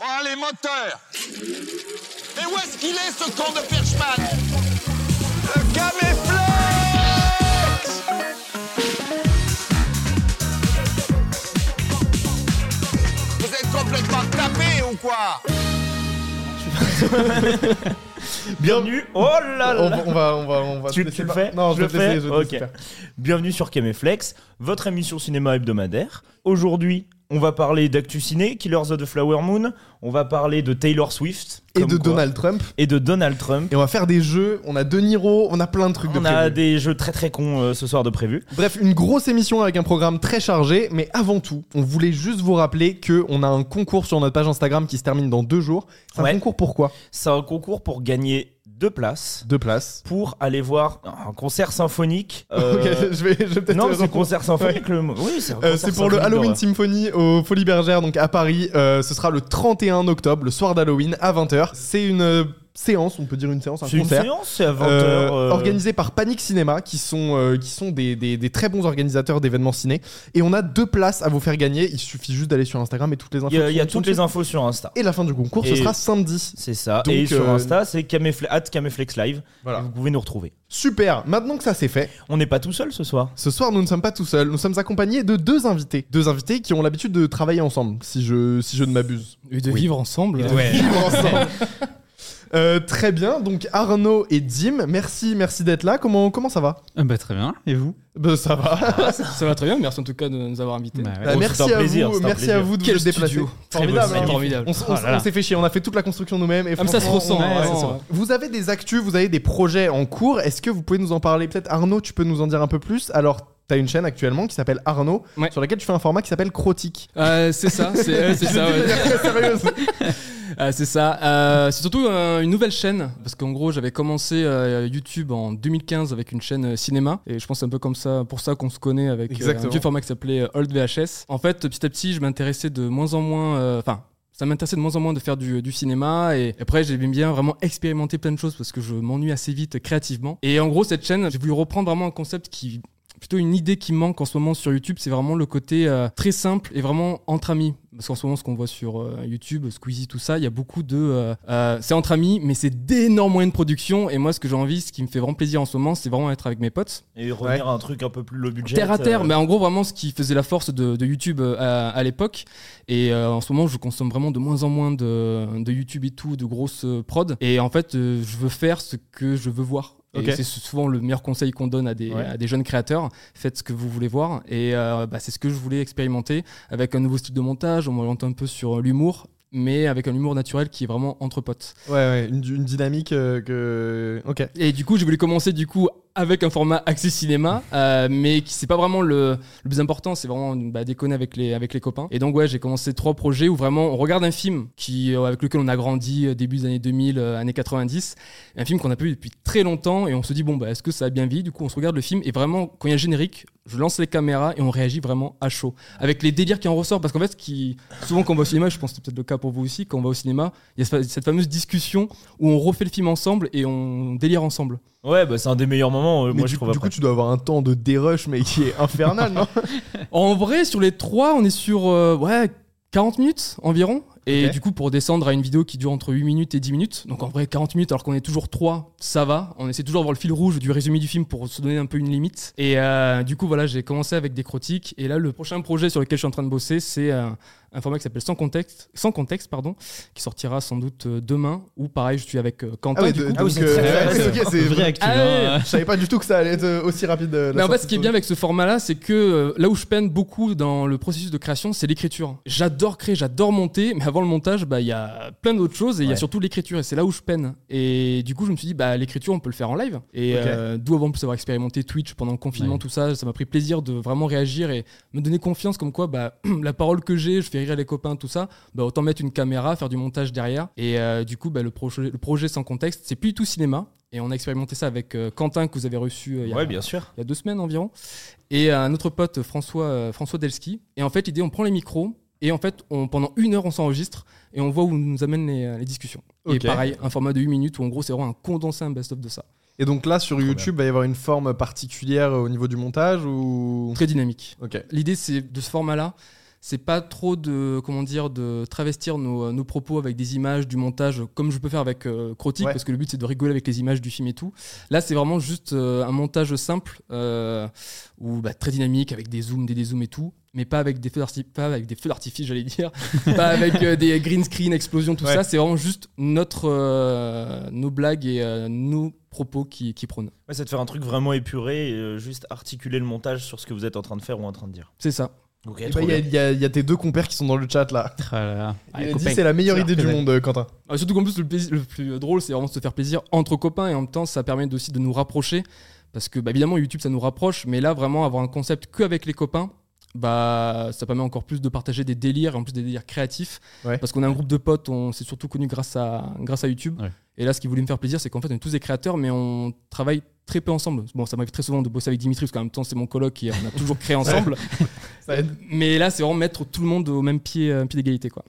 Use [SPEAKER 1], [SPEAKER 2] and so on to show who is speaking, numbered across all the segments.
[SPEAKER 1] Oh, les moteurs Mais où est-ce qu'il est, ce camp de Perchman Le caméflex Vous êtes complètement tapés ou quoi
[SPEAKER 2] Bienvenue. Oh là
[SPEAKER 3] On
[SPEAKER 2] là.
[SPEAKER 3] va, on va, on va, on va
[SPEAKER 2] Tu
[SPEAKER 3] te laisser
[SPEAKER 2] tu le
[SPEAKER 3] par-
[SPEAKER 2] fais
[SPEAKER 3] Non, je,
[SPEAKER 2] le
[SPEAKER 3] vais te laisser,
[SPEAKER 2] fais
[SPEAKER 3] je vais te
[SPEAKER 2] Ok.
[SPEAKER 3] laisser faire.
[SPEAKER 2] Bienvenue sur Caméflex, votre émission cinéma hebdomadaire. Aujourd'hui, on va parler d'actu ciné, Killers of the Flower Moon. On va parler de Taylor Swift
[SPEAKER 3] Et
[SPEAKER 2] comme
[SPEAKER 3] de
[SPEAKER 2] quoi,
[SPEAKER 3] Donald Trump.
[SPEAKER 2] et de Donald Trump.
[SPEAKER 3] Et on va faire des jeux, on a De Niro, on a plein de trucs de
[SPEAKER 2] On a
[SPEAKER 3] prévu.
[SPEAKER 2] des jeux très très cons euh, ce soir de prévu.
[SPEAKER 3] Bref, une grosse émission avec un programme très chargé, mais avant tout, on voulait juste vous rappeler que on a un concours sur notre page Instagram qui se termine dans deux jours. C'est un
[SPEAKER 2] Ouais.
[SPEAKER 3] concours pourquoi
[SPEAKER 2] C'est un concours pour gagner deux places
[SPEAKER 3] Deux places.
[SPEAKER 2] pour aller voir un concert symphonique. euh,
[SPEAKER 3] Ok, je vais, je vais peut-être
[SPEAKER 2] non,
[SPEAKER 3] te
[SPEAKER 2] mais c'est concert symphonique. le mot. Oui, c'est un
[SPEAKER 3] Euh,
[SPEAKER 2] concert
[SPEAKER 3] c'est pour le
[SPEAKER 2] symphonique
[SPEAKER 3] Halloween
[SPEAKER 2] d'horreur.
[SPEAKER 3] Symphony au Folie Bergère, donc à Paris. Euh, ce sera le 31 octobre, le soir d'Halloween, à 20h. C'est une euh, séance, on peut dire une séance, un
[SPEAKER 2] C'est une
[SPEAKER 3] concert.
[SPEAKER 2] séance, c'est à 20h.
[SPEAKER 3] euh, organisée par Panic Cinéma, qui sont, euh, qui sont des, des- des très bons organisateurs d'événements ciné. Et on a deux places à vous faire gagner. Il suffit juste d'aller sur Instagram et toutes les infos.
[SPEAKER 2] Il y a, il y a
[SPEAKER 3] sont- sont
[SPEAKER 2] toutes les
[SPEAKER 3] dessus.
[SPEAKER 2] infos sur Insta.
[SPEAKER 3] Et la fin du concours, ce
[SPEAKER 2] Et-
[SPEAKER 3] sera samedi.
[SPEAKER 2] C'est ça.
[SPEAKER 3] Donc,
[SPEAKER 2] et sur
[SPEAKER 3] euh,
[SPEAKER 2] Insta, c'est Caméfle- at Caméflex Live.
[SPEAKER 3] Voilà.
[SPEAKER 2] Et Vous pouvez nous retrouver.
[SPEAKER 3] Super. Maintenant que ça c'est fait,
[SPEAKER 2] On n'est pas tout seul ce soir.
[SPEAKER 3] ce soir nous ne sommes pas tout seuls. Nous sommes accompagnés de deux invités, deux invités qui ont l'habitude de travailler ensemble, si je, si je ne m'abuse.
[SPEAKER 4] Et de vivre ensemble.
[SPEAKER 3] vivre ensemble. Euh, très bien, donc Arnaud et Dim, merci, merci d'être là. Comment, comment ça va
[SPEAKER 4] Ah bah, très bien. Et vous
[SPEAKER 3] Ben, Ça va.
[SPEAKER 5] Ça va très bien, merci en tout cas de nous avoir invités.
[SPEAKER 4] Bah,
[SPEAKER 3] Bah,
[SPEAKER 4] ouais.
[SPEAKER 2] Oh, c'est
[SPEAKER 3] merci
[SPEAKER 2] un
[SPEAKER 3] à
[SPEAKER 2] plaisir,
[SPEAKER 3] vous,
[SPEAKER 2] c'est un
[SPEAKER 3] merci
[SPEAKER 2] plaisir.
[SPEAKER 3] à vous de
[SPEAKER 4] Quel
[SPEAKER 3] vous déplacer.
[SPEAKER 4] studio. Très
[SPEAKER 3] Formidable,
[SPEAKER 4] beau,
[SPEAKER 3] hein.
[SPEAKER 4] magnifique.
[SPEAKER 3] On, s- on
[SPEAKER 4] Oh
[SPEAKER 3] s-
[SPEAKER 4] là là.
[SPEAKER 3] on s'est fait chier, on a fait toute la construction nous-mêmes. et
[SPEAKER 5] Ah, mais ça se
[SPEAKER 3] franchement,
[SPEAKER 5] ressent,
[SPEAKER 3] on-
[SPEAKER 5] ouais,
[SPEAKER 3] ouais,
[SPEAKER 5] ça
[SPEAKER 3] c'est vrai.
[SPEAKER 5] se ressent.
[SPEAKER 3] Vous avez des actus, vous avez des projets en cours. Est-ce que vous pouvez nous en parler Peut-être Arnaud, tu peux nous en dire un peu plus Alors, tu as une chaîne actuellement qui s'appelle Arnaud,
[SPEAKER 5] Ouais.
[SPEAKER 3] sur laquelle tu fais un format qui s'appelle Crotique.
[SPEAKER 5] Euh, c'est ça, c'est euh, c'est
[SPEAKER 3] Ah
[SPEAKER 5] ça. ouais. Euh, c'est ça. Euh, c'est surtout euh, une nouvelle chaîne parce qu'en gros j'avais commencé euh, YouTube en 2015 avec une chaîne euh, cinéma et je pense c'est un peu comme ça pour ça qu'on se connaît avec euh,
[SPEAKER 3] Exactement.
[SPEAKER 5] un vieux format qui s'appelait euh, Old VHS. En fait petit à petit je m'intéressais de moins en moins, euh, enfin. ça m'intéressait de moins en moins de faire du, du cinéma et après j'aime bien vraiment expérimenter plein de choses parce que je m'ennuie assez vite euh, créativement. Et en gros cette chaîne, j'ai voulu reprendre vraiment un concept qui plutôt une idée qui me manque en ce moment sur YouTube, c'est vraiment le côté euh, très simple et vraiment entre amis. Parce qu'en ce moment, ce qu'on voit sur euh, YouTube, Squeezie, tout ça, il y a beaucoup de. euh, euh, c'est entre amis, mais c'est d'énormes moyens de production. Et moi, ce que j'ai envie, ce qui me fait vraiment plaisir en ce moment, c'est vraiment être avec mes potes.
[SPEAKER 2] Et revenir à un truc un peu plus low budget.
[SPEAKER 5] Terre à terre, bah.
[SPEAKER 2] euh,
[SPEAKER 5] mais en gros vraiment ce qui faisait la force de, de YouTube euh, à, à l'époque. Et euh, en ce moment, je consomme vraiment de moins en moins de, de YouTube et tout, de grosses euh, prod. Et en fait, euh, je veux faire ce que je veux voir. Et
[SPEAKER 3] Ok.
[SPEAKER 5] C'est souvent le meilleur conseil qu'on donne à des,
[SPEAKER 2] Ouais.
[SPEAKER 5] à des jeunes créateurs. Faites ce que vous voulez voir. Et euh, bah, c'est ce que je voulais expérimenter avec un nouveau style de montage. On m'oriente un peu sur l'humour, mais avec un humour naturel qui est vraiment entre potes.
[SPEAKER 3] Ouais, ouais, une, une dynamique euh, que. Ok.
[SPEAKER 5] Et du coup, j'ai voulu commencer du coup avec un format axé cinéma, euh, mais qui c'est pas vraiment le, le plus important, c'est vraiment bah, déconner avec les avec les copains. Et donc ouais, j'ai commencé trois projets où vraiment on regarde un film qui euh, avec lequel on a grandi euh, début des années 2000, euh, années 90, un film qu'on a pas vu depuis très longtemps et on se dit bon bah est-ce que ça a bien vieilli Du coup, on se regarde le film et vraiment quand il y a un générique, je lance les caméras et on réagit vraiment à chaud avec les délires qui en ressortent parce qu'en fait, ce qui souvent quand on va au cinéma, je pense que c'est peut-être le cas pour vous aussi, quand on va au cinéma, il y a cette fameuse discussion où on refait le film ensemble et on délire ensemble.
[SPEAKER 2] Ouais, bah, c'est un des meilleurs moments, euh,
[SPEAKER 3] Mais
[SPEAKER 2] moi
[SPEAKER 3] du,
[SPEAKER 2] je trouve.
[SPEAKER 3] du coup,
[SPEAKER 2] après.
[SPEAKER 3] tu dois avoir un temps de dérush, mais qui est infernal, non
[SPEAKER 5] En vrai, sur les trois, on est sur euh, ouais, 40 minutes environ. Et
[SPEAKER 3] Ok.
[SPEAKER 5] du coup, pour descendre à une vidéo qui dure entre 8 minutes et 10 minutes, donc en vrai 40 minutes alors qu'on est toujours trois, ça va. On essaie toujours d'avoir le fil rouge du résumé du film pour se donner un peu une limite. Et euh, du coup, voilà, j'ai commencé avec des critiques. Et là, le prochain projet sur lequel je suis en train de bosser, c'est euh, un format qui s'appelle Sans contexte, Sans contexte pardon, qui sortira sans doute euh, demain. Ou pareil, je suis avec euh, Quentin.
[SPEAKER 3] ouais,
[SPEAKER 5] du
[SPEAKER 3] de-
[SPEAKER 5] coup.
[SPEAKER 2] Ah oui,
[SPEAKER 3] donc,
[SPEAKER 2] c'est très,
[SPEAKER 3] euh,
[SPEAKER 2] très
[SPEAKER 3] ouais,
[SPEAKER 2] vrai.
[SPEAKER 3] ok, c'est-
[SPEAKER 4] Vrai actu.
[SPEAKER 5] Ah ouais.
[SPEAKER 4] hein.
[SPEAKER 3] Je savais pas du tout que ça allait être euh, aussi rapide. euh, la
[SPEAKER 5] Mais en fait,
[SPEAKER 3] sortie
[SPEAKER 5] ce qui est
[SPEAKER 3] de-
[SPEAKER 5] bien avec ce format-là, c'est que euh, là où je peine beaucoup dans le processus de création, c'est l'écriture. J'adore créer, j'adore monter, mais avant le montage, bah, il y a plein d'autres choses et il y
[SPEAKER 2] Ouais.
[SPEAKER 5] a surtout l'écriture et c'est là où je peine. Et du coup, je me suis dit, bah, l'écriture, on peut le faire en live. Et
[SPEAKER 3] Ok.
[SPEAKER 5] euh, d'où avant, en plus avoir expérimenté Twitch pendant le confinement,
[SPEAKER 4] Ouais.
[SPEAKER 5] tout ça, ça m'a pris plaisir de vraiment réagir et me donner confiance comme quoi bah, la parole que j'ai, je fais rire les copains, tout ça, bah, autant mettre une caméra, faire du montage derrière. Et euh, du coup, bah, le, projet, le projet sans contexte, c'est plus du tout cinéma. Et on a expérimenté ça avec euh, Quentin que vous avez reçu euh, il y a
[SPEAKER 2] Ouais, bien sûr.
[SPEAKER 5] il y a deux semaines environ, et un autre pote François, euh, François Delski. Et en fait, l'idée, on prend les micros et en fait, on, pendant une heure, on s'enregistre et on voit où nous amènent les, euh, les discussions.
[SPEAKER 3] Ok.
[SPEAKER 5] Et pareil, un format de 8 minutes où en gros, c'est vraiment un condensé, un best-of de ça.
[SPEAKER 3] Et donc là, sur YouTube, va y avoir une forme particulière au niveau du montage ou.
[SPEAKER 5] Très dynamique.
[SPEAKER 3] Ok.
[SPEAKER 5] L'idée, c'est de ce format-là, c'est pas trop de comment dire de travestir nos, euh, nos propos avec des images, du montage, comme je peux faire avec euh, Crotique,
[SPEAKER 3] Ouais.
[SPEAKER 5] parce que le but c'est de rigoler avec les images du film et tout. Là, c'est vraiment juste euh, un montage simple, euh, ou bah, très dynamique, avec des zooms, des dézooms et tout, mais pas avec des feux d'artifice, pas avec des feux d'artifice, j'allais dire, pas avec euh, des green screen, explosions, tout
[SPEAKER 2] Ouais.
[SPEAKER 5] ça. C'est vraiment juste notre euh, nos blagues et euh, nos propos qui, qui prônent.
[SPEAKER 2] Ouais, c'est de faire un truc vraiment épuré, et, euh, juste articuler le montage sur ce que vous êtes en train de faire ou en train de dire.
[SPEAKER 5] C'est ça.
[SPEAKER 2] Ok,
[SPEAKER 3] Eh ben,
[SPEAKER 2] trop
[SPEAKER 3] Il y, a-
[SPEAKER 2] bien.
[SPEAKER 3] il y a- il y a tes deux compères qui sont dans le chat là.
[SPEAKER 4] Allez,
[SPEAKER 3] Il a dit,
[SPEAKER 4] copain.
[SPEAKER 3] c'est la meilleure
[SPEAKER 4] C'est
[SPEAKER 3] idée du
[SPEAKER 4] vrai.
[SPEAKER 3] monde, euh, Quentin.
[SPEAKER 5] Ah, surtout qu'en plus, le, plais- le plus drôle, c'est vraiment de se faire plaisir entre copains et en même temps, ça permet aussi de nous rapprocher. Parce que, bah, évidemment, YouTube, ça nous rapproche, mais là, vraiment, avoir un concept que avec les copains, bah, ça permet encore plus de partager des délires, et en plus des délires créatifs.
[SPEAKER 3] Ouais.
[SPEAKER 5] Parce qu'on a un groupe de potes, on s'est surtout connus grâce à, grâce à YouTube.
[SPEAKER 4] Ouais.
[SPEAKER 5] Et là, ce qui voulait me faire plaisir, c'est qu'en fait, on est tous des créateurs, mais on travaille très peu ensemble. Bon, ça m'arrive très souvent de bosser avec Dimitri, parce qu'en même temps, c'est mon coloc et on a toujours créé ensemble.
[SPEAKER 3] Ça aide.
[SPEAKER 5] mais là, c'est vraiment mettre tout le monde au même pied, euh, pied d'égalité, quoi.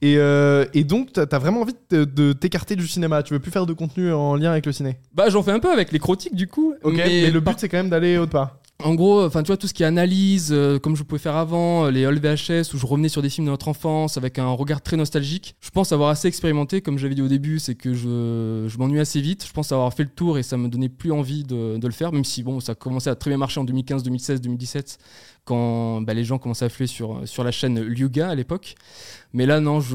[SPEAKER 3] Et, euh, et donc, t'as t'as vraiment envie de, de t'écarter du cinéma. Tu veux plus faire de contenu en lien avec le ciné.
[SPEAKER 5] Bah, j'en fais un peu avec les crotiques, du coup.
[SPEAKER 3] Ok, mais, le
[SPEAKER 5] par-
[SPEAKER 3] but c'est quand même d'aller autre part.
[SPEAKER 5] En gros, enfin tu vois tout ce qui est analyse, euh, comme je pouvais faire avant, euh, les all VHS où je revenais sur des films de notre enfance avec un regard très nostalgique. Je pense avoir assez expérimenté, comme j'avais dit au début, c'est que je, je m'ennuie assez vite. Je pense avoir fait le tour et ça me donnait plus envie de, de le faire, même si bon, ça commençait à très bien marcher en 2015, 2016, 2017 quand bah, les gens commençaient à affluer sur sur la chaîne Lyuga à l'époque. Mais là non, je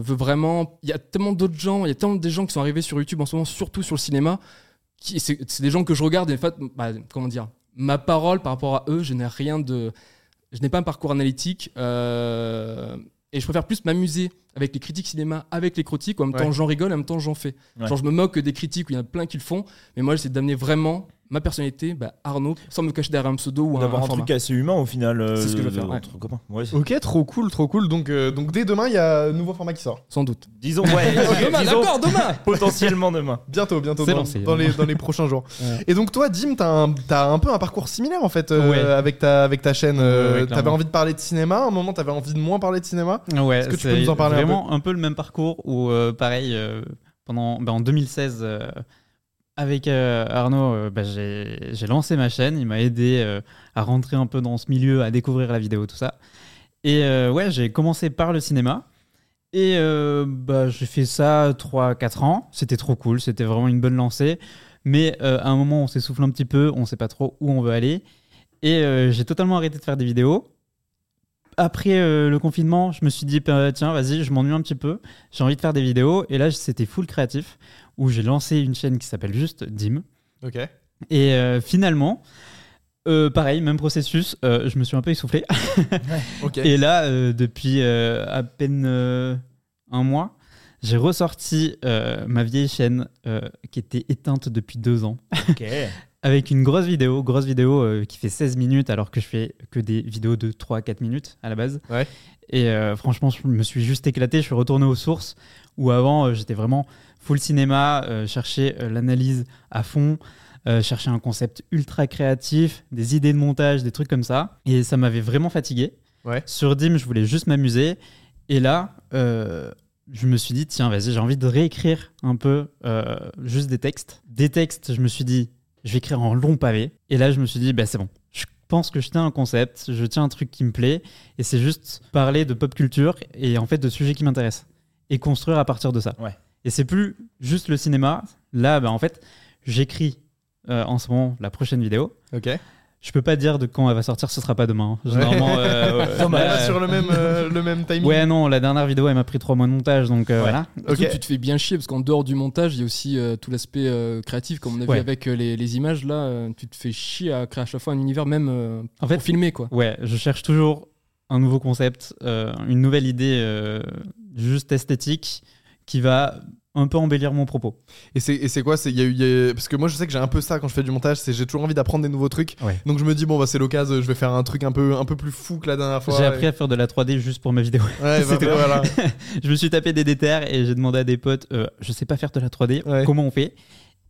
[SPEAKER 5] veux vraiment. Il y a tellement d'autres gens, il y a tellement des gens qui sont arrivés sur YouTube en ce moment, surtout sur le cinéma qui- c'est c'est des gens que je regarde et en fait, bah, comment dire, ma parole par rapport à eux, je n'ai rien de, je n'ai pas un parcours analytique euh, et je préfère plus m'amuser avec les critiques cinéma, avec les critiques, en même temps
[SPEAKER 3] Ouais.
[SPEAKER 5] j'en rigole, en même temps j'en fais.
[SPEAKER 2] Ouais.
[SPEAKER 5] Genre je me moque des critiques, où il y en a plein qui le font, mais moi j'essaie d'amener vraiment ma personnalité, bah, Arnaud, sans me cacher derrière un pseudo ou un,
[SPEAKER 2] D'avoir
[SPEAKER 5] un
[SPEAKER 2] un
[SPEAKER 5] format.
[SPEAKER 2] truc assez humain au final. euh,
[SPEAKER 5] C'est ce que je veux faire, ouais.
[SPEAKER 2] entre copains. Ouais, c'est-
[SPEAKER 3] Ok, trop cool, trop cool. Donc, euh, donc dès demain, il y a un nouveau format qui sort.
[SPEAKER 5] Sans doute.
[SPEAKER 2] Disons, ouais,
[SPEAKER 5] demain,
[SPEAKER 2] disons
[SPEAKER 5] d'accord, demain.
[SPEAKER 2] potentiellement demain.
[SPEAKER 3] Bientôt, bientôt,
[SPEAKER 4] C'est
[SPEAKER 3] dans,
[SPEAKER 4] lancé,
[SPEAKER 3] dans
[SPEAKER 4] hein.
[SPEAKER 3] les, dans les prochains jours.
[SPEAKER 4] Ouais.
[SPEAKER 3] Et donc toi, Dim, t'as un, t'as un peu un parcours similaire en fait euh,
[SPEAKER 4] Ouais.
[SPEAKER 3] avec, ta, avec ta chaîne. euh,
[SPEAKER 4] Ouais, ouais,
[SPEAKER 3] t'avais
[SPEAKER 4] clairement.
[SPEAKER 3] envie de parler de cinéma, à un moment t'avais envie de moins parler de cinéma.
[SPEAKER 4] Ouais,
[SPEAKER 3] Est-ce que tu
[SPEAKER 4] c'est
[SPEAKER 3] peux nous en parler un
[SPEAKER 4] vraiment un peu, le même parcours où, euh, pareil, euh, pendant, ben, en 2016, euh, avec euh, Arnaud, euh, ben, j'ai j'ai lancé ma chaîne. Il m'a aidé euh, à rentrer un peu dans ce milieu, à découvrir la vidéo, tout ça. Et euh, ouais, j'ai commencé par le cinéma. Et euh, bah, j'ai fait ça 3-4 ans. C'était trop cool, c'était vraiment une bonne lancée. Mais euh, à un moment, on s'essouffle un petit peu, on sait pas trop où on veut aller. Et euh, j'ai totalement arrêté de faire des vidéos. Après euh, le confinement, je me suis dit, bah, tiens, vas-y, je m'ennuie un petit peu, j'ai envie de faire des vidéos. Et là, c'était full créatif, où j'ai lancé une chaîne qui s'appelle juste Dim.
[SPEAKER 3] Ok.
[SPEAKER 4] Et euh, finalement, euh, pareil, même processus, euh, je me suis un peu essoufflé.
[SPEAKER 3] Ok.
[SPEAKER 4] Et là, euh, depuis euh, à peine euh, un mois, j'ai ressorti euh, ma vieille chaîne euh, qui était éteinte depuis deux ans
[SPEAKER 2] Ok.
[SPEAKER 4] avec une grosse vidéo, grosse vidéo euh, qui fait 16 minutes alors que je fais que des vidéos de 3 à 4 minutes à la base.
[SPEAKER 3] Ouais.
[SPEAKER 4] Et euh, franchement, je me suis juste éclaté, je suis retourné aux sources où avant euh, j'étais vraiment full cinéma, euh, chercher euh, l'analyse à fond, euh, chercher un concept ultra créatif, des idées de montage, des trucs comme ça. Et ça m'avait vraiment fatigué.
[SPEAKER 3] Ouais.
[SPEAKER 4] Sur Dim, je voulais juste m'amuser. Et là, euh, je me suis dit, tiens, vas-y, j'ai envie de réécrire un peu euh, juste des textes. Des textes, je me suis dit, je vais écrire en long pavé. Et là, je me suis dit, bah, c'est bon. Je pense que je tiens un concept, je tiens un truc qui me plaît, et c'est juste parler de pop culture et en fait de sujets qui m'intéressent, et construire à partir de ça.
[SPEAKER 2] Ouais.
[SPEAKER 4] Et c'est plus juste le cinéma. Là, bah, en fait, j'écris euh, en ce moment la prochaine vidéo.
[SPEAKER 3] Ok.
[SPEAKER 4] Je peux pas dire de quand elle va sortir, ce sera pas demain. hein. Généralement, euh, ouais,
[SPEAKER 3] Dommage.
[SPEAKER 4] là,
[SPEAKER 3] sur le même, euh, le même timing.
[SPEAKER 4] ouais, non, la dernière vidéo, elle m'a pris trois mois de montage, donc euh,
[SPEAKER 2] Ouais.
[SPEAKER 4] voilà.
[SPEAKER 3] Ok.
[SPEAKER 5] Surtout, tu te fais bien chier parce qu'en dehors du montage, il y a aussi euh, tout l'aspect euh, créatif, comme on a
[SPEAKER 4] Ouais.
[SPEAKER 5] vu avec euh, les, les images là. euh, tu te fais chier à créer à chaque fois un univers même euh,
[SPEAKER 4] En fait,
[SPEAKER 5] pour filmer quoi.
[SPEAKER 4] Ouais, je cherche toujours un nouveau concept, euh, une nouvelle idée euh, juste esthétique qui va un peu embellir mon propos.
[SPEAKER 3] Et c'est, et c'est quoi c'est, il y a eu- il y a- Parce que moi, je sais que j'ai un peu ça quand je fais du montage, c'est j'ai toujours envie d'apprendre des nouveaux trucs.
[SPEAKER 4] Ouais.
[SPEAKER 3] Donc je me dis, bon, bah, c'est l'occasion, je vais faire un truc un peu, un peu plus fou que la dernière fois.
[SPEAKER 4] J'ai appris à faire de la 3D juste pour ma vidéo.
[SPEAKER 3] Ouais, bah,
[SPEAKER 4] C'était-
[SPEAKER 3] voilà.
[SPEAKER 4] je me suis tapé des déterres et j'ai demandé à des potes, euh, je sais pas faire de la 3D,
[SPEAKER 3] Ouais.
[SPEAKER 4] comment on fait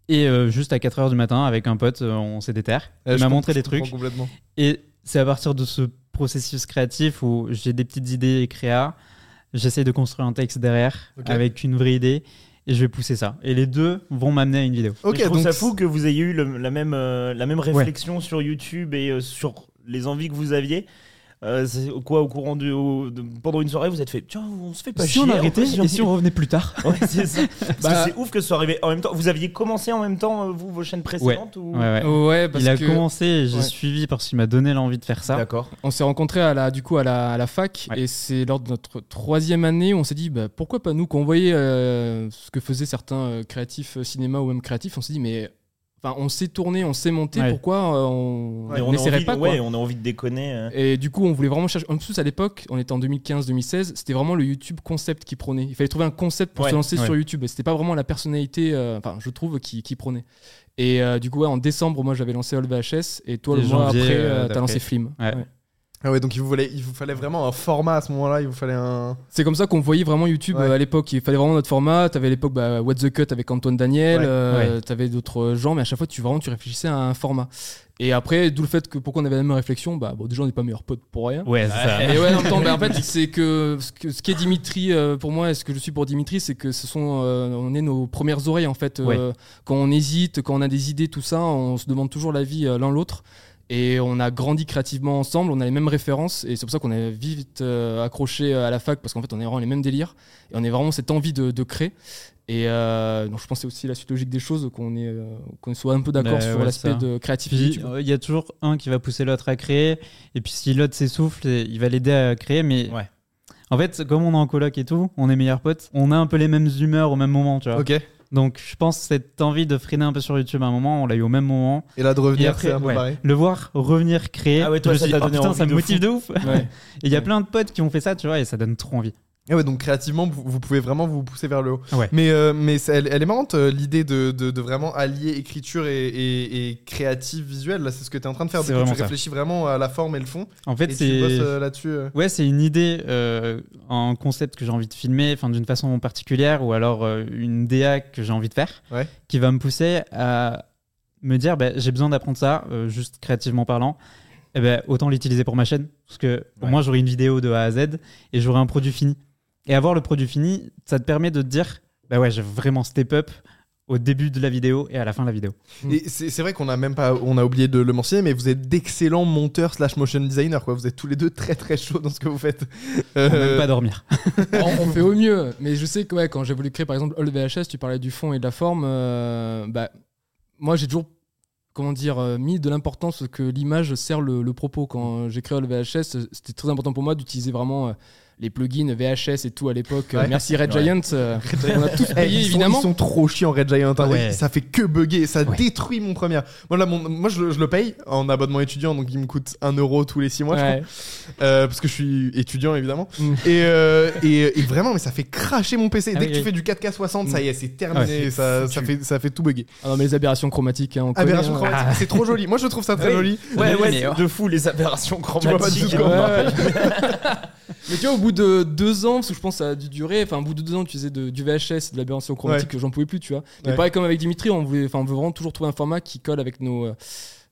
[SPEAKER 4] Et euh, juste à 4h du matin, avec un pote, euh, on s'est déterre.
[SPEAKER 3] Ouais, je
[SPEAKER 4] Il m'a
[SPEAKER 3] comprends-
[SPEAKER 4] montré
[SPEAKER 3] je
[SPEAKER 4] des
[SPEAKER 3] comprends
[SPEAKER 4] trucs.
[SPEAKER 3] Complètement.
[SPEAKER 4] Et c'est à partir de ce processus créatif où j'ai des petites idées et créa, j'essaie de construire un texte derrière
[SPEAKER 3] Ok.
[SPEAKER 4] avec une vraie idée et je vais pousser ça. Et les deux vont m'amener à une vidéo.
[SPEAKER 3] Ok,
[SPEAKER 2] Mais je trouve
[SPEAKER 3] donc
[SPEAKER 2] ça fou que vous ayez eu le- la, même, euh, la même réflexion sur YouTube et euh, sur les envies que vous aviez. euh, c'est quoi au courant du au- de- pendant une soirée vous êtes fait tiens on se fait pas
[SPEAKER 4] si
[SPEAKER 2] chier
[SPEAKER 4] on
[SPEAKER 2] en
[SPEAKER 4] arrêtait
[SPEAKER 2] fait, bah, j'ai
[SPEAKER 4] et
[SPEAKER 2] envie-
[SPEAKER 4] si on revenait plus tard
[SPEAKER 2] Ouais, c'est ça. Parce
[SPEAKER 5] Bah-
[SPEAKER 2] que c'est ouf que ce soit arrivé en même temps. Vous aviez commencé en même temps, euh, vous, vos chaînes précédentes ou...
[SPEAKER 4] Ouais, ouais.
[SPEAKER 5] Ouais, parce
[SPEAKER 4] Il a
[SPEAKER 5] que
[SPEAKER 4] commencé et j'ai
[SPEAKER 5] Ouais.
[SPEAKER 4] suivi parce qu'il m'a donné l'envie de faire ça.
[SPEAKER 2] D'accord.
[SPEAKER 5] on s'est rencontrés à la, du coup à la, à la fac
[SPEAKER 4] Ouais.
[SPEAKER 5] et c'est lors de notre troisième année où on s'est dit bah, pourquoi pas nous quand on voyait euh, ce que faisaient certains euh, créatifs euh, cinéma ou même créatifs on s'est dit mais enfin on s'est tourné on s'est monté
[SPEAKER 4] Ouais.
[SPEAKER 5] pourquoi euh, on
[SPEAKER 2] Et on a
[SPEAKER 5] n'essaierait
[SPEAKER 2] envie-
[SPEAKER 5] pas quoi.
[SPEAKER 2] ouais, on a envie de déconner. euh.
[SPEAKER 5] Et du coup, on voulait vraiment chercher. En plus, à l'époque, on était en 2015-2016, c'était vraiment le YouTube concept qui prônait. Il fallait trouver un concept pour
[SPEAKER 2] Ouais,
[SPEAKER 5] se lancer
[SPEAKER 4] ouais.
[SPEAKER 5] sur YouTube. C'était pas vraiment la personnalité, euh, enfin, je trouve, qui, qui prônait. Et euh, du coup, ouais, en décembre, moi, j'avais lancé All VHS et toi,
[SPEAKER 4] Et
[SPEAKER 5] le mois
[SPEAKER 4] janvier,
[SPEAKER 5] après,
[SPEAKER 4] euh,
[SPEAKER 5] euh, t'as
[SPEAKER 4] d'après.
[SPEAKER 5] lancé Flim.
[SPEAKER 4] Ouais.
[SPEAKER 5] Ouais.
[SPEAKER 3] Ah ouais, donc il vous, fallait, il vous fallait vraiment un format à ce moment-là, il vous fallait un.
[SPEAKER 5] C'est comme ça qu'on voyait vraiment YouTube
[SPEAKER 3] Ouais.
[SPEAKER 5] euh, à l'époque. Il fallait vraiment notre format. T'avais à l'époque bah, What the Cut avec Antoine Daniel.
[SPEAKER 3] Ouais,
[SPEAKER 5] euh, T'avais d'autres gens, mais à chaque fois, tu vraiment tu réfléchissais à un format. Et après, d'où le fait que pourquoi on avait la même réflexion, bah bon, déjà on n'est pas meilleurs potes pour rien.
[SPEAKER 4] Ouais, c'est ça.
[SPEAKER 5] Et ouais, en même temps, ben, en fait, c'est que ce que- ce qu'est Dimitri euh, pour moi, et ce que je suis pour Dimitri, c'est que ce sont, euh, on est nos premières oreilles en fait. euh,
[SPEAKER 4] Ouais.
[SPEAKER 5] Quand on hésite, quand on a des idées, tout ça, on se demande toujours l'avis euh, l'un l'autre. Et on a grandi créativement ensemble, on a les mêmes références, et c'est pour ça qu'on est vite euh, accroché à la fac, parce qu'en fait on est vraiment les mêmes délires, et on est vraiment cette envie de, de créer. Et euh, donc je pensais aussi la suite logique des choses, qu'on est, euh, qu'on soit un peu d'accord
[SPEAKER 4] Ouais,
[SPEAKER 5] sur
[SPEAKER 4] Bah, ouais,
[SPEAKER 5] l'aspect
[SPEAKER 4] ça.
[SPEAKER 5] de créativité.
[SPEAKER 4] Puis euh, il y a toujours un qui va pousser l'autre à créer, et puis si l'autre s'essouffle, et il va l'aider à créer. Mais
[SPEAKER 2] Ouais.
[SPEAKER 4] en fait, comme on est en coloc et tout, on est meilleurs potes, on a un peu les mêmes humeurs au même moment, tu vois.
[SPEAKER 3] Ok. Et
[SPEAKER 4] Donc je pense que cette envie de freiner un peu sur YouTube à un moment, on l'a eu au même moment.
[SPEAKER 3] là, de
[SPEAKER 4] Et
[SPEAKER 3] revenir,
[SPEAKER 4] après,
[SPEAKER 3] c'est un peu
[SPEAKER 4] ouais,
[SPEAKER 3] pareil.
[SPEAKER 4] le voir revenir créer,
[SPEAKER 2] Ah ouais, toi,
[SPEAKER 4] je me
[SPEAKER 2] ça
[SPEAKER 4] suis
[SPEAKER 2] t'a
[SPEAKER 4] dit, oh
[SPEAKER 2] donné
[SPEAKER 4] putain,
[SPEAKER 2] envie
[SPEAKER 4] ça
[SPEAKER 2] de
[SPEAKER 4] me motive de ouf.
[SPEAKER 5] Ouais.
[SPEAKER 4] Et il y a
[SPEAKER 5] Ouais.
[SPEAKER 4] plein de potes qui ont fait ça, tu vois, et ça donne trop envie.
[SPEAKER 3] Ah ouais, donc créativement, vous, vous pouvez vraiment vous pousser vers le haut.
[SPEAKER 4] Ouais.
[SPEAKER 3] Mais, euh, mais c'est- elle, elle est marrante, euh, l'idée de, de- de vraiment allier écriture et, et, et créative visuelle. Là, c'est ce que tu es en train de faire.
[SPEAKER 4] C'est
[SPEAKER 3] Du coup,
[SPEAKER 4] vraiment
[SPEAKER 3] tu
[SPEAKER 4] ça.
[SPEAKER 3] réfléchis vraiment à la forme et le fond.
[SPEAKER 4] En
[SPEAKER 3] Et
[SPEAKER 4] fait,
[SPEAKER 3] tu bosses
[SPEAKER 4] c'est
[SPEAKER 3] euh, là-dessus. euh.
[SPEAKER 4] ouais, c'est une idée, euh, un concept que j'ai envie de filmer, enfin d'une façon particulière, ou alors euh, une DA que j'ai envie de faire,
[SPEAKER 3] Ouais.
[SPEAKER 4] qui va me pousser à me dire, bah, j'ai besoin d'apprendre ça, euh, juste créativement parlant. Et ben, autant l'utiliser pour ma chaîne, parce que au
[SPEAKER 2] Ouais.
[SPEAKER 4] moins j'aurai une vidéo de A à Z et j'aurai un produit fini. Et avoir le produit fini, ça te permet de te dire, bah ouais, j'ai vraiment step up au début de la vidéo et à la fin de la vidéo.
[SPEAKER 3] Et c'est c'est vrai qu'on a même pas, on a oublié de le mentionner, mais vous êtes d'excellents monteurs slash motion designers, quoi. Vous êtes tous les deux très très chauds dans ce que vous faites. Euh,
[SPEAKER 4] Pour même pas dormir.
[SPEAKER 5] on, on fait au mieux. Mais je sais que ouais, quand j'ai voulu créer par exemple All VHS, tu parlais du fond et de la forme. euh, bah, moi, j'ai toujours comment dire, euh, mis de l'importance que l'image sert le, le propos. Quand j'ai créé All VHS, euh, c'était très important pour moi d'utiliser vraiment euh, les plugins VHS et tout à l'époque. Euh,
[SPEAKER 3] Ouais.
[SPEAKER 5] Merci Red
[SPEAKER 2] Ouais.
[SPEAKER 5] Giant. euh, on a tous
[SPEAKER 3] Eh,
[SPEAKER 5] payé,
[SPEAKER 3] ils, sont-
[SPEAKER 5] évidemment.
[SPEAKER 3] ils sont trop chiants Red Giant. hein.
[SPEAKER 4] Ouais.
[SPEAKER 3] Ça fait que bugger, ça
[SPEAKER 4] Ouais.
[SPEAKER 3] détruit mon premier. Moi, là, mon- moi je, le- je le paye en abonnement étudiant, donc il me coûte 1 euro tous les 6 mois, je
[SPEAKER 5] Ouais.
[SPEAKER 3] crois. Euh, parce que je suis étudiant évidemment.
[SPEAKER 5] Mm.
[SPEAKER 3] Et, euh, et, et vraiment, mais ça fait cracher mon PC.
[SPEAKER 4] Ah
[SPEAKER 3] Dès
[SPEAKER 4] oui,
[SPEAKER 3] que tu
[SPEAKER 4] oui.
[SPEAKER 3] fais du 4K 60, ça y est, c'est terminé.
[SPEAKER 4] Ouais.
[SPEAKER 3] ça,
[SPEAKER 4] C'est
[SPEAKER 3] ça,
[SPEAKER 4] foutu.
[SPEAKER 3] fait, ça fait tout bugger.
[SPEAKER 5] Ah non, mais les aberrations chromatiques, hein, on connaît,
[SPEAKER 3] Aberration
[SPEAKER 5] hein.
[SPEAKER 3] chromatique, c'est trop joli. Moi, je trouve ça très
[SPEAKER 4] Ah
[SPEAKER 2] Oui.
[SPEAKER 3] joli.
[SPEAKER 2] Ouais,
[SPEAKER 4] Mais-
[SPEAKER 2] ouais,
[SPEAKER 4] mais-
[SPEAKER 2] c'est de fou les aberrations
[SPEAKER 3] Tu vois pas de
[SPEAKER 2] chromatiques.
[SPEAKER 3] seconde.
[SPEAKER 5] Ouais, ouais. mais tu vois, au bout de deux ans, parce que je pense que ça a dû durer, enfin, au bout de deux ans, tu faisais de- du VHS, de l'aberration chromatique, que j'en pouvais plus, tu vois. Mais
[SPEAKER 3] Ouais.
[SPEAKER 5] pareil, comme avec Dimitri, on, voulait, enfin, on veut vraiment toujours trouver un format qui colle avec nos. euh,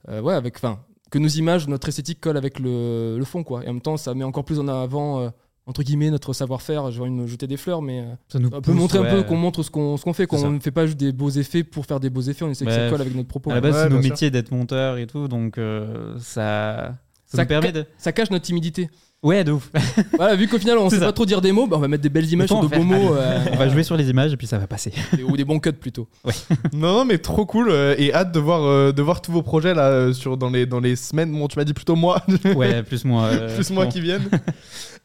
[SPEAKER 5] euh, ouais, avec. Enfin, que nos images, notre esthétique colle avec le, le fond, quoi. Et en même temps, ça met encore plus en avant. euh, entre guillemets notre savoir-faire, je vais me jeter des fleurs, mais euh,
[SPEAKER 4] Ça nous
[SPEAKER 5] on peut
[SPEAKER 4] pousse,
[SPEAKER 5] montrer
[SPEAKER 4] ouais.
[SPEAKER 5] un peu qu'on montre ce qu'on ce qu'on fait,
[SPEAKER 4] ça.
[SPEAKER 5] qu'on ne fait pas juste des beaux effets pour faire des beaux effets, on essaie que
[SPEAKER 4] Ouais.
[SPEAKER 5] ça colle avec notre propos.
[SPEAKER 4] À la base,
[SPEAKER 3] Ouais,
[SPEAKER 4] c'est nos
[SPEAKER 3] bien sûr.
[SPEAKER 4] métiers d'être monteur et tout, donc euh, ça. Ça,
[SPEAKER 5] Ça
[SPEAKER 4] nous permet de.
[SPEAKER 5] Ça cache notre timidité.
[SPEAKER 4] Ouais, de ouf.
[SPEAKER 5] voilà, vu qu'au final on
[SPEAKER 4] C'est
[SPEAKER 5] sait
[SPEAKER 4] ça.
[SPEAKER 5] pas trop dire des mots, bah, on va mettre des belles images
[SPEAKER 4] Autant
[SPEAKER 5] sur de
[SPEAKER 4] en
[SPEAKER 5] beaux
[SPEAKER 4] faire.
[SPEAKER 5] mots. euh,
[SPEAKER 4] On va jouer sur les images et puis ça va passer.
[SPEAKER 5] Et- ou des bons cuts plutôt.
[SPEAKER 3] Non, non, mais trop cool euh, et hâte de voir, euh, de voir tous vos projets là euh, sur, dans, les, dans les semaines. Bon, tu m'as dit plutôt moi,
[SPEAKER 4] Ouais, plus moi. euh,
[SPEAKER 3] plus moi
[SPEAKER 4] bon.
[SPEAKER 3] qui viennent.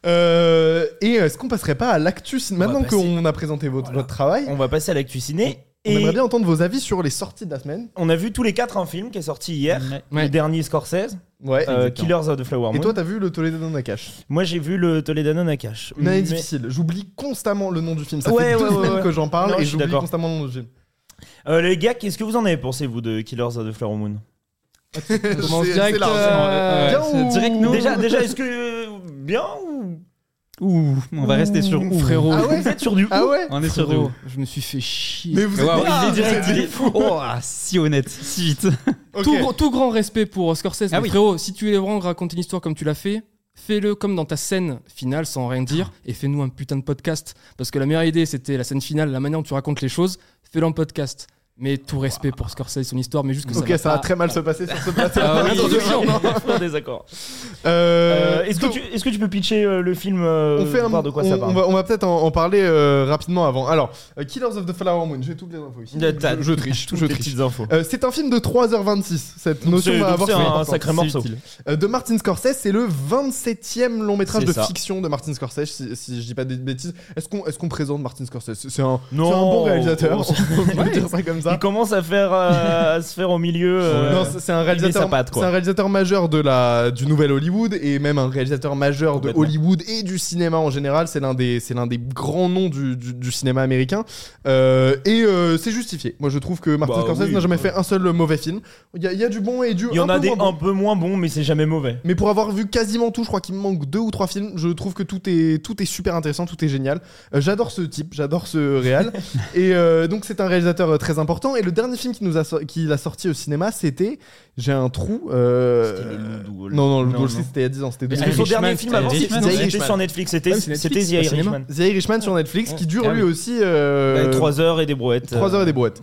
[SPEAKER 3] Euh, et est-ce qu'on passerait pas à l'actu ciné-
[SPEAKER 2] On va
[SPEAKER 3] Maintenant
[SPEAKER 2] passer.
[SPEAKER 3] qu'on a présenté votre,
[SPEAKER 2] Voilà.
[SPEAKER 3] votre travail,
[SPEAKER 2] On va passer à l'actu ciné.
[SPEAKER 3] on
[SPEAKER 2] Et
[SPEAKER 3] aimerait bien entendre vos avis sur les sorties de la semaine.
[SPEAKER 2] on a vu tous les quatre un film qui est sorti hier.
[SPEAKER 4] Ouais.
[SPEAKER 5] Ouais.
[SPEAKER 2] Le dernier Scorsese,
[SPEAKER 3] Ouais.
[SPEAKER 2] euh,
[SPEAKER 4] Exactement.
[SPEAKER 2] Killers of the Flower
[SPEAKER 3] et
[SPEAKER 2] Moon.
[SPEAKER 3] toi, t'as vu le Toledo dans la cache
[SPEAKER 2] Moi j'ai vu le Toledano Nakash.
[SPEAKER 3] Une année
[SPEAKER 2] Mais-
[SPEAKER 3] difficile. J'oublie constamment le nom du film. Ça
[SPEAKER 2] Ouais,
[SPEAKER 3] fait deux
[SPEAKER 2] ouais, ouais,
[SPEAKER 3] semaines
[SPEAKER 2] ouais.
[SPEAKER 3] que j'en parle
[SPEAKER 2] Non,
[SPEAKER 3] et
[SPEAKER 2] je suis
[SPEAKER 3] j'oublie
[SPEAKER 2] d'accord.
[SPEAKER 3] constamment le nom du film.
[SPEAKER 2] Euh, les gars, qu'est-ce que vous en avez pensé vous de Killers of the Flower Moon
[SPEAKER 5] commence
[SPEAKER 3] C'est-
[SPEAKER 5] direct,
[SPEAKER 3] c'est large.
[SPEAKER 5] euh,
[SPEAKER 3] Bien
[SPEAKER 4] c'est
[SPEAKER 3] ou-
[SPEAKER 4] direct nous.
[SPEAKER 2] Déjà, déjà est-ce que euh, bien ou
[SPEAKER 4] Ouh, on va rester sur
[SPEAKER 2] Ouh,
[SPEAKER 4] ouh.
[SPEAKER 5] frérot.
[SPEAKER 3] Ah ouais
[SPEAKER 2] vous êtes sur du
[SPEAKER 3] Ah ouais
[SPEAKER 4] On est sur du
[SPEAKER 5] Frérot,
[SPEAKER 4] ouh.
[SPEAKER 5] je me suis fait chier.
[SPEAKER 3] Mais vous êtes
[SPEAKER 4] Waouh,
[SPEAKER 2] Ah,
[SPEAKER 4] il est direct,
[SPEAKER 2] c'est
[SPEAKER 4] il est fou. Oh, ah, si honnête, si vite.
[SPEAKER 3] Ok.
[SPEAKER 5] tout, gr- tout grand respect pour Scorsese.
[SPEAKER 4] Ah
[SPEAKER 5] mais
[SPEAKER 4] oui.
[SPEAKER 5] Frérot, si tu veux vraiment raconter une histoire comme tu l'as fait, fais-le comme dans ta scène finale sans rien dire et fais-nous un putain de podcast. Parce que la meilleure idée, c'était la scène finale, la manière dont tu racontes les choses. Fais-le en podcast. Mais tout respect pour Scorsese, son histoire, mais juste que
[SPEAKER 3] Ok,
[SPEAKER 5] ça. va
[SPEAKER 3] ça va
[SPEAKER 5] pas-
[SPEAKER 3] très mal se passer sur ce plateau.
[SPEAKER 5] Ah oui,
[SPEAKER 3] Introduction.
[SPEAKER 5] oui, oui.
[SPEAKER 2] Fort désaccord.
[SPEAKER 3] Euh,
[SPEAKER 2] Euh, Est-ce que,
[SPEAKER 3] donc,
[SPEAKER 2] tu- est-ce que tu peux pitcher euh, le film euh,
[SPEAKER 3] on fait un-
[SPEAKER 2] voir de quoi ça
[SPEAKER 3] on-
[SPEAKER 2] parle
[SPEAKER 3] on va, on va peut-être en, en parler euh, rapidement avant. Alors, euh, Killers of the Flower Moon, j'ai toutes les infos ici.
[SPEAKER 2] Le- Euh, t'as-
[SPEAKER 3] Je, je triche,
[SPEAKER 2] Toutes
[SPEAKER 3] je
[SPEAKER 2] les
[SPEAKER 3] triche.
[SPEAKER 2] petites infos.
[SPEAKER 3] Euh, c'est un film de 3h26. Cette notion
[SPEAKER 2] C'est
[SPEAKER 3] va
[SPEAKER 2] donc
[SPEAKER 3] avoir
[SPEAKER 2] c'est
[SPEAKER 3] son
[SPEAKER 2] un
[SPEAKER 3] importance.
[SPEAKER 2] sacré morceau.
[SPEAKER 3] Euh, de Martin Scorsese, c'est le 27e long métrage
[SPEAKER 2] C'est
[SPEAKER 3] de
[SPEAKER 2] ça.
[SPEAKER 3] fiction de Martin Scorsese, si, si je dis pas de bêtises. Est-ce qu'on est-ce qu'on présente Martin Scorsese C'est un, c'est un
[SPEAKER 2] Non.
[SPEAKER 3] bon réalisateur,
[SPEAKER 2] Oh,
[SPEAKER 3] on peut dire ça comme ça.
[SPEAKER 2] Il commence à faire euh, à se faire au milieu. euh,
[SPEAKER 3] Non, c'est- c'est un réalisateur,
[SPEAKER 2] sa patte, quoi.
[SPEAKER 3] c'est un réalisateur majeur de la du nouvel Hollywood et même un réalisateur majeur de
[SPEAKER 2] Complètement.
[SPEAKER 3] Hollywood et du cinéma en général. C'est l'un des c'est l'un des grands noms du, du- du cinéma américain Euh, et euh, c'est justifié. Moi, je trouve que Martin
[SPEAKER 2] Bah
[SPEAKER 3] Scorsese
[SPEAKER 2] oui.
[SPEAKER 3] n'a jamais fait un seul mauvais film. Il y, a- il y a du bon et du
[SPEAKER 2] il y en
[SPEAKER 3] un
[SPEAKER 2] a
[SPEAKER 3] peu
[SPEAKER 2] des
[SPEAKER 3] moins bon.
[SPEAKER 2] un peu moins bons, mais c'est jamais mauvais.
[SPEAKER 3] Mais pour avoir vu quasiment tout, je crois qu'il me manque deux ou trois films. Je trouve que tout est, tout est super intéressant, tout est génial. Euh, j'adore ce type, j'adore ce réal. et euh, donc c'est un réalisateur euh, très important. Et le dernier film qu'il nous a, so- qu'il a sorti au cinéma, c'était j'ai un trou. euh,
[SPEAKER 2] C'était le Loup de Wall.
[SPEAKER 3] Non non, le Loup de
[SPEAKER 2] Non, non.
[SPEAKER 3] Wall Street, c'était il y a 10 ans, c'était
[SPEAKER 5] Mais
[SPEAKER 2] Parce
[SPEAKER 3] 2000.
[SPEAKER 2] que son
[SPEAKER 5] Irishman,
[SPEAKER 2] dernier film
[SPEAKER 5] c'était
[SPEAKER 2] avant,
[SPEAKER 5] Irishman,
[SPEAKER 2] c'était
[SPEAKER 5] non
[SPEAKER 2] c'était sur Netflix, c'était
[SPEAKER 5] Ah oui, c'est
[SPEAKER 2] c'était The
[SPEAKER 5] Netflix, pas
[SPEAKER 2] Irishman.
[SPEAKER 3] The Irishman sur Netflix qui dure
[SPEAKER 5] Ah
[SPEAKER 3] lui
[SPEAKER 5] oui.
[SPEAKER 3] aussi euh,
[SPEAKER 2] 3 heures et des brouettes.
[SPEAKER 3] trois heures et des boîtes.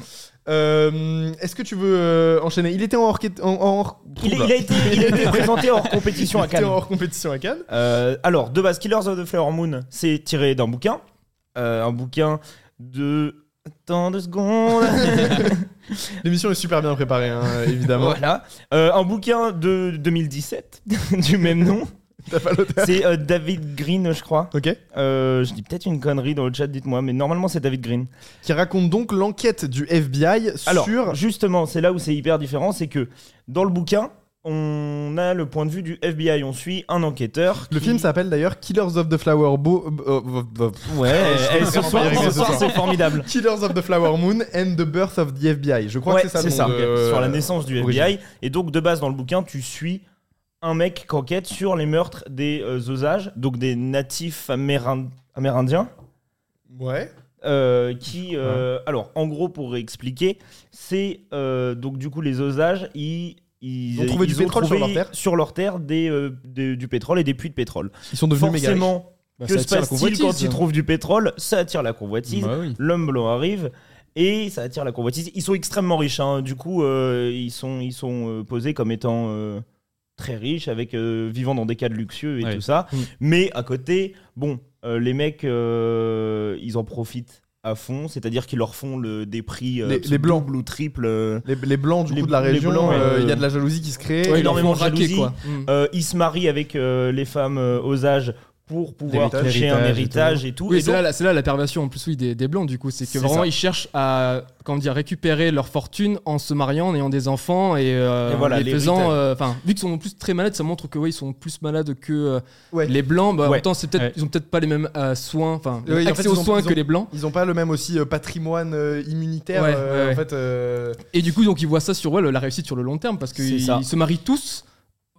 [SPEAKER 3] Euh, Est-ce que tu veux euh, enchaîner Il était en hors, en, en hors-
[SPEAKER 2] Il, est- il a été, il a été présenté hors compétition à
[SPEAKER 3] Il était en
[SPEAKER 2] Cannes.
[SPEAKER 3] hors compétition à Cannes.
[SPEAKER 2] Euh, alors, de base, Killers of the Flower Moon, c'est tiré d'un bouquin. Euh, un bouquin de. Tant de secondes.
[SPEAKER 3] L'émission est super bien préparée, hein, évidemment.
[SPEAKER 2] voilà. Euh, un bouquin de 2017, du même nom.
[SPEAKER 3] T'as pas l'auteur.
[SPEAKER 2] C'est euh, David Green, je crois.
[SPEAKER 3] Ok.
[SPEAKER 2] Euh, je dis peut-être une connerie dans le chat, dites-moi, mais normalement c'est David Green.
[SPEAKER 3] qui raconte donc l'enquête du FBI
[SPEAKER 2] Alors,
[SPEAKER 3] sur.
[SPEAKER 2] justement, c'est là où c'est hyper différent, c'est que dans le bouquin, on a le point de vue du FBI, on suit un enquêteur.
[SPEAKER 3] Le
[SPEAKER 2] qui-
[SPEAKER 3] film s'appelle d'ailleurs Killers of the Flower Bo- euh, euh, euh,
[SPEAKER 2] Ouais, eh, ce
[SPEAKER 3] pas
[SPEAKER 2] soir,
[SPEAKER 3] y arriver
[SPEAKER 2] ce
[SPEAKER 3] ce
[SPEAKER 2] soir,
[SPEAKER 3] soir.
[SPEAKER 2] c'est formidable.
[SPEAKER 3] Killers of the Flower Moon and the Birth of the FBI. Je crois
[SPEAKER 2] Ouais,
[SPEAKER 3] que c'est ça.
[SPEAKER 2] c'est
[SPEAKER 3] le
[SPEAKER 2] ça,
[SPEAKER 3] nom de-
[SPEAKER 2] sur la naissance du FBI.
[SPEAKER 3] original.
[SPEAKER 2] Et donc, de base, dans le bouquin, tu suis un mec qui enquête sur les meurtres des euh, osages, donc des natifs amérin- amérindiens.
[SPEAKER 3] Ouais.
[SPEAKER 2] euh, qui, euh, alors, en gros, pour expliquer, c'est euh, donc du coup les osages, ils, ils
[SPEAKER 3] Ils ont trouvé du pétrole sur
[SPEAKER 2] trouvé
[SPEAKER 3] leur terre.
[SPEAKER 2] sur leur terre des, euh, des- du pétrole et des puits de pétrole.
[SPEAKER 3] Ils sont devenus méga. riches.
[SPEAKER 2] Forcément,
[SPEAKER 5] Bah,
[SPEAKER 2] que
[SPEAKER 5] ça
[SPEAKER 2] se
[SPEAKER 5] attire la
[SPEAKER 2] passe-t-il quand ils
[SPEAKER 5] convoitise.
[SPEAKER 2] trouvent du pétrole Ça attire la convoitise.
[SPEAKER 4] Bah oui.
[SPEAKER 2] L'homme blanc arrive et ça attire la convoitise. Ils sont extrêmement riches, hein. du coup, euh, ils sont, ils sont euh, posés comme étant euh, très riches, avec euh, vivant dans des cadres luxueux et
[SPEAKER 4] Ouais.
[SPEAKER 2] tout ça.
[SPEAKER 3] Mm.
[SPEAKER 2] Mais à côté, bon, euh, les mecs, euh, ils en profitent à fond, c'est-à-dire qu'ils leur font le, des prix euh,
[SPEAKER 3] Les- les blancs.
[SPEAKER 2] double ou triple. euh,
[SPEAKER 3] Les, les blancs du
[SPEAKER 2] Les-
[SPEAKER 3] coup de la
[SPEAKER 2] les
[SPEAKER 3] région,
[SPEAKER 2] blancs,
[SPEAKER 3] euh, il y
[SPEAKER 2] euh,
[SPEAKER 3] a de la jalousie qui se crée.
[SPEAKER 5] Ouais, ils leur
[SPEAKER 2] énormément
[SPEAKER 5] font
[SPEAKER 2] de
[SPEAKER 5] raquer,
[SPEAKER 2] jalousie.
[SPEAKER 5] quoi. Mm.
[SPEAKER 2] euh, ils se marient avec euh, les femmes euh, aux âges pour pouvoir
[SPEAKER 4] L'héritage.
[SPEAKER 2] toucher un
[SPEAKER 4] L'héritage
[SPEAKER 2] héritage et tout.
[SPEAKER 5] Oui,
[SPEAKER 2] Et
[SPEAKER 5] c'est
[SPEAKER 2] donc,
[SPEAKER 5] là, la- c'est là la perversion en plus oui, des, des blancs du coup, c'est que
[SPEAKER 2] C'est
[SPEAKER 5] vraiment
[SPEAKER 2] ça.
[SPEAKER 5] ils cherchent à comment dire récupérer leur fortune en se mariant, en ayant des enfants et, euh,
[SPEAKER 2] Et voilà,
[SPEAKER 5] en les
[SPEAKER 2] les
[SPEAKER 5] faisant.
[SPEAKER 2] rites.
[SPEAKER 5] euh, Enfin, vu qu'ils sont en plus très malades, ça montre que oui, ils sont plus malades que euh,
[SPEAKER 3] Ouais.
[SPEAKER 5] les blancs. Bah,
[SPEAKER 2] Ouais.
[SPEAKER 5] En même temps, c'est peut-être
[SPEAKER 4] Ouais.
[SPEAKER 5] ils ont peut-être pas les mêmes euh, soins, enfin
[SPEAKER 3] Oui, en
[SPEAKER 5] accès
[SPEAKER 3] fait, ils
[SPEAKER 5] aux
[SPEAKER 3] ont-
[SPEAKER 5] soins
[SPEAKER 3] ils
[SPEAKER 5] que
[SPEAKER 3] ont-
[SPEAKER 5] les blancs.
[SPEAKER 3] Ils n'ont pas le même aussi euh, patrimoine euh, immunitaire.
[SPEAKER 5] Ouais,
[SPEAKER 3] euh,
[SPEAKER 5] ouais,
[SPEAKER 3] En fait, euh,
[SPEAKER 5] Et du coup, donc ils voient ça sur ouais, le- la réussite sur le long terme parce
[SPEAKER 2] C'est
[SPEAKER 5] qu'ils
[SPEAKER 2] ça.
[SPEAKER 5] ils se marient tous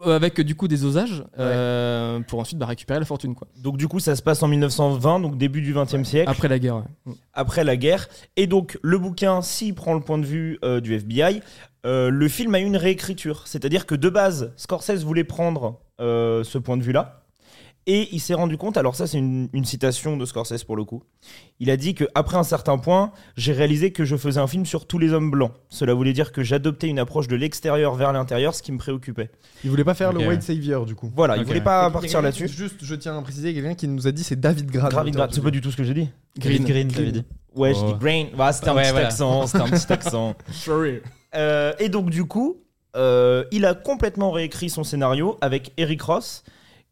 [SPEAKER 5] euh, avec du coup des osages euh, pour ensuite bah, récupérer la fortune quoi.
[SPEAKER 2] donc, du coup, ça se passe en 1920, donc début du 20e siècle.
[SPEAKER 5] Après la guerre. ouais.
[SPEAKER 2] après la guerre. Et donc, le bouquin, s'il prend le point de vue euh, du FBI, euh, le film a eu une réécriture. C'est-à-dire que de base, Scorsese voulait prendre euh, ce point de vue-là. Et il s'est rendu compte, alors ça c'est une, une citation de Scorsese pour le coup, il a dit que après un certain point, j'ai réalisé que je faisais un film sur tous les hommes blancs. Cela voulait dire que j'adoptais une approche de l'extérieur vers l'intérieur, ce qui me préoccupait.
[SPEAKER 3] ils voulaient pas faire
[SPEAKER 4] Ok.
[SPEAKER 3] le White Savior du coup.
[SPEAKER 2] Voilà, il
[SPEAKER 4] Ok.
[SPEAKER 2] voulait pas
[SPEAKER 3] Et-
[SPEAKER 2] Ah, partir
[SPEAKER 3] et-
[SPEAKER 2] là-dessus.
[SPEAKER 3] Juste, je tiens à préciser, quelqu'un qui nous a dit c'est David Grant.
[SPEAKER 2] Grave, grave, c'est pas du tout ce que j'ai dit.
[SPEAKER 4] Green, Green, t'avais dit.
[SPEAKER 2] Ouais,
[SPEAKER 4] Oh.
[SPEAKER 2] je dis brain. Voilà, c'était un
[SPEAKER 4] Ouais,
[SPEAKER 2] petit
[SPEAKER 4] voilà.
[SPEAKER 2] accent, c'était un petit accent.
[SPEAKER 5] Sorry.
[SPEAKER 2] Euh, et donc du coup, euh, il a complètement réécrit son scénario avec Eric Ross,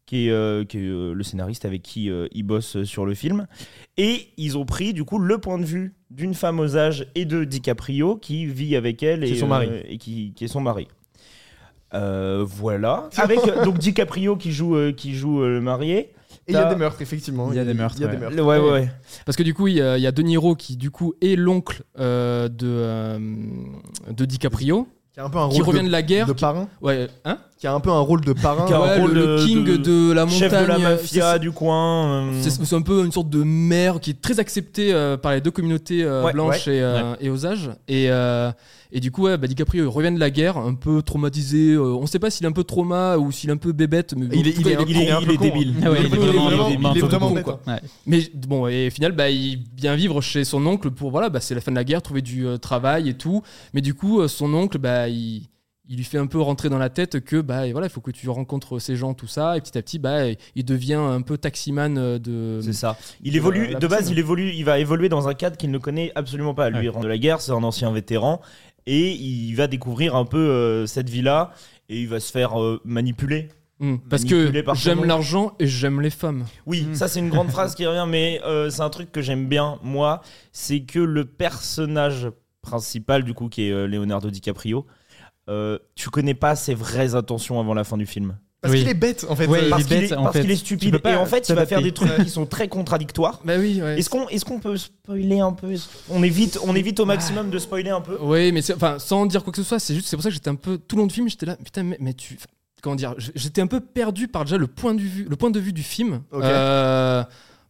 [SPEAKER 2] qui est, euh, qui est, euh, le scénariste avec qui euh, il bosse euh, sur le film. Et ils ont pris du coup le point de vue d'une femme aux âges et de DiCaprio qui vit avec elle
[SPEAKER 3] Qui
[SPEAKER 2] et, euh,
[SPEAKER 3] est son mari.
[SPEAKER 2] et qui, qui est son mari. Euh, voilà. Avec euh, donc DiCaprio qui joue euh, qui joue euh, le marié.
[SPEAKER 3] Et il y a
[SPEAKER 2] T'as-
[SPEAKER 3] des meurtres effectivement.
[SPEAKER 4] Il y a des meurtres,
[SPEAKER 3] Il y a des
[SPEAKER 4] ouais.
[SPEAKER 3] meurtres.
[SPEAKER 2] Le- ouais ouais. ouais.
[SPEAKER 5] Parce que du coup, il y, a il y a De Niro qui, du coup, est l'oncle euh, de, euh, de DiCaprio,
[SPEAKER 3] Il y a un peu un
[SPEAKER 5] qui
[SPEAKER 3] rôle
[SPEAKER 5] revient de,
[SPEAKER 3] de-
[SPEAKER 5] la guerre.
[SPEAKER 3] de
[SPEAKER 5] qui-
[SPEAKER 3] parrain.
[SPEAKER 5] Ouais, hein
[SPEAKER 3] qui a un peu un rôle de parrain.
[SPEAKER 2] Qui a un
[SPEAKER 5] Ouais,
[SPEAKER 2] rôle
[SPEAKER 5] le, le
[SPEAKER 2] de-
[SPEAKER 5] king de,
[SPEAKER 2] de-
[SPEAKER 5] la montagne.
[SPEAKER 2] Chef de la
[SPEAKER 5] euh,
[SPEAKER 2] mafia du coin. euh,
[SPEAKER 5] C'est c'est un peu une sorte de maire qui est très accepté euh, par les deux communautés euh,
[SPEAKER 2] Ouais,
[SPEAKER 5] blanches et, euh, et Osage. Et, euh, et du coup, ouais, bah, DiCaprio il revient de la guerre, un peu traumatisé. euh, on ne sait pas s'il est un peu trauma ou s'il est un peu bébête. Mais,
[SPEAKER 3] Il est-
[SPEAKER 5] en tout cas,
[SPEAKER 3] il est-
[SPEAKER 2] il est,
[SPEAKER 3] un
[SPEAKER 2] il
[SPEAKER 3] peu
[SPEAKER 2] est
[SPEAKER 3] con, hein.
[SPEAKER 2] débile.
[SPEAKER 4] Ah ouais,
[SPEAKER 5] Il est vraiment-
[SPEAKER 4] débile.
[SPEAKER 3] il est
[SPEAKER 4] Un peu
[SPEAKER 3] vraiment
[SPEAKER 4] con,
[SPEAKER 3] bête, hein.
[SPEAKER 4] quoi. Ouais.
[SPEAKER 5] mais bon, et au final, bah, il vient vivre chez son oncle pour voilà, bah, c'est la fin de la guerre, trouver du euh, travail et tout. Mais du coup, euh, son oncle, bah, il, il lui fait un peu rentrer dans la tête que bah, et voilà, il faut que tu rencontres ces gens, tout ça. Et petit à petit, bah, il devient un peu taximan euh, de.
[SPEAKER 4] Hum.
[SPEAKER 2] C'est ça. Il
[SPEAKER 5] de
[SPEAKER 2] évolue,
[SPEAKER 4] Euh,
[SPEAKER 5] la- la
[SPEAKER 2] de base,
[SPEAKER 5] piscine.
[SPEAKER 2] il évolue, il va évoluer dans un cadre qu'il ne connaît absolument pas. Lui,
[SPEAKER 4] Ouais.
[SPEAKER 2] il rentre de la guerre, c'est un ancien vétéran, et il va découvrir un peu euh, cette vie-là, et il va se faire euh, manipuler.
[SPEAKER 5] Mm. parce que
[SPEAKER 2] Manipulé par son
[SPEAKER 5] j'aime
[SPEAKER 2] oncle.
[SPEAKER 5] l'argent et j'aime les femmes.
[SPEAKER 2] Oui,
[SPEAKER 4] Mm.
[SPEAKER 2] ça c'est une grande phrase qui revient, mais euh, c'est un truc que j'aime bien, moi, c'est que le personnage principal, du coup, qui est euh, Leonardo DiCaprio, euh, tu connais pas ses vraies intentions avant la fin du film.
[SPEAKER 3] Parce
[SPEAKER 4] Oui.
[SPEAKER 3] qu'il est bête, en fait.
[SPEAKER 4] Ouais,
[SPEAKER 3] Euh,
[SPEAKER 4] il
[SPEAKER 2] Parce
[SPEAKER 4] est
[SPEAKER 2] qu'il
[SPEAKER 4] bête,
[SPEAKER 2] est,
[SPEAKER 4] en
[SPEAKER 2] parce
[SPEAKER 4] fait.
[SPEAKER 2] qu'il est
[SPEAKER 4] Tu
[SPEAKER 2] stupide,
[SPEAKER 4] peux pas
[SPEAKER 2] et en fait, il va faire
[SPEAKER 4] t'adapter.
[SPEAKER 2] des trucs qui sont très contradictoires.
[SPEAKER 5] Bah oui, ouais.
[SPEAKER 2] Est-ce qu'on est qu'on peut spoiler un peu Est-ce- on évite, on évite au maximum de spoiler un peu.
[SPEAKER 5] Oui, mais c'est- enfin, sans dire quoi que ce soit, c'est juste, c'est pour ça que j'étais un peu tout le long du film, j'étais là, putain, mais, mais tu, enfin, comment dire, j- j'étais un peu perdu par déjà le point de vue, le point de vue du film.
[SPEAKER 3] Ok.
[SPEAKER 5] Euh,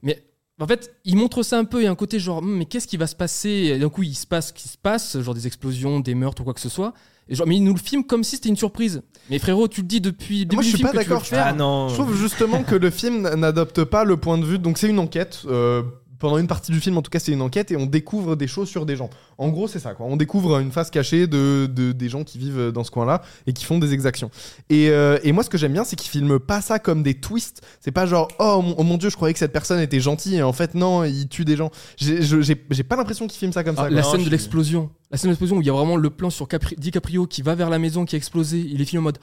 [SPEAKER 5] mais en fait, il montre ça un peu, il y a un côté genre, Hum, mais qu'est-ce qui va se passer Et D'un coup, il se passe ce qui se passe, genre des explosions, des meurtres ou quoi que ce soit. Et genre, mais il nous le filme comme si c'était une surprise. Mais frérot, tu le dis depuis le début
[SPEAKER 3] Moi, je
[SPEAKER 5] du
[SPEAKER 3] suis
[SPEAKER 5] film
[SPEAKER 3] pas
[SPEAKER 5] que tu veux le
[SPEAKER 3] d'accord.
[SPEAKER 5] faire.
[SPEAKER 2] Ah, non.
[SPEAKER 3] Je trouve justement que le film n'adopte pas le point de vue. Donc, c'est une enquête. euh, pendant une partie du film, en tout cas, c'est une enquête et on découvre des choses sur des gens. En gros, c'est ça, quoi. On découvre une face cachée de, de- des gens qui vivent dans ce coin-là et qui font des exactions. Et, euh, et moi, ce que j'aime bien, c'est qu'ils filment pas ça comme des twists. C'est pas genre, oh mon, oh mon dieu, je croyais que cette personne était gentille et en fait, non, il tue des gens. J'ai je- j'ai- j'ai pas l'impression qu'ils filment ça comme ça.
[SPEAKER 5] Ah,
[SPEAKER 3] quoi.
[SPEAKER 5] la
[SPEAKER 2] non, je
[SPEAKER 5] scène de
[SPEAKER 2] suis-
[SPEAKER 5] l'explosion. La scène de l'explosion où il y a vraiment le plan sur Capri- DiCaprio qui va vers la maison qui a explosé. Il est filmé en mode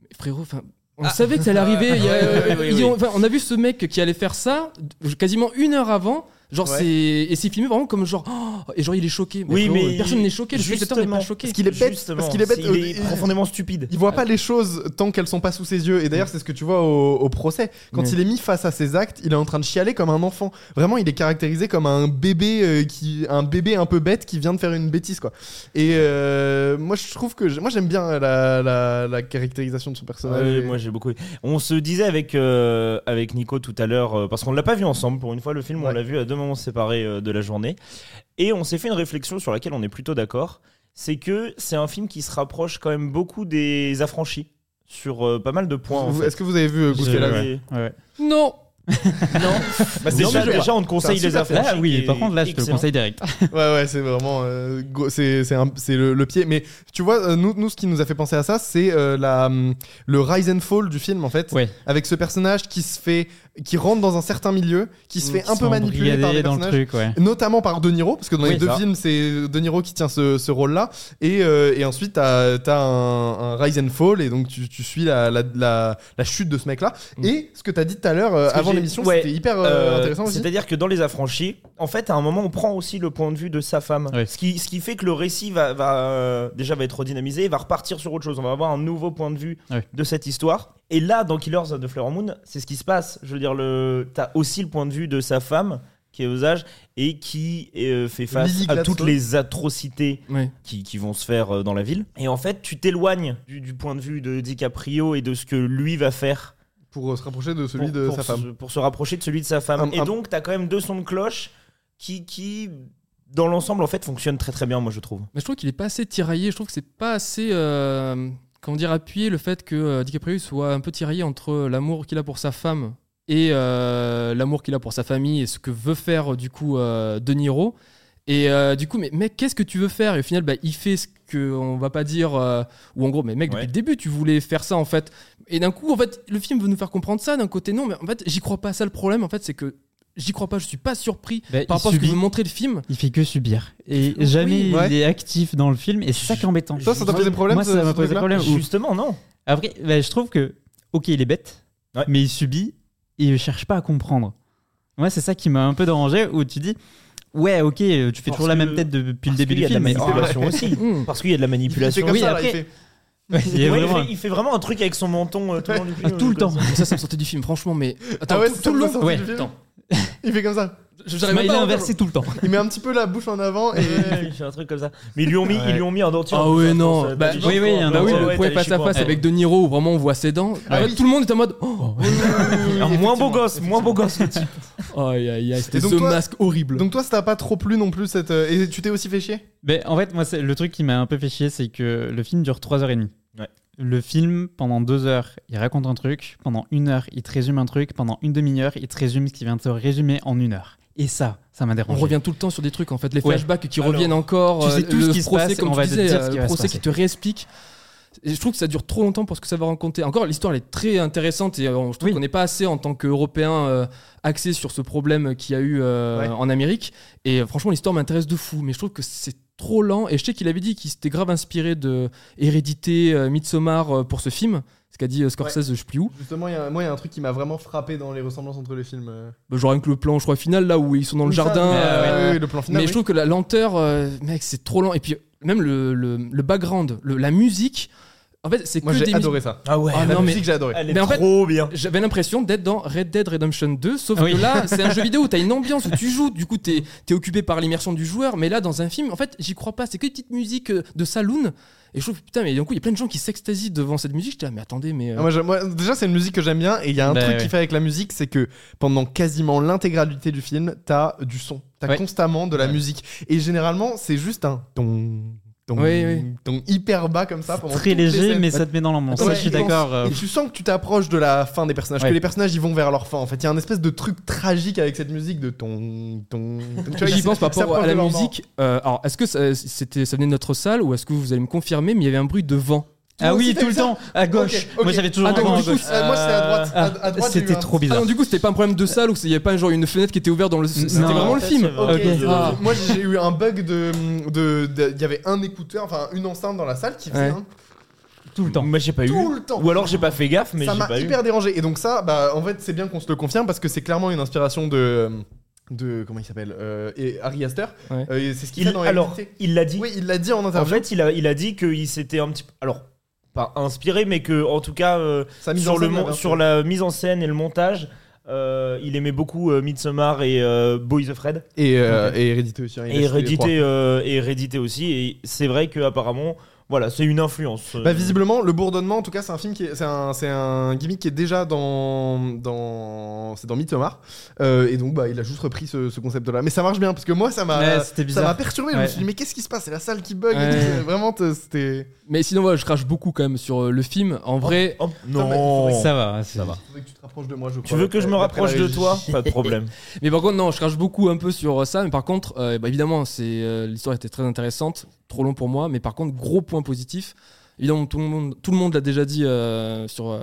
[SPEAKER 5] Mais Frérot, enfin. On savait que ça allait arriver. il y a-
[SPEAKER 2] Ah. Ouais, ouais,
[SPEAKER 5] ils
[SPEAKER 2] ouais,
[SPEAKER 5] ont-
[SPEAKER 2] ouais.
[SPEAKER 5] enfin, on a vu ce mec qui allait faire ça d- quasiment une heure avant. Genre
[SPEAKER 3] Ouais.
[SPEAKER 5] c'est et c'est filmé vraiment comme genre oh, et genre il est choqué.
[SPEAKER 2] Oui,
[SPEAKER 5] frérot,
[SPEAKER 2] mais
[SPEAKER 5] personne n'est choqué. Le spectateur n'est
[SPEAKER 2] justement.
[SPEAKER 5] pas choqué.
[SPEAKER 3] Parce qu'il est bête,
[SPEAKER 2] Justement,
[SPEAKER 3] parce qu'il est bête,
[SPEAKER 2] c'est-
[SPEAKER 3] euh,
[SPEAKER 2] il est
[SPEAKER 3] il-
[SPEAKER 2] profondément stupide.
[SPEAKER 3] Il voit pas les choses tant qu'elles sont pas sous ses yeux. Et d'ailleurs, c'est ce que tu vois au, au procès. Quand
[SPEAKER 5] Mm.
[SPEAKER 3] il est mis face à ses actes, il est en train de chialer comme un enfant. Vraiment, il est caractérisé comme un bébé euh, qui, un bébé un peu bête qui vient de faire une bêtise, quoi. Et euh, moi, je trouve que, j'- moi, j'aime bien la, la- la caractérisation de son personnage.
[SPEAKER 2] Ouais,
[SPEAKER 3] Et-
[SPEAKER 2] Ah moi j'ai beaucoup. On se disait avec euh, avec Nico tout à l'heure euh, parce qu'on ne l'a pas vu ensemble pour une fois le film on
[SPEAKER 3] Ouais.
[SPEAKER 2] l'a vu à deux moments séparés euh, de la journée et on s'est fait une réflexion sur laquelle on est plutôt d'accord c'est que c'est un film qui se rapproche quand même beaucoup des affranchis sur euh, pas mal de points en
[SPEAKER 3] Vous-
[SPEAKER 2] fait.
[SPEAKER 3] Est-ce que vous avez vu euh, Gousquet-là
[SPEAKER 2] Et-
[SPEAKER 4] ouais. Ouais, ouais.
[SPEAKER 5] Non.
[SPEAKER 3] Bah, c'est
[SPEAKER 2] déjà,
[SPEAKER 3] super.
[SPEAKER 2] déjà, on te conseille
[SPEAKER 3] C'est un
[SPEAKER 2] les
[SPEAKER 3] super-
[SPEAKER 2] affranchis.
[SPEAKER 4] Là, oui,
[SPEAKER 2] qui
[SPEAKER 4] par
[SPEAKER 2] est
[SPEAKER 4] contre, là, je te le
[SPEAKER 2] excellent.
[SPEAKER 4] conseille direct.
[SPEAKER 3] Ouais, ouais, c'est vraiment. euh, go- c'est c'est un- c'est le, le pied. Mais tu vois, euh, nous, nous, ce qui nous a fait penser à ça, c'est euh, la, hum, le rise and fall du film, en fait.
[SPEAKER 4] Ouais.
[SPEAKER 3] Avec ce personnage qui se fait. qui rentre dans un certain milieu, qui se fait un peu
[SPEAKER 4] Sans
[SPEAKER 3] manipuler par
[SPEAKER 4] brigader
[SPEAKER 3] des
[SPEAKER 4] dans le
[SPEAKER 3] personnages.
[SPEAKER 4] truc, ouais.
[SPEAKER 3] Notamment par De Niro, parce que dans les
[SPEAKER 4] Oui,
[SPEAKER 3] deux
[SPEAKER 4] ça.
[SPEAKER 3] films, c'est De Niro qui tient ce, ce rôle-là. Et, euh, et ensuite, t'as as un, un rise and fall, et donc tu, tu suis la, la, la, la chute de ce mec-là.
[SPEAKER 5] Mm.
[SPEAKER 3] Et ce que t'as dit tout à l'heure euh,
[SPEAKER 2] Ce que
[SPEAKER 3] avant
[SPEAKER 2] j'ai-
[SPEAKER 3] l'émission,
[SPEAKER 2] ouais,
[SPEAKER 3] c'était hyper euh,
[SPEAKER 2] Euh,
[SPEAKER 3] intéressant aussi.
[SPEAKER 2] C'est-à-dire que dans Les Affranchis, en fait, à un moment, on prend aussi le point de vue de sa femme.
[SPEAKER 4] Ouais.
[SPEAKER 2] Ce, qui, ce qui fait que le récit va, va, euh, déjà va être redynamisé, va repartir sur autre chose. On va avoir un nouveau point de vue
[SPEAKER 4] Ouais.
[SPEAKER 2] de cette histoire. Et là, dans Killers de Flower Moon, c'est ce qui se passe. Je veux dire, le... t'as aussi le point de vue de sa femme qui est aux âges et qui euh, fait face
[SPEAKER 3] Lily
[SPEAKER 2] à
[SPEAKER 3] Gladstone.
[SPEAKER 2] toutes les atrocités
[SPEAKER 5] Ouais.
[SPEAKER 2] qui, qui vont se faire euh, dans la ville. Et en fait, tu t'éloignes du, du point de vue de DiCaprio et de ce que lui va faire
[SPEAKER 3] Pour euh, se rapprocher de celui
[SPEAKER 2] pour-
[SPEAKER 3] de
[SPEAKER 2] pour
[SPEAKER 3] sa
[SPEAKER 2] se-
[SPEAKER 3] femme.
[SPEAKER 2] Pour se rapprocher de celui de sa femme.
[SPEAKER 3] Un-
[SPEAKER 2] et
[SPEAKER 3] un-
[SPEAKER 2] donc, t'as quand même deux sons de cloche qui, qui dans l'ensemble, en fait, fonctionnent très très bien, moi, je trouve.
[SPEAKER 5] Mais je trouve qu'il est pas assez tiraillé. Je trouve que c'est pas assez. euh, comment dire, appuyé le fait que euh, DiCaprio soit un peu tiraillé entre l'amour qu'il a pour sa femme et euh, l'amour qu'il a pour sa famille et ce que veut faire euh, du coup euh, De Niro. Et euh, du coup, mais mec, qu'est-ce que tu veux faire Et au final, bah, il fait ce qu'on va pas dire. euh, ou en gros, mais mec, depuis
[SPEAKER 2] Ouais.
[SPEAKER 5] le début, tu voulais faire ça en fait. Et d'un coup, en fait, le film veut nous faire comprendre ça. D'un côté, non, mais en fait, j'y crois pas. Ça, le problème, en fait, c'est que j'y crois pas. Je suis pas surpris
[SPEAKER 4] Bah,
[SPEAKER 5] par
[SPEAKER 4] il
[SPEAKER 5] rapport à ce que
[SPEAKER 4] subit.
[SPEAKER 5] veut montrer le film.
[SPEAKER 4] Il fait que subir. Et jamais
[SPEAKER 3] ouais.
[SPEAKER 4] il est actif dans le film, et c'est ça qui est embêtant.
[SPEAKER 3] Toi, ça t'a posé problème,
[SPEAKER 4] Moi,
[SPEAKER 3] ce-
[SPEAKER 4] ça
[SPEAKER 3] ce
[SPEAKER 4] m'a posé
[SPEAKER 3] truc-là
[SPEAKER 4] problème. où-
[SPEAKER 2] Justement, non.
[SPEAKER 4] Après, bah, je trouve que, ok, il est bête,
[SPEAKER 2] Ouais.
[SPEAKER 4] mais il subit et il cherche pas à comprendre. Moi, c'est ça qui m'a un peu dérangé, où tu dis, ouais, ok, tu fais toujours la
[SPEAKER 2] que-
[SPEAKER 4] même tête de- depuis le
[SPEAKER 2] Parce
[SPEAKER 4] début
[SPEAKER 2] qu'il y
[SPEAKER 4] du
[SPEAKER 2] a de la
[SPEAKER 4] film. mais-
[SPEAKER 2] manipulation aussi.
[SPEAKER 5] Hmm.
[SPEAKER 2] Parce qu'il y a de la
[SPEAKER 3] Il fait
[SPEAKER 2] manipulation.
[SPEAKER 3] comme
[SPEAKER 4] Oui,
[SPEAKER 3] ça, là, Ah,
[SPEAKER 4] après-
[SPEAKER 3] il fait-
[SPEAKER 4] Ouais, il y a
[SPEAKER 2] Ouais, il,
[SPEAKER 4] vraiment-
[SPEAKER 2] fait, il fait vraiment un truc avec son menton euh, tout le long du film.
[SPEAKER 4] tout le temps.
[SPEAKER 5] Mais ça, ça me sortait du film, franchement, mais. Attends,
[SPEAKER 3] Ah ouais,
[SPEAKER 5] tout,
[SPEAKER 3] ça
[SPEAKER 5] tout le
[SPEAKER 3] me
[SPEAKER 5] long.
[SPEAKER 3] sortait
[SPEAKER 4] ouais,
[SPEAKER 3] du film.
[SPEAKER 5] attends.
[SPEAKER 3] Il fait comme ça.
[SPEAKER 5] Je-
[SPEAKER 4] Il
[SPEAKER 5] j'arrive même
[SPEAKER 4] est
[SPEAKER 5] pas à
[SPEAKER 4] inversé tout le temps.
[SPEAKER 3] Il met un petit peu la bouche en avant et.
[SPEAKER 2] Ouais, il fait un truc comme ça. Mais ils lui ont mis,
[SPEAKER 4] Ouais.
[SPEAKER 2] ils lui ont mis un dentier.
[SPEAKER 5] Ah
[SPEAKER 2] en
[SPEAKER 5] ouais,
[SPEAKER 2] plus,
[SPEAKER 5] non.
[SPEAKER 2] hein,
[SPEAKER 5] Bah,
[SPEAKER 2] t'as les
[SPEAKER 4] oui,
[SPEAKER 2] chiens,
[SPEAKER 4] oui,
[SPEAKER 2] quoi.
[SPEAKER 4] un-
[SPEAKER 5] Bah oui,
[SPEAKER 2] Ouais,
[SPEAKER 5] le
[SPEAKER 2] ouais,
[SPEAKER 5] coup
[SPEAKER 2] t'as
[SPEAKER 5] est
[SPEAKER 2] les
[SPEAKER 5] face à
[SPEAKER 2] chiens,
[SPEAKER 5] face
[SPEAKER 2] ouais.
[SPEAKER 5] avec De Niro où vraiment on voit ses dents. Ah
[SPEAKER 4] Ouais.
[SPEAKER 5] oui, Tout le monde est en mode Oh,
[SPEAKER 2] Alors, moins beau gosse, moins beau gosse le type.
[SPEAKER 5] aïe aïe aïe,
[SPEAKER 3] Et
[SPEAKER 5] c'était
[SPEAKER 3] donc
[SPEAKER 5] ce
[SPEAKER 3] toi-
[SPEAKER 5] masque horrible.
[SPEAKER 3] Donc toi, ça t'a pas trop plu non plus cette. euh, Et tu t'es aussi fait chier
[SPEAKER 4] Mais en fait, moi, c'est- le truc qui m'a un peu fait chier, c'est que le film dure 3h30.
[SPEAKER 2] Ouais.
[SPEAKER 4] Le film, pendant 2 heures, il raconte un truc. Pendant une heure, il te résume un truc. Pendant une demi-heure, il te résume ce qu'il vient de se résumer en une heure. Et ça, ça m'a
[SPEAKER 5] on
[SPEAKER 4] dérangé.
[SPEAKER 5] revient tout le temps sur des trucs en fait, les
[SPEAKER 4] Ouais.
[SPEAKER 5] flashbacks qui
[SPEAKER 2] Alors,
[SPEAKER 5] reviennent encore,
[SPEAKER 4] tu sais
[SPEAKER 5] euh,
[SPEAKER 4] tout
[SPEAKER 5] le
[SPEAKER 4] ce qui se
[SPEAKER 5] procès
[SPEAKER 4] passe et
[SPEAKER 5] comme
[SPEAKER 4] on
[SPEAKER 5] tu
[SPEAKER 4] va te
[SPEAKER 5] disais,
[SPEAKER 4] dire ce
[SPEAKER 5] euh,
[SPEAKER 4] qui va
[SPEAKER 5] le
[SPEAKER 4] se
[SPEAKER 5] procès
[SPEAKER 4] passer.
[SPEAKER 5] qui te réexplique. Et je trouve que ça dure trop longtemps pour ce que ça va raconter. Encore, l'histoire elle est très intéressante et euh, je trouve
[SPEAKER 4] Oui.
[SPEAKER 5] qu'on n'est pas assez en tant qu'Européen euh, axé sur ce problème qu'il y a eu euh,
[SPEAKER 3] Ouais.
[SPEAKER 5] en Amérique. Et euh, franchement, l'histoire m'intéresse de fou, mais je trouve que c'est trop lent. Et je sais qu'il avait dit qu'il s'était grave inspiré de Hérédité, euh, Midsommar euh, pour ce film, ce qu'a dit euh, Scorsese, je sais plus où.
[SPEAKER 3] Justement, il y a- moi, il y a un truc qui m'a vraiment frappé dans les ressemblances entre les films. euh.
[SPEAKER 5] Bah, Genre avec le plan, je crois, final là où ils sont dans le
[SPEAKER 3] Oui, ça,
[SPEAKER 5] jardin.
[SPEAKER 3] mais,
[SPEAKER 5] euh,
[SPEAKER 3] euh, oui, le plan final.
[SPEAKER 5] mais
[SPEAKER 3] oui.
[SPEAKER 5] je trouve que la lenteur, euh, mec, c'est trop lent. Et puis même le, le, le background, le- la musique, en fait, c'est que
[SPEAKER 3] Moi,
[SPEAKER 5] des
[SPEAKER 3] j'ai
[SPEAKER 5] mus-
[SPEAKER 3] adoré ça.
[SPEAKER 2] Ah ouais.
[SPEAKER 5] Ah,
[SPEAKER 3] La
[SPEAKER 5] non, mais-
[SPEAKER 3] musique, j'ai adoré.
[SPEAKER 2] Elle est
[SPEAKER 5] Mais en fait-
[SPEAKER 2] trop bien.
[SPEAKER 5] J'avais l'impression d'être dans Red Dead Redemption 2, sauf
[SPEAKER 4] Ah oui.
[SPEAKER 5] que là, c'est un jeu vidéo où t'as une ambiance où tu joues, du coup, t'es es occupé par l'immersion du joueur, mais là, dans un film, en fait, j'y crois pas. C'est que des petites musiques euh, de saloon. Et je trouve, putain, mais d'un coup, il y a plein de gens qui s'extasient devant cette musique. J'étais là, mais attendez, mais. euh,
[SPEAKER 3] Ah, Moi, je- moi, déjà, c'est une musique que j'aime bien. Et il y a un
[SPEAKER 4] Bah,
[SPEAKER 3] truc
[SPEAKER 4] ouais.
[SPEAKER 3] qui fait avec la musique, c'est que pendant quasiment l'intégralité du film, t'as du son. T'as
[SPEAKER 4] Ouais.
[SPEAKER 3] constamment de la
[SPEAKER 4] Ouais.
[SPEAKER 3] musique. Et généralement, c'est juste un ton, ton,
[SPEAKER 5] Oui, oui.
[SPEAKER 3] ton hyper bas comme ça. pendant
[SPEAKER 4] Très
[SPEAKER 3] toutes les
[SPEAKER 4] léger,
[SPEAKER 3] scènes.
[SPEAKER 4] mais ça te met dans l'ambiance.
[SPEAKER 3] Ouais,
[SPEAKER 4] Ça, je suis
[SPEAKER 3] je pense.
[SPEAKER 4] d'accord. euh,
[SPEAKER 3] Et tu sens que tu t'approches de la fin des personnages,
[SPEAKER 4] Ouais.
[SPEAKER 3] que les personnages ils vont vers leur fin. En fait, il y a un espèce de truc tragique avec cette musique de ton ton. ton- tu vois,
[SPEAKER 5] J'y
[SPEAKER 3] ils-
[SPEAKER 5] pense par
[SPEAKER 3] ils
[SPEAKER 5] rapport à
[SPEAKER 3] s'approchent
[SPEAKER 5] la
[SPEAKER 3] de leur mort.
[SPEAKER 5] musique. Euh, alors, est-ce que ça, c'était, ça venait de notre salle ou est-ce que vous allez me confirmer, mais il y avait un bruit de vent
[SPEAKER 4] Ah
[SPEAKER 3] Toi aussi,
[SPEAKER 4] oui,
[SPEAKER 3] t'as
[SPEAKER 4] tout
[SPEAKER 3] eu
[SPEAKER 4] le
[SPEAKER 3] ça
[SPEAKER 4] temps, à gauche.
[SPEAKER 3] Ok,
[SPEAKER 4] Moi,
[SPEAKER 3] ok.
[SPEAKER 4] j'avais toujours
[SPEAKER 5] Ah,
[SPEAKER 4] un
[SPEAKER 5] donc,
[SPEAKER 4] vent
[SPEAKER 5] du
[SPEAKER 4] à
[SPEAKER 5] coup,
[SPEAKER 4] gauche.
[SPEAKER 3] euh, moi, c'est à droite.
[SPEAKER 4] Ah,
[SPEAKER 3] À- à droite, il y a eu
[SPEAKER 4] C'était
[SPEAKER 3] un-
[SPEAKER 4] trop
[SPEAKER 5] Ah
[SPEAKER 4] bizarre.
[SPEAKER 5] non, du coup, c'était pas un problème de salle ou il y avait pas genre une fenêtre qui était ouverte dans le. C'était
[SPEAKER 4] Non,
[SPEAKER 5] vraiment le film.
[SPEAKER 2] Ok.
[SPEAKER 3] Ok.
[SPEAKER 5] Ah.
[SPEAKER 3] Moi j'ai eu un bug de de de- il y avait un écouteur, enfin une enceinte dans la salle qui faisait
[SPEAKER 5] Ouais.
[SPEAKER 3] un-
[SPEAKER 4] Tout le temps.
[SPEAKER 2] Moi, j'ai pas
[SPEAKER 3] tout
[SPEAKER 2] eu.
[SPEAKER 3] le temps.
[SPEAKER 2] Ou alors, j'ai pas fait gaffe, mais
[SPEAKER 3] ça
[SPEAKER 2] j'ai
[SPEAKER 3] m'a
[SPEAKER 2] pas eu.
[SPEAKER 3] hyper dérangé. Et donc ça, bah, en fait, c'est bien qu'on se le confirme parce que c'est clairement une inspiration de de comment il s'appelle euh, et Harry Astor.
[SPEAKER 5] Ouais.
[SPEAKER 3] Euh, et c'est ce qu'il
[SPEAKER 2] Il-
[SPEAKER 3] fait dans
[SPEAKER 2] alors,
[SPEAKER 3] Hérédité.
[SPEAKER 2] il l'a dit.
[SPEAKER 3] Oui, il l'a dit en
[SPEAKER 2] En
[SPEAKER 3] interview.
[SPEAKER 2] fait, il a, il a dit qu'il s'était un petit peu. Alors, pas inspiré, mais que, en tout cas, euh,
[SPEAKER 3] Sa mise en
[SPEAKER 2] sur, le,
[SPEAKER 3] scène
[SPEAKER 2] mon-
[SPEAKER 3] l'avait
[SPEAKER 2] sur la mise en scène et le montage, euh, il aimait beaucoup euh, Midsommar et euh, Boys of Fred.
[SPEAKER 3] Et, euh, et Hérédité aussi. hein, il a
[SPEAKER 2] et
[SPEAKER 3] cité les trois.
[SPEAKER 2] Reddité, euh, et Reddité aussi. Et c'est vrai que apparemment, voilà, c'est une influence. euh.
[SPEAKER 3] Bah, visiblement, le bourdonnement, en tout cas, c'est un film qui est, c'est un, c'est un gimmick qui est déjà dans, dans, c'est dans Midsommar, Euh, et donc bah il a juste repris ce, ce concept-là. Mais ça marche bien parce que moi ça m'a,
[SPEAKER 4] Ouais,
[SPEAKER 3] ça
[SPEAKER 4] c'était
[SPEAKER 3] m'a
[SPEAKER 4] bizarre.
[SPEAKER 3] perturbé. Je me
[SPEAKER 4] Ouais.
[SPEAKER 3] suis dit mais qu'est-ce qui se passe C'est la salle qui bug. et
[SPEAKER 5] Ouais.
[SPEAKER 3] tout. Vraiment, t- c'était.
[SPEAKER 5] Mais sinon, voilà, je crache beaucoup quand même sur euh, le film. En vrai,
[SPEAKER 2] Hop,
[SPEAKER 3] Non, mais il
[SPEAKER 2] Oh, non.
[SPEAKER 3] faudrait
[SPEAKER 4] Ça va, ça va.
[SPEAKER 3] Faudrait que tu te rapproches de moi, je
[SPEAKER 2] Tu
[SPEAKER 3] crois,
[SPEAKER 2] veux que je me
[SPEAKER 3] d'après-
[SPEAKER 2] rapproche
[SPEAKER 3] d'après la
[SPEAKER 2] de toi
[SPEAKER 3] régie.
[SPEAKER 2] Pas de problème.
[SPEAKER 5] mais par contre, non, je crache beaucoup un peu sur euh, ça. Mais par contre, euh, bah, évidemment, c'est euh, l'histoire était très intéressante, trop long pour moi. Mais par contre, gros point positif. Évidemment, tout le monde, tout le monde l'a déjà dit euh, sur euh,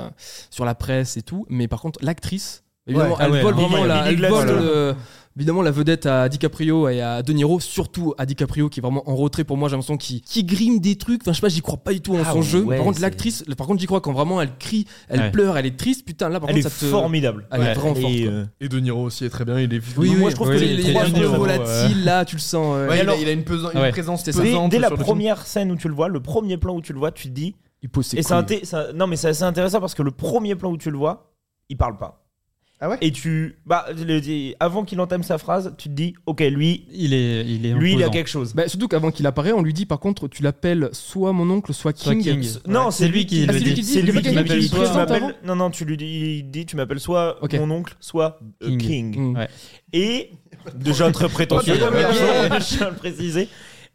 [SPEAKER 5] sur la presse et tout. Mais par contre, l'actrice, évidemment,
[SPEAKER 3] Ouais.
[SPEAKER 5] elle
[SPEAKER 4] Ah ouais,
[SPEAKER 5] vole
[SPEAKER 4] Lily-
[SPEAKER 5] vraiment la,
[SPEAKER 2] Lily
[SPEAKER 5] elle vole,
[SPEAKER 2] Gladstone.
[SPEAKER 5] euh, évidemment la vedette à DiCaprio et à De Niro, surtout à DiCaprio qui est vraiment en retrait pour moi. J'ai l'impression qu'il qui grime des trucs. Enfin, je sais pas, j'y crois pas du tout en
[SPEAKER 4] Ah
[SPEAKER 5] son jeu.
[SPEAKER 4] ouais,
[SPEAKER 5] Par contre,
[SPEAKER 4] c'est-
[SPEAKER 5] l'actrice, par contre, j'y crois quand vraiment elle crie, elle
[SPEAKER 4] Ouais.
[SPEAKER 5] pleure, elle est triste. Putain, là, par
[SPEAKER 2] Elle
[SPEAKER 5] contre,
[SPEAKER 2] est
[SPEAKER 5] ça te
[SPEAKER 2] formidable.
[SPEAKER 5] Elle est
[SPEAKER 4] Ouais.
[SPEAKER 5] vraiment forte.
[SPEAKER 2] Et,
[SPEAKER 5] quoi.
[SPEAKER 2] euh,
[SPEAKER 3] Et De Niro aussi est très bien. Il est.
[SPEAKER 5] Oui,
[SPEAKER 2] moi,
[SPEAKER 5] oui,
[SPEAKER 2] je trouve que
[SPEAKER 5] oui,
[SPEAKER 2] les-
[SPEAKER 5] il
[SPEAKER 2] les
[SPEAKER 5] est
[SPEAKER 2] trois
[SPEAKER 5] un peu
[SPEAKER 2] vidéos,
[SPEAKER 5] volatile là, tu le sens. euh,
[SPEAKER 3] Ouais, il,
[SPEAKER 2] alors-
[SPEAKER 3] a, il a une, pesant- une
[SPEAKER 4] Ouais.
[SPEAKER 3] présence
[SPEAKER 5] C'est ça.
[SPEAKER 2] Dès,
[SPEAKER 3] pesante.
[SPEAKER 2] dès la
[SPEAKER 3] sur le film.
[SPEAKER 2] première scène où tu le vois, le premier plan où tu le vois, tu te dis.
[SPEAKER 5] Il pose ses
[SPEAKER 2] Et c'est
[SPEAKER 5] couilles.
[SPEAKER 2] inté- ça- non mais c'est assez intéressant parce que le premier plan où tu le vois, il parle pas.
[SPEAKER 3] Ah ouais
[SPEAKER 2] Et tu bah le- avant qu'il entame sa phrase, tu te dis OK, lui
[SPEAKER 4] Il est, il est.
[SPEAKER 2] lui il a
[SPEAKER 4] imposant.
[SPEAKER 2] quelque chose.
[SPEAKER 5] Bah, surtout qu'avant qu'il apparaît, on lui dit par contre, tu l'appelles soit mon oncle, soit
[SPEAKER 4] Soit
[SPEAKER 5] King.
[SPEAKER 4] King.
[SPEAKER 2] Non,
[SPEAKER 4] Ouais.
[SPEAKER 2] c'est lui qui
[SPEAKER 5] Ah,
[SPEAKER 2] le
[SPEAKER 5] c'est lui
[SPEAKER 2] dit.
[SPEAKER 5] qui dit,
[SPEAKER 2] C'est
[SPEAKER 5] il
[SPEAKER 2] lui
[SPEAKER 5] veut
[SPEAKER 2] qui
[SPEAKER 5] qu'il
[SPEAKER 2] le
[SPEAKER 5] m'appelle
[SPEAKER 2] dit.
[SPEAKER 5] soit-
[SPEAKER 2] Tu m'appelles-
[SPEAKER 5] avant
[SPEAKER 2] Non non, tu lui dis il dit tu m'appelles soit
[SPEAKER 5] Ok.
[SPEAKER 2] mon oncle, soit euh, King.
[SPEAKER 4] King.
[SPEAKER 5] Mm.
[SPEAKER 4] Ouais.
[SPEAKER 2] Et déjà très prétentieux,
[SPEAKER 3] Pas de problème.
[SPEAKER 2] je tiens à le préciser.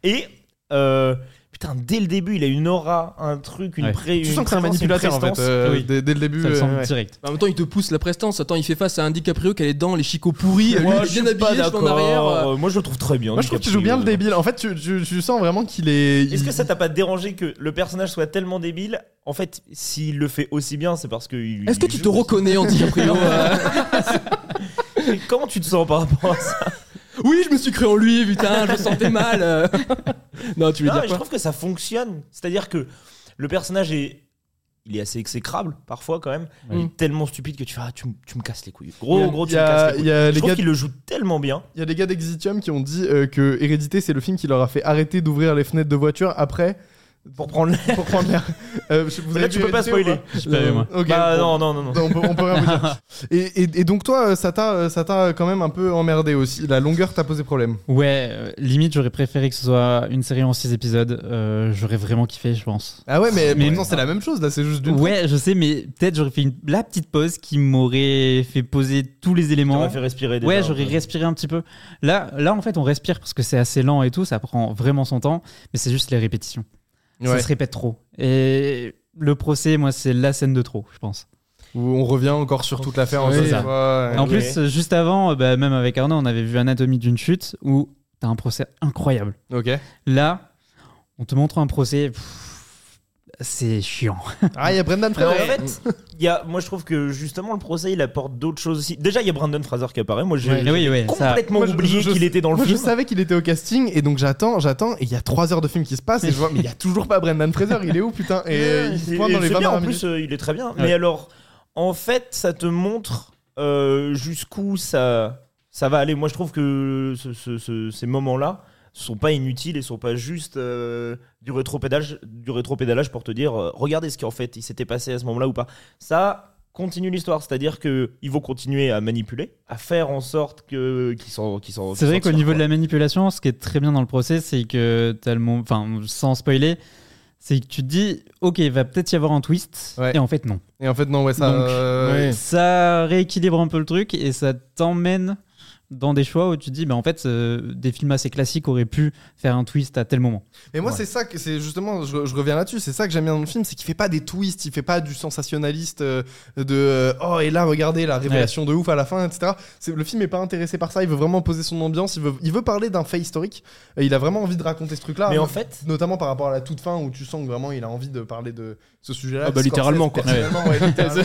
[SPEAKER 2] Et euh, putain, dès le début, il a une aura, un truc, une
[SPEAKER 4] Ouais.
[SPEAKER 2] pré-
[SPEAKER 3] Tu
[SPEAKER 2] une
[SPEAKER 3] sens que c'est un
[SPEAKER 2] présence, une
[SPEAKER 3] manipulateur en fait.
[SPEAKER 2] prestance.
[SPEAKER 3] euh,
[SPEAKER 4] Oui.
[SPEAKER 3] dès, dès le début.
[SPEAKER 4] Ça le
[SPEAKER 3] euh,
[SPEAKER 4] semble
[SPEAKER 3] ouais.
[SPEAKER 4] direct.
[SPEAKER 5] Bah, En même temps, il te pousse la prestance. Attends, il fait face à un DiCaprio qui a les dents, les chicots pourris. Lui,
[SPEAKER 2] Moi,
[SPEAKER 5] il est
[SPEAKER 2] je
[SPEAKER 5] bien
[SPEAKER 2] suis pas
[SPEAKER 5] habillé, je suis en arrière.
[SPEAKER 2] d'accord.
[SPEAKER 5] euh.
[SPEAKER 2] Moi, je le trouve très bien.
[SPEAKER 3] Moi, je trouve qu'il
[SPEAKER 2] DiCaprio.
[SPEAKER 3] joue bien le débile. En fait, tu, tu- tu sens vraiment qu'il est.
[SPEAKER 2] euh. Est-ce
[SPEAKER 3] il-
[SPEAKER 2] que ça t'a pas dérangé que le personnage soit tellement débile En fait, s'il le fait aussi bien, c'est parce que. il-
[SPEAKER 5] Est-ce que
[SPEAKER 2] il
[SPEAKER 5] tu te
[SPEAKER 2] joue.
[SPEAKER 5] reconnais en DiCaprio euh
[SPEAKER 2] Et Comment tu te sens par rapport à ça
[SPEAKER 5] Oui, je me suis cru en lui, putain, je me sentais mal. euh. non, tu veux
[SPEAKER 2] Non, mais
[SPEAKER 5] dire
[SPEAKER 2] Je
[SPEAKER 5] quoi
[SPEAKER 2] trouve que ça fonctionne. C'est-à-dire que le personnage est. Il est assez exécrable, parfois, quand même.
[SPEAKER 4] Oui.
[SPEAKER 2] Il est Tellement stupide que tu fais Ah, tu, m- tu me casses les couilles. Gros,
[SPEAKER 3] Il y a-
[SPEAKER 2] Oh, gros, tu
[SPEAKER 3] il y
[SPEAKER 2] me
[SPEAKER 3] a-
[SPEAKER 2] casses les couilles.
[SPEAKER 3] il y a les
[SPEAKER 2] je trouve
[SPEAKER 3] gars-
[SPEAKER 2] qu'il le joue tellement bien.
[SPEAKER 3] Il y a des gars d'Exitium qui ont dit euh, que Hérédité, c'est le film qui leur a fait arrêter d'ouvrir les fenêtres de voiture après
[SPEAKER 2] pour prendre l'air.
[SPEAKER 3] pour prendre l'air. Euh, je- vous
[SPEAKER 2] Là,
[SPEAKER 3] avez
[SPEAKER 2] tu
[SPEAKER 3] vu
[SPEAKER 2] peux pas
[SPEAKER 3] RMC ou
[SPEAKER 2] spoiler.
[SPEAKER 4] J'ai pas vu, moi.
[SPEAKER 3] Ok,
[SPEAKER 2] Bah,
[SPEAKER 3] bon.
[SPEAKER 2] non, non, non, non.
[SPEAKER 3] Non, on, peut, on peut rien vous dire. Et, et- et donc toi, euh, ça t'a, euh, ça t'a quand même un peu emmerdé aussi. La longueur t'a posé problème.
[SPEAKER 4] Ouais, euh, limite, j'aurais préféré que ce soit une série en 6 épisodes. Euh, j'aurais vraiment kiffé, je pense.
[SPEAKER 3] Ah ouais, mais,
[SPEAKER 4] Mais-
[SPEAKER 3] maintenant c'est la même chose. Là, c'est juste d'une.
[SPEAKER 4] Ouais, je sais, mais peut-être j'aurais fait une, la petite pause qui m'aurait fait poser tous les éléments.
[SPEAKER 2] T'aurais fait respirer déjà.
[SPEAKER 4] Ouais,
[SPEAKER 2] un
[SPEAKER 4] j'aurais
[SPEAKER 2] peu.
[SPEAKER 4] respiré un petit peu. Là, là, en fait, on respire parce que c'est assez lent et tout, ça prend vraiment son temps, mais c'est juste les répétitions. Ça
[SPEAKER 3] Ouais.
[SPEAKER 4] se répète trop. Et le procès, moi, c'est la scène de trop, je pense.
[SPEAKER 3] Où on revient encore sur toute l'affaire.
[SPEAKER 4] Oui,
[SPEAKER 3] encore une
[SPEAKER 4] ça.
[SPEAKER 3] fois.
[SPEAKER 4] En
[SPEAKER 2] Ok.
[SPEAKER 4] plus, euh, juste avant, euh, bah, même avec Arnaud, on avait vu Anatomie d'une chute où t'as un procès incroyable.
[SPEAKER 3] Ok.
[SPEAKER 4] Là, on te montre un procès. pff, C'est chiant.
[SPEAKER 3] Ah, il y a Brendan
[SPEAKER 2] Alors, en
[SPEAKER 3] Fraser.
[SPEAKER 2] fait, il y a, moi je trouve que justement le procès il apporte d'autres choses aussi. Déjà il y a Brandon Fraser qui apparaît. Moi j'ai
[SPEAKER 4] Ouais, Ah oui, oui, ça-
[SPEAKER 2] complètement
[SPEAKER 3] Moi, je-
[SPEAKER 2] oublié
[SPEAKER 3] je- je-
[SPEAKER 2] qu'il était dans le
[SPEAKER 3] Moi, je
[SPEAKER 2] film.
[SPEAKER 3] savais qu'il était au casting et donc j'attends, j'attends et il y a 3 heures de film qui se passe et je vois mais il y a toujours pas Brendan Fraser, il est où putain Et euh, il se
[SPEAKER 2] Et-
[SPEAKER 3] pointe dans
[SPEAKER 2] et
[SPEAKER 3] les
[SPEAKER 2] c'est
[SPEAKER 3] 20
[SPEAKER 2] bien, en
[SPEAKER 3] dernières
[SPEAKER 2] plus
[SPEAKER 3] minutes.
[SPEAKER 2] euh, il est très bien.
[SPEAKER 4] Ouais.
[SPEAKER 2] Mais alors en fait ça te montre euh, jusqu'où ça ça va aller. Moi je trouve que ce- ce- ce- ces moments là sont pas inutiles et sont pas juste euh, du rétropédalage du rétropédalage pour te dire euh, regardez ce qui en fait il s'était passé à ce moment-là ou pas. Ça continue l'histoire, c'est-à-dire que ils vont continuer à manipuler, à faire en sorte que qu'ils s'en qu'ils s'en-
[SPEAKER 4] C'est
[SPEAKER 2] qu'ils
[SPEAKER 4] vrai
[SPEAKER 2] s'en
[SPEAKER 4] qu'au
[SPEAKER 2] tirent,
[SPEAKER 4] niveau
[SPEAKER 2] quoi.
[SPEAKER 4] de la manipulation, ce qui est très bien dans le procès, c'est que t'as le moment, enfin, sans spoiler, c'est que tu te dis, ok, il va peut-être y avoir un twist,
[SPEAKER 3] Ouais.
[SPEAKER 4] et en fait non.
[SPEAKER 3] Et en fait non ouais ça
[SPEAKER 4] Donc,
[SPEAKER 3] euh,
[SPEAKER 4] Ça rééquilibre un peu le truc et ça t'emmène dans des choix où tu te dis, bah en fait, euh, des films assez classiques auraient pu faire un twist à tel moment.
[SPEAKER 3] Mais moi,
[SPEAKER 4] Ouais.
[SPEAKER 3] c'est ça que c'est justement, je, je reviens là-dessus, c'est ça que j'aime bien dans le film, c'est qu'il fait pas des twists, il fait pas du sensationnaliste euh, de euh, oh, et là, regardez la révélation de ouf à la fin, etc. C'est- Le film est pas intéressé par ça, il veut vraiment poser son ambiance, il veut, il veut parler d'un fait historique, et il a vraiment envie de raconter ce truc-là.
[SPEAKER 2] Mais en
[SPEAKER 3] no-
[SPEAKER 2] fait,
[SPEAKER 3] Notamment par rapport à la toute fin où tu sens que vraiment il a envie de parler de ce sujet-là.
[SPEAKER 5] Ah bah,
[SPEAKER 3] Scorsese,
[SPEAKER 5] littéralement, quoi.
[SPEAKER 3] personnellement, ouais, littéralement.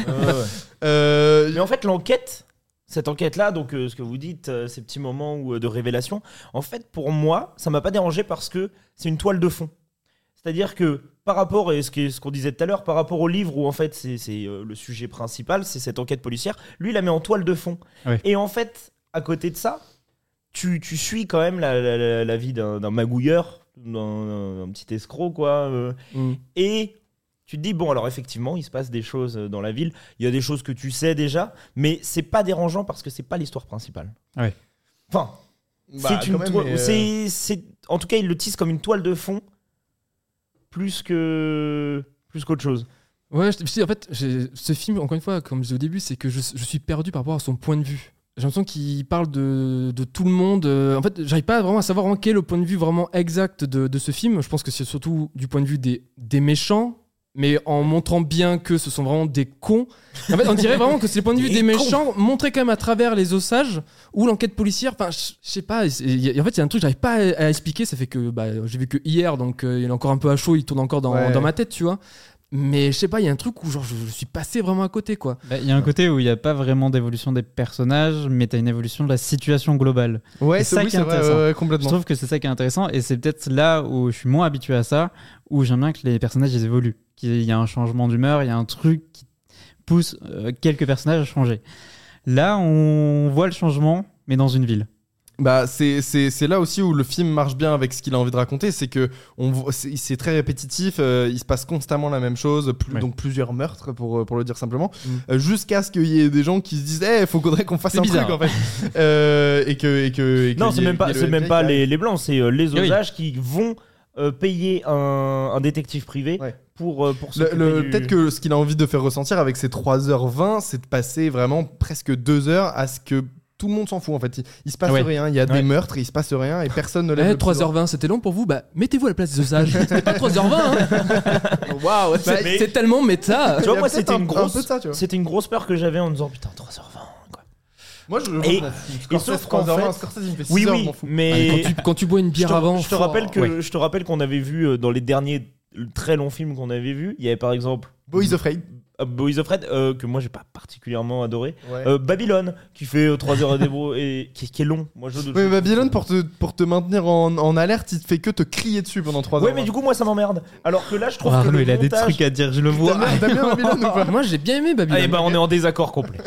[SPEAKER 3] Euh,
[SPEAKER 2] Mais en fait, l'enquête, cette enquête-là, donc euh, ce que vous dites, euh, ces petits moments où, euh, de révélation, en fait, pour moi, ça m'a pas dérangé parce que c'est une toile de fond. C'est-à-dire que par rapport, et ce qui est- ce qu'on disait tout à l'heure, par rapport au livre où en fait c'est c'est, euh, le sujet principal, c'est cette enquête policière, lui, il la met en toile de fond.
[SPEAKER 4] Ouais.
[SPEAKER 2] Et en fait, à côté de ça, tu, tu suis quand même la, la- la- la vie d'un d'un magouilleur, d'un d'un petit escroc, quoi. euh,
[SPEAKER 5] Mm.
[SPEAKER 2] et tu te dis, bon, alors effectivement, il se passe des choses euh, dans la ville, il y a des choses que tu sais déjà, mais c'est pas dérangeant parce que c'est pas l'histoire principale.
[SPEAKER 4] Ouais.
[SPEAKER 2] Enfin,
[SPEAKER 3] bah,
[SPEAKER 2] c'est
[SPEAKER 3] quand
[SPEAKER 2] une
[SPEAKER 3] même,
[SPEAKER 2] toile-
[SPEAKER 3] mais, euh,
[SPEAKER 2] c'est- c'est- en tout cas, il le tisse comme une toile de fond plus que plus qu'autre chose.
[SPEAKER 5] Ouais, je, je dis, en fait, j'ai- ce film, encore une fois, comme je disais au début, c'est que je, je suis perdu par rapport à son point de vue. J'ai l'impression qu'il parle de, de tout le monde. euh, En fait, j'arrive pas vraiment à savoir en quel est le point de vue vraiment exact de, de ce film. Je pense que c'est surtout du point de vue des, des méchants, mais en montrant bien que ce sont vraiment des cons. En fait, on dirait vraiment que c'est le point de vue
[SPEAKER 2] Des
[SPEAKER 5] des, méchants, montré quand même à travers les ossages ou l'enquête policière. Enfin, je je sais pas. c'est- il y a- En fait, il y a un truc que j'arrive pas à, à expliquer. Ça fait que bah, j'ai vu que hier, donc euh, il est encore un peu à chaud, il tourne encore dans,
[SPEAKER 3] Ouais.
[SPEAKER 5] dans ma tête, tu vois. Mais je sais pas, il y a un truc où genre je, je suis passé vraiment à côté quoi.
[SPEAKER 4] Bah, Il y a un côté où il n'y a pas vraiment d'évolution des personnages, mais tu as une évolution de la situation globale.
[SPEAKER 3] Ouais,
[SPEAKER 4] c'est
[SPEAKER 3] c'est
[SPEAKER 4] ça
[SPEAKER 3] oui,
[SPEAKER 4] qui est
[SPEAKER 3] c'est vrai,
[SPEAKER 4] intéressant.
[SPEAKER 3] ouais, ouais,
[SPEAKER 4] Je
[SPEAKER 3] complètement.
[SPEAKER 4] trouve que c'est ça qui est intéressant et c'est peut-être là où je suis moins habitué à ça, où j'aime bien que les personnages ils évoluent, qu'il y a un changement d'humeur, il y a un truc qui pousse euh, quelques personnages à changer. Là, on voit le changement, mais dans une ville.
[SPEAKER 3] Bah, c'est- c'est c'est là aussi où le film marche bien avec ce qu'il a envie de raconter, c'est que on voit- c'est c'est très répétitif, euh, il se passe constamment la même chose, plus,
[SPEAKER 4] Ouais.
[SPEAKER 3] donc plusieurs meurtres pour, euh, pour le dire simplement,
[SPEAKER 5] Mm.
[SPEAKER 3] euh, jusqu'à ce qu'il y ait des gens qui se disent Eh, faut faudrait qu'on fasse
[SPEAKER 5] C'est
[SPEAKER 3] un
[SPEAKER 5] bizarre.
[SPEAKER 3] truc en fait. Euh, et que. Et que et que
[SPEAKER 2] non,
[SPEAKER 3] il y
[SPEAKER 2] c'est
[SPEAKER 3] ait-
[SPEAKER 2] même
[SPEAKER 3] il y
[SPEAKER 2] pas,
[SPEAKER 3] ait le
[SPEAKER 2] c'est même
[SPEAKER 3] FBI
[SPEAKER 2] pas
[SPEAKER 3] qui arrive.
[SPEAKER 2] les, les blancs, c'est euh, les
[SPEAKER 4] oui.
[SPEAKER 2] osages qui vont euh, payer un, un détective privé
[SPEAKER 3] Ouais.
[SPEAKER 2] pour euh, pour
[SPEAKER 3] Le-
[SPEAKER 2] s'occuper
[SPEAKER 3] le-
[SPEAKER 2] du-
[SPEAKER 3] Peut-être que ce qu'il a envie de faire ressentir avec ces 3h20, c'est de passer vraiment presque 2 heures à ce que tout le monde s'en fout en fait. Il, il se passe
[SPEAKER 4] Ouais.
[SPEAKER 3] rien, il y a des
[SPEAKER 4] Ouais.
[SPEAKER 3] meurtres, il se passe rien et personne ne lève
[SPEAKER 5] Eh,
[SPEAKER 3] le petit doigt.
[SPEAKER 5] 3h20, c'était long pour vous Bah mettez-vous à la place des osages. c'est pas 3h20 hein. Waouh, c'est
[SPEAKER 2] mais-
[SPEAKER 5] c'est tellement méta. Ah,
[SPEAKER 2] Tu vois,
[SPEAKER 3] Il y a
[SPEAKER 2] moi,
[SPEAKER 3] peut-être
[SPEAKER 2] c'était
[SPEAKER 3] un-
[SPEAKER 2] une
[SPEAKER 3] un
[SPEAKER 2] grosse-
[SPEAKER 3] peu de ça, tu vois.
[SPEAKER 2] c'était une grosse peur que j'avais en me disant putain 3h20 quoi.
[SPEAKER 3] Moi, je
[SPEAKER 2] Et-
[SPEAKER 3] et
[SPEAKER 2] sauf
[SPEAKER 3] sauf
[SPEAKER 2] qu'en fait- Oui oui,
[SPEAKER 5] Quand
[SPEAKER 2] mais
[SPEAKER 5] tu, quand tu bois une
[SPEAKER 2] je
[SPEAKER 5] bière
[SPEAKER 2] te,
[SPEAKER 5] avant,
[SPEAKER 2] je te rappelle que
[SPEAKER 4] ouais.
[SPEAKER 2] je te rappelle qu'on avait vu euh, dans les derniers très longs films qu'on avait vus, il y avait par exemple
[SPEAKER 3] Boys of Raid.
[SPEAKER 2] euh, Boys of Red, euh, que moi j'ai pas particulièrement adoré.
[SPEAKER 3] Ouais.
[SPEAKER 2] Euh, Babylone, qui fait 3 heures à débrouiller et qui, qui est long. Moi, je,
[SPEAKER 3] Oui, mais Babylone, pour te, pour te maintenir en, en alerte, il te fait que te crier dessus pendant 3
[SPEAKER 2] Ouais,
[SPEAKER 3] heures. hein.
[SPEAKER 2] mais du coup, moi ça m'emmerde. Alors que là, je trouve que.
[SPEAKER 4] Arnaud,
[SPEAKER 2] le
[SPEAKER 4] Ah, il a des
[SPEAKER 2] montage-
[SPEAKER 4] trucs à dire, je le vois.
[SPEAKER 3] T'as bien- t'as bien Babylone ou pas
[SPEAKER 5] Moi j'ai bien aimé Babylone.
[SPEAKER 2] Ah, et ben, on est en désaccord complet.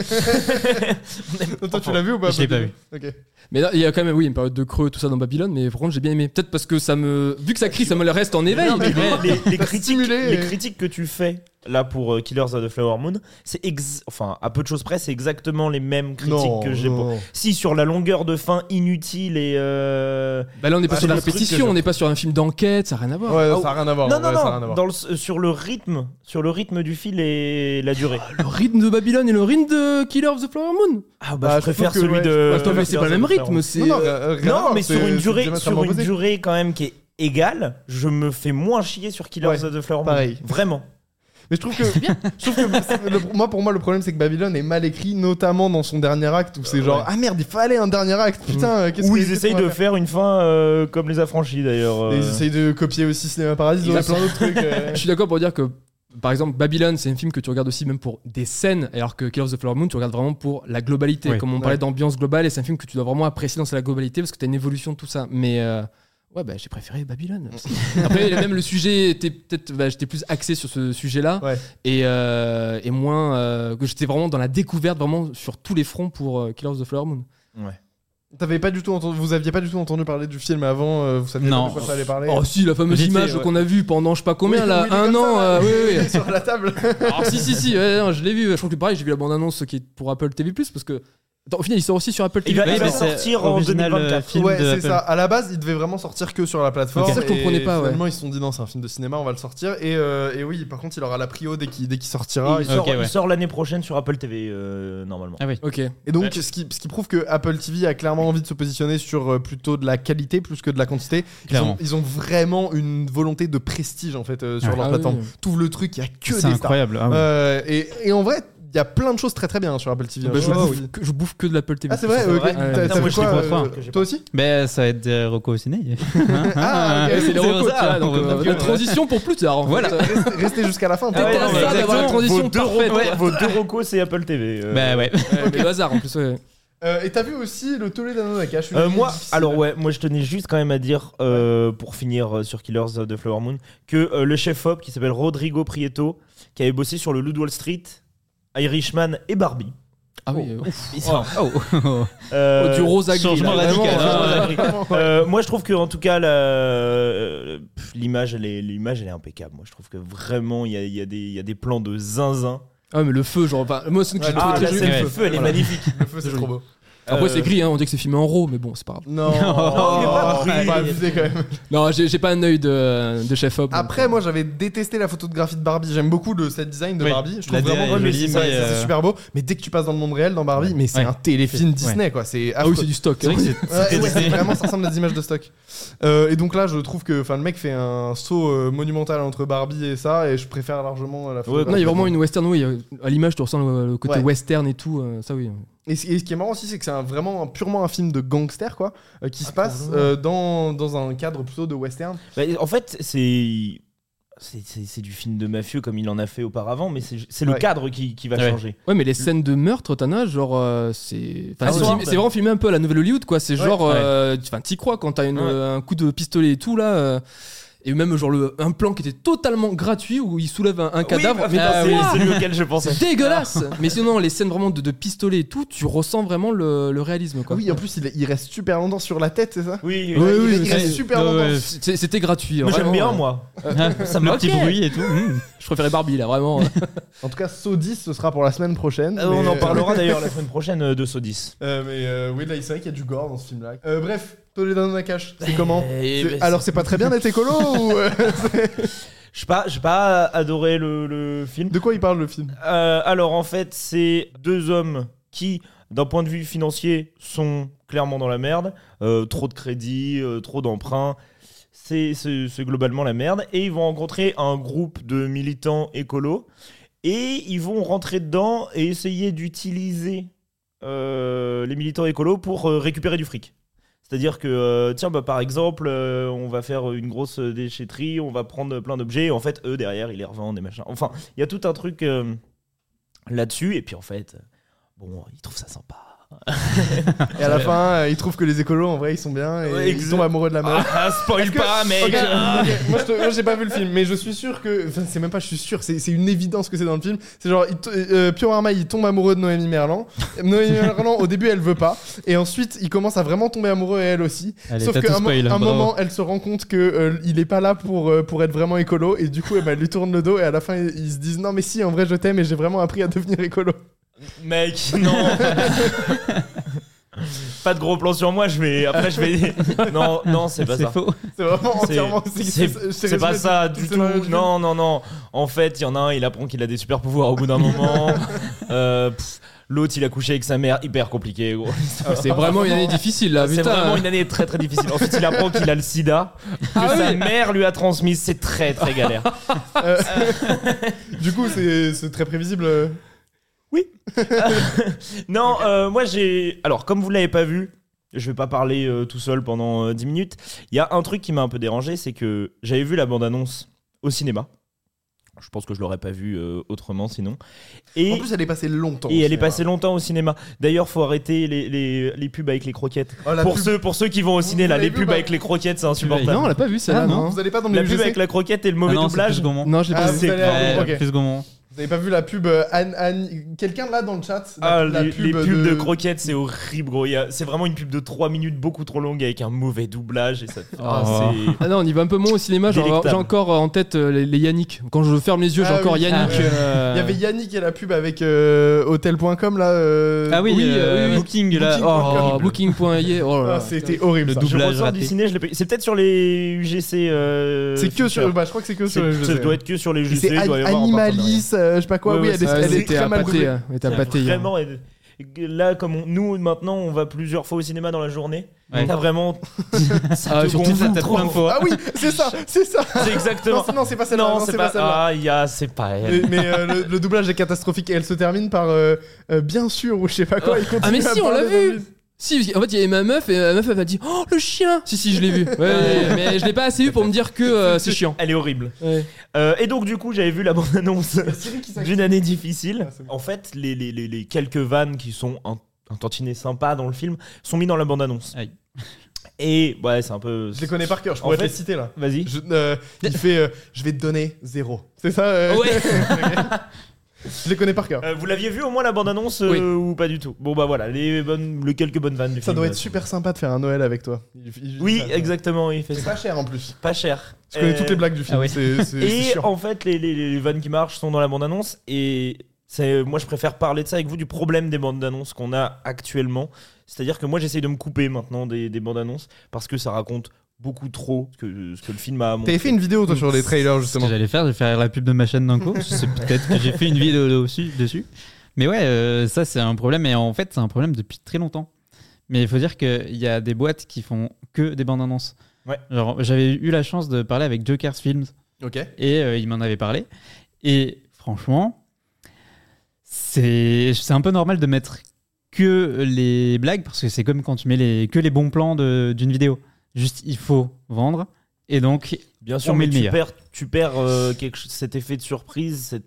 [SPEAKER 3] Toi, tu l'as vu ou pas
[SPEAKER 4] Je l'ai pas
[SPEAKER 3] Babylone Ok.
[SPEAKER 5] Mais là, il y a quand même oui, une période de creux, tout ça dans Babylone, mais par contre j'ai bien aimé. Peut-être parce que ça me. Vu que ça crie, ça me le reste en éveil.
[SPEAKER 3] Non, mais-
[SPEAKER 5] Ouais.
[SPEAKER 2] les, les
[SPEAKER 3] T'as
[SPEAKER 2] critiques,
[SPEAKER 3] stimulé
[SPEAKER 2] les
[SPEAKER 3] et-
[SPEAKER 2] critiques que tu fais là pour euh, Killers of the Flower Moon, c'est ex- enfin à peu de choses près, c'est exactement les mêmes critiques
[SPEAKER 3] Non,
[SPEAKER 2] que j'ai. Pour...
[SPEAKER 3] non.
[SPEAKER 2] Si sur la longueur de fin inutile et euh,
[SPEAKER 5] Bah là on n'est pas
[SPEAKER 2] Bah,
[SPEAKER 5] sur de la
[SPEAKER 2] c'est le truc que
[SPEAKER 5] répétition,
[SPEAKER 2] je-
[SPEAKER 5] on n'est pas sur un film d'enquête, ça n'a rien à voir.
[SPEAKER 3] Ouais,
[SPEAKER 2] Ah,
[SPEAKER 3] ça a rien à voir.
[SPEAKER 2] non
[SPEAKER 3] ouais,
[SPEAKER 2] non
[SPEAKER 3] ça a rien à
[SPEAKER 2] non
[SPEAKER 3] voir.
[SPEAKER 2] dans le- sur le rythme, sur le rythme du fil et la durée.
[SPEAKER 5] Le rythme de Babylone et le rythme de Killer of the Flower Moon.
[SPEAKER 2] Ah
[SPEAKER 3] bah,
[SPEAKER 2] bah,
[SPEAKER 3] je
[SPEAKER 2] je préfère
[SPEAKER 3] trouve que,
[SPEAKER 2] celui
[SPEAKER 3] ouais,
[SPEAKER 2] de.
[SPEAKER 5] Attends, mais c'est pas le même rythme, c'est.
[SPEAKER 3] Non, non, euh, rien à
[SPEAKER 2] Non
[SPEAKER 3] voir,
[SPEAKER 2] mais
[SPEAKER 3] c'est-
[SPEAKER 2] sur une
[SPEAKER 3] c'est
[SPEAKER 2] durée
[SPEAKER 3] diamétralement
[SPEAKER 2] sur une
[SPEAKER 3] opposé.
[SPEAKER 2] durée quand même qui est égale, je me fais moins chier sur Killers
[SPEAKER 3] Ouais,
[SPEAKER 2] of the Flower Moon.
[SPEAKER 3] pareil.
[SPEAKER 2] Vraiment.
[SPEAKER 3] Mais je trouve que, je trouve que c'est- le- moi, pour moi, le problème, c'est que Babylone est mal écrit, notamment dans son dernier acte, où
[SPEAKER 2] Euh,
[SPEAKER 3] c'est genre, ah merde, il fallait un dernier acte, putain, euh, qu'est-ce
[SPEAKER 2] Où Mmh.
[SPEAKER 3] que-
[SPEAKER 2] ils
[SPEAKER 3] qu'est-ce
[SPEAKER 2] essayent
[SPEAKER 3] qu'on va
[SPEAKER 2] de
[SPEAKER 3] faire
[SPEAKER 2] faire une fin euh, comme les affranchis d'ailleurs.
[SPEAKER 3] Et
[SPEAKER 2] euh.
[SPEAKER 3] Ils essayent de copier aussi Cinéma Paradis, dans plein d'autres trucs. euh.
[SPEAKER 5] Je suis d'accord pour dire que, par exemple, Babylone, c'est un film que tu regardes aussi même pour des scènes, alors que Killers of the Flower Moon, tu regardes vraiment pour la globalité.
[SPEAKER 4] Oui.
[SPEAKER 5] Comme on parlait d'ambiance globale, et c'est un film que tu dois vraiment apprécier dans sa globalité parce que tu as une évolution de tout ça. Mais. euh, Ouais, bah, j'ai préféré Babylone. Après, même le sujet était peut-être. bah, j'étais plus axé sur ce sujet-là.
[SPEAKER 3] Ouais.
[SPEAKER 5] Et, euh, et moins. euh, que j'étais vraiment dans la découverte, vraiment sur tous les fronts pour euh, Killers of the Flower Moon.
[SPEAKER 3] T'avais pas du tout entendu, vous aviez pas du tout entendu parler du film avant, euh, vous saviez
[SPEAKER 4] Non.
[SPEAKER 3] pas de quoi ça allait parler.
[SPEAKER 5] Oh, si, la fameuse
[SPEAKER 4] Vite fait,
[SPEAKER 5] image
[SPEAKER 4] ouais.
[SPEAKER 5] qu'on a vue pendant je sais pas combien,
[SPEAKER 3] Oui,
[SPEAKER 5] là,
[SPEAKER 3] oui, il est
[SPEAKER 5] un
[SPEAKER 3] comme
[SPEAKER 5] an.
[SPEAKER 3] ça, là.
[SPEAKER 5] euh, oui, oui, oui.
[SPEAKER 3] sur la table.
[SPEAKER 5] Alors, si, si, si, ouais, non, je l'ai vu. Je crois que pareil, j'ai vu la bande-annonce qui est pour Apple TV, parce que. Attends, au final, il sort aussi sur Apple
[SPEAKER 2] Il
[SPEAKER 5] TV.
[SPEAKER 2] va,
[SPEAKER 4] Oui,
[SPEAKER 2] il va
[SPEAKER 4] mais c'est
[SPEAKER 2] sortir en
[SPEAKER 4] original, euh,
[SPEAKER 2] 2024.
[SPEAKER 4] film
[SPEAKER 3] ouais,
[SPEAKER 4] de
[SPEAKER 3] c'est
[SPEAKER 4] Apple.
[SPEAKER 3] ça. À la base, il devait vraiment sortir que sur la plateforme.
[SPEAKER 5] Ok. C'est ça que je
[SPEAKER 3] Et
[SPEAKER 5] comprenais pas, ouais.
[SPEAKER 3] Finalement, ils se sont dit non, c'est un film de cinéma, on va le sortir. Et, euh, et oui, par contre, il aura la prio dès qu'il dès qu'il sortira.
[SPEAKER 2] Et il sort,
[SPEAKER 4] Ok, ouais.
[SPEAKER 2] il sort l'année prochaine sur Apple TV euh, normalement.
[SPEAKER 4] Ah oui.
[SPEAKER 5] Ok.
[SPEAKER 3] Et donc, ce, qui, ce qui prouve que Apple TV a clairement envie de se positionner sur euh, plutôt de la qualité plus que de la quantité. Ils ont,
[SPEAKER 4] Clairement.
[SPEAKER 3] ils ont vraiment une volonté de prestige en fait euh, sur
[SPEAKER 4] Ouais.
[SPEAKER 3] leur
[SPEAKER 5] Ah
[SPEAKER 3] plateforme.
[SPEAKER 5] oui.
[SPEAKER 3] Tout le truc, il y a que des
[SPEAKER 4] C'est
[SPEAKER 3] stars.
[SPEAKER 4] incroyable. ah oui.
[SPEAKER 3] Euh, et, et en vrai, il y a plein de choses très très bien sur Apple TV.
[SPEAKER 5] Bah, je,
[SPEAKER 3] Ouais,
[SPEAKER 5] bouffe,
[SPEAKER 3] Ah, oui.
[SPEAKER 5] que, je bouffe que de l'Apple TV.
[SPEAKER 3] Ah, c'est vrai,
[SPEAKER 2] C'est
[SPEAKER 3] ok.
[SPEAKER 2] vrai.
[SPEAKER 3] T'as-
[SPEAKER 2] Ouais.
[SPEAKER 3] t'as
[SPEAKER 2] Putain,
[SPEAKER 3] fait
[SPEAKER 2] moi, je
[SPEAKER 3] quoi,
[SPEAKER 2] comprends
[SPEAKER 3] euh,
[SPEAKER 2] pas, que j'ai
[SPEAKER 3] Toi
[SPEAKER 2] pas.
[SPEAKER 3] aussi
[SPEAKER 4] Ben, ça va être des recos au ciné.
[SPEAKER 3] Ah, ok.
[SPEAKER 5] Ouais, c'est les
[SPEAKER 4] C'est
[SPEAKER 5] recos,
[SPEAKER 4] pour ça,
[SPEAKER 5] tu vois, donc,
[SPEAKER 4] on
[SPEAKER 5] euh,
[SPEAKER 4] va-
[SPEAKER 5] la transition pour plus tard. en fait.
[SPEAKER 4] Voilà.
[SPEAKER 3] Restez- Restez jusqu'à la fin.
[SPEAKER 5] T'es
[SPEAKER 2] Ah ouais,
[SPEAKER 5] pas
[SPEAKER 2] non, mais
[SPEAKER 5] ça d'avoir la
[SPEAKER 2] exactement.
[SPEAKER 5] transition
[SPEAKER 2] Vos deux
[SPEAKER 5] parfaite.
[SPEAKER 2] recos-
[SPEAKER 5] ouais.
[SPEAKER 2] Vos deux recos, c'est Apple TV. euh.
[SPEAKER 4] Ben ouais.
[SPEAKER 5] Ouais, mais le hasard en plus. ouais.
[SPEAKER 3] Euh, et t'as vu aussi le tollé d'Anonaka je suis
[SPEAKER 2] Euh, moi,
[SPEAKER 3] difficile.
[SPEAKER 2] alors ouais, moi je tenais juste quand même à dire euh, pour finir euh, sur Killers of the Flower Moon que euh, le chef op qui s'appelle Rodrigo Prieto, qui avait bossé sur le Loup de Wall Street, Irishman et Barbie.
[SPEAKER 5] Ah oui, euh, ouf.
[SPEAKER 4] Oh.
[SPEAKER 2] Euh,
[SPEAKER 5] Oh,
[SPEAKER 2] hein.
[SPEAKER 5] du rose à gris,
[SPEAKER 4] changement
[SPEAKER 5] là,
[SPEAKER 4] radical.
[SPEAKER 5] vraiment,
[SPEAKER 4] Ah,
[SPEAKER 5] euh,
[SPEAKER 4] ouais.
[SPEAKER 2] Euh, moi, je trouve que en tout cas, la- euh, pff, l'image, elle est, l'image, elle est impeccable. Moi, je trouve que vraiment, il y a, il y a des, il y a des plans de zinzin.
[SPEAKER 5] Ah, mais le feu, genre. enfin, Moi, c'est que j'ai
[SPEAKER 3] Ouais,
[SPEAKER 5] trouvé
[SPEAKER 2] Ah, la
[SPEAKER 5] très
[SPEAKER 2] scène
[SPEAKER 5] joli.
[SPEAKER 2] de
[SPEAKER 4] ouais.
[SPEAKER 2] feu, elle est
[SPEAKER 5] Voilà.
[SPEAKER 2] magnifique.
[SPEAKER 3] Le feu, c'est trop beau.
[SPEAKER 5] Après,
[SPEAKER 2] Euh,
[SPEAKER 5] c'est gris, hein, on dit que c'est filmé en RAW, mais bon, c'est pas grave.
[SPEAKER 3] Non,
[SPEAKER 2] il est pas
[SPEAKER 3] on va
[SPEAKER 2] pris.
[SPEAKER 3] Oh, pas abuser quand même.
[SPEAKER 5] Non, j'ai j'ai pas un œil de, de chef-op. donc,
[SPEAKER 3] Après, moi, j'avais détesté la photographie de Barbie. J'aime beaucoup le set design de
[SPEAKER 4] Oui.
[SPEAKER 3] Barbie. Je
[SPEAKER 4] La
[SPEAKER 3] trouve
[SPEAKER 4] DA
[SPEAKER 3] vraiment
[SPEAKER 4] est
[SPEAKER 3] ouais, mais
[SPEAKER 4] jolie,
[SPEAKER 3] c'est-
[SPEAKER 4] mais,
[SPEAKER 3] c'est
[SPEAKER 4] euh,
[SPEAKER 3] super beau. Mais dès que tu passes dans le monde réel dans Barbie, mais c'est
[SPEAKER 4] Ouais.
[SPEAKER 3] un téléfilm
[SPEAKER 4] Ouais.
[SPEAKER 3] Disney, quoi. C'est
[SPEAKER 5] Ah oui, c'est du stock.
[SPEAKER 4] C'est vrai que c'est-
[SPEAKER 3] Ouais,
[SPEAKER 4] C'était
[SPEAKER 3] ouais, c'est
[SPEAKER 4] Disney.
[SPEAKER 3] vraiment ça ressemble à des images de stock. Euh, et donc là, je trouve que enfin, le mec fait un saut euh, monumental entre Barbie et ça, et je préfère largement la photo.
[SPEAKER 2] Ouais,
[SPEAKER 5] Non, il y a vraiment une western, oui. euh, À l'image, tu ressens le, le côté
[SPEAKER 3] Ouais.
[SPEAKER 5] western et tout, euh, ça oui.
[SPEAKER 3] Et ce, et ce qui est marrant aussi, c'est que c'est un- vraiment un- purement un film de gangster, quoi, euh, qui se passe euh, dans, dans un cadre plutôt de western.
[SPEAKER 2] Bah, en fait, c'est. C'est, c'est- c'est du film de mafieux comme il en a fait auparavant, mais c'est, c'est le
[SPEAKER 3] Ouais.
[SPEAKER 2] cadre qui, qui va
[SPEAKER 4] Ouais.
[SPEAKER 2] changer.
[SPEAKER 5] Ouais, mais les scènes de meurtre, t'en as, genre, euh, c'est. enfin,
[SPEAKER 2] Ah
[SPEAKER 5] c'est
[SPEAKER 2] ouais.
[SPEAKER 5] filmé- c'est vraiment filmé un peu à la nouvelle Hollywood, quoi. C'est
[SPEAKER 3] Ouais.
[SPEAKER 5] genre.
[SPEAKER 4] Ouais.
[SPEAKER 5] euh, Enfin, t'y crois quand t'as une,
[SPEAKER 2] Ouais.
[SPEAKER 5] euh, un coup de pistolet et tout, là. euh, et même, genre, le, un plan qui était totalement gratuit où il soulève un, un cadavre.
[SPEAKER 2] Oui, bah,
[SPEAKER 5] Ah,
[SPEAKER 2] c'est
[SPEAKER 5] ouais.
[SPEAKER 2] celui auquel je pensais.
[SPEAKER 5] c'est dégueulasse! mais sinon, les scènes vraiment de, de pistolet et tout, tu ressens vraiment le, le réalisme, quoi.
[SPEAKER 3] oui, en plus, il, il reste super longtemps sur la tête, c'est ça
[SPEAKER 2] Oui,
[SPEAKER 5] Oui,
[SPEAKER 3] il,
[SPEAKER 5] oui,
[SPEAKER 3] il
[SPEAKER 5] oui,
[SPEAKER 3] reste
[SPEAKER 5] c'est-
[SPEAKER 3] super
[SPEAKER 4] ouais,
[SPEAKER 3] longtemps.
[SPEAKER 4] euh, ouais.
[SPEAKER 5] Euh, C'est- C'était gratuit.
[SPEAKER 2] Moi, j'aime
[SPEAKER 5] vraiment,
[SPEAKER 2] bien,
[SPEAKER 5] euh,
[SPEAKER 2] moi.
[SPEAKER 4] ça
[SPEAKER 2] me
[SPEAKER 4] Le petit
[SPEAKER 2] plaît.
[SPEAKER 4] bruit et tout. mm.
[SPEAKER 5] Je préférais Barbie, là, vraiment.
[SPEAKER 3] En tout cas, Saw 10, ce sera pour la semaine prochaine.
[SPEAKER 5] Ah,
[SPEAKER 2] Euh, on
[SPEAKER 3] mais-
[SPEAKER 2] en parlera d'ailleurs la semaine prochaine euh, de Sodis.
[SPEAKER 3] Euh, mais euh, oui, là, c'est vrai qu'il y a du gore dans ce film-là. Euh, bref, Toledo Nakash, c'est comment
[SPEAKER 2] Eh,
[SPEAKER 3] C'est-
[SPEAKER 5] ben,
[SPEAKER 2] bah,
[SPEAKER 3] Alors, c'est pas très bien d'être écolo ou, euh,
[SPEAKER 2] J'ai pas, j'ai pas adoré le, le film.
[SPEAKER 3] De quoi il parle le film
[SPEAKER 2] Euh, alors en fait, c'est deux hommes qui, d'un point de vue financier, sont clairement dans la merde. Euh, trop de crédits, euh, trop d'emprunts. C'est c'est- c'est globalement la merde. Et ils vont rencontrer un groupe de militants écolos. Et ils vont rentrer dedans et essayer d'utiliser euh, les militants écolos pour euh, récupérer du fric. C'est-à-dire que, euh, tiens, bah, par exemple, euh, on va faire une grosse déchetterie, on va prendre plein d'objets, et en fait, eux, derrière, ils les revendent et machin. Enfin, il y a tout un truc. euh, là-dessus. Et puis en fait, bon, ils trouvent ça sympa.
[SPEAKER 3] Et à la fin, euh, ils trouvent que les écolos, en vrai, ils sont bien et
[SPEAKER 2] Ouais,
[SPEAKER 3] ils
[SPEAKER 2] exact.
[SPEAKER 3] tombent amoureux de la meuf.
[SPEAKER 2] Ah, spoil
[SPEAKER 3] que-
[SPEAKER 2] pas, mec
[SPEAKER 3] Ok, ok, Moi, je te- moi, j'ai pas vu le film, mais je suis sûr que. Enfin, c'est même pas, je suis sûr, c'est c'est une évidence que c'est dans le film. C'est genre, il t- euh, Pio Arma, il tombe amoureux de Noémie Merlan. Noémie Merlan, au début, elle veut pas. Et ensuite, il commence à vraiment tomber amoureux, et elle aussi.
[SPEAKER 4] Allez,
[SPEAKER 3] Sauf
[SPEAKER 4] t'as tout
[SPEAKER 3] qu'à un, mo-
[SPEAKER 2] hein,
[SPEAKER 4] spoil, hein,
[SPEAKER 3] un
[SPEAKER 4] bravo.
[SPEAKER 3] moment, elle se rend compte que euh, il est pas là pour, euh, pour être vraiment écolo, et du coup, eh ben, elle lui tourne le dos, et à la fin, ils, ils se disent Non, mais si, en vrai, je t'aime, et j'ai vraiment appris à devenir écolo.
[SPEAKER 2] Mec, non Pas de gros plan sur moi, je vais. Après, je vais. Non, non, c'est pas ça.
[SPEAKER 4] faux.
[SPEAKER 3] C'est vraiment
[SPEAKER 2] C'est-
[SPEAKER 3] entièrement.
[SPEAKER 2] c'est- C'est pas ça du tout.
[SPEAKER 3] Non.
[SPEAKER 2] Non, non, non. En fait, il y en a un, il apprend qu'il a des super pouvoirs au bout d'un moment. Euh, pff, L'autre, il a couché avec sa mère, hyper compliqué. gros.
[SPEAKER 5] C'est vraiment une année difficile là,
[SPEAKER 2] C'est
[SPEAKER 5] putain.
[SPEAKER 2] vraiment une année très très difficile. Ensuite, il apprend qu'il a le sida, que sa mère lui a transmise. C'est très très galère.
[SPEAKER 3] Euh, du coup, c'est c'est très prévisible. euh.
[SPEAKER 2] Non, euh, moi j'ai. Alors, comme vous l'avez pas vu, je vais pas parler euh, tout seul pendant euh, 10 minutes. Il y a un truc qui m'a un peu dérangé, c'est que j'avais vu la bande-annonce au cinéma. Je pense que je l'aurais pas vu euh, autrement sinon. Et,
[SPEAKER 3] En plus, elle est passée longtemps.
[SPEAKER 2] et
[SPEAKER 3] au
[SPEAKER 2] elle est
[SPEAKER 3] cinéma.
[SPEAKER 2] passée longtemps au cinéma. D'ailleurs, faut arrêter les, les, les pubs avec les croquettes.
[SPEAKER 3] Oh, la
[SPEAKER 2] Pour
[SPEAKER 3] pub-
[SPEAKER 2] ceux, pour ceux qui vont au ciné,
[SPEAKER 3] vous
[SPEAKER 2] là, les
[SPEAKER 3] l'avez vu,
[SPEAKER 2] pubs
[SPEAKER 3] bah-
[SPEAKER 2] avec les croquettes, c'est insupportable.
[SPEAKER 5] Non, on l'a pas vu celle-là,
[SPEAKER 4] Ah, non.
[SPEAKER 5] non
[SPEAKER 3] Hein, Vous allez pas dans
[SPEAKER 2] la
[SPEAKER 3] mais je
[SPEAKER 2] pub
[SPEAKER 3] sais
[SPEAKER 2] avec
[SPEAKER 3] que-
[SPEAKER 2] la croquette et le
[SPEAKER 4] Ah
[SPEAKER 2] mauvais
[SPEAKER 4] non, c'est
[SPEAKER 2] doublage.
[SPEAKER 4] plus Gaumont.
[SPEAKER 5] Non, j'ai
[SPEAKER 3] Ah,
[SPEAKER 5] pas
[SPEAKER 3] vous
[SPEAKER 5] vu.
[SPEAKER 2] c'est
[SPEAKER 3] allez avoir-
[SPEAKER 4] Ouais,
[SPEAKER 3] ok.
[SPEAKER 4] Plus Gaumont.
[SPEAKER 3] Vous avez pas vu la pub euh, Anne Anne Quelqu'un là dans le chat la,
[SPEAKER 2] Ah,
[SPEAKER 3] la
[SPEAKER 2] les, les pubs de...
[SPEAKER 3] de-
[SPEAKER 2] croquettes, c'est horrible, gros. Il y a- C'est vraiment une pub de 3 minutes beaucoup trop longue avec un mauvais doublage. Et ça... Ah, c'est-
[SPEAKER 5] Ah non, on y va un peu moins au cinéma. genre,
[SPEAKER 2] Délectable.
[SPEAKER 5] J'ai encore en tête euh, les, les Yannick. Quand je ferme les yeux, j'ai
[SPEAKER 3] Ah
[SPEAKER 5] encore
[SPEAKER 3] oui.
[SPEAKER 5] Yannick.
[SPEAKER 3] Ah oui.
[SPEAKER 5] euh,
[SPEAKER 3] Il y avait Yannick et la pub avec euh, Hotel.com là. euh,
[SPEAKER 4] Ah oui,
[SPEAKER 5] Oui,
[SPEAKER 4] euh,
[SPEAKER 5] oui, oui.
[SPEAKER 4] Booking là.
[SPEAKER 3] Booking.com.
[SPEAKER 5] Oh,
[SPEAKER 4] Oh,
[SPEAKER 5] booking.ie. Oh là
[SPEAKER 3] Ah,
[SPEAKER 5] là.
[SPEAKER 3] C'était horrible.
[SPEAKER 4] Le
[SPEAKER 3] ça.
[SPEAKER 4] double-
[SPEAKER 2] Je
[SPEAKER 4] Doublage
[SPEAKER 2] ressors du
[SPEAKER 4] raté.
[SPEAKER 2] ciné, je l'ai pas eu. C'est peut-être sur les UGC. euh,
[SPEAKER 3] C'est que sur.
[SPEAKER 2] feature.
[SPEAKER 3] Bah, je crois que c'est que
[SPEAKER 2] C'est-
[SPEAKER 3] sur. les jeux,
[SPEAKER 2] Ça
[SPEAKER 3] c'est-
[SPEAKER 2] doit être que sur les
[SPEAKER 3] Et
[SPEAKER 2] UGC.
[SPEAKER 3] C'est
[SPEAKER 2] il doit y
[SPEAKER 3] An-
[SPEAKER 2] avoir un
[SPEAKER 3] Animalis, euh, je sais pas quoi.
[SPEAKER 2] Ouais,
[SPEAKER 3] oui,
[SPEAKER 2] ouais,
[SPEAKER 3] elle est-
[SPEAKER 5] Ouais,
[SPEAKER 3] elle est
[SPEAKER 5] c'était
[SPEAKER 3] très
[SPEAKER 5] à
[SPEAKER 3] mal
[SPEAKER 5] pâté.
[SPEAKER 3] doublée.
[SPEAKER 5] euh, elle était à
[SPEAKER 2] partenariat.
[SPEAKER 5] pâté, hein.
[SPEAKER 2] Vraiment. et- Là, comme on- nous maintenant, on va plusieurs fois au cinéma dans la journée.
[SPEAKER 4] Ouais.
[SPEAKER 2] T'as vraiment. ça
[SPEAKER 5] Ah,
[SPEAKER 2] te
[SPEAKER 5] sur toute la
[SPEAKER 2] gonfle
[SPEAKER 5] tête,
[SPEAKER 2] trop.
[SPEAKER 4] plein de fois.
[SPEAKER 3] Ah oui, c'est ça, c'est ça.
[SPEAKER 2] C'est
[SPEAKER 3] Non,
[SPEAKER 2] exactement.
[SPEAKER 3] c'est- Ah, non, c'est pas celle-là.
[SPEAKER 2] Non,
[SPEAKER 3] non,
[SPEAKER 2] c'est pas.
[SPEAKER 3] celle-là.
[SPEAKER 2] Ah, il y a- c'est pas
[SPEAKER 3] Mais,
[SPEAKER 2] elle.
[SPEAKER 3] mais, euh, le, le doublage est catastrophique et elle se termine par euh, euh, bien sûr ou je sais pas quoi. il
[SPEAKER 5] Ah,
[SPEAKER 3] continue
[SPEAKER 5] mais
[SPEAKER 3] à
[SPEAKER 5] si, on l'a
[SPEAKER 3] parler d'un
[SPEAKER 5] vu!
[SPEAKER 3] livre.
[SPEAKER 5] Si, en fait, il y avait ma meuf et ma meuf, elle m'a dit Oh le chien! Si, si, je l'ai vu. Ouais, ouais, mais je l'ai pas assez vu pour me dire que euh, c'est chiant.
[SPEAKER 2] Elle est horrible.
[SPEAKER 5] Ouais.
[SPEAKER 2] Euh, et donc, du coup, j'avais vu la bande-annonce
[SPEAKER 3] Cyril qui s'active.
[SPEAKER 2] d'une année difficile.
[SPEAKER 3] Ah, c'est bon.
[SPEAKER 2] En fait, les, les- les- les quelques vannes qui sont un, un tantinet sympa dans le film sont mis dans la bande-annonce.
[SPEAKER 4] Aïe.
[SPEAKER 2] Et ouais, c'est un peu.
[SPEAKER 3] Je les connais par cœur, je
[SPEAKER 2] En
[SPEAKER 3] pourrais
[SPEAKER 2] fait-
[SPEAKER 3] te les citer là.
[SPEAKER 2] Vas-y.
[SPEAKER 3] Je, euh, il fait euh, je vais te donner zéro. C'est ça euh,
[SPEAKER 5] Ah, Ouais.
[SPEAKER 3] Je les connais par cœur.
[SPEAKER 2] Euh, vous l'aviez vu au moins la bande-annonce euh,
[SPEAKER 5] Oui.
[SPEAKER 2] ou pas du tout Bon bah voilà, les, bonnes, les quelques bonnes vannes du
[SPEAKER 3] Ça
[SPEAKER 2] film. euh,
[SPEAKER 3] doit être super sympa de faire un Noël avec toi. Il- il-
[SPEAKER 2] Oui,
[SPEAKER 3] ça-
[SPEAKER 2] exactement, il fait
[SPEAKER 3] C'est
[SPEAKER 2] ça.
[SPEAKER 3] pas cher en plus.
[SPEAKER 2] Pas cher.
[SPEAKER 3] Je connais
[SPEAKER 2] Euh,
[SPEAKER 3] toutes les blagues du film.
[SPEAKER 4] ah ouais.
[SPEAKER 3] C'est c'est- c'est
[SPEAKER 2] Et
[SPEAKER 3] chiant.
[SPEAKER 2] en fait, les, les- les vannes qui marchent sont dans la bande-annonce. Et c'est, moi, je préfère parler de ça avec vous, du problème des bandes-annonces qu'on a actuellement. C'est-à-dire que moi, j'essaye de me couper maintenant des, des bandes-annonces parce que ça raconte beaucoup trop ce que, ce que le film a montré.
[SPEAKER 3] T'avais fait une vidéo toi sur les trailers
[SPEAKER 4] Ce que
[SPEAKER 3] justement.
[SPEAKER 4] j'allais faire, j'ai fait la pub de ma chaîne d'un coup. C'est peut-être que j'ai fait une vidéo dessus. dessus. Mais ouais, euh, ça c'est un problème. Et en fait, c'est un problème depuis très longtemps. Mais il faut dire qu'il y a des boîtes qui font que des bandes annonces.
[SPEAKER 2] Ouais.
[SPEAKER 4] Genre, j'avais eu la chance de parler avec Jokers Films
[SPEAKER 3] Ok.
[SPEAKER 4] et euh, il m'en avait parlé. Et franchement, c'est c'est un peu normal de mettre que les blagues parce que c'est comme quand tu mets les, que les bons plans de- d'une vidéo. Juste, il faut vendre. Et donc,
[SPEAKER 2] Bien sûr,
[SPEAKER 4] On met
[SPEAKER 2] mais
[SPEAKER 4] le
[SPEAKER 2] tu
[SPEAKER 4] meilleur.
[SPEAKER 2] perds, tu perds euh, quelque chose- cet effet de surprise. cette-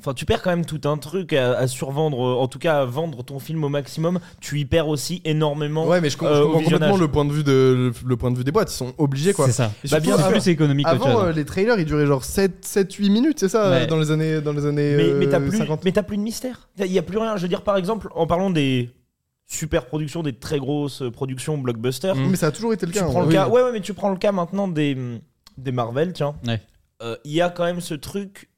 [SPEAKER 2] Enfin, tu perds quand même tout un truc à, à survendre, euh, en tout cas à vendre ton film au maximum. Tu y perds aussi énormément.
[SPEAKER 3] Ouais mais je com- je
[SPEAKER 2] Euh, au
[SPEAKER 3] comprends complètement
[SPEAKER 2] visionnage.
[SPEAKER 3] le point de vue de le, le point de vue des boîtes. Ils sont obligés quoi.
[SPEAKER 4] c'est ça.
[SPEAKER 3] Et
[SPEAKER 2] Bah,
[SPEAKER 3] surtout,
[SPEAKER 2] bien
[SPEAKER 3] avant-
[SPEAKER 2] sûr.
[SPEAKER 4] plus économique qu'autre
[SPEAKER 3] Avant
[SPEAKER 4] chose.
[SPEAKER 3] euh, les trailers ils duraient genre 7 7 8 minutes, c'est ça
[SPEAKER 4] Ouais.
[SPEAKER 3] euh, dans les années dans les années
[SPEAKER 2] Mais, mais t'as
[SPEAKER 3] euh,
[SPEAKER 2] plus,
[SPEAKER 3] 50.
[SPEAKER 2] mais t'as plus de mystère. Il n'y a plus rien. Je veux dire, par exemple, en parlant des super productions, des très grosses productions blockbusters,
[SPEAKER 5] Mm.
[SPEAKER 3] Mais ça a toujours été Mmh. le
[SPEAKER 2] tu
[SPEAKER 3] cas.
[SPEAKER 2] prends
[SPEAKER 3] hein.
[SPEAKER 2] le
[SPEAKER 3] Oui.
[SPEAKER 2] cas. Ouais, ouais, mais tu prends le cas maintenant des, des Marvel, tiens. Euh, Il
[SPEAKER 4] Ouais.
[SPEAKER 2] y a quand même ce truc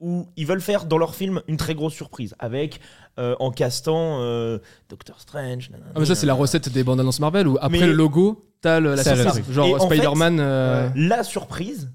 [SPEAKER 2] où ils veulent faire dans leur film une très grosse surprise avec euh, en castant euh, Doctor Strange. nanana,
[SPEAKER 5] Ah, mais ça, c'est la
[SPEAKER 2] nanana.
[SPEAKER 5] recette des bandes annonces Marvel où après
[SPEAKER 2] Mais-
[SPEAKER 5] le logo, t'as le- la
[SPEAKER 4] Ça,
[SPEAKER 5] surprise.
[SPEAKER 4] c'est
[SPEAKER 5] Genre
[SPEAKER 2] Et en fait-
[SPEAKER 5] Spider-Man. euh,
[SPEAKER 2] La surprise,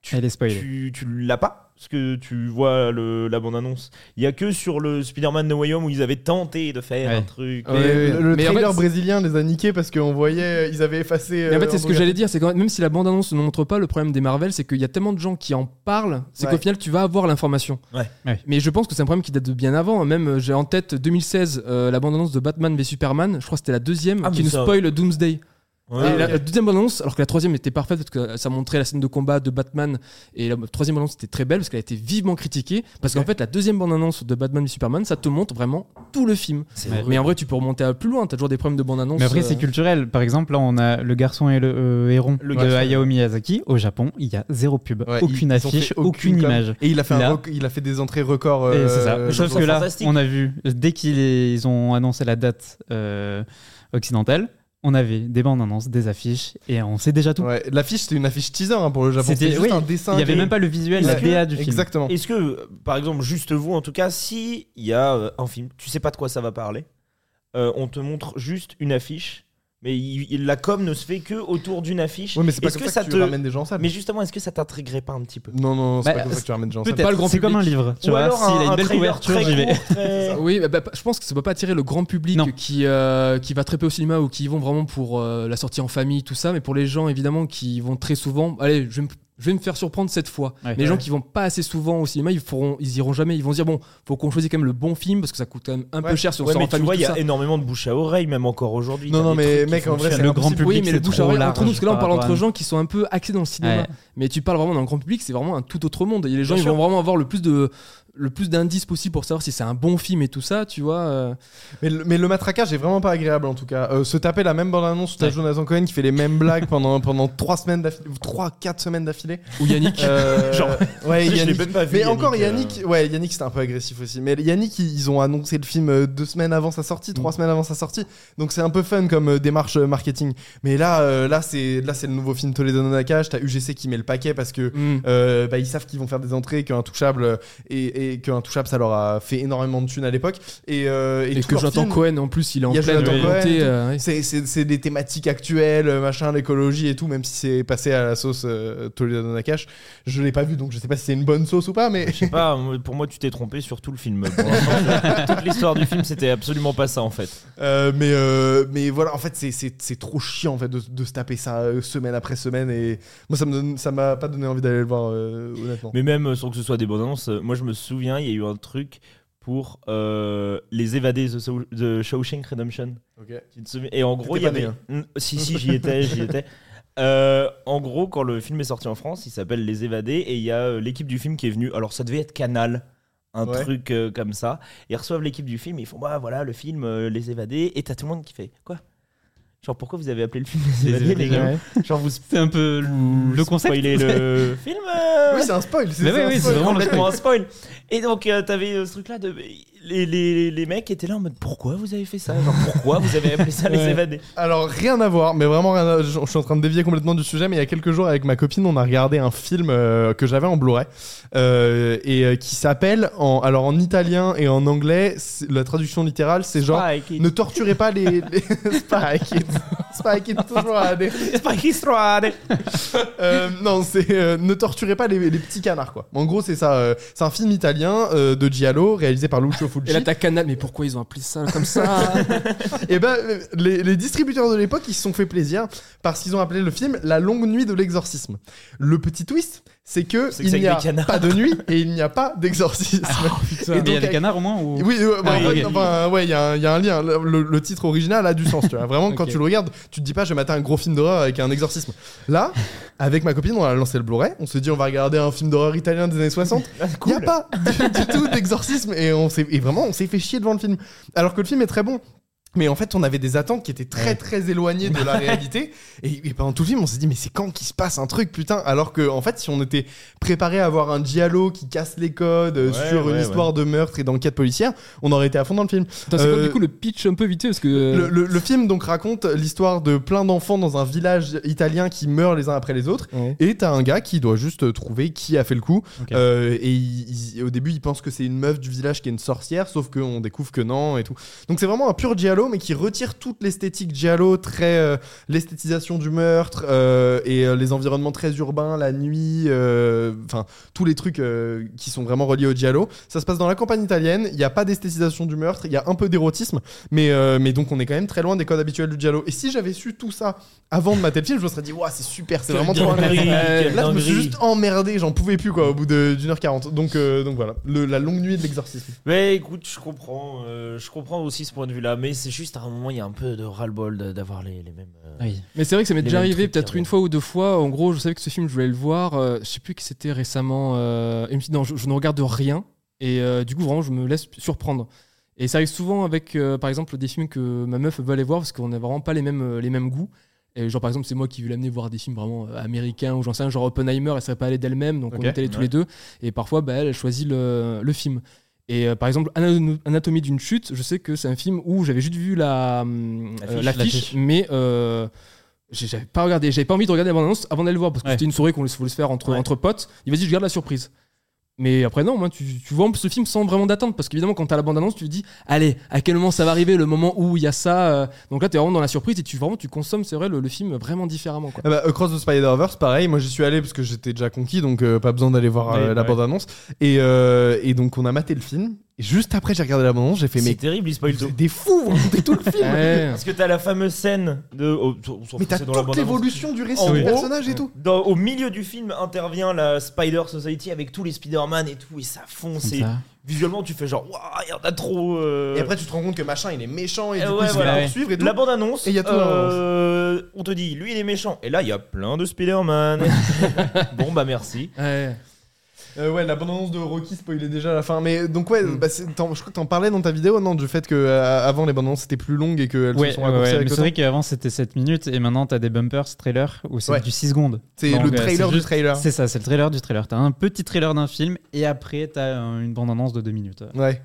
[SPEAKER 2] tu-
[SPEAKER 4] Elle est spoilée.
[SPEAKER 2] tu, tu l'as pas parce que tu vois le- la bande-annonce. Il y a que sur le Spider-Man No Way Home où ils avaient tenté de faire
[SPEAKER 4] Ouais.
[SPEAKER 2] un truc.
[SPEAKER 5] Ouais, ouais,
[SPEAKER 3] Le,
[SPEAKER 5] ouais.
[SPEAKER 3] le
[SPEAKER 5] Mais en
[SPEAKER 3] trailer
[SPEAKER 5] fait,
[SPEAKER 3] brésilien les a niqués parce qu'on voyait, ils avaient effacé.
[SPEAKER 5] Mais en
[SPEAKER 3] euh,
[SPEAKER 5] fait, c'est ce que
[SPEAKER 3] Andrea.
[SPEAKER 5] j'allais dire, c'est quand même, même si la bande-annonce ne montre pas le problème des Marvel, c'est qu'il y a tellement de gens qui en parlent, c'est
[SPEAKER 3] Ouais.
[SPEAKER 5] qu'au final, tu vas avoir l'information.
[SPEAKER 2] Ouais.
[SPEAKER 4] Ouais.
[SPEAKER 5] Mais je pense que c'est un problème qui date de bien avant. Même, euh, j'ai en tête 2016, euh, la bande-annonce de Batman v Superman, je crois que c'était la deuxième,
[SPEAKER 2] Ah,
[SPEAKER 5] qui
[SPEAKER 2] mais
[SPEAKER 5] nous
[SPEAKER 2] ça-
[SPEAKER 5] spoil Doomsday. Et
[SPEAKER 2] Ouais,
[SPEAKER 5] la,
[SPEAKER 2] ok.
[SPEAKER 5] la deuxième annonce, alors que la troisième était parfaite parce que ça montrait la scène de combat de Batman et la troisième annonce était très belle parce qu'elle a été vivement critiquée parce qu'en fait la deuxième bande annonce de Batman et Superman ça te montre vraiment tout le film.
[SPEAKER 4] Ouais.
[SPEAKER 5] Mais en vrai tu peux remonter à plus loin, t'as toujours des problèmes de euh, bande annonce.
[SPEAKER 4] Mais après,
[SPEAKER 3] euh,
[SPEAKER 4] c'est culturel. Par exemple, là, on a Le garçon et le euh, héron
[SPEAKER 2] Le
[SPEAKER 4] de
[SPEAKER 2] garçon.
[SPEAKER 4] Hayao Miyazaki. Au Japon, il y a zéro pub,
[SPEAKER 3] Ouais,
[SPEAKER 4] aucune
[SPEAKER 3] ils- ils ont
[SPEAKER 4] affiche,
[SPEAKER 3] fait
[SPEAKER 4] aucune,
[SPEAKER 3] com.
[SPEAKER 4] image.
[SPEAKER 3] Et il a fait, un
[SPEAKER 4] Là.
[SPEAKER 3] rec- il a fait des entrées records.
[SPEAKER 4] Et
[SPEAKER 3] euh,
[SPEAKER 4] c'est ça.
[SPEAKER 3] dans
[SPEAKER 4] Chose
[SPEAKER 2] trouve
[SPEAKER 4] que
[SPEAKER 2] ça
[SPEAKER 4] là,
[SPEAKER 2] fantastique.
[SPEAKER 4] on a vu, dès qu'ils ils ont annoncé la date euh, occidentale, on avait des bandes annonces, des affiches, et on sait déjà tout.
[SPEAKER 3] Ouais, l'affiche, c'était une affiche teaser hein, pour le Japon.
[SPEAKER 4] C'était-
[SPEAKER 3] C'était juste
[SPEAKER 4] oui,
[SPEAKER 3] un dessin.
[SPEAKER 4] Il n'y avait
[SPEAKER 3] animé.
[SPEAKER 4] même pas le visuel, la
[SPEAKER 2] Est-ce que-
[SPEAKER 4] BA du film.
[SPEAKER 3] Exactement.
[SPEAKER 2] Est-ce que, euh, par exemple, juste vous, en tout cas, si il y a euh, un film, tu sais pas de quoi ça va parler, euh, on te montre juste une affiche, mais il- il- la com ne se fait que autour d'une affiche.
[SPEAKER 3] Ouais, mais c'est pas
[SPEAKER 2] Est-ce
[SPEAKER 3] comme
[SPEAKER 2] que
[SPEAKER 3] ça que
[SPEAKER 2] ça
[SPEAKER 3] tu
[SPEAKER 2] te-
[SPEAKER 3] ramènes des gens en salle.
[SPEAKER 2] Mais justement, est-ce que ça t'intriguerait pas un petit peu
[SPEAKER 3] Non, non, c'est
[SPEAKER 4] Bah,
[SPEAKER 3] pas comme ça que tu ramènes des gens en salle.
[SPEAKER 4] Peut-être.
[SPEAKER 5] pas le grand
[SPEAKER 4] C'est comme un
[SPEAKER 5] public.
[SPEAKER 4] livre. Tu
[SPEAKER 2] Ou
[SPEAKER 4] vois,
[SPEAKER 2] alors
[SPEAKER 4] s'il a
[SPEAKER 2] un-
[SPEAKER 4] une
[SPEAKER 2] un
[SPEAKER 4] belle
[SPEAKER 2] trailer
[SPEAKER 4] couverture,
[SPEAKER 2] très
[SPEAKER 4] j'y vais.
[SPEAKER 2] court, très-
[SPEAKER 5] Oui, bah, bah, je pense que ça peut pas attirer le grand public
[SPEAKER 4] Non.
[SPEAKER 5] qui euh, qui va très peu au cinéma ou qui y vont vraiment pour euh, la sortie en famille tout ça, mais pour les gens évidemment qui y vont très souvent. Allez, je vais me je vais me faire surprendre cette fois.
[SPEAKER 4] Ouais.
[SPEAKER 5] les gens
[SPEAKER 4] Ouais.
[SPEAKER 5] qui vont pas assez souvent au cinéma, ils feront, ils iront jamais. Ils vont se dire bon, faut qu'on choisisse quand même le bon film parce que ça coûte quand même un
[SPEAKER 3] Ouais.
[SPEAKER 5] peu cher si on
[SPEAKER 2] Ouais,
[SPEAKER 5] sort
[SPEAKER 2] mais
[SPEAKER 5] en
[SPEAKER 2] tu
[SPEAKER 5] famille.
[SPEAKER 2] vois, il y
[SPEAKER 5] tout
[SPEAKER 2] a
[SPEAKER 5] ça.
[SPEAKER 2] énormément de bouche à oreille, même encore aujourd'hui.
[SPEAKER 3] Non,
[SPEAKER 2] T'as
[SPEAKER 3] non,
[SPEAKER 2] des
[SPEAKER 3] mais
[SPEAKER 2] trucs qui
[SPEAKER 3] mec, en vrai,
[SPEAKER 2] fonctionnent.
[SPEAKER 3] c'est
[SPEAKER 4] Le grand
[SPEAKER 3] impossible.
[SPEAKER 4] public,
[SPEAKER 5] oui, mais le
[SPEAKER 4] c'est
[SPEAKER 5] bouche à
[SPEAKER 4] trop
[SPEAKER 5] oreille
[SPEAKER 4] large
[SPEAKER 5] entre nous, parce que là on
[SPEAKER 4] par
[SPEAKER 5] parle
[SPEAKER 4] rapport à
[SPEAKER 5] entre
[SPEAKER 4] nous.
[SPEAKER 5] gens qui sont un peu axés dans le cinéma.
[SPEAKER 4] Ouais.
[SPEAKER 5] Mais tu parles vraiment dans le grand public, c'est vraiment un tout autre monde. Et les gens,
[SPEAKER 2] Bien
[SPEAKER 5] ils
[SPEAKER 2] sûr.
[SPEAKER 5] vont vraiment avoir le plus de le plus d'indices possible pour savoir si c'est un bon film et tout ça, tu vois. euh.
[SPEAKER 3] Mais le, mais le matraquage est vraiment pas agréable en tout cas. Euh, se taper la même bande annonce, t'as
[SPEAKER 4] Ouais.
[SPEAKER 3] Jonathan Cohen qui fait les mêmes blagues pendant pendant trois semaines d'affilée, ou trois quatre semaines d'affilée.
[SPEAKER 5] Ou Yannick.
[SPEAKER 3] Euh,
[SPEAKER 2] Genre,
[SPEAKER 3] ouais,
[SPEAKER 2] je l'ai
[SPEAKER 3] Yannick.
[SPEAKER 2] même pas vu,
[SPEAKER 3] mais
[SPEAKER 2] Yannick,
[SPEAKER 3] encore
[SPEAKER 2] euh.
[SPEAKER 3] Yannick, ouais, Yannick c'était un peu agressif aussi. Mais Yannick, ils ils ont annoncé le film euh, deux semaines avant sa sortie, trois
[SPEAKER 2] Mm.
[SPEAKER 3] semaines avant sa sortie. Donc c'est un peu fun comme euh, démarche euh, marketing. Mais là, euh, là c'est là c'est le nouveau film Toledo Nakash. T'as UGC qui met le paquet parce que
[SPEAKER 5] Mm.
[SPEAKER 3] euh, bah, ils savent qu'ils vont faire des entrées, qu'Intouchable euh, et, et qu'Intouchable ça leur a fait énormément de thunes à l'époque. Et, euh, et
[SPEAKER 5] Et
[SPEAKER 3] tous
[SPEAKER 5] que
[SPEAKER 3] leurs
[SPEAKER 5] Jonathan
[SPEAKER 3] films-
[SPEAKER 5] Cohen, en plus, il est en
[SPEAKER 3] Il y a
[SPEAKER 5] pleine
[SPEAKER 3] Jonathan Cohen et
[SPEAKER 5] montée.
[SPEAKER 3] tout.
[SPEAKER 5] euh, ouais.
[SPEAKER 3] c'est, c'est- c'est des thématiques actuelles, euh, machin, l'écologie et tout, même si c'est passé à la sauce euh, Toledo Nakash. Je l'ai pas vu, donc je sais pas si c'est une bonne sauce ou pas, mais.
[SPEAKER 2] Je sais pas, moi, pour moi, tu t'es trompé sur tout le film. Pour l'instant, Toute l'histoire du film, c'était absolument pas ça en fait.
[SPEAKER 3] Euh, mais, euh, mais voilà, en fait, c'est, c'est, c'est trop chiant en fait, de, de se taper ça euh, semaine après semaine. Et moi, ça, me donne- ça m'a pas donné envie d'aller le voir, euh, honnêtement.
[SPEAKER 2] Mais même euh, sans que ce soit des bonnes annonces, euh, moi je me souviens, il y a eu un truc pour euh, les évadés de Shao- de Shawshank Redemption. Tu te souviens Et en gros, il y
[SPEAKER 3] T'étais
[SPEAKER 2] avait.
[SPEAKER 3] pas hein.
[SPEAKER 2] Mm, Si, si, j'y étais, j'y étais. Euh, en gros, quand le film est sorti en France, il s'appelle Les Évadés et il y a euh, l'équipe du film qui est venue. Alors, ça devait être Canal, un
[SPEAKER 3] Ouais.
[SPEAKER 2] truc euh, comme ça. Ils reçoivent l'équipe du film et ils font Bah voilà, le film euh, Les Évadés. Et t'as tout le monde qui fait Quoi Genre, pourquoi vous avez appelé le film Les
[SPEAKER 4] Les
[SPEAKER 2] Évadés, les gars
[SPEAKER 4] Ouais.
[SPEAKER 2] Genre, vous
[SPEAKER 4] C'est un peu le concept.
[SPEAKER 2] spoilez le film euh,
[SPEAKER 3] Oui, c'est un spoil. C'est,
[SPEAKER 4] Mais
[SPEAKER 3] c'est
[SPEAKER 4] oui,
[SPEAKER 3] un
[SPEAKER 4] oui, c'est
[SPEAKER 3] spoil.
[SPEAKER 4] vraiment le
[SPEAKER 2] complètement un spoil. Et donc, euh, t'avais euh, ce truc-là de. Les, les, les mecs étaient là en mode Pourquoi vous avez fait ça Genre, pourquoi vous avez appelé ça Les
[SPEAKER 3] Ouais.
[SPEAKER 2] Évadés
[SPEAKER 3] Alors, rien à voir, mais vraiment rien à- Je, je suis en train de dévier complètement du sujet, mais il y a quelques jours, avec ma copine, on a regardé un film euh, que j'avais en Blu-ray euh, et euh, qui s'appelle, en, alors en italien et en anglais, c'est- la traduction littérale, c'est genre.
[SPEAKER 2] Spike it.
[SPEAKER 3] Ne torturez pas les, les Spy Kids. Spy Kids, toujours à des-
[SPEAKER 2] Spike is right.
[SPEAKER 3] Euh, non, c'est euh, ne torturez pas les, les petits canards quoi. En gros, c'est ça. euh, c'est un film italien euh, de Giallo réalisé par Lucio Fulci.
[SPEAKER 5] Et là, t'as Canal, mais pourquoi ils ont appelé ça comme ça
[SPEAKER 3] Et ben, euh, les, les distributeurs de l'époque, ils se sont fait plaisir parce qu'ils ont appelé le film La longue nuit de l'exorcisme. Le petit twist, c'est que
[SPEAKER 2] C'est que
[SPEAKER 3] il
[SPEAKER 2] c'est
[SPEAKER 3] n'y a
[SPEAKER 2] avec des canards.
[SPEAKER 3] pas de nuit et il n'y a pas d'exorcisme.
[SPEAKER 4] Mais il y a
[SPEAKER 3] donc,
[SPEAKER 4] des
[SPEAKER 3] avec-
[SPEAKER 4] canards au moins ou...
[SPEAKER 3] Oui, euh, bah,
[SPEAKER 4] Ah,
[SPEAKER 3] en
[SPEAKER 4] oui,
[SPEAKER 3] fait,
[SPEAKER 4] ok.
[SPEAKER 3] enfin, ouais, il y, a un- il y a un lien. Le, le- le titre original a du sens, tu vois. Vraiment, quand
[SPEAKER 4] Ok.
[SPEAKER 3] tu le regardes, tu te dis pas, je vais mater un gros film d'horreur avec un exorcisme. Là, avec ma copine, on a lancé le Blu-ray. On s'est dit, on va regarder un film d'horreur italien des années 60. Il n'y a pas du, du tout d'exorcisme. Et, on s'est- et vraiment, on s'est fait chier devant le film. Alors que le film est très bon. Mais en fait, on avait des attentes qui étaient très très éloignées de la réalité. Et, et pendant tout le film, on s'est dit, mais c'est quand qu'il se passe un truc, putain Alors que, en fait, si on était préparé à avoir un giallo qui casse les codes euh,
[SPEAKER 2] Ouais,
[SPEAKER 3] sur
[SPEAKER 2] ouais,
[SPEAKER 3] une
[SPEAKER 2] ouais.
[SPEAKER 3] histoire de meurtre et d'enquête policière, on aurait été à fond dans le film.
[SPEAKER 5] Attends, c'est quoi,
[SPEAKER 3] Euh,
[SPEAKER 5] du coup le pitch un peu vite fait, parce que. euh,
[SPEAKER 3] Le, le- le film donc raconte l'histoire de plein d'enfants dans un village italien qui meurent les uns après les autres.
[SPEAKER 5] Ouais.
[SPEAKER 3] Et t'as un gars qui doit juste trouver qui a fait le coup.
[SPEAKER 4] Ok.
[SPEAKER 3] Euh, et il- il- au début, il pense que c'est une meuf du village qui est une sorcière, sauf qu'on découvre que non et tout. Donc c'est vraiment un pur giallo, mais qui retire toute l'esthétique giallo, très euh, l'esthétisation du meurtre euh, et euh, les environnements très urbains, la nuit, euh, enfin tous les trucs euh, qui sont vraiment reliés au giallo. Ça se passe dans la campagne italienne. Il n'y a pas d'esthétisation du meurtre. Il y a un peu d'érotisme, mais euh, mais donc on est quand même très loin des codes habituels du giallo. Et si j'avais su tout ça avant de mater le film, je me serais dit waouh c'est super, c'est vraiment trop intéressant. Là, je me suis juste emmerdé, j'en pouvais plus quoi, au bout de- d'une heure quarante. Donc, euh, donc voilà, Le- la longue nuit de l'exorcisme.
[SPEAKER 2] Mais écoute, je comprends, euh, je comprends aussi ce point de vue-là, mais c'est-
[SPEAKER 6] juste à un moment, il y a un peu de ras-le-bol de- d'avoir les, les mêmes. euh,
[SPEAKER 4] Oui.
[SPEAKER 5] Mais c'est vrai que ça m'est
[SPEAKER 6] Les
[SPEAKER 5] déjà
[SPEAKER 6] mêmes
[SPEAKER 5] arrivé
[SPEAKER 6] trucs,
[SPEAKER 5] peut-être
[SPEAKER 6] hein,
[SPEAKER 5] une
[SPEAKER 6] ouais.
[SPEAKER 5] fois ou deux fois. En gros, je savais que ce film, je voulais le voir. euh, je sais plus que c'était récemment. euh, et je me suis dit, non, je, je ne regarde rien. Et euh, du coup, vraiment, je me laisse surprendre. Et ça arrive souvent avec, euh, par exemple, des films que ma meuf veut aller voir parce qu'on n'a vraiment pas les mêmes, euh, les mêmes goûts. Et genre, par exemple, c'est moi qui vais l'amener voir des films vraiment euh, américains ou j'en sais rien, genre Oppenheimer, elle serait pas allée d'elle-même, donc
[SPEAKER 4] Ok,
[SPEAKER 5] on est allés tous
[SPEAKER 2] ouais.
[SPEAKER 5] les deux. Et parfois, bah, elle choisit le, le film. Et euh, par exemple, Ana- Anatomie d'une chute, je sais que c'est un film où j'avais juste vu la, hum,
[SPEAKER 2] L'affiche.
[SPEAKER 5] euh, l'affiche, mais euh, j'ai- j'avais pas regardé, j'avais pas envie de regarder la bande-annonce avant d'aller le voir parce que
[SPEAKER 4] Ouais.
[SPEAKER 5] c'était une soirée qu'on voulait se faire entre,
[SPEAKER 2] Ouais.
[SPEAKER 5] entre potes. Et vas-y, je garde la surprise. Mais après, non, moi, tu, tu vois ce film sans vraiment d'attente parce qu'évidemment, quand t'as la bande-annonce, tu te dis, allez, à quel moment ça va arriver, le moment où il y a ça. euh. donc là, t'es vraiment dans la surprise et tu vraiment tu consommes, c'est vrai, le, le film vraiment différemment. Quoi.
[SPEAKER 3] Ah bah, Across the Spider-Verse, pareil, moi j'y suis allé parce que j'étais déjà conquis, donc euh, pas besoin d'aller voir euh,
[SPEAKER 2] Ouais,
[SPEAKER 3] la
[SPEAKER 2] ouais.
[SPEAKER 3] bande-annonce. Et, euh, et donc on a maté le film, et juste après j'ai regardé la bande-annonce, j'ai fait
[SPEAKER 2] C'est
[SPEAKER 3] mais
[SPEAKER 2] terrible, il spoil
[SPEAKER 3] vous
[SPEAKER 2] tout.
[SPEAKER 3] êtes des fous, vous racontez tout le film
[SPEAKER 5] Ouais.
[SPEAKER 2] Parce que t'as la fameuse scène de. oh, on s'en
[SPEAKER 3] Mais
[SPEAKER 2] fout,
[SPEAKER 3] t'as
[SPEAKER 2] c'est dans la
[SPEAKER 3] toute
[SPEAKER 2] bande-annonce.
[SPEAKER 3] l'évolution du récit
[SPEAKER 2] En
[SPEAKER 3] du
[SPEAKER 2] gros,
[SPEAKER 3] personnage et tout
[SPEAKER 2] Dans- au milieu du film intervient la Spider Society avec tous les Spider-Man et tout, et ça fonce.
[SPEAKER 4] Comme
[SPEAKER 2] Et
[SPEAKER 4] ça.
[SPEAKER 2] visuellement, tu fais genre, waouh, il y en a trop. euh.
[SPEAKER 3] Et après tu te rends compte que machin il est méchant, et
[SPEAKER 2] Eh
[SPEAKER 3] du coup
[SPEAKER 2] ouais,
[SPEAKER 3] il se fait
[SPEAKER 2] voilà,
[SPEAKER 4] ouais.
[SPEAKER 3] poursuivre et tout.
[SPEAKER 2] la bande annonce,
[SPEAKER 3] Et il y a tout dans la
[SPEAKER 2] on te dit, lui il est méchant. Et là, il y a plein de Spider-Man. bon, bah merci.
[SPEAKER 5] Ouais.
[SPEAKER 3] Euh, ouais, l'abondance de Rocky spoilait déjà à la fin. Mais donc, ouais,
[SPEAKER 2] Mm.
[SPEAKER 3] bah, c'est- t'en- je crois que t'en parlais dans ta vidéo, non Du fait que euh, avant les bandes annonces étaient plus longues et qu'elles
[SPEAKER 4] Ouais,
[SPEAKER 3] se sont
[SPEAKER 4] ouais,
[SPEAKER 3] raccourcies
[SPEAKER 4] ouais, mais
[SPEAKER 3] avec
[SPEAKER 4] c'est
[SPEAKER 3] le temps.
[SPEAKER 4] vrai qu'avant c'était 7 minutes et maintenant t'as des bumpers trailers où c'est
[SPEAKER 3] Ouais.
[SPEAKER 4] du 6 secondes.
[SPEAKER 3] C'est
[SPEAKER 4] Donc,
[SPEAKER 3] le
[SPEAKER 4] euh,
[SPEAKER 3] trailer
[SPEAKER 4] c'est
[SPEAKER 3] du
[SPEAKER 4] juste-
[SPEAKER 3] trailer.
[SPEAKER 4] C'est ça, c'est le trailer du trailer. T'as un petit trailer d'un film et après t'as euh, une bande-annonce de 2 minutes.
[SPEAKER 3] Ouais.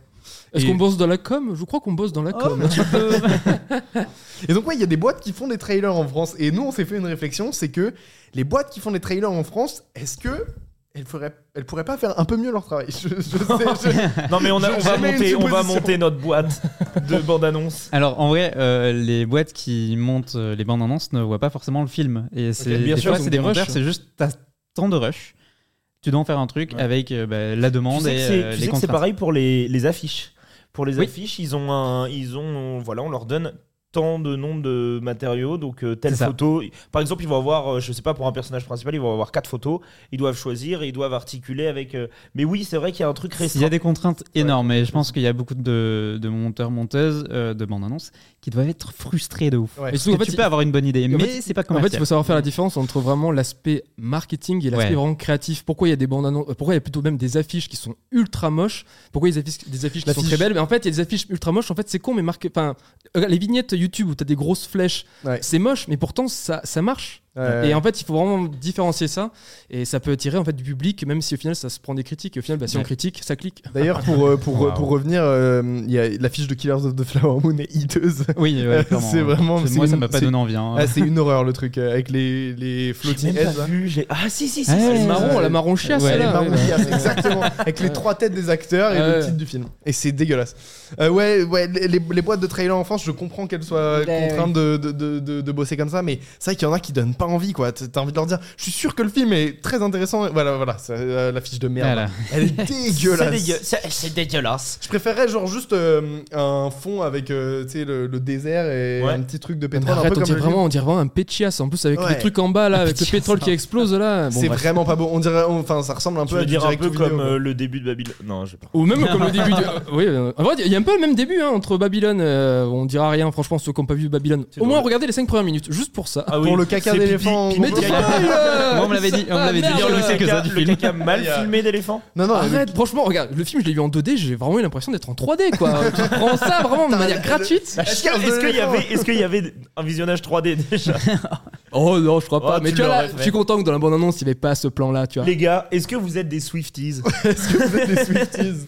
[SPEAKER 5] Est-ce
[SPEAKER 4] Et-
[SPEAKER 5] qu'on bosse dans la com Je crois qu'on bosse dans la com.
[SPEAKER 3] Et donc, ouais, il y a des boîtes qui font des trailers en France. Et nous, on s'est fait une réflexion c'est que les boîtes qui font des trailers en France, est-ce que. Elles, feraient, elles pourraient pas faire un peu mieux leur travail. Je, je sais, je-
[SPEAKER 2] Non, mais on, a-
[SPEAKER 3] Je-
[SPEAKER 2] on va,
[SPEAKER 3] j'avais une
[SPEAKER 2] monter, on va
[SPEAKER 3] supposition.
[SPEAKER 2] monter notre boîte de bande annonce.
[SPEAKER 4] Alors en vrai, euh, les boîtes qui montent euh, les bandes annonces ne voient pas forcément le film. Et c'est
[SPEAKER 2] bien
[SPEAKER 4] des
[SPEAKER 2] sûr,
[SPEAKER 4] fois,
[SPEAKER 5] donc
[SPEAKER 4] c'est des
[SPEAKER 5] des rushs.
[SPEAKER 4] monteurs, c'est juste t'as tant de rush. Tu dois en faire un truc
[SPEAKER 2] Ouais.
[SPEAKER 4] avec euh, bah, la demande
[SPEAKER 2] Tu sais
[SPEAKER 4] et
[SPEAKER 2] que c'est-
[SPEAKER 4] euh,
[SPEAKER 2] tu sais
[SPEAKER 4] les
[SPEAKER 2] que c'est
[SPEAKER 4] contraintes.
[SPEAKER 2] pareil pour les, les affiches. Pour les
[SPEAKER 4] Oui.
[SPEAKER 2] affiches, ils ont un, ils ont, voilà, on leur donne tant de nombres de matériaux, donc euh, telle
[SPEAKER 4] C'est ça.
[SPEAKER 2] photo. Par exemple, ils vont avoir, euh, je sais pas, pour un personnage principal, ils vont avoir quatre photos. Ils doivent choisir, et ils doivent articuler avec. euh, Mais oui, c'est vrai qu'il y a un truc
[SPEAKER 4] Il y
[SPEAKER 2] restreint.
[SPEAKER 4] a des contraintes énormes et je pense qu'il y a beaucoup de, de monteurs, monteuses euh, de bandes annonces qui doivent être frustrés de ouf.
[SPEAKER 3] Ouais.
[SPEAKER 5] Et
[SPEAKER 4] Parce
[SPEAKER 5] surtout,
[SPEAKER 4] que
[SPEAKER 5] en fait,
[SPEAKER 4] tu
[SPEAKER 5] il-
[SPEAKER 4] peux avoir une bonne idée,
[SPEAKER 5] en
[SPEAKER 4] mais
[SPEAKER 5] fait,
[SPEAKER 4] c'est pas
[SPEAKER 5] En fait, il
[SPEAKER 4] commercial.
[SPEAKER 5] faut savoir faire
[SPEAKER 3] Mm.
[SPEAKER 5] la différence entre vraiment l'aspect marketing et l'aspect
[SPEAKER 4] Ouais.
[SPEAKER 5] vraiment créatif. Pourquoi il y a des bandes annonces euh, Pourquoi il y a plutôt même des affiches qui sont ultra moches Pourquoi il y a des affiches, des affiches qui sont
[SPEAKER 3] L'affiche.
[SPEAKER 5] très belles Mais en fait, il y a des affiches ultra moches. En fait, c'est con, mais marqué. Enfin, regarde, les vignettes YouTube où t'as des grosses flèches,
[SPEAKER 3] Ouais.
[SPEAKER 5] c'est moche, mais pourtant ça, ça marche.
[SPEAKER 3] Ouais.
[SPEAKER 5] Et en fait, il faut vraiment différencier ça, et ça peut attirer en fait du public, même si au final ça se prend des critiques. Et au final, bah, si on
[SPEAKER 4] Ouais.
[SPEAKER 5] critique, ça clique.
[SPEAKER 3] D'ailleurs, pour, euh, pour, pour revenir, euh, il y a l'affiche de Killers of the Flower Moon est hiteuse.
[SPEAKER 4] Oui, ouais,
[SPEAKER 3] Euh,
[SPEAKER 4] clairement.
[SPEAKER 3] c'est vraiment- c'est
[SPEAKER 4] Moi, ça
[SPEAKER 3] une-
[SPEAKER 4] m'a pas
[SPEAKER 3] c'est-
[SPEAKER 4] donné envie. hein.
[SPEAKER 3] Ah, c'est une horreur le truc euh, avec les, les
[SPEAKER 2] J'ai
[SPEAKER 3] floating
[SPEAKER 2] même
[SPEAKER 3] heads.
[SPEAKER 2] pas
[SPEAKER 3] là.
[SPEAKER 2] vu. j'ai- Ah si si si.
[SPEAKER 4] Ah,
[SPEAKER 2] si,
[SPEAKER 4] hein. ouais,
[SPEAKER 2] si,
[SPEAKER 5] Les
[SPEAKER 2] si.
[SPEAKER 5] marrons,
[SPEAKER 3] ouais.
[SPEAKER 5] la marron chia,
[SPEAKER 4] Ouais,
[SPEAKER 3] Ouais,
[SPEAKER 5] celle-là.
[SPEAKER 3] les marrons
[SPEAKER 5] Ouais, bah.
[SPEAKER 3] qui arrivent, exactement. Avec les trois têtes des acteurs et
[SPEAKER 5] Ouais.
[SPEAKER 3] le titre du film. Et c'est dégueulasse. Euh, ouais, ouais les, les- les boîtes de trailers en France, je comprends qu'elles soient
[SPEAKER 6] Ouais,
[SPEAKER 3] contraintes de, de- de- de- de bosser comme ça, mais c'est vrai qu'il y en a qui donnent pas envie, quoi. T'as t'as envie de leur dire, je suis sûr que le film est très intéressant. Voilà, voilà, ça, euh, la fiche de merde.
[SPEAKER 4] Voilà.
[SPEAKER 3] Elle est dégueulasse.
[SPEAKER 6] C'est dégueu- c'est- C'est dégueulasse.
[SPEAKER 3] Je préférerais genre juste euh, un fond avec euh, tu sais, le, le désert et
[SPEAKER 2] Ouais.
[SPEAKER 3] un petit truc de
[SPEAKER 5] Mais
[SPEAKER 3] pétrole, un
[SPEAKER 5] arrête,
[SPEAKER 3] peu
[SPEAKER 5] on
[SPEAKER 3] comme
[SPEAKER 5] dirait
[SPEAKER 3] le livre.
[SPEAKER 5] vraiment, on dirait vraiment un pétias en plus avec
[SPEAKER 3] Ouais. Ah,
[SPEAKER 5] les trucs en bas là, avec le pétrole qui explose là. Bon,
[SPEAKER 3] c'est
[SPEAKER 5] bref.
[SPEAKER 3] vraiment pas beau. On dirait, enfin, ça ressemble un
[SPEAKER 2] Tu
[SPEAKER 3] peu à
[SPEAKER 2] veux
[SPEAKER 3] du
[SPEAKER 2] dire un
[SPEAKER 3] direct
[SPEAKER 2] peu
[SPEAKER 3] to video,
[SPEAKER 2] comme
[SPEAKER 3] quoi.
[SPEAKER 2] euh, le début de Babylone Non, je sais pas.
[SPEAKER 5] Ou même comme le début du. Oui, euh, en vrai, il y a un peu le même début hein, entre Babylone. euh, on dira rien, franchement, ceux qui n'ont pas vu Babylone.
[SPEAKER 2] C'est
[SPEAKER 5] Au moins,
[SPEAKER 2] drôle.
[SPEAKER 5] regardez les 5 premières minutes, juste pour ça. euh,
[SPEAKER 2] Ah
[SPEAKER 3] Pour le caca
[SPEAKER 2] c'est
[SPEAKER 3] d'éléphant,
[SPEAKER 2] pipi-
[SPEAKER 3] on
[SPEAKER 2] pipi-
[SPEAKER 3] dit-
[SPEAKER 2] caca-
[SPEAKER 4] Moi, on me l'avait dit, on me l'avait dit,
[SPEAKER 5] Ah,
[SPEAKER 4] je
[SPEAKER 5] merde.
[SPEAKER 4] le sais.
[SPEAKER 2] euh, le
[SPEAKER 4] quelques heures
[SPEAKER 2] caca-
[SPEAKER 4] du
[SPEAKER 2] le
[SPEAKER 4] film.
[SPEAKER 2] caca mal
[SPEAKER 3] Il y a-
[SPEAKER 2] filmé d'éléphant.
[SPEAKER 3] Non, non, le-
[SPEAKER 5] Arrête, franchement, regarde, le film, je l'ai vu en 2D, j'ai vraiment eu l'impression d'être en 3D quoi. tu prends ça vraiment de manière gratuite.
[SPEAKER 2] Est-ce
[SPEAKER 3] carte
[SPEAKER 2] que-
[SPEAKER 3] de
[SPEAKER 2] est-ce qu'il y
[SPEAKER 3] l'éléphant.
[SPEAKER 2] avait, est-ce qu'il y avait un visionnage 3D déjà
[SPEAKER 5] Oh non, je crois pas.
[SPEAKER 2] Oh,
[SPEAKER 5] mais
[SPEAKER 2] tu
[SPEAKER 5] tu vois, là,
[SPEAKER 2] l'aurais fait.
[SPEAKER 5] je suis content que dans la bande annonce, il n'y avait pas ce plan là, tu vois.
[SPEAKER 2] Les gars, est-ce que vous êtes des Swifties
[SPEAKER 3] des Swifties.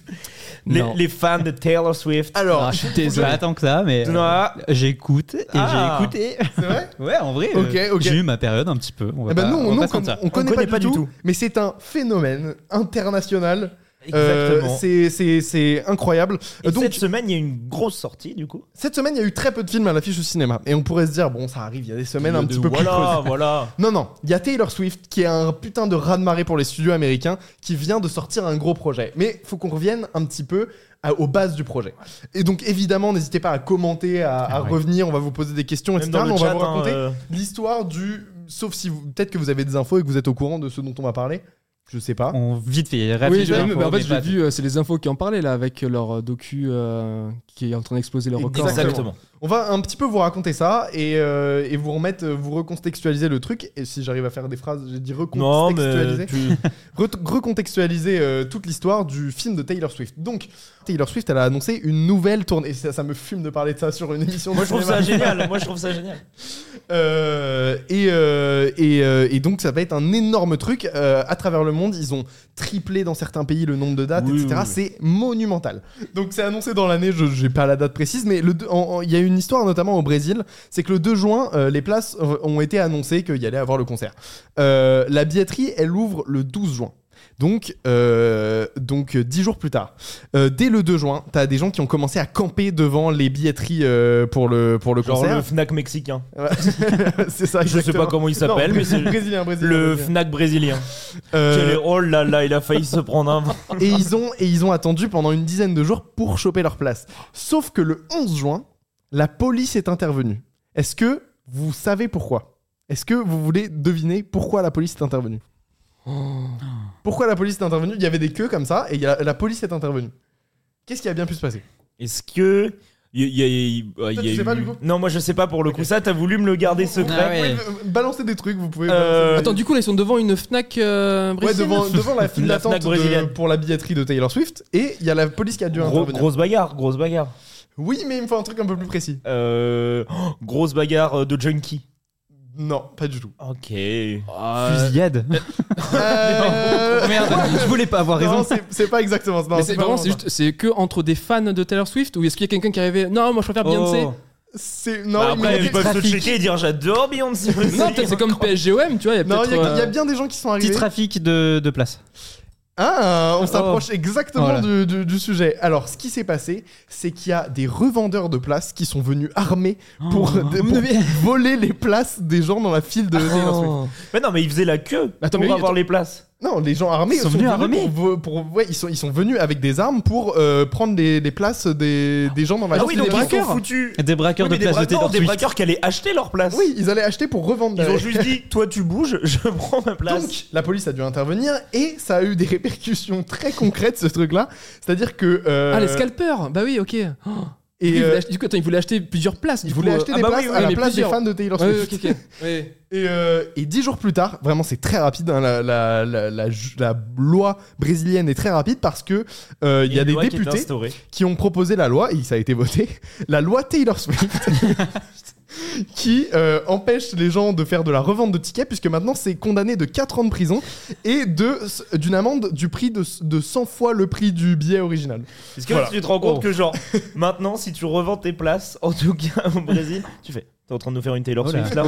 [SPEAKER 2] les,
[SPEAKER 5] Non.
[SPEAKER 2] les fans de Taylor Swift
[SPEAKER 3] Alors,
[SPEAKER 4] Ah, je suis désolé. Pas tant que ça,
[SPEAKER 3] Ah,
[SPEAKER 4] mais euh,
[SPEAKER 2] Non.
[SPEAKER 4] j'écoute et
[SPEAKER 2] Ah.
[SPEAKER 4] j'ai écouté.
[SPEAKER 3] c'est vrai
[SPEAKER 4] Ouais, en vrai,
[SPEAKER 3] Ok,
[SPEAKER 4] euh,
[SPEAKER 3] ok.
[SPEAKER 4] j'ai eu ma période un petit peu. On va
[SPEAKER 3] Eh ben
[SPEAKER 4] pas,
[SPEAKER 3] nous,
[SPEAKER 4] Bah, on
[SPEAKER 3] on,
[SPEAKER 4] va
[SPEAKER 3] non,
[SPEAKER 4] pas
[SPEAKER 3] on,
[SPEAKER 4] se mentir.
[SPEAKER 3] on connaît, pas, du, tout, mais c'est un phénomène international. Euh,
[SPEAKER 2] Exactement.
[SPEAKER 3] c'est- c'est- c'est incroyable.
[SPEAKER 2] Et
[SPEAKER 3] Euh, Donc,
[SPEAKER 2] cette semaine, il y a une grosse sortie du coup.
[SPEAKER 3] cette semaine, il y a eu très peu de films à l'affiche au cinéma. Et on pourrait se dire, bon, ça arrive, il y a des semaines un
[SPEAKER 2] De-
[SPEAKER 3] petit peu plus creuses.
[SPEAKER 2] voilà, voilà.
[SPEAKER 3] Non, non, il y a Taylor Swift qui est un putain de raz-de-marée pour les studios américains qui vient de sortir un gros projet. Mais faut qu'on revienne un petit peu à- aux bases du projet. Et donc, évidemment, n'hésitez pas à commenter, à, à
[SPEAKER 4] ouais.
[SPEAKER 3] revenir, on va vous poser des questions,
[SPEAKER 2] Même
[SPEAKER 3] etc.
[SPEAKER 2] dans
[SPEAKER 3] mais
[SPEAKER 2] le
[SPEAKER 3] on
[SPEAKER 2] chat,
[SPEAKER 3] va vous
[SPEAKER 2] hein,
[SPEAKER 3] raconter
[SPEAKER 2] euh,
[SPEAKER 3] l'histoire du. Sauf si vous- peut-être que vous avez des infos et que vous êtes au courant de ce dont on va parler. Je sais pas.
[SPEAKER 4] On vite fait, rapide. hein,
[SPEAKER 5] Oui, j'ai-
[SPEAKER 4] info,
[SPEAKER 5] mais en fait,
[SPEAKER 4] mais
[SPEAKER 5] j'ai
[SPEAKER 4] pas-
[SPEAKER 5] vu, euh, c'est les infos qui en parlaient là, avec leur euh, docu euh, qui est en train d'exploser leur record.
[SPEAKER 2] Exactement.
[SPEAKER 3] On va un petit peu vous raconter ça et, euh, et vous remettre, euh, vous recontextualiser le truc. Et si j'arrive à faire des phrases, j'ai dit
[SPEAKER 2] Non, mais euh,
[SPEAKER 3] recontextualiser.
[SPEAKER 2] tu-
[SPEAKER 3] Re- recontextualiser euh, toute l'histoire du film de Taylor Swift. Donc, Taylor Swift, elle a annoncé une nouvelle tournée. Et ça, ça me fume de parler de ça sur une émission.
[SPEAKER 2] moi
[SPEAKER 3] de
[SPEAKER 2] je trouve
[SPEAKER 3] cinéma.
[SPEAKER 2] ça génial. Moi je trouve ça génial.
[SPEAKER 3] Euh, et, euh, et, euh, et donc, ça va être un énorme truc. Euh, à travers le monde, ils ont triplé dans certains pays le nombre de dates,
[SPEAKER 2] Oui,
[SPEAKER 3] etc.
[SPEAKER 2] oui, oui.
[SPEAKER 3] C'est monumental. Donc, c'est annoncé dans l'année, je n'ai pas la date précise, mais le deux- en- en- il y a une histoire notamment au Brésil. C'est que le 2 juin, euh, les places euh, ont été annoncées qu'il y allait avoir le concert. Euh, la billetterie, elle ouvre le 12 juin. Donc, euh, donc euh, 10 jours plus tard, Euh, dès le 2 juin, t'as des gens qui ont commencé à camper devant les billetteries euh, pour le, pour le
[SPEAKER 2] Genre
[SPEAKER 3] concert.
[SPEAKER 2] le Fnac mexicain.
[SPEAKER 3] Ouais. c'est ça.
[SPEAKER 2] Je sais
[SPEAKER 3] exactement.
[SPEAKER 2] pas comment il s'appelle,
[SPEAKER 3] Non,
[SPEAKER 2] mais c'est
[SPEAKER 3] brésilien, brésilien.
[SPEAKER 2] le
[SPEAKER 3] brésilien.
[SPEAKER 2] Fnac brésilien.
[SPEAKER 3] Euh,
[SPEAKER 2] Quel est- Oh là là, il a failli se prendre un.
[SPEAKER 3] et ils ont et ils ont attendu pendant une dizaine de jours pour choper leur place. Sauf que le 11 juin, la police est intervenue. Est-ce que vous savez pourquoi Est-ce que vous voulez deviner pourquoi la police est intervenue
[SPEAKER 4] Oh.
[SPEAKER 3] Pourquoi la police est intervenue Il y avait des queues comme ça et il y a- la police est intervenue. Qu'est-ce qui a bien pu se passer
[SPEAKER 2] Est-ce que il y a- il y a- il y a- il y a
[SPEAKER 3] tu sais
[SPEAKER 2] eu-
[SPEAKER 3] pas, du coup
[SPEAKER 2] Non, moi je sais pas pour le coup. Ça, t'as voulu me le garder secret.
[SPEAKER 4] Ah ouais.
[SPEAKER 3] Vous pouvez balancer des trucs, vous pouvez.
[SPEAKER 2] Euh,
[SPEAKER 5] Attends, du coup, là, ils sont devant une Fnac euh,
[SPEAKER 3] Ouais,
[SPEAKER 5] brésilienne
[SPEAKER 3] devant, devant la file
[SPEAKER 2] La
[SPEAKER 3] d'attente
[SPEAKER 2] Fnac
[SPEAKER 3] de-
[SPEAKER 2] brésilienne.
[SPEAKER 3] pour la billetterie de Taylor Swift et il y a la police qui a dû
[SPEAKER 2] Gros-
[SPEAKER 3] intervenir.
[SPEAKER 2] grosse bagarre, grosse bagarre.
[SPEAKER 3] Oui, mais il me faut un truc un peu plus précis.
[SPEAKER 2] Euh, oh, grosse bagarre de junkie.
[SPEAKER 3] Non, pas du tout.
[SPEAKER 2] Ok.
[SPEAKER 4] Fusillade.
[SPEAKER 3] Euh,
[SPEAKER 4] Ah, Merde, je voulais pas avoir
[SPEAKER 3] non,
[SPEAKER 4] raison.
[SPEAKER 3] c'est- c'est pas exactement ça. Non,
[SPEAKER 5] Mais c'est
[SPEAKER 3] pas
[SPEAKER 5] vraiment, c'est
[SPEAKER 3] ça.
[SPEAKER 5] juste, c'est que entre des fans de Taylor Swift ou est-ce qu'il y a quelqu'un qui est arrivé Non, moi je préfère Beyoncé.
[SPEAKER 2] Oh.
[SPEAKER 3] C'est- Non,
[SPEAKER 2] Bah
[SPEAKER 3] il m'a
[SPEAKER 2] après,
[SPEAKER 3] dit-
[SPEAKER 2] ils peuvent se
[SPEAKER 4] trafic.
[SPEAKER 2] checker et dire j'adore Beyoncé.
[SPEAKER 5] Non, peut-être c'est comme PSGOM, tu vois, il y a
[SPEAKER 3] Oh. non,
[SPEAKER 5] peut-être.
[SPEAKER 3] il y, a- il y a
[SPEAKER 5] euh,
[SPEAKER 3] bien des gens qui sont
[SPEAKER 4] Petit
[SPEAKER 3] arrivés.
[SPEAKER 4] trafic de, de place.
[SPEAKER 3] Ah, on s'approche exactement
[SPEAKER 4] Voilà.
[SPEAKER 3] du, du- du sujet. Alors, ce qui s'est passé, c'est qu'il y a des revendeurs de places qui sont venus armés pour,
[SPEAKER 4] Oh.
[SPEAKER 3] de- pour voler les places des gens dans la file de Taylor Swift.
[SPEAKER 2] Mais non, mais ils faisaient la queue
[SPEAKER 5] Attends, mais
[SPEAKER 2] pour
[SPEAKER 5] oui,
[SPEAKER 2] avoir les places.
[SPEAKER 3] Non, les gens armés
[SPEAKER 4] Ils sont venus armés.
[SPEAKER 3] pour, vo- pour- ouais, ils sont ils sont venus avec des armes pour euh, prendre les, les places des, des gens dans la
[SPEAKER 2] Ah
[SPEAKER 3] file
[SPEAKER 2] oui,
[SPEAKER 3] Bah, des
[SPEAKER 2] donc ils sont
[SPEAKER 3] braqueurs.
[SPEAKER 2] foutus.
[SPEAKER 4] Des braqueurs
[SPEAKER 2] Oui, mais
[SPEAKER 4] de
[SPEAKER 2] des,
[SPEAKER 4] place
[SPEAKER 2] bra-
[SPEAKER 4] de
[SPEAKER 2] non,
[SPEAKER 4] Taylor
[SPEAKER 2] des
[SPEAKER 4] Swift.
[SPEAKER 2] braqueurs qui allaient acheter leur place.
[SPEAKER 3] Oui, ils allaient acheter pour revendre.
[SPEAKER 2] Ils ont
[SPEAKER 3] derrière.
[SPEAKER 2] juste dit toi tu bouges, je prends ma place.
[SPEAKER 3] Donc, la police a dû intervenir et ça a eu des répercussions très concrètes, ce truc-là. C'est-à-dire que. euh,
[SPEAKER 5] Ah, les scalpers Bah oui, ok. Oh,
[SPEAKER 3] et,
[SPEAKER 5] il voulait
[SPEAKER 3] euh,
[SPEAKER 5] acheter- du coup, attends, il voulait acheter plusieurs places.
[SPEAKER 3] ils
[SPEAKER 5] du
[SPEAKER 3] voulaient
[SPEAKER 5] coup,
[SPEAKER 3] acheter
[SPEAKER 5] euh,
[SPEAKER 3] des
[SPEAKER 5] ah, bah
[SPEAKER 3] places
[SPEAKER 5] oui,
[SPEAKER 3] à
[SPEAKER 5] oui,
[SPEAKER 3] la
[SPEAKER 5] mais
[SPEAKER 3] place
[SPEAKER 5] plusieurs.
[SPEAKER 3] des fans de Taylor
[SPEAKER 5] Ouais,
[SPEAKER 3] Swift.
[SPEAKER 5] ouais, ok, ok. Ouais.
[SPEAKER 3] Et, euh, et dix jours plus tard, vraiment c'est très rapide, hein, la, la- la- la ju- la loi brésilienne est très rapide parce que euh, il y a
[SPEAKER 2] une
[SPEAKER 3] des
[SPEAKER 2] loi qui est
[SPEAKER 3] députés
[SPEAKER 2] instaurée.
[SPEAKER 3] qui ont proposé la loi, et ça a été voté, la loi Taylor Swift, qui euh, empêche les gens de faire de la revente de tickets, puisque maintenant c'est condamné de 4 ans de prison et de d'une amende du prix de, de 100 fois le prix du billet original.
[SPEAKER 2] Est-ce que
[SPEAKER 3] Voilà.
[SPEAKER 2] tu te rends compte
[SPEAKER 3] Oh.
[SPEAKER 2] que genre maintenant si tu revends tes places en tout cas au Brésil, tu fais t'es en train de nous faire une Taylor
[SPEAKER 4] Oh là.
[SPEAKER 2] Swift là.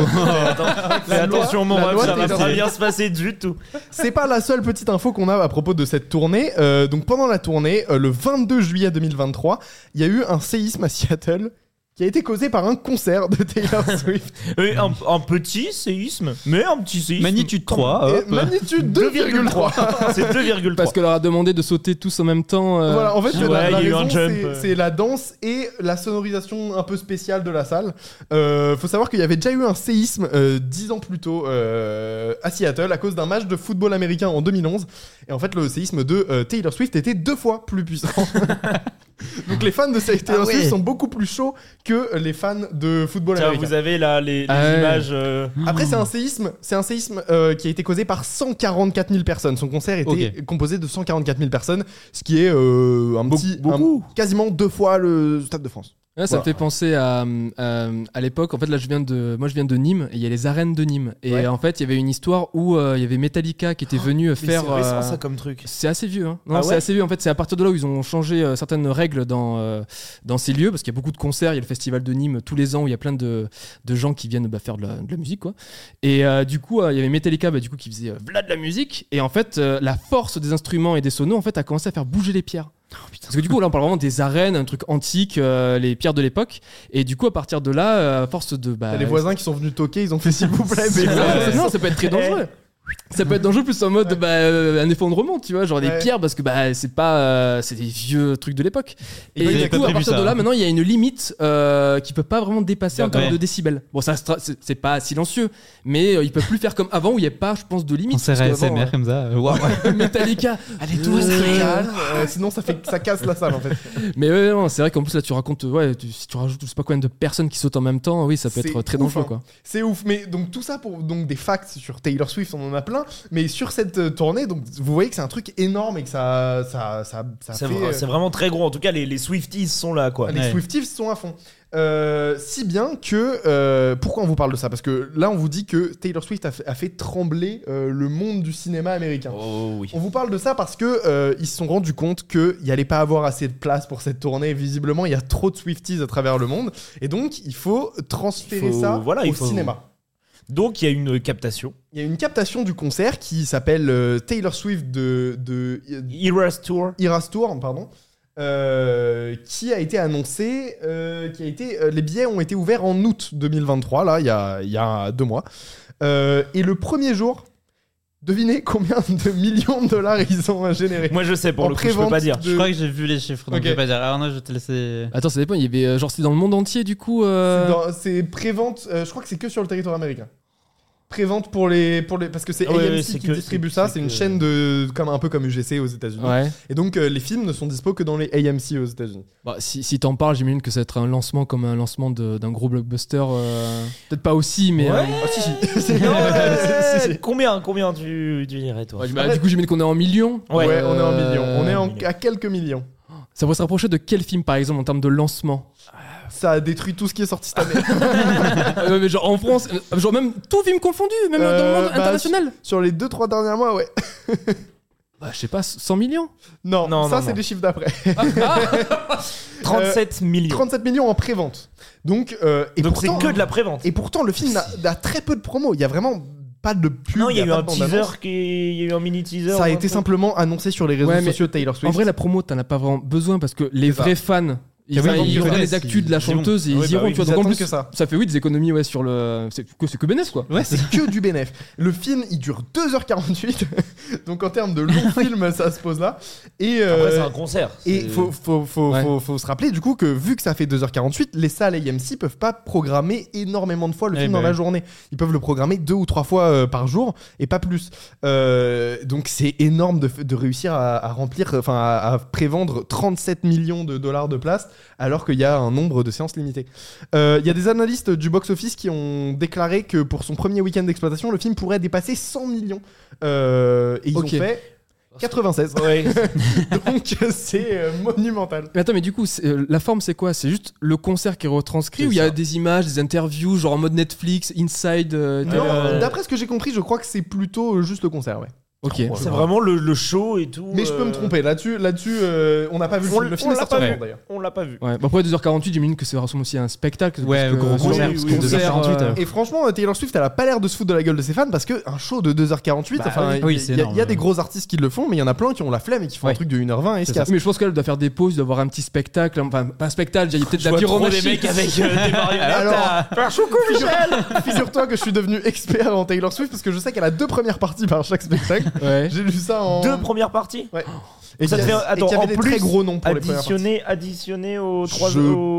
[SPEAKER 2] Attends, fais
[SPEAKER 3] loi-
[SPEAKER 2] attention mon
[SPEAKER 3] la
[SPEAKER 2] ref,
[SPEAKER 3] loi
[SPEAKER 2] ça va
[SPEAKER 3] Taylor
[SPEAKER 2] pas
[SPEAKER 3] Swift.
[SPEAKER 2] bien se passer du tout.
[SPEAKER 3] C'est pas la seule petite info qu'on a à propos de cette tournée. Euh, donc pendant la tournée, euh, le 22 juillet 2023, il y a eu un séisme à Seattle qui a été causé par un concert de Taylor Swift.
[SPEAKER 2] Et un, un petit séisme, mais un petit séisme.
[SPEAKER 4] Magnitude 3.
[SPEAKER 3] Et
[SPEAKER 4] Ah, hop.
[SPEAKER 3] magnitude 2,3.
[SPEAKER 2] C'est 2,3.
[SPEAKER 5] Parce qu'on leur a demandé de sauter tous en même temps. euh,
[SPEAKER 3] Voilà, en fait,
[SPEAKER 2] Ouais,
[SPEAKER 3] la, la
[SPEAKER 2] il y a eu un
[SPEAKER 3] raison,
[SPEAKER 2] jump,
[SPEAKER 3] c'est-
[SPEAKER 2] euh.
[SPEAKER 3] c'est la danse et la sonorisation un peu spéciale de la salle. Euh, faut savoir qu'il y avait déjà eu un séisme euh, dix ans plus tôt euh, à Seattle à cause d'un match de football américain en 2011. Et en fait, le séisme de euh, Taylor Swift était deux fois plus puissant. Donc les fans de Taylor
[SPEAKER 4] Ah ouais.
[SPEAKER 3] Swift sont beaucoup plus chauds que les fans de football
[SPEAKER 2] Tiens,
[SPEAKER 3] américain.
[SPEAKER 2] vous avez là les, les
[SPEAKER 5] Ah ouais.
[SPEAKER 2] images. euh,
[SPEAKER 3] Après, c'est un séisme, c'est un séisme euh, qui a été causé par 144 000 personnes. Son concert était
[SPEAKER 4] Ok.
[SPEAKER 3] composé de 144 000 personnes, ce qui est euh, un petit,
[SPEAKER 4] beaucoup.
[SPEAKER 3] un- quasiment deux fois le Stade de France.
[SPEAKER 5] Ouais, ça
[SPEAKER 3] Voilà.
[SPEAKER 5] me fait penser à, euh, à l'époque. En fait, là, je viens de, moi, je viens de Nîmes et il y a les arènes de Nîmes. Et
[SPEAKER 3] Ouais. Oh,
[SPEAKER 5] en fait, il y avait une histoire où euh, il y avait Metallica qui était venu
[SPEAKER 2] mais
[SPEAKER 5] faire.
[SPEAKER 2] c'est récent,
[SPEAKER 5] euh,
[SPEAKER 3] Ah.
[SPEAKER 2] ça comme truc.
[SPEAKER 5] c'est assez vieux. Hein. Non,
[SPEAKER 2] Ah ouais
[SPEAKER 5] c'est assez vieux. En fait, c'est à partir de là où ils ont changé euh, certaines règles dans, euh, dans ces lieux, parce qu'il y a beaucoup de concerts. Il y a le festival de Nîmes tous les ans où il y a plein de, de gens qui viennent bah, faire de la, de la musique, quoi. Et euh, du coup, euh, il y avait Metallica, bah, du coup, qui faisait euh, V'là de la musique. Et en fait, euh, la force des instruments et des sonos, en fait, a commencé à faire bouger les pierres.
[SPEAKER 2] Oh,
[SPEAKER 5] Parce que du coup, là, on parle vraiment des arènes, un truc antique, euh, les pierres de l'époque. Et du coup, à partir de là, euh, à force de. Bah,
[SPEAKER 2] Ah
[SPEAKER 3] T'as les voisins qui sont venus toquer, ils ont fait s'il vous plaît. mais- Eh.
[SPEAKER 5] non, ça peut être très dangereux. Ça peut être dangereux plus en mode bah, euh, un effondrement, tu vois, genre
[SPEAKER 3] Ouais.
[SPEAKER 5] des pierres parce que bah c'est pas euh, c'est des vieux trucs de l'époque. Et,
[SPEAKER 4] Ils avaient
[SPEAKER 5] du
[SPEAKER 4] pas
[SPEAKER 5] coup, à
[SPEAKER 4] prévu
[SPEAKER 5] partir
[SPEAKER 4] ça,
[SPEAKER 5] de là,
[SPEAKER 4] hein.
[SPEAKER 5] maintenant, il y a une limite euh, qui peut pas vraiment dépasser en
[SPEAKER 4] D'accord.
[SPEAKER 5] termes de
[SPEAKER 4] Ouais.
[SPEAKER 5] décibels. Bon, ça se tra- c'est c'est pas silencieux, mais euh, ils peuvent plus faire comme avant où il n'y a pas, je pense, de
[SPEAKER 4] On
[SPEAKER 5] limite.
[SPEAKER 4] sert
[SPEAKER 5] parce qu'avant,
[SPEAKER 4] ASMR comme ça. euh, waouh.
[SPEAKER 5] euh, Metallica.
[SPEAKER 6] Allez,
[SPEAKER 3] Tout se calme, euh, sinon ça fait ça casse la salle en fait.
[SPEAKER 5] Mais ouais, non, c'est vrai qu'en plus là, tu racontes, ouais, tu- si tu rajoutes, je sais pas combien de personnes qui sautent en même temps, oui, ça peut
[SPEAKER 3] C'est
[SPEAKER 5] être très
[SPEAKER 3] ouf,
[SPEAKER 5] dangereux,
[SPEAKER 3] hein.
[SPEAKER 5] quoi.
[SPEAKER 3] C'est ouf, mais donc tout ça pour donc des facts sur Taylor Swift, on en a plein, mais sur cette euh, tournée, donc vous voyez que c'est un truc énorme et que ça ça ça, ça
[SPEAKER 2] C'est
[SPEAKER 3] fait,
[SPEAKER 2] vrai-
[SPEAKER 3] euh, Ah,
[SPEAKER 2] c'est vraiment très gros. En tout cas, les, les Swifties sont là, quoi.
[SPEAKER 3] Les
[SPEAKER 4] Ouais.
[SPEAKER 3] Swifties sont à fond. Euh, si bien que. euh, pourquoi on vous parle de ça Parce que là, on vous dit que Taylor Swift a fait, a fait trembler euh, le monde du cinéma américain.
[SPEAKER 6] Oh oui.
[SPEAKER 3] On vous parle de ça parce que euh, ils se sont rendus compte qu'il n'y allait pas avoir assez de place pour cette tournée. Visiblement, il y a trop de Swifties à travers le monde. Et donc, il faut transférer
[SPEAKER 2] Il faut-
[SPEAKER 3] ça
[SPEAKER 2] voilà, il
[SPEAKER 3] au
[SPEAKER 2] faut-
[SPEAKER 3] cinéma.
[SPEAKER 2] Donc, il y a une captation.
[SPEAKER 3] Il y a une captation du concert qui s'appelle euh, Taylor Swift de, de,
[SPEAKER 2] Eras Tour.
[SPEAKER 3] Iras Tour, pardon, euh, qui a été annoncé, euh, qui a été, euh, les billets ont été ouverts en août 2023, là, il y a, il y a deux mois. Euh, et le premier jour, devinez combien de millions de dollars ils ont généré.
[SPEAKER 2] Moi, je sais, pour
[SPEAKER 3] En
[SPEAKER 2] le coup, je peux pas
[SPEAKER 3] pré-vente
[SPEAKER 2] dire.
[SPEAKER 3] de-
[SPEAKER 4] Je crois que j'ai vu les chiffres, donc
[SPEAKER 3] Ok.
[SPEAKER 4] je vais pas dire. Arnaud, je vais te laisser.
[SPEAKER 5] Attends, ça dépend, il y avait, euh, genre, c'était dans le monde entier, du coup. euh,
[SPEAKER 3] C'est dans- C'est prévente, euh, je crois que c'est que sur le territoire américain. Prévente pour les, pour les, parce que c'est
[SPEAKER 2] Ah ouais, ouais,
[SPEAKER 3] AMC
[SPEAKER 2] c'est
[SPEAKER 3] qui
[SPEAKER 2] que-
[SPEAKER 3] distribue
[SPEAKER 2] c'est-
[SPEAKER 3] ça,
[SPEAKER 2] c'est
[SPEAKER 3] c'est une
[SPEAKER 2] que-
[SPEAKER 3] chaîne de, comme un peu comme UGC aux États-Unis.
[SPEAKER 5] Ouais.
[SPEAKER 3] Et donc euh, les films ne sont dispo que dans les AMC aux États-Unis.
[SPEAKER 5] Bah, si si t'en parles, j'imagine que ça va être un lancement comme un lancement de- d'un gros blockbuster. euh, Peut-être pas aussi, mais. euh,
[SPEAKER 2] Ouais.
[SPEAKER 3] C'est-
[SPEAKER 2] Ouais.
[SPEAKER 3] c'est- c'est-
[SPEAKER 2] Combien, combien tu, tu dirais, toi
[SPEAKER 5] ouais, bah, du coup, j'imagine qu'on est en millions.
[SPEAKER 3] Ouais, on est en
[SPEAKER 2] Euh,
[SPEAKER 3] millions. On est en-
[SPEAKER 2] millions.
[SPEAKER 3] à quelques millions.
[SPEAKER 5] Ça pourrait se rapprocher de quel film, par exemple, en termes de lancement
[SPEAKER 3] Ça a détruit tout ce qui est sorti cette année.
[SPEAKER 5] Euh, mais Genre en France, euh, genre même tout film confondu, même dans
[SPEAKER 3] Euh,
[SPEAKER 5] le monde
[SPEAKER 3] bah,
[SPEAKER 5] international.
[SPEAKER 3] Sur les 2-3 derniers mois, ouais.
[SPEAKER 5] Bah, je sais pas, 100 millions
[SPEAKER 3] Non,
[SPEAKER 2] Non,
[SPEAKER 3] ça,
[SPEAKER 2] non,
[SPEAKER 3] c'est
[SPEAKER 2] non.
[SPEAKER 3] les chiffres d'après.
[SPEAKER 2] 37
[SPEAKER 3] euh,
[SPEAKER 2] millions.
[SPEAKER 3] 37 millions en prévente. Donc, euh, et,
[SPEAKER 2] Donc, c'est
[SPEAKER 3] pourtant,
[SPEAKER 2] que de la prévente.
[SPEAKER 3] et pourtant, le film n'a- a très peu de promos. Il y a vraiment pas de pub.
[SPEAKER 2] Non, il y a eu
[SPEAKER 3] pas
[SPEAKER 2] un
[SPEAKER 3] de bande-annonce.
[SPEAKER 2] teaser qui est- il y a eu un mini teaser.
[SPEAKER 3] Ça a
[SPEAKER 2] ou un
[SPEAKER 3] été
[SPEAKER 2] truc.
[SPEAKER 3] simplement annoncé sur les réseaux
[SPEAKER 5] Ouais, mais
[SPEAKER 3] sociaux de Taylor Swift.
[SPEAKER 5] En vrai, la promo, t'en as pas vraiment besoin parce que les
[SPEAKER 3] C'est
[SPEAKER 5] vrais fans. Ils,
[SPEAKER 3] oui,
[SPEAKER 5] ils,
[SPEAKER 3] ils
[SPEAKER 5] connaissent
[SPEAKER 4] connaissent,
[SPEAKER 5] les actus de la
[SPEAKER 4] ils- ils iront.
[SPEAKER 5] chanteuse et ils
[SPEAKER 3] Ouais, bah
[SPEAKER 5] iront.
[SPEAKER 3] oui,
[SPEAKER 5] tu vois,
[SPEAKER 3] ils
[SPEAKER 5] donc en
[SPEAKER 3] attendent
[SPEAKER 5] plus,
[SPEAKER 3] que ça.
[SPEAKER 5] fait oui des économies ouais, sur le. C'est que c'est que bénéfice quoi.
[SPEAKER 4] Ouais, c'est.
[SPEAKER 3] que du bénéf. Le film, il dure 2h48. Donc, en termes de long film, ça se pose là. Et,
[SPEAKER 2] Après, c'est
[SPEAKER 3] euh,
[SPEAKER 2] un concert.
[SPEAKER 3] Et
[SPEAKER 2] c'est-
[SPEAKER 3] faut, faut, faut,
[SPEAKER 5] Ouais.
[SPEAKER 3] faut, faut se rappeler du coup que vu que ça fait 2h48, les salles AMC peuvent pas programmer énormément de fois le
[SPEAKER 4] Eh
[SPEAKER 3] film
[SPEAKER 4] ben
[SPEAKER 3] dans la
[SPEAKER 4] oui.
[SPEAKER 3] journée. Ils peuvent le programmer deux ou trois fois euh, par jour et pas plus. Euh, donc c'est énorme de, de réussir à, à remplir, enfin à, à prévendre 37 millions de dollars de places alors qu'il y a un nombre de séances limitées. Euh, Il y a des analystes du box-office qui ont déclaré que pour son premier week-end d'exploitation, le film pourrait dépasser 100 millions. Euh, et ils
[SPEAKER 5] Ok.
[SPEAKER 3] ont fait 96.
[SPEAKER 2] Ouais.
[SPEAKER 3] Donc c'est euh, monumental.
[SPEAKER 5] Mais attends, mais du coup, c'est- euh, la forme, c'est quoi C'est juste le concert qui est retranscrit
[SPEAKER 3] C'est
[SPEAKER 5] ou il y a
[SPEAKER 3] ça.
[SPEAKER 5] des images, des interviews, genre en mode Netflix, Inside euh,
[SPEAKER 3] Non,
[SPEAKER 5] Taylor, euh,
[SPEAKER 3] d'après ce que j'ai compris, je crois que c'est plutôt euh, juste le concert, ouais.
[SPEAKER 5] Ok.
[SPEAKER 2] C'est vraiment le, le show et tout.
[SPEAKER 3] euh, Mais je peux
[SPEAKER 2] euh,
[SPEAKER 3] me tromper, là-dessus, là-dessus, euh, on n'a pas vu le
[SPEAKER 2] On
[SPEAKER 3] film.
[SPEAKER 2] l-
[SPEAKER 3] Le film
[SPEAKER 2] on
[SPEAKER 3] est
[SPEAKER 2] l'a
[SPEAKER 3] sorti
[SPEAKER 2] pas
[SPEAKER 3] en
[SPEAKER 2] vu.
[SPEAKER 3] cours, d'ailleurs.
[SPEAKER 2] On l'a pas vu.
[SPEAKER 5] Ouais, bah après 2h48, j'imagine que ça ressemble aussi à un spectacle.
[SPEAKER 4] Ouais,
[SPEAKER 5] parce
[SPEAKER 4] le
[SPEAKER 5] que-
[SPEAKER 4] gros concert,
[SPEAKER 5] oui,
[SPEAKER 4] parce
[SPEAKER 5] oui,
[SPEAKER 4] que
[SPEAKER 5] concert,
[SPEAKER 4] 2h48,
[SPEAKER 5] euh,
[SPEAKER 4] euh,
[SPEAKER 3] Et franchement, euh, Taylor Swift, elle a pas l'air de se foutre de la gueule de ses fans parce qu'un show de 2h48,
[SPEAKER 4] Bah,
[SPEAKER 3] enfin,
[SPEAKER 4] oui.
[SPEAKER 3] il
[SPEAKER 4] Oui,
[SPEAKER 3] y a-
[SPEAKER 4] c'est
[SPEAKER 3] il y, a-
[SPEAKER 4] énorme.
[SPEAKER 3] il y a des gros artistes qui le font, mais il y en a plein qui ont la flemme et qui font un
[SPEAKER 4] Ouais.
[SPEAKER 3] truc de 1h20 et se
[SPEAKER 5] c'est ça.
[SPEAKER 3] cassent.
[SPEAKER 5] Mais je pense qu'elle doit faire des pauses, doit avoir un petit spectacle, enfin pas un spectacle, il y a peut-être de la
[SPEAKER 2] Je vois trop
[SPEAKER 5] pyromachie.
[SPEAKER 2] des mecs avec euh, des marionnettes.
[SPEAKER 3] Alors-
[SPEAKER 2] euh, Choucou, Michel
[SPEAKER 3] Figure-toi que je suis devenu expert en Taylor Swift parce que je sais qu'elle a deux premières parties par chaque spectacle.
[SPEAKER 5] Ouais.
[SPEAKER 3] J'ai lu ça en.
[SPEAKER 2] Deux premières parties
[SPEAKER 3] Et
[SPEAKER 2] Ça
[SPEAKER 3] qu'il y
[SPEAKER 2] te
[SPEAKER 3] a-
[SPEAKER 2] fait-
[SPEAKER 3] et qu'il y
[SPEAKER 2] attends,
[SPEAKER 3] avait
[SPEAKER 2] en
[SPEAKER 3] des
[SPEAKER 2] plus,
[SPEAKER 3] très gros noms pour les premières parties.
[SPEAKER 2] Additionné, additionné aux
[SPEAKER 3] Je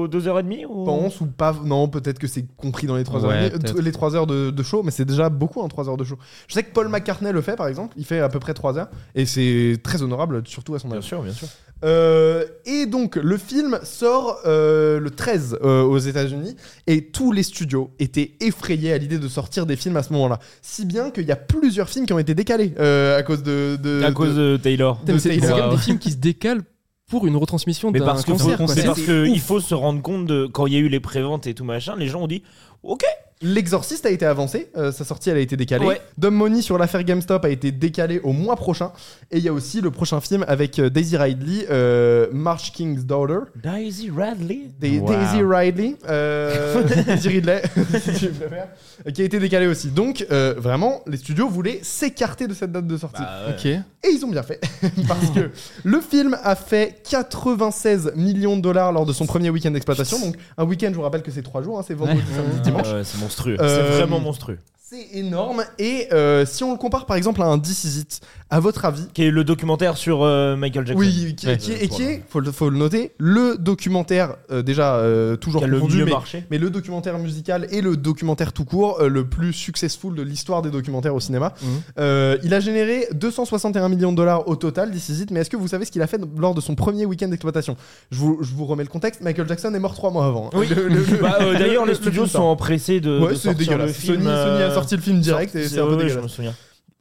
[SPEAKER 2] 2h30 ou...
[SPEAKER 3] pense ou pas non peut-être que c'est compris dans les 3
[SPEAKER 4] Ouais,
[SPEAKER 3] heures et demie,
[SPEAKER 4] peut-être.
[SPEAKER 3] euh, les trois heures de, de show mais c'est déjà beaucoup en 3 heures de show je sais que Paul McCartney le fait par exemple il fait à peu près 3 heures et c'est très honorable surtout à son âge
[SPEAKER 2] sûr, bien sûr.
[SPEAKER 3] Euh, et donc le film sort euh, le 13 euh, aux états unis et tous les studios étaient effrayés à l'idée de sortir des films à ce moment là si bien qu'il y a plusieurs films qui ont été décalés euh, à cause de, de-
[SPEAKER 2] À
[SPEAKER 3] de-
[SPEAKER 2] cause de Taylor.
[SPEAKER 5] Putain, mais C'est c'est
[SPEAKER 3] Taylor.
[SPEAKER 5] quand même des films qui se décalent pour une retransmission
[SPEAKER 2] Mais
[SPEAKER 5] d'un
[SPEAKER 2] parce que
[SPEAKER 5] concert.
[SPEAKER 2] faut-
[SPEAKER 5] quoi.
[SPEAKER 2] c'est
[SPEAKER 5] C'est-
[SPEAKER 2] parce que il faut se rendre compte de quand il y a eu les préventes et tout machin, les gens ont dit OK.
[SPEAKER 3] L'exorciste a été avancé, euh, sa sortie elle a été décalée.
[SPEAKER 2] Ouais.
[SPEAKER 3] Dom Money sur l'affaire GameStop a été décalé au mois prochain. Et il y a aussi le prochain film avec euh, Daisy Ridley, euh, March King's Daughter.
[SPEAKER 2] Daisy Radley.
[SPEAKER 3] Da-
[SPEAKER 4] Wow.
[SPEAKER 3] Daisy Ridley, euh, Daisy Ridley, si tu préfères, euh, qui a été décalé aussi. Donc euh, vraiment, les studios voulaient s'écarter de cette date de sortie.
[SPEAKER 5] Ok.
[SPEAKER 3] Et ils ont bien fait, parce que le film a fait 96 millions de dollars lors de son premier week-end d'exploitation. Donc un week-end, je vous rappelle que c'est 3 jours, hein, c'est vendredi, samedi, dimanche.
[SPEAKER 2] Ah c'est monstrueux.
[SPEAKER 3] Euh,
[SPEAKER 2] C'est vraiment monstrueux.
[SPEAKER 3] C'est énorme. Et euh, si on le compare par exemple à un This Is It, à votre avis,
[SPEAKER 2] Qui est le documentaire sur euh, Michael Jackson.
[SPEAKER 3] oui, qui,
[SPEAKER 2] Ouais.
[SPEAKER 3] qui- et qui est, faut le, faut le noter, le documentaire euh, déjà euh, toujours
[SPEAKER 2] Qui a le
[SPEAKER 3] confondu,
[SPEAKER 2] mieux
[SPEAKER 3] mais-
[SPEAKER 2] marché.
[SPEAKER 3] mais le documentaire musical et le documentaire tout court, euh, le plus successful de l'histoire des documentaires au cinéma.
[SPEAKER 5] Mhm.
[SPEAKER 3] Euh, il a généré 261 millions de dollars au total, This Is It, mais est-ce que vous savez ce qu'il a fait lors de son premier week-end d'exploitation je vous, je vous remets le contexte, Michael Jackson est mort trois mois avant. hein.
[SPEAKER 2] Oui.
[SPEAKER 3] Le- le- le-
[SPEAKER 2] Bah, euh, D'ailleurs,
[SPEAKER 3] le-
[SPEAKER 2] les
[SPEAKER 3] le film
[SPEAKER 2] studios sont
[SPEAKER 3] sort.
[SPEAKER 2] empressés de,
[SPEAKER 3] Ouais,
[SPEAKER 2] de
[SPEAKER 3] c'est
[SPEAKER 2] sortir le
[SPEAKER 3] dégueulasse.
[SPEAKER 2] film.
[SPEAKER 3] Sony, Sony
[SPEAKER 2] euh,
[SPEAKER 3] a sorti le film direct et c'est un
[SPEAKER 2] ouais,
[SPEAKER 3] peu
[SPEAKER 2] ouais, je
[SPEAKER 3] dégueulasse.
[SPEAKER 2] me souviens.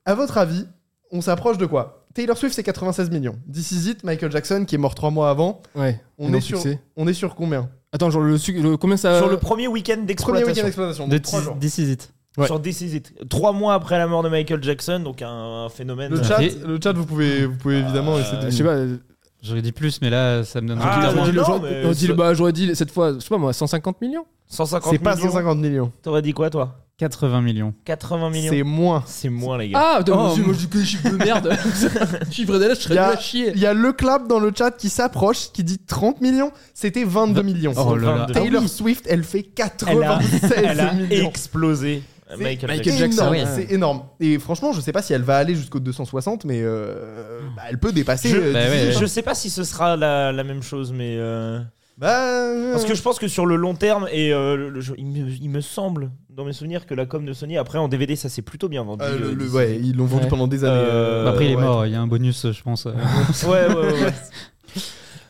[SPEAKER 3] À votre avis, on s'approche de quoi Taylor Swift, c'est 96 millions. This Is It, Michael Jackson, qui est mort trois mois avant,
[SPEAKER 5] Ouais.
[SPEAKER 3] on
[SPEAKER 5] Énorme
[SPEAKER 3] est sur-
[SPEAKER 5] succès.
[SPEAKER 3] on est sur combien
[SPEAKER 5] Attends, genre le, suc- le- combien ça Euh,
[SPEAKER 2] sur le premier week-end
[SPEAKER 3] Euh, Premier
[SPEAKER 2] d'exploitation.
[SPEAKER 3] week-end d'exploitation.
[SPEAKER 4] De
[SPEAKER 3] donc trois jours.
[SPEAKER 4] This Is It.
[SPEAKER 3] Ouais.
[SPEAKER 2] Sur This Is It. Trois mois après la mort de Michael Jackson, donc un, un phénomène.
[SPEAKER 3] Le
[SPEAKER 2] euh,
[SPEAKER 3] chat,
[SPEAKER 4] Et-
[SPEAKER 3] le chat, vous pouvez, vous pouvez évidemment essayer de.
[SPEAKER 5] Je sais pas. euh,
[SPEAKER 4] J'aurais dit plus, mais là, ça me donne.
[SPEAKER 2] Ah,
[SPEAKER 5] j'aurais
[SPEAKER 2] non,
[SPEAKER 5] dit le-
[SPEAKER 2] non,
[SPEAKER 5] j'aurais-
[SPEAKER 2] mais
[SPEAKER 5] j'aurais dit le-
[SPEAKER 2] ça-
[SPEAKER 5] bah, j'aurais dit cette fois, je sais pas moi, 150 millions.
[SPEAKER 2] 150
[SPEAKER 3] C'est pas
[SPEAKER 2] millions.
[SPEAKER 3] 150 millions.
[SPEAKER 2] T'aurais dit quoi, toi
[SPEAKER 4] 80 millions.
[SPEAKER 2] 80 millions.
[SPEAKER 3] C'est moins.
[SPEAKER 2] C'est moins, les gars.
[SPEAKER 5] Ah, attends,
[SPEAKER 3] Oh,
[SPEAKER 5] moi, je- moi je dis que des chiffres de merde. chiffres d'élèves, je serais
[SPEAKER 3] Y a-
[SPEAKER 5] nul à chier.
[SPEAKER 3] Il y a le clap dans le chat qui s'approche, qui dit 30 millions. C'était 22 millions.
[SPEAKER 4] Oh là là.
[SPEAKER 3] Taylor
[SPEAKER 4] Ah oui.
[SPEAKER 3] Swift, elle fait
[SPEAKER 2] Elle a,
[SPEAKER 3] 96
[SPEAKER 2] elle a
[SPEAKER 3] millions.
[SPEAKER 2] explosé. Michael,
[SPEAKER 5] Michael
[SPEAKER 2] Jackson.
[SPEAKER 3] énorme,
[SPEAKER 5] Jackson, ouais.
[SPEAKER 3] Ah, C'est énorme. Et franchement, je sais pas si elle va aller jusqu'au 260, mais euh, bah, elle peut dépasser.
[SPEAKER 2] Ah. Je-
[SPEAKER 3] euh,
[SPEAKER 4] bah ouais.
[SPEAKER 3] 18, hein.
[SPEAKER 2] Je sais pas si ce sera la, la même chose, mais. euh,
[SPEAKER 3] Bah,
[SPEAKER 2] Parce que je pense que sur le long terme, et euh, le- le- je- il, me, il me semble, dans mes souvenirs, que la com de Sony, après en DVD, ça s'est plutôt bien vendu.
[SPEAKER 3] euh, le-
[SPEAKER 2] euh,
[SPEAKER 3] le- ouais, ils l'ont vendu
[SPEAKER 5] Ouais.
[SPEAKER 3] pendant des années.
[SPEAKER 2] Euh,
[SPEAKER 4] Bah, après, il est
[SPEAKER 3] ouais.
[SPEAKER 4] mort. Il y a un bonus, je pense. euh.
[SPEAKER 2] Ouais, ouais, ouais. ouais.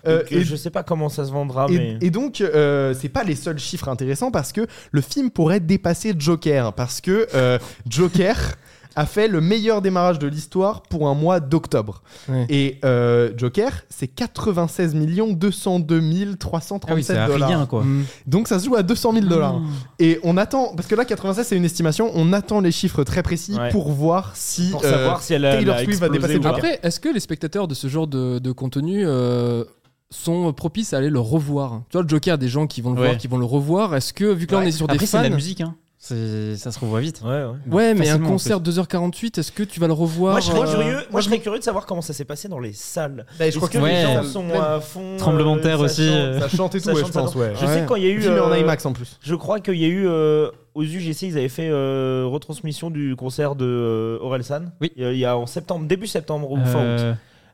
[SPEAKER 3] Euh,
[SPEAKER 2] Donc, euh,
[SPEAKER 3] et
[SPEAKER 2] je sais pas comment ça se vendra, mais.
[SPEAKER 3] Et, et donc, euh, c'est pas les seuls chiffres intéressants parce que le film pourrait dépasser Joker. Parce que euh, Joker a fait le meilleur démarrage de l'histoire pour un mois d'octobre.
[SPEAKER 5] Ouais.
[SPEAKER 3] Et euh, Joker, c'est 96 202 337
[SPEAKER 4] Ah oui, c'est à
[SPEAKER 3] dollars.
[SPEAKER 4] rien, Hmm. quoi.
[SPEAKER 5] Mm.
[SPEAKER 3] Donc ça se joue à 200 000 dollars. Et on attend, parce que là, 96, c'est une estimation, on attend les chiffres très précis
[SPEAKER 2] Ouais.
[SPEAKER 3] pour voir si.
[SPEAKER 2] Pour
[SPEAKER 3] euh,
[SPEAKER 2] savoir si elle a,
[SPEAKER 3] Taylor
[SPEAKER 2] elle a
[SPEAKER 3] Swift va
[SPEAKER 2] explosé
[SPEAKER 3] dépasser
[SPEAKER 2] ou pas.
[SPEAKER 3] Joker.
[SPEAKER 5] Après, est-ce que les spectateurs de ce genre de, de contenu euh, sont propices à aller le revoir Tu vois, le Joker, des gens qui vont le
[SPEAKER 4] Ouais.
[SPEAKER 5] voir, qui vont le revoir. Est-ce que, vu que là on est sur
[SPEAKER 4] Après,
[SPEAKER 5] des
[SPEAKER 4] c'est
[SPEAKER 5] fans.
[SPEAKER 4] de la musique, hein. C'est- Ça se revoit vite.
[SPEAKER 2] Ouais, ouais.
[SPEAKER 5] Ouais, mais un
[SPEAKER 4] Facilement, en
[SPEAKER 5] concert 2h48, est-ce que tu vas le revoir
[SPEAKER 2] Moi, je serais,
[SPEAKER 5] euh,
[SPEAKER 2] curieux, moi, je serais curieux de savoir comment ça s'est passé dans les salles.
[SPEAKER 3] Bah,
[SPEAKER 2] Est-ce
[SPEAKER 3] je crois
[SPEAKER 2] que
[SPEAKER 3] que
[SPEAKER 4] Ouais.
[SPEAKER 2] les gens
[SPEAKER 3] ça-
[SPEAKER 2] sont à fond.
[SPEAKER 4] Tremblement de
[SPEAKER 2] euh,
[SPEAKER 4] terre
[SPEAKER 2] ça
[SPEAKER 4] aussi,
[SPEAKER 2] chante-
[SPEAKER 4] euh.
[SPEAKER 3] ça chante et tout,
[SPEAKER 2] ça
[SPEAKER 3] ouais,
[SPEAKER 2] chante,
[SPEAKER 3] je
[SPEAKER 2] ça
[SPEAKER 3] pense.
[SPEAKER 2] chante.
[SPEAKER 3] Ouais.
[SPEAKER 2] Je sais que quand il y a eu.
[SPEAKER 3] Filmé en
[SPEAKER 2] euh,
[SPEAKER 3] IMAX en plus.
[SPEAKER 2] Je crois qu'il y a eu euh, aux UGC, ils avaient fait euh, retransmission du concert de euh, Orelsan.
[SPEAKER 4] Oui.
[SPEAKER 2] Il y a- il y a en septembre, début septembre ou fin août.
[SPEAKER 4] Euh,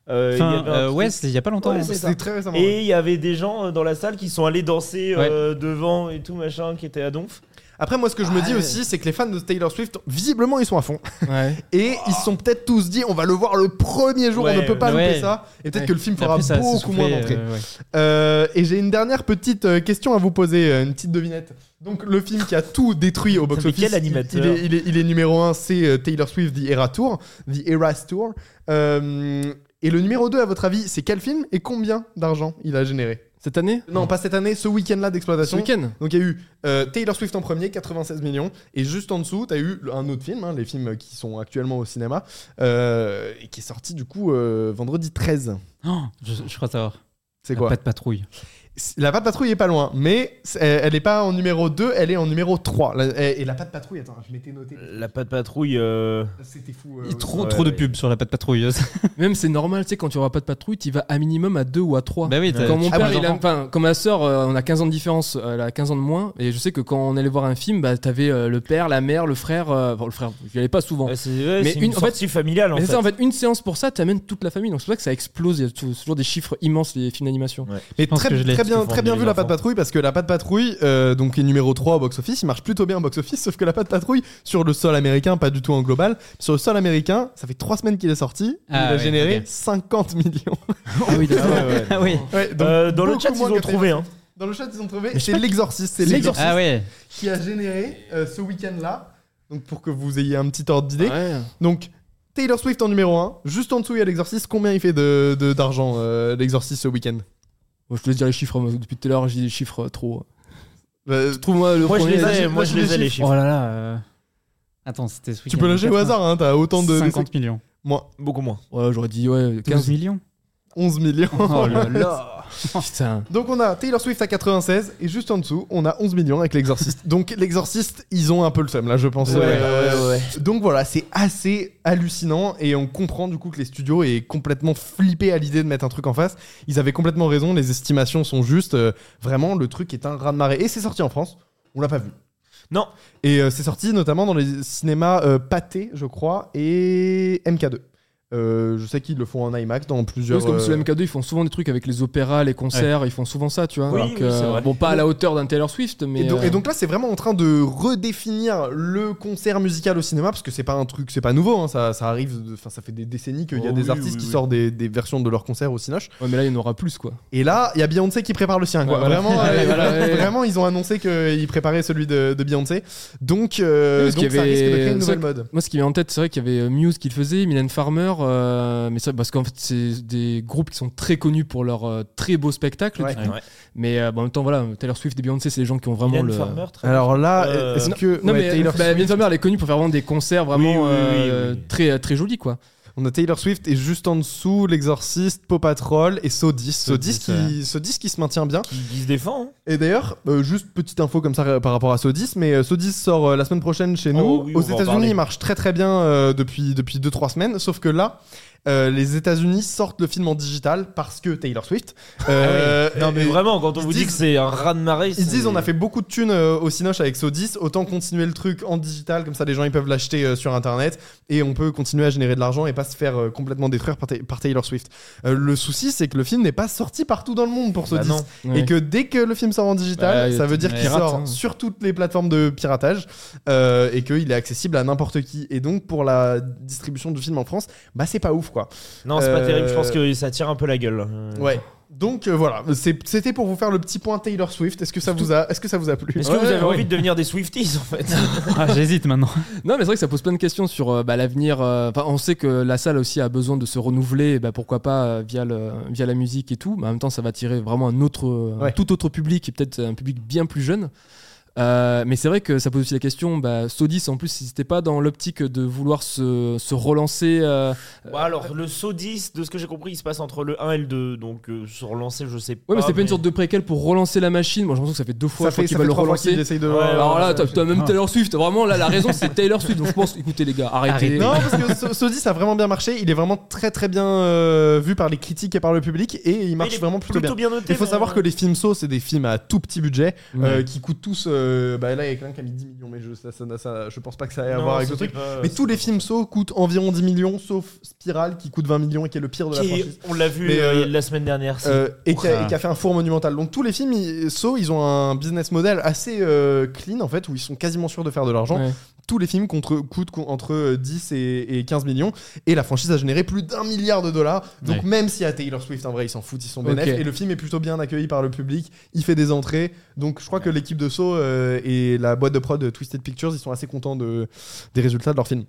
[SPEAKER 2] Euh, il y
[SPEAKER 4] Enfin,
[SPEAKER 2] avait un
[SPEAKER 4] euh,
[SPEAKER 2] truc-
[SPEAKER 4] ouais, c'est il y a pas longtemps.
[SPEAKER 2] Ouais,
[SPEAKER 4] hein.
[SPEAKER 2] c'est ça.
[SPEAKER 3] C'était très récemment. ouais.
[SPEAKER 2] Et il y avait des gens euh, dans la salle qui sont allés danser euh, devant et tout machin, qui étaient à donf.
[SPEAKER 3] Après, moi, ce que je me dis aussi, c'est que les fans de Taylor Swift, visiblement, ils sont à fond.
[SPEAKER 5] Ouais.
[SPEAKER 3] Et ils se sont peut-être tous dit, on va le voir le premier jour,
[SPEAKER 2] Ouais,
[SPEAKER 3] on ne peut pas
[SPEAKER 4] ouais.
[SPEAKER 3] louper ça. Et peut-être
[SPEAKER 5] Ouais.
[SPEAKER 3] que le film
[SPEAKER 4] Mais
[SPEAKER 3] fera
[SPEAKER 4] après, ça s'est
[SPEAKER 3] beaucoup
[SPEAKER 4] soufflé,
[SPEAKER 3] moins d'entrées.
[SPEAKER 4] euh, ouais.
[SPEAKER 3] Euh, et j'ai une dernière petite euh, question à vous poser, euh, une petite devinette. Donc, le film qui a tout détruit au
[SPEAKER 2] Mais
[SPEAKER 3] box-office.
[SPEAKER 2] quel
[SPEAKER 3] il-
[SPEAKER 2] animateur
[SPEAKER 3] il est, il est- il est numéro 1, c'est euh, Taylor Swift, The Eras Tour. The Eras Tour. Euh, et le numéro 2, à votre avis, c'est quel film et combien d'argent il a généré
[SPEAKER 5] Cette année
[SPEAKER 3] Non, pas cette année, ce week-end-là
[SPEAKER 5] Ce
[SPEAKER 3] d'exploitation.
[SPEAKER 5] week-end
[SPEAKER 3] Donc il y a eu euh, Taylor Swift en premier, 96 millions, et juste en dessous, tu as eu le- un autre film, hein, les films qui sont actuellement au cinéma, euh, et qui est sorti du coup euh, vendredi 13.
[SPEAKER 4] Oh, je, je crois savoir.
[SPEAKER 3] C'est
[SPEAKER 4] La
[SPEAKER 3] quoi
[SPEAKER 4] Pas de patrouille.
[SPEAKER 3] La Patte Patrouille est pas loin, mais c'est- elle n'est pas en numéro 2, elle est en numéro 3. La- et, et La Patte Patrouille, attends, je m'étais noté,
[SPEAKER 2] La patte patrouille. euh,
[SPEAKER 3] c'était fou. euh,
[SPEAKER 4] Il y a
[SPEAKER 3] oui.
[SPEAKER 4] trop,
[SPEAKER 2] ouais,
[SPEAKER 4] trop de
[SPEAKER 2] ouais.
[SPEAKER 4] pubs sur la pas de patrouille.
[SPEAKER 5] Même c'est normal, tu sais, quand tu auras pas de patrouille, tu vas à minimum à 2 ou à 3.
[SPEAKER 4] bah oui, t'as-
[SPEAKER 5] Quand mon
[SPEAKER 4] tu
[SPEAKER 5] père,
[SPEAKER 4] prends
[SPEAKER 5] il a-
[SPEAKER 4] les enfants.
[SPEAKER 5] enfin, quand ma soeur, on a 15 ans de différence, euh, elle a 15 ans de moins, et je sais que quand on allait voir un film, bah, t'avais euh, le père, la mère, le frère, euh, bon, le frère, j'y allais pas souvent.
[SPEAKER 2] ouais, c'est ouais,
[SPEAKER 5] Mais
[SPEAKER 2] c'est
[SPEAKER 5] une-
[SPEAKER 2] une,
[SPEAKER 5] en fait-
[SPEAKER 2] sortie familiale en
[SPEAKER 5] Mais
[SPEAKER 2] fait.
[SPEAKER 5] c'est ça, en fait, une séance pour ça, t'amènes toute la famille, donc c'est pour ça que ça explose, il y a tou- toujours des chiffres immenses, les films d'animation.
[SPEAKER 3] Mais
[SPEAKER 4] pense
[SPEAKER 3] très,
[SPEAKER 4] que je l'ai
[SPEAKER 3] très bien,
[SPEAKER 4] souvent
[SPEAKER 3] très bien
[SPEAKER 4] dit,
[SPEAKER 3] vu
[SPEAKER 4] les
[SPEAKER 3] la patte
[SPEAKER 4] enfants.
[SPEAKER 3] patrouille parce que la patte patrouille, euh, donc est numéro 3 au box-office, il marche plutôt bien au box-office, sauf que la patte patrouille sur le sol américain, pas du tout en global, sur le sol américain, ça fait 3 semaines qu'il est sorti,
[SPEAKER 4] Ah
[SPEAKER 3] il a
[SPEAKER 4] ouais,
[SPEAKER 3] généré
[SPEAKER 4] ok.
[SPEAKER 3] 50 millions.
[SPEAKER 4] Ah oui.
[SPEAKER 3] Ouais, donc,
[SPEAKER 2] Euh, dans le
[SPEAKER 3] beaucoup
[SPEAKER 2] chat, ils
[SPEAKER 3] moins
[SPEAKER 2] ont
[SPEAKER 3] que
[SPEAKER 2] trouvé. Hein.
[SPEAKER 3] Dans le chat, ils ont trouvé, c'est l'exorciste, c'est l'exorciste
[SPEAKER 4] Ah ouais.
[SPEAKER 3] qui a généré euh, ce week-end-là, donc pour que vous ayez un petit ordre d'idée. Donc Taylor Swift en numéro 1, juste en dessous il y a l'exorciste, combien il fait de- de- d'argent euh, l'exorciste ce week-end
[SPEAKER 5] Bon, je te laisse dire les chiffres, moi, depuis tout à l'heure, j'ai des chiffres euh, trop.
[SPEAKER 3] Euh,
[SPEAKER 5] Trouve-moi le
[SPEAKER 2] Moi, je
[SPEAKER 5] premier.
[SPEAKER 2] les ai,
[SPEAKER 3] j'ai-
[SPEAKER 2] moi,
[SPEAKER 3] j'ai
[SPEAKER 2] je les
[SPEAKER 3] des
[SPEAKER 2] ai les
[SPEAKER 3] chiffres.
[SPEAKER 2] chiffres.
[SPEAKER 4] Oh là là. euh, Attends, c'était ce
[SPEAKER 3] Tu peux
[SPEAKER 4] week-end,
[SPEAKER 3] lâcher au
[SPEAKER 4] 80,
[SPEAKER 3] hasard, hein, t'as autant de...
[SPEAKER 4] 50 millions.
[SPEAKER 3] Moi.
[SPEAKER 2] Beaucoup moins.
[SPEAKER 5] Ouais, j'aurais dit, ouais,
[SPEAKER 4] 15
[SPEAKER 5] 15
[SPEAKER 4] millions
[SPEAKER 3] 11 millions.
[SPEAKER 4] Oh là là.
[SPEAKER 5] Putain.
[SPEAKER 3] Donc on a Taylor Swift à 96 et juste en dessous on a 11 millions avec l'exorciste. Donc l'exorciste ils ont un peu le seum là je pense. Euh, Donc voilà c'est assez hallucinant et on comprend du coup que les studios est complètement flippé à l'idée de mettre un truc en face. Ils avaient complètement raison, les estimations sont justes. Euh, vraiment le truc est un raz de marée et c'est sorti en France. On l'a pas vu.
[SPEAKER 2] Non.
[SPEAKER 3] Et euh, c'est sorti notamment dans les cinémas euh, Pathé, je crois, et MK2. Euh, je sais qu'ils le font en IMAX dans plusieurs.
[SPEAKER 5] Parce que comme sur
[SPEAKER 3] euh,
[SPEAKER 5] le MK2, ils font souvent des trucs avec les opéras, les concerts, ils font souvent ça, tu vois.
[SPEAKER 2] Oui,
[SPEAKER 5] alors
[SPEAKER 2] oui,
[SPEAKER 5] que,
[SPEAKER 2] c'est vrai.
[SPEAKER 5] Bon, pas à la hauteur d'un Taylor Swift, mais.
[SPEAKER 3] Et donc,
[SPEAKER 5] euh,
[SPEAKER 3] et donc là, c'est vraiment en train de redéfinir le concert musical au cinéma parce que c'est pas un truc, c'est pas nouveau. hein, ça, ça arrive, de- enfin, ça fait des décennies qu'il y a
[SPEAKER 2] Oh
[SPEAKER 3] des
[SPEAKER 2] oui,
[SPEAKER 3] artistes
[SPEAKER 2] oui,
[SPEAKER 3] qui
[SPEAKER 2] oui.
[SPEAKER 3] sortent des, des versions de leurs concerts au cinoche.
[SPEAKER 5] ouais, mais là, il y en aura plus, quoi.
[SPEAKER 3] Et là, il y a Beyoncé qui prépare le sien. quoi.
[SPEAKER 5] Ouais, voilà.
[SPEAKER 3] Vraiment, euh,
[SPEAKER 5] Ouais, voilà, ouais.
[SPEAKER 3] vraiment, ils ont annoncé qu'ils préparaient celui de, de Beyoncé. Donc, euh,
[SPEAKER 5] Oui, parce
[SPEAKER 3] donc
[SPEAKER 5] qu'il y
[SPEAKER 3] ça
[SPEAKER 5] avait-
[SPEAKER 3] risque de créer une
[SPEAKER 5] c'est
[SPEAKER 3] nouvelle
[SPEAKER 5] vrai
[SPEAKER 3] mode.
[SPEAKER 5] Moi, ce qui m'est en tête, c'est vrai qu'il y avait euh, Muse qui le faisait, Mylène Farmer, euh, mais ça, parce qu'en fait, c'est des groupes qui sont très connus pour leur euh, très beau spectacle.
[SPEAKER 3] Ouais.
[SPEAKER 5] du coup. Mais euh, bon, en même temps, voilà, Taylor Swift et Beyoncé, c'est des gens qui ont vraiment
[SPEAKER 2] Mylène
[SPEAKER 5] le.
[SPEAKER 2] Farmer, très bien.
[SPEAKER 3] Alors là,
[SPEAKER 2] Euh,
[SPEAKER 3] est-ce que
[SPEAKER 5] Non,
[SPEAKER 3] ouais,
[SPEAKER 5] mais
[SPEAKER 3] Taylor
[SPEAKER 5] bah,
[SPEAKER 3] Swift-
[SPEAKER 5] Mylène Farmer, elle est connue pour faire vraiment des concerts vraiment
[SPEAKER 2] Oui, oui, oui,
[SPEAKER 5] euh,
[SPEAKER 2] oui.
[SPEAKER 5] très très jolis, quoi.
[SPEAKER 3] On a Taylor Swift et juste en dessous l'Exorciste, Paw Patrol et Saw 10. Saw 10
[SPEAKER 4] Saw 10,
[SPEAKER 3] qui, Saw 10 qui se maintient bien.
[SPEAKER 2] Qui, qui se défend. hein.
[SPEAKER 3] Et d'ailleurs, euh, juste petite info comme ça euh, par rapport à Saw 10, mais euh, Saw 10 sort euh, la semaine prochaine chez nous.
[SPEAKER 2] Oh oui, on
[SPEAKER 3] Aux
[SPEAKER 2] va en parler.
[SPEAKER 3] États-Unis, il marche très très bien euh, depuis 2-3 semaines, sauf que là. euh, les États-Unis sortent le film en digital parce que Taylor Swift. Euh,
[SPEAKER 2] Ah non, mais
[SPEAKER 3] et-
[SPEAKER 2] vraiment, quand on
[SPEAKER 3] ils
[SPEAKER 2] vous dit
[SPEAKER 3] disent-
[SPEAKER 2] que c'est un raz de marée.
[SPEAKER 3] ils disent on a fait beaucoup de thunes euh, au Cinoche avec Saw 10, autant continuer le truc en digital, comme ça les gens ils peuvent l'acheter euh, sur internet et on peut continuer à générer de l'argent et pas se faire euh, complètement détruire par, Ta- par Taylor Swift. Euh, le souci c'est que le film n'est pas sorti partout dans le monde pour Saw
[SPEAKER 2] Bah
[SPEAKER 3] 10
[SPEAKER 2] non.
[SPEAKER 5] Ouais.
[SPEAKER 3] et que dès que le film sort en digital,
[SPEAKER 5] Bah,
[SPEAKER 3] ça veut
[SPEAKER 5] t'es
[SPEAKER 3] dire qu'il
[SPEAKER 5] pirate,
[SPEAKER 3] sort
[SPEAKER 5] hein.
[SPEAKER 3] sur toutes les plateformes de piratage euh, et qu'il est accessible à n'importe qui. Et donc pour la distribution du film en France, bah c'est pas ouf quoi.
[SPEAKER 2] Non, c'est pas
[SPEAKER 3] Euh,
[SPEAKER 2] terrible. Je pense que ça tire un peu la gueule. Euh,
[SPEAKER 3] Ouais. Donc euh, voilà, C'est- c'était pour vous faire le petit point Taylor Swift. Est-ce que ça vous a, est-ce que ça vous a plu
[SPEAKER 2] Est-ce que vous avez
[SPEAKER 5] ouais.
[SPEAKER 2] envie de devenir des Swifties en fait
[SPEAKER 4] Ah, J'hésite maintenant.
[SPEAKER 5] Non, mais c'est vrai que ça pose plein de questions sur euh, bah, l'avenir. euh, Enfin, on sait que la salle aussi a besoin de se renouveler. et bah, pourquoi pas euh, via le, via la musique et tout. Mais en même temps, ça va attirer vraiment un autre, un
[SPEAKER 3] Ouais.
[SPEAKER 5] tout autre public et peut-être un public bien plus jeune. Euh, mais c'est vrai que ça pose aussi la question. Bah, Sodis, en plus, n'était pas dans l'optique de vouloir se, se relancer. euh,
[SPEAKER 2] Bon, Bah, alors, le saut 10, de ce que j'ai compris, il se passe entre le 1 et le 2. Donc, euh, sur lancer, je sais pas.
[SPEAKER 5] Ouais, mais c'était pas une sorte de préquel pour relancer la machine. Moi, j'ai l'impression que ça fait deux fois
[SPEAKER 3] Ah, Ça
[SPEAKER 5] je crois,
[SPEAKER 3] fait,
[SPEAKER 5] qu'ils
[SPEAKER 3] ça
[SPEAKER 5] va
[SPEAKER 3] fait
[SPEAKER 5] le
[SPEAKER 3] trois fois
[SPEAKER 5] relancer.
[SPEAKER 3] qu'ils essayent de.
[SPEAKER 2] Ouais,
[SPEAKER 5] Alors là,
[SPEAKER 2] ouais,
[SPEAKER 5] t'as
[SPEAKER 2] ouais,
[SPEAKER 5] t'as même
[SPEAKER 4] Ah.
[SPEAKER 5] Taylor Swift. Vraiment, là, la raison, c'est Taylor Swift. Donc, je pense, écoutez, les gars, arrêtez.
[SPEAKER 4] Arrêtez.
[SPEAKER 3] Non, parce que ce- ce disque a vraiment bien marché. Il est vraiment très très bien euh, vu par les critiques et par le public et il marche
[SPEAKER 2] il est
[SPEAKER 3] vraiment plutôt, bien.
[SPEAKER 2] noté.
[SPEAKER 3] Il faut
[SPEAKER 2] mais-
[SPEAKER 3] savoir que les films sauts, c'est des films à tout petit budget
[SPEAKER 5] Ouais.
[SPEAKER 3] euh, qui coûtent tous. euh, bah là, il y a quelqu'un qui a mis 10 millions, mais je, ça, ça, ça- je pense pas que ça ait à
[SPEAKER 2] Non,
[SPEAKER 3] voir avec le
[SPEAKER 2] c'était
[SPEAKER 3] truc.
[SPEAKER 2] pas-
[SPEAKER 3] Mais tous les films sauts coûtent environ 10 millions, sauf Spiral qui coûte 20 millions et qui est le pire de la
[SPEAKER 2] Qui est-
[SPEAKER 3] franchise.
[SPEAKER 2] on l'a vu
[SPEAKER 3] Mais,
[SPEAKER 2] euh,
[SPEAKER 3] euh,
[SPEAKER 2] la semaine dernière. c'est-
[SPEAKER 3] Euh, et, qui a,
[SPEAKER 4] Ouah.
[SPEAKER 3] et qui a fait un four monumental. Donc tous les films ils- So, ils ont un business model assez euh, clean en fait, où ils sont quasiment sûrs de faire de l'argent.
[SPEAKER 5] Ouais.
[SPEAKER 3] Tous les films contre, coûtent co- entre euh, 10 et, et 15 millions, et la franchise a généré plus d'un milliard de dollars. Donc
[SPEAKER 4] Ouais.
[SPEAKER 3] même s'il y a Taylor Swift, en vrai, ils s'en foutent, ils sont bénéfiques.
[SPEAKER 5] Ok.
[SPEAKER 3] Et le film est plutôt bien accueilli par le public. Il fait des entrées. Donc je crois que l'équipe de So euh, et la boîte de prod euh, Twisted Pictures, ils sont assez contents de, des résultats de leur film.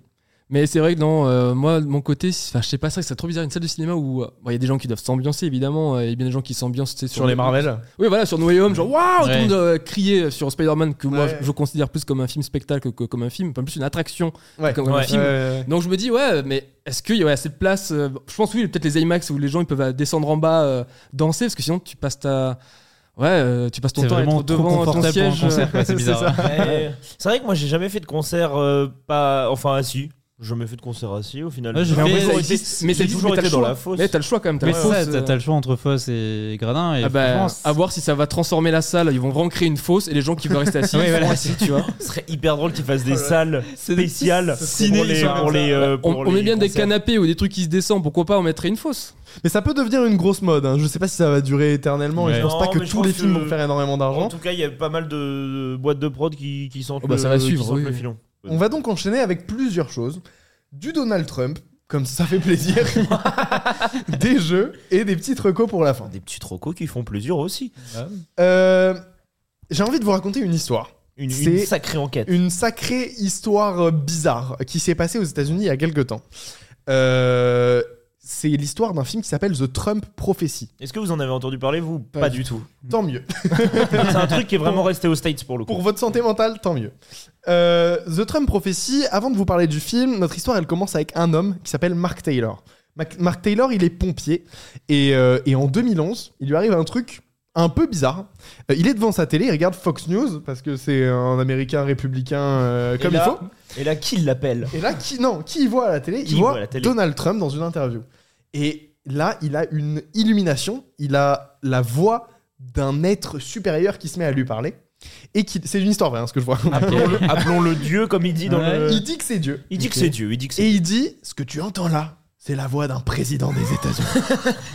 [SPEAKER 5] Mais c'est vrai que non, euh, moi de mon côté, c'est- enfin, je sais pas, c'est vrai que c'est trop bizarre une salle de cinéma où euh, bon, il y a des gens qui doivent s'ambiancer évidemment, euh, il y a bien des gens qui s'ambiancent tu sais, sur, le-
[SPEAKER 3] Marvel.
[SPEAKER 5] Oui, voilà, sur No Way Home, genre waouh, tout le
[SPEAKER 4] Ouais.
[SPEAKER 5] monde euh, criait sur Spider-Man que moi
[SPEAKER 3] Ouais.
[SPEAKER 5] je, je considère plus comme un film spectacle que comme un film, enfin plus une attraction
[SPEAKER 3] Ouais.
[SPEAKER 5] que comme un
[SPEAKER 2] Ouais.
[SPEAKER 5] film. Donc je me dis ouais, mais est-ce qu'il y aurait assez de place euh, Je pense oui, peut-être les IMAX où les gens ils peuvent euh, descendre en bas euh, danser parce que sinon tu passes ta ouais, euh, tu passes ton
[SPEAKER 4] C'est
[SPEAKER 5] temps à
[SPEAKER 4] vraiment
[SPEAKER 5] être
[SPEAKER 4] trop
[SPEAKER 5] devant ton
[SPEAKER 4] confortable pour un
[SPEAKER 5] siège. euh,
[SPEAKER 4] concert. quoi, C'est
[SPEAKER 3] c'est
[SPEAKER 4] bizarre.
[SPEAKER 2] Ouais. euh, c'est vrai que moi j'ai jamais fait de concert euh, pas enfin assis. J'ai jamais fait de concert assis au final.
[SPEAKER 4] Ouais, j'ai
[SPEAKER 2] J'ai
[SPEAKER 4] fait-
[SPEAKER 2] toujours
[SPEAKER 4] ça
[SPEAKER 2] été-
[SPEAKER 5] existe, mais
[SPEAKER 2] j'ai
[SPEAKER 5] c'est-
[SPEAKER 2] toujours
[SPEAKER 5] mais t'as
[SPEAKER 2] été
[SPEAKER 5] le
[SPEAKER 2] dans
[SPEAKER 5] choix.
[SPEAKER 2] la fosse.
[SPEAKER 5] Mais t'as le choix quand même, t'as
[SPEAKER 4] Mais
[SPEAKER 5] la
[SPEAKER 4] ça,
[SPEAKER 5] fosse,
[SPEAKER 4] t'as
[SPEAKER 5] euh,
[SPEAKER 4] t'as le choix entre Fosse et Gradin. Et
[SPEAKER 5] Ah bah,
[SPEAKER 4] franchement, c'est-
[SPEAKER 5] à voir si ça va transformer la salle. Ils vont vraiment créer une fosse et les gens qui veulent rester assis,
[SPEAKER 4] Ouais,
[SPEAKER 5] ils seront
[SPEAKER 4] voilà.
[SPEAKER 5] assis, tu vois.
[SPEAKER 2] Ce serait hyper drôle qu'ils fassent des salles spéciales
[SPEAKER 3] ciné,
[SPEAKER 2] pour les
[SPEAKER 3] ils sont
[SPEAKER 2] pour
[SPEAKER 3] comme
[SPEAKER 2] les.
[SPEAKER 3] ça.
[SPEAKER 2] euh,
[SPEAKER 5] On,
[SPEAKER 2] pour
[SPEAKER 5] on met
[SPEAKER 2] les
[SPEAKER 5] bien des
[SPEAKER 2] concerts.
[SPEAKER 5] canapés ou des trucs qui se descendent. Pourquoi pas on mettrait une fosse
[SPEAKER 3] Mais ça peut devenir une grosse mode. hein. Je sais pas si ça va durer éternellement. Et
[SPEAKER 4] Ouais.
[SPEAKER 3] je pense
[SPEAKER 2] Non,
[SPEAKER 3] pas que
[SPEAKER 2] mais je
[SPEAKER 3] tous les
[SPEAKER 2] pense
[SPEAKER 3] films
[SPEAKER 2] que-
[SPEAKER 3] vont faire énormément
[SPEAKER 2] En
[SPEAKER 3] d'argent.
[SPEAKER 2] tout cas, il y a pas mal de boîtes de prod qui qui sentent
[SPEAKER 5] Oh, bah,
[SPEAKER 2] le-
[SPEAKER 5] ça va
[SPEAKER 2] qui
[SPEAKER 5] suivre,
[SPEAKER 2] sentent
[SPEAKER 5] oui,
[SPEAKER 2] le
[SPEAKER 5] oui.
[SPEAKER 2] filon.
[SPEAKER 3] On va donc enchaîner avec plusieurs choses. Du Donald Trump, comme ça fait plaisir. des jeux et des petites recos pour la fin.
[SPEAKER 2] Des petits trocos qui font plaisir aussi.
[SPEAKER 4] Ah
[SPEAKER 3] Euh, J'ai envie de vous raconter une histoire.
[SPEAKER 2] Une,
[SPEAKER 3] C'est-
[SPEAKER 2] une sacrée enquête.
[SPEAKER 3] Une sacrée histoire euh, bizarre qui s'est passée aux États-Unis il y a quelques temps. Euh, C'est l'histoire d'un film qui s'appelle The Trump Prophecy.
[SPEAKER 2] Est-ce que vous en avez entendu parler vous Pas,
[SPEAKER 3] du
[SPEAKER 2] du tout.
[SPEAKER 3] Tant mieux.
[SPEAKER 2] C'est un truc qui est vraiment resté aux States pour le coup.
[SPEAKER 3] Pour votre santé mentale, tant mieux. Euh, The Trump Prophecy, avant de vous parler du film, notre histoire elle commence avec un homme qui s'appelle Mark Taylor. Mac- Mark Taylor, il est pompier et, euh, et en 2011, il lui arrive un truc un peu bizarre. Euh, il est devant sa télé, il regarde Fox News parce que c'est un américain républicain euh, comme
[SPEAKER 2] Et là-
[SPEAKER 3] il faut.
[SPEAKER 2] Et là, qui l'appelle
[SPEAKER 3] Et là, qui, non, qui y voit à la télé
[SPEAKER 2] Qui
[SPEAKER 3] Il voit
[SPEAKER 2] voit à la télé
[SPEAKER 3] Donald Trump dans une interview. Et là, il a une illumination. Il a la voix d'un être supérieur qui se met à lui parler. Et qui, c'est une histoire vraie, hein, ce que je vois.
[SPEAKER 2] Appelons-le appelons-le Dieu, comme il dit dans
[SPEAKER 4] Ouais.
[SPEAKER 2] le.
[SPEAKER 3] il dit que c'est Dieu.
[SPEAKER 2] Ah, euh, Il dit que c'est Dieu. Il dit que c'est
[SPEAKER 3] Et il dit ce que tu entends là, c'est la voix d'un président des États-Unis.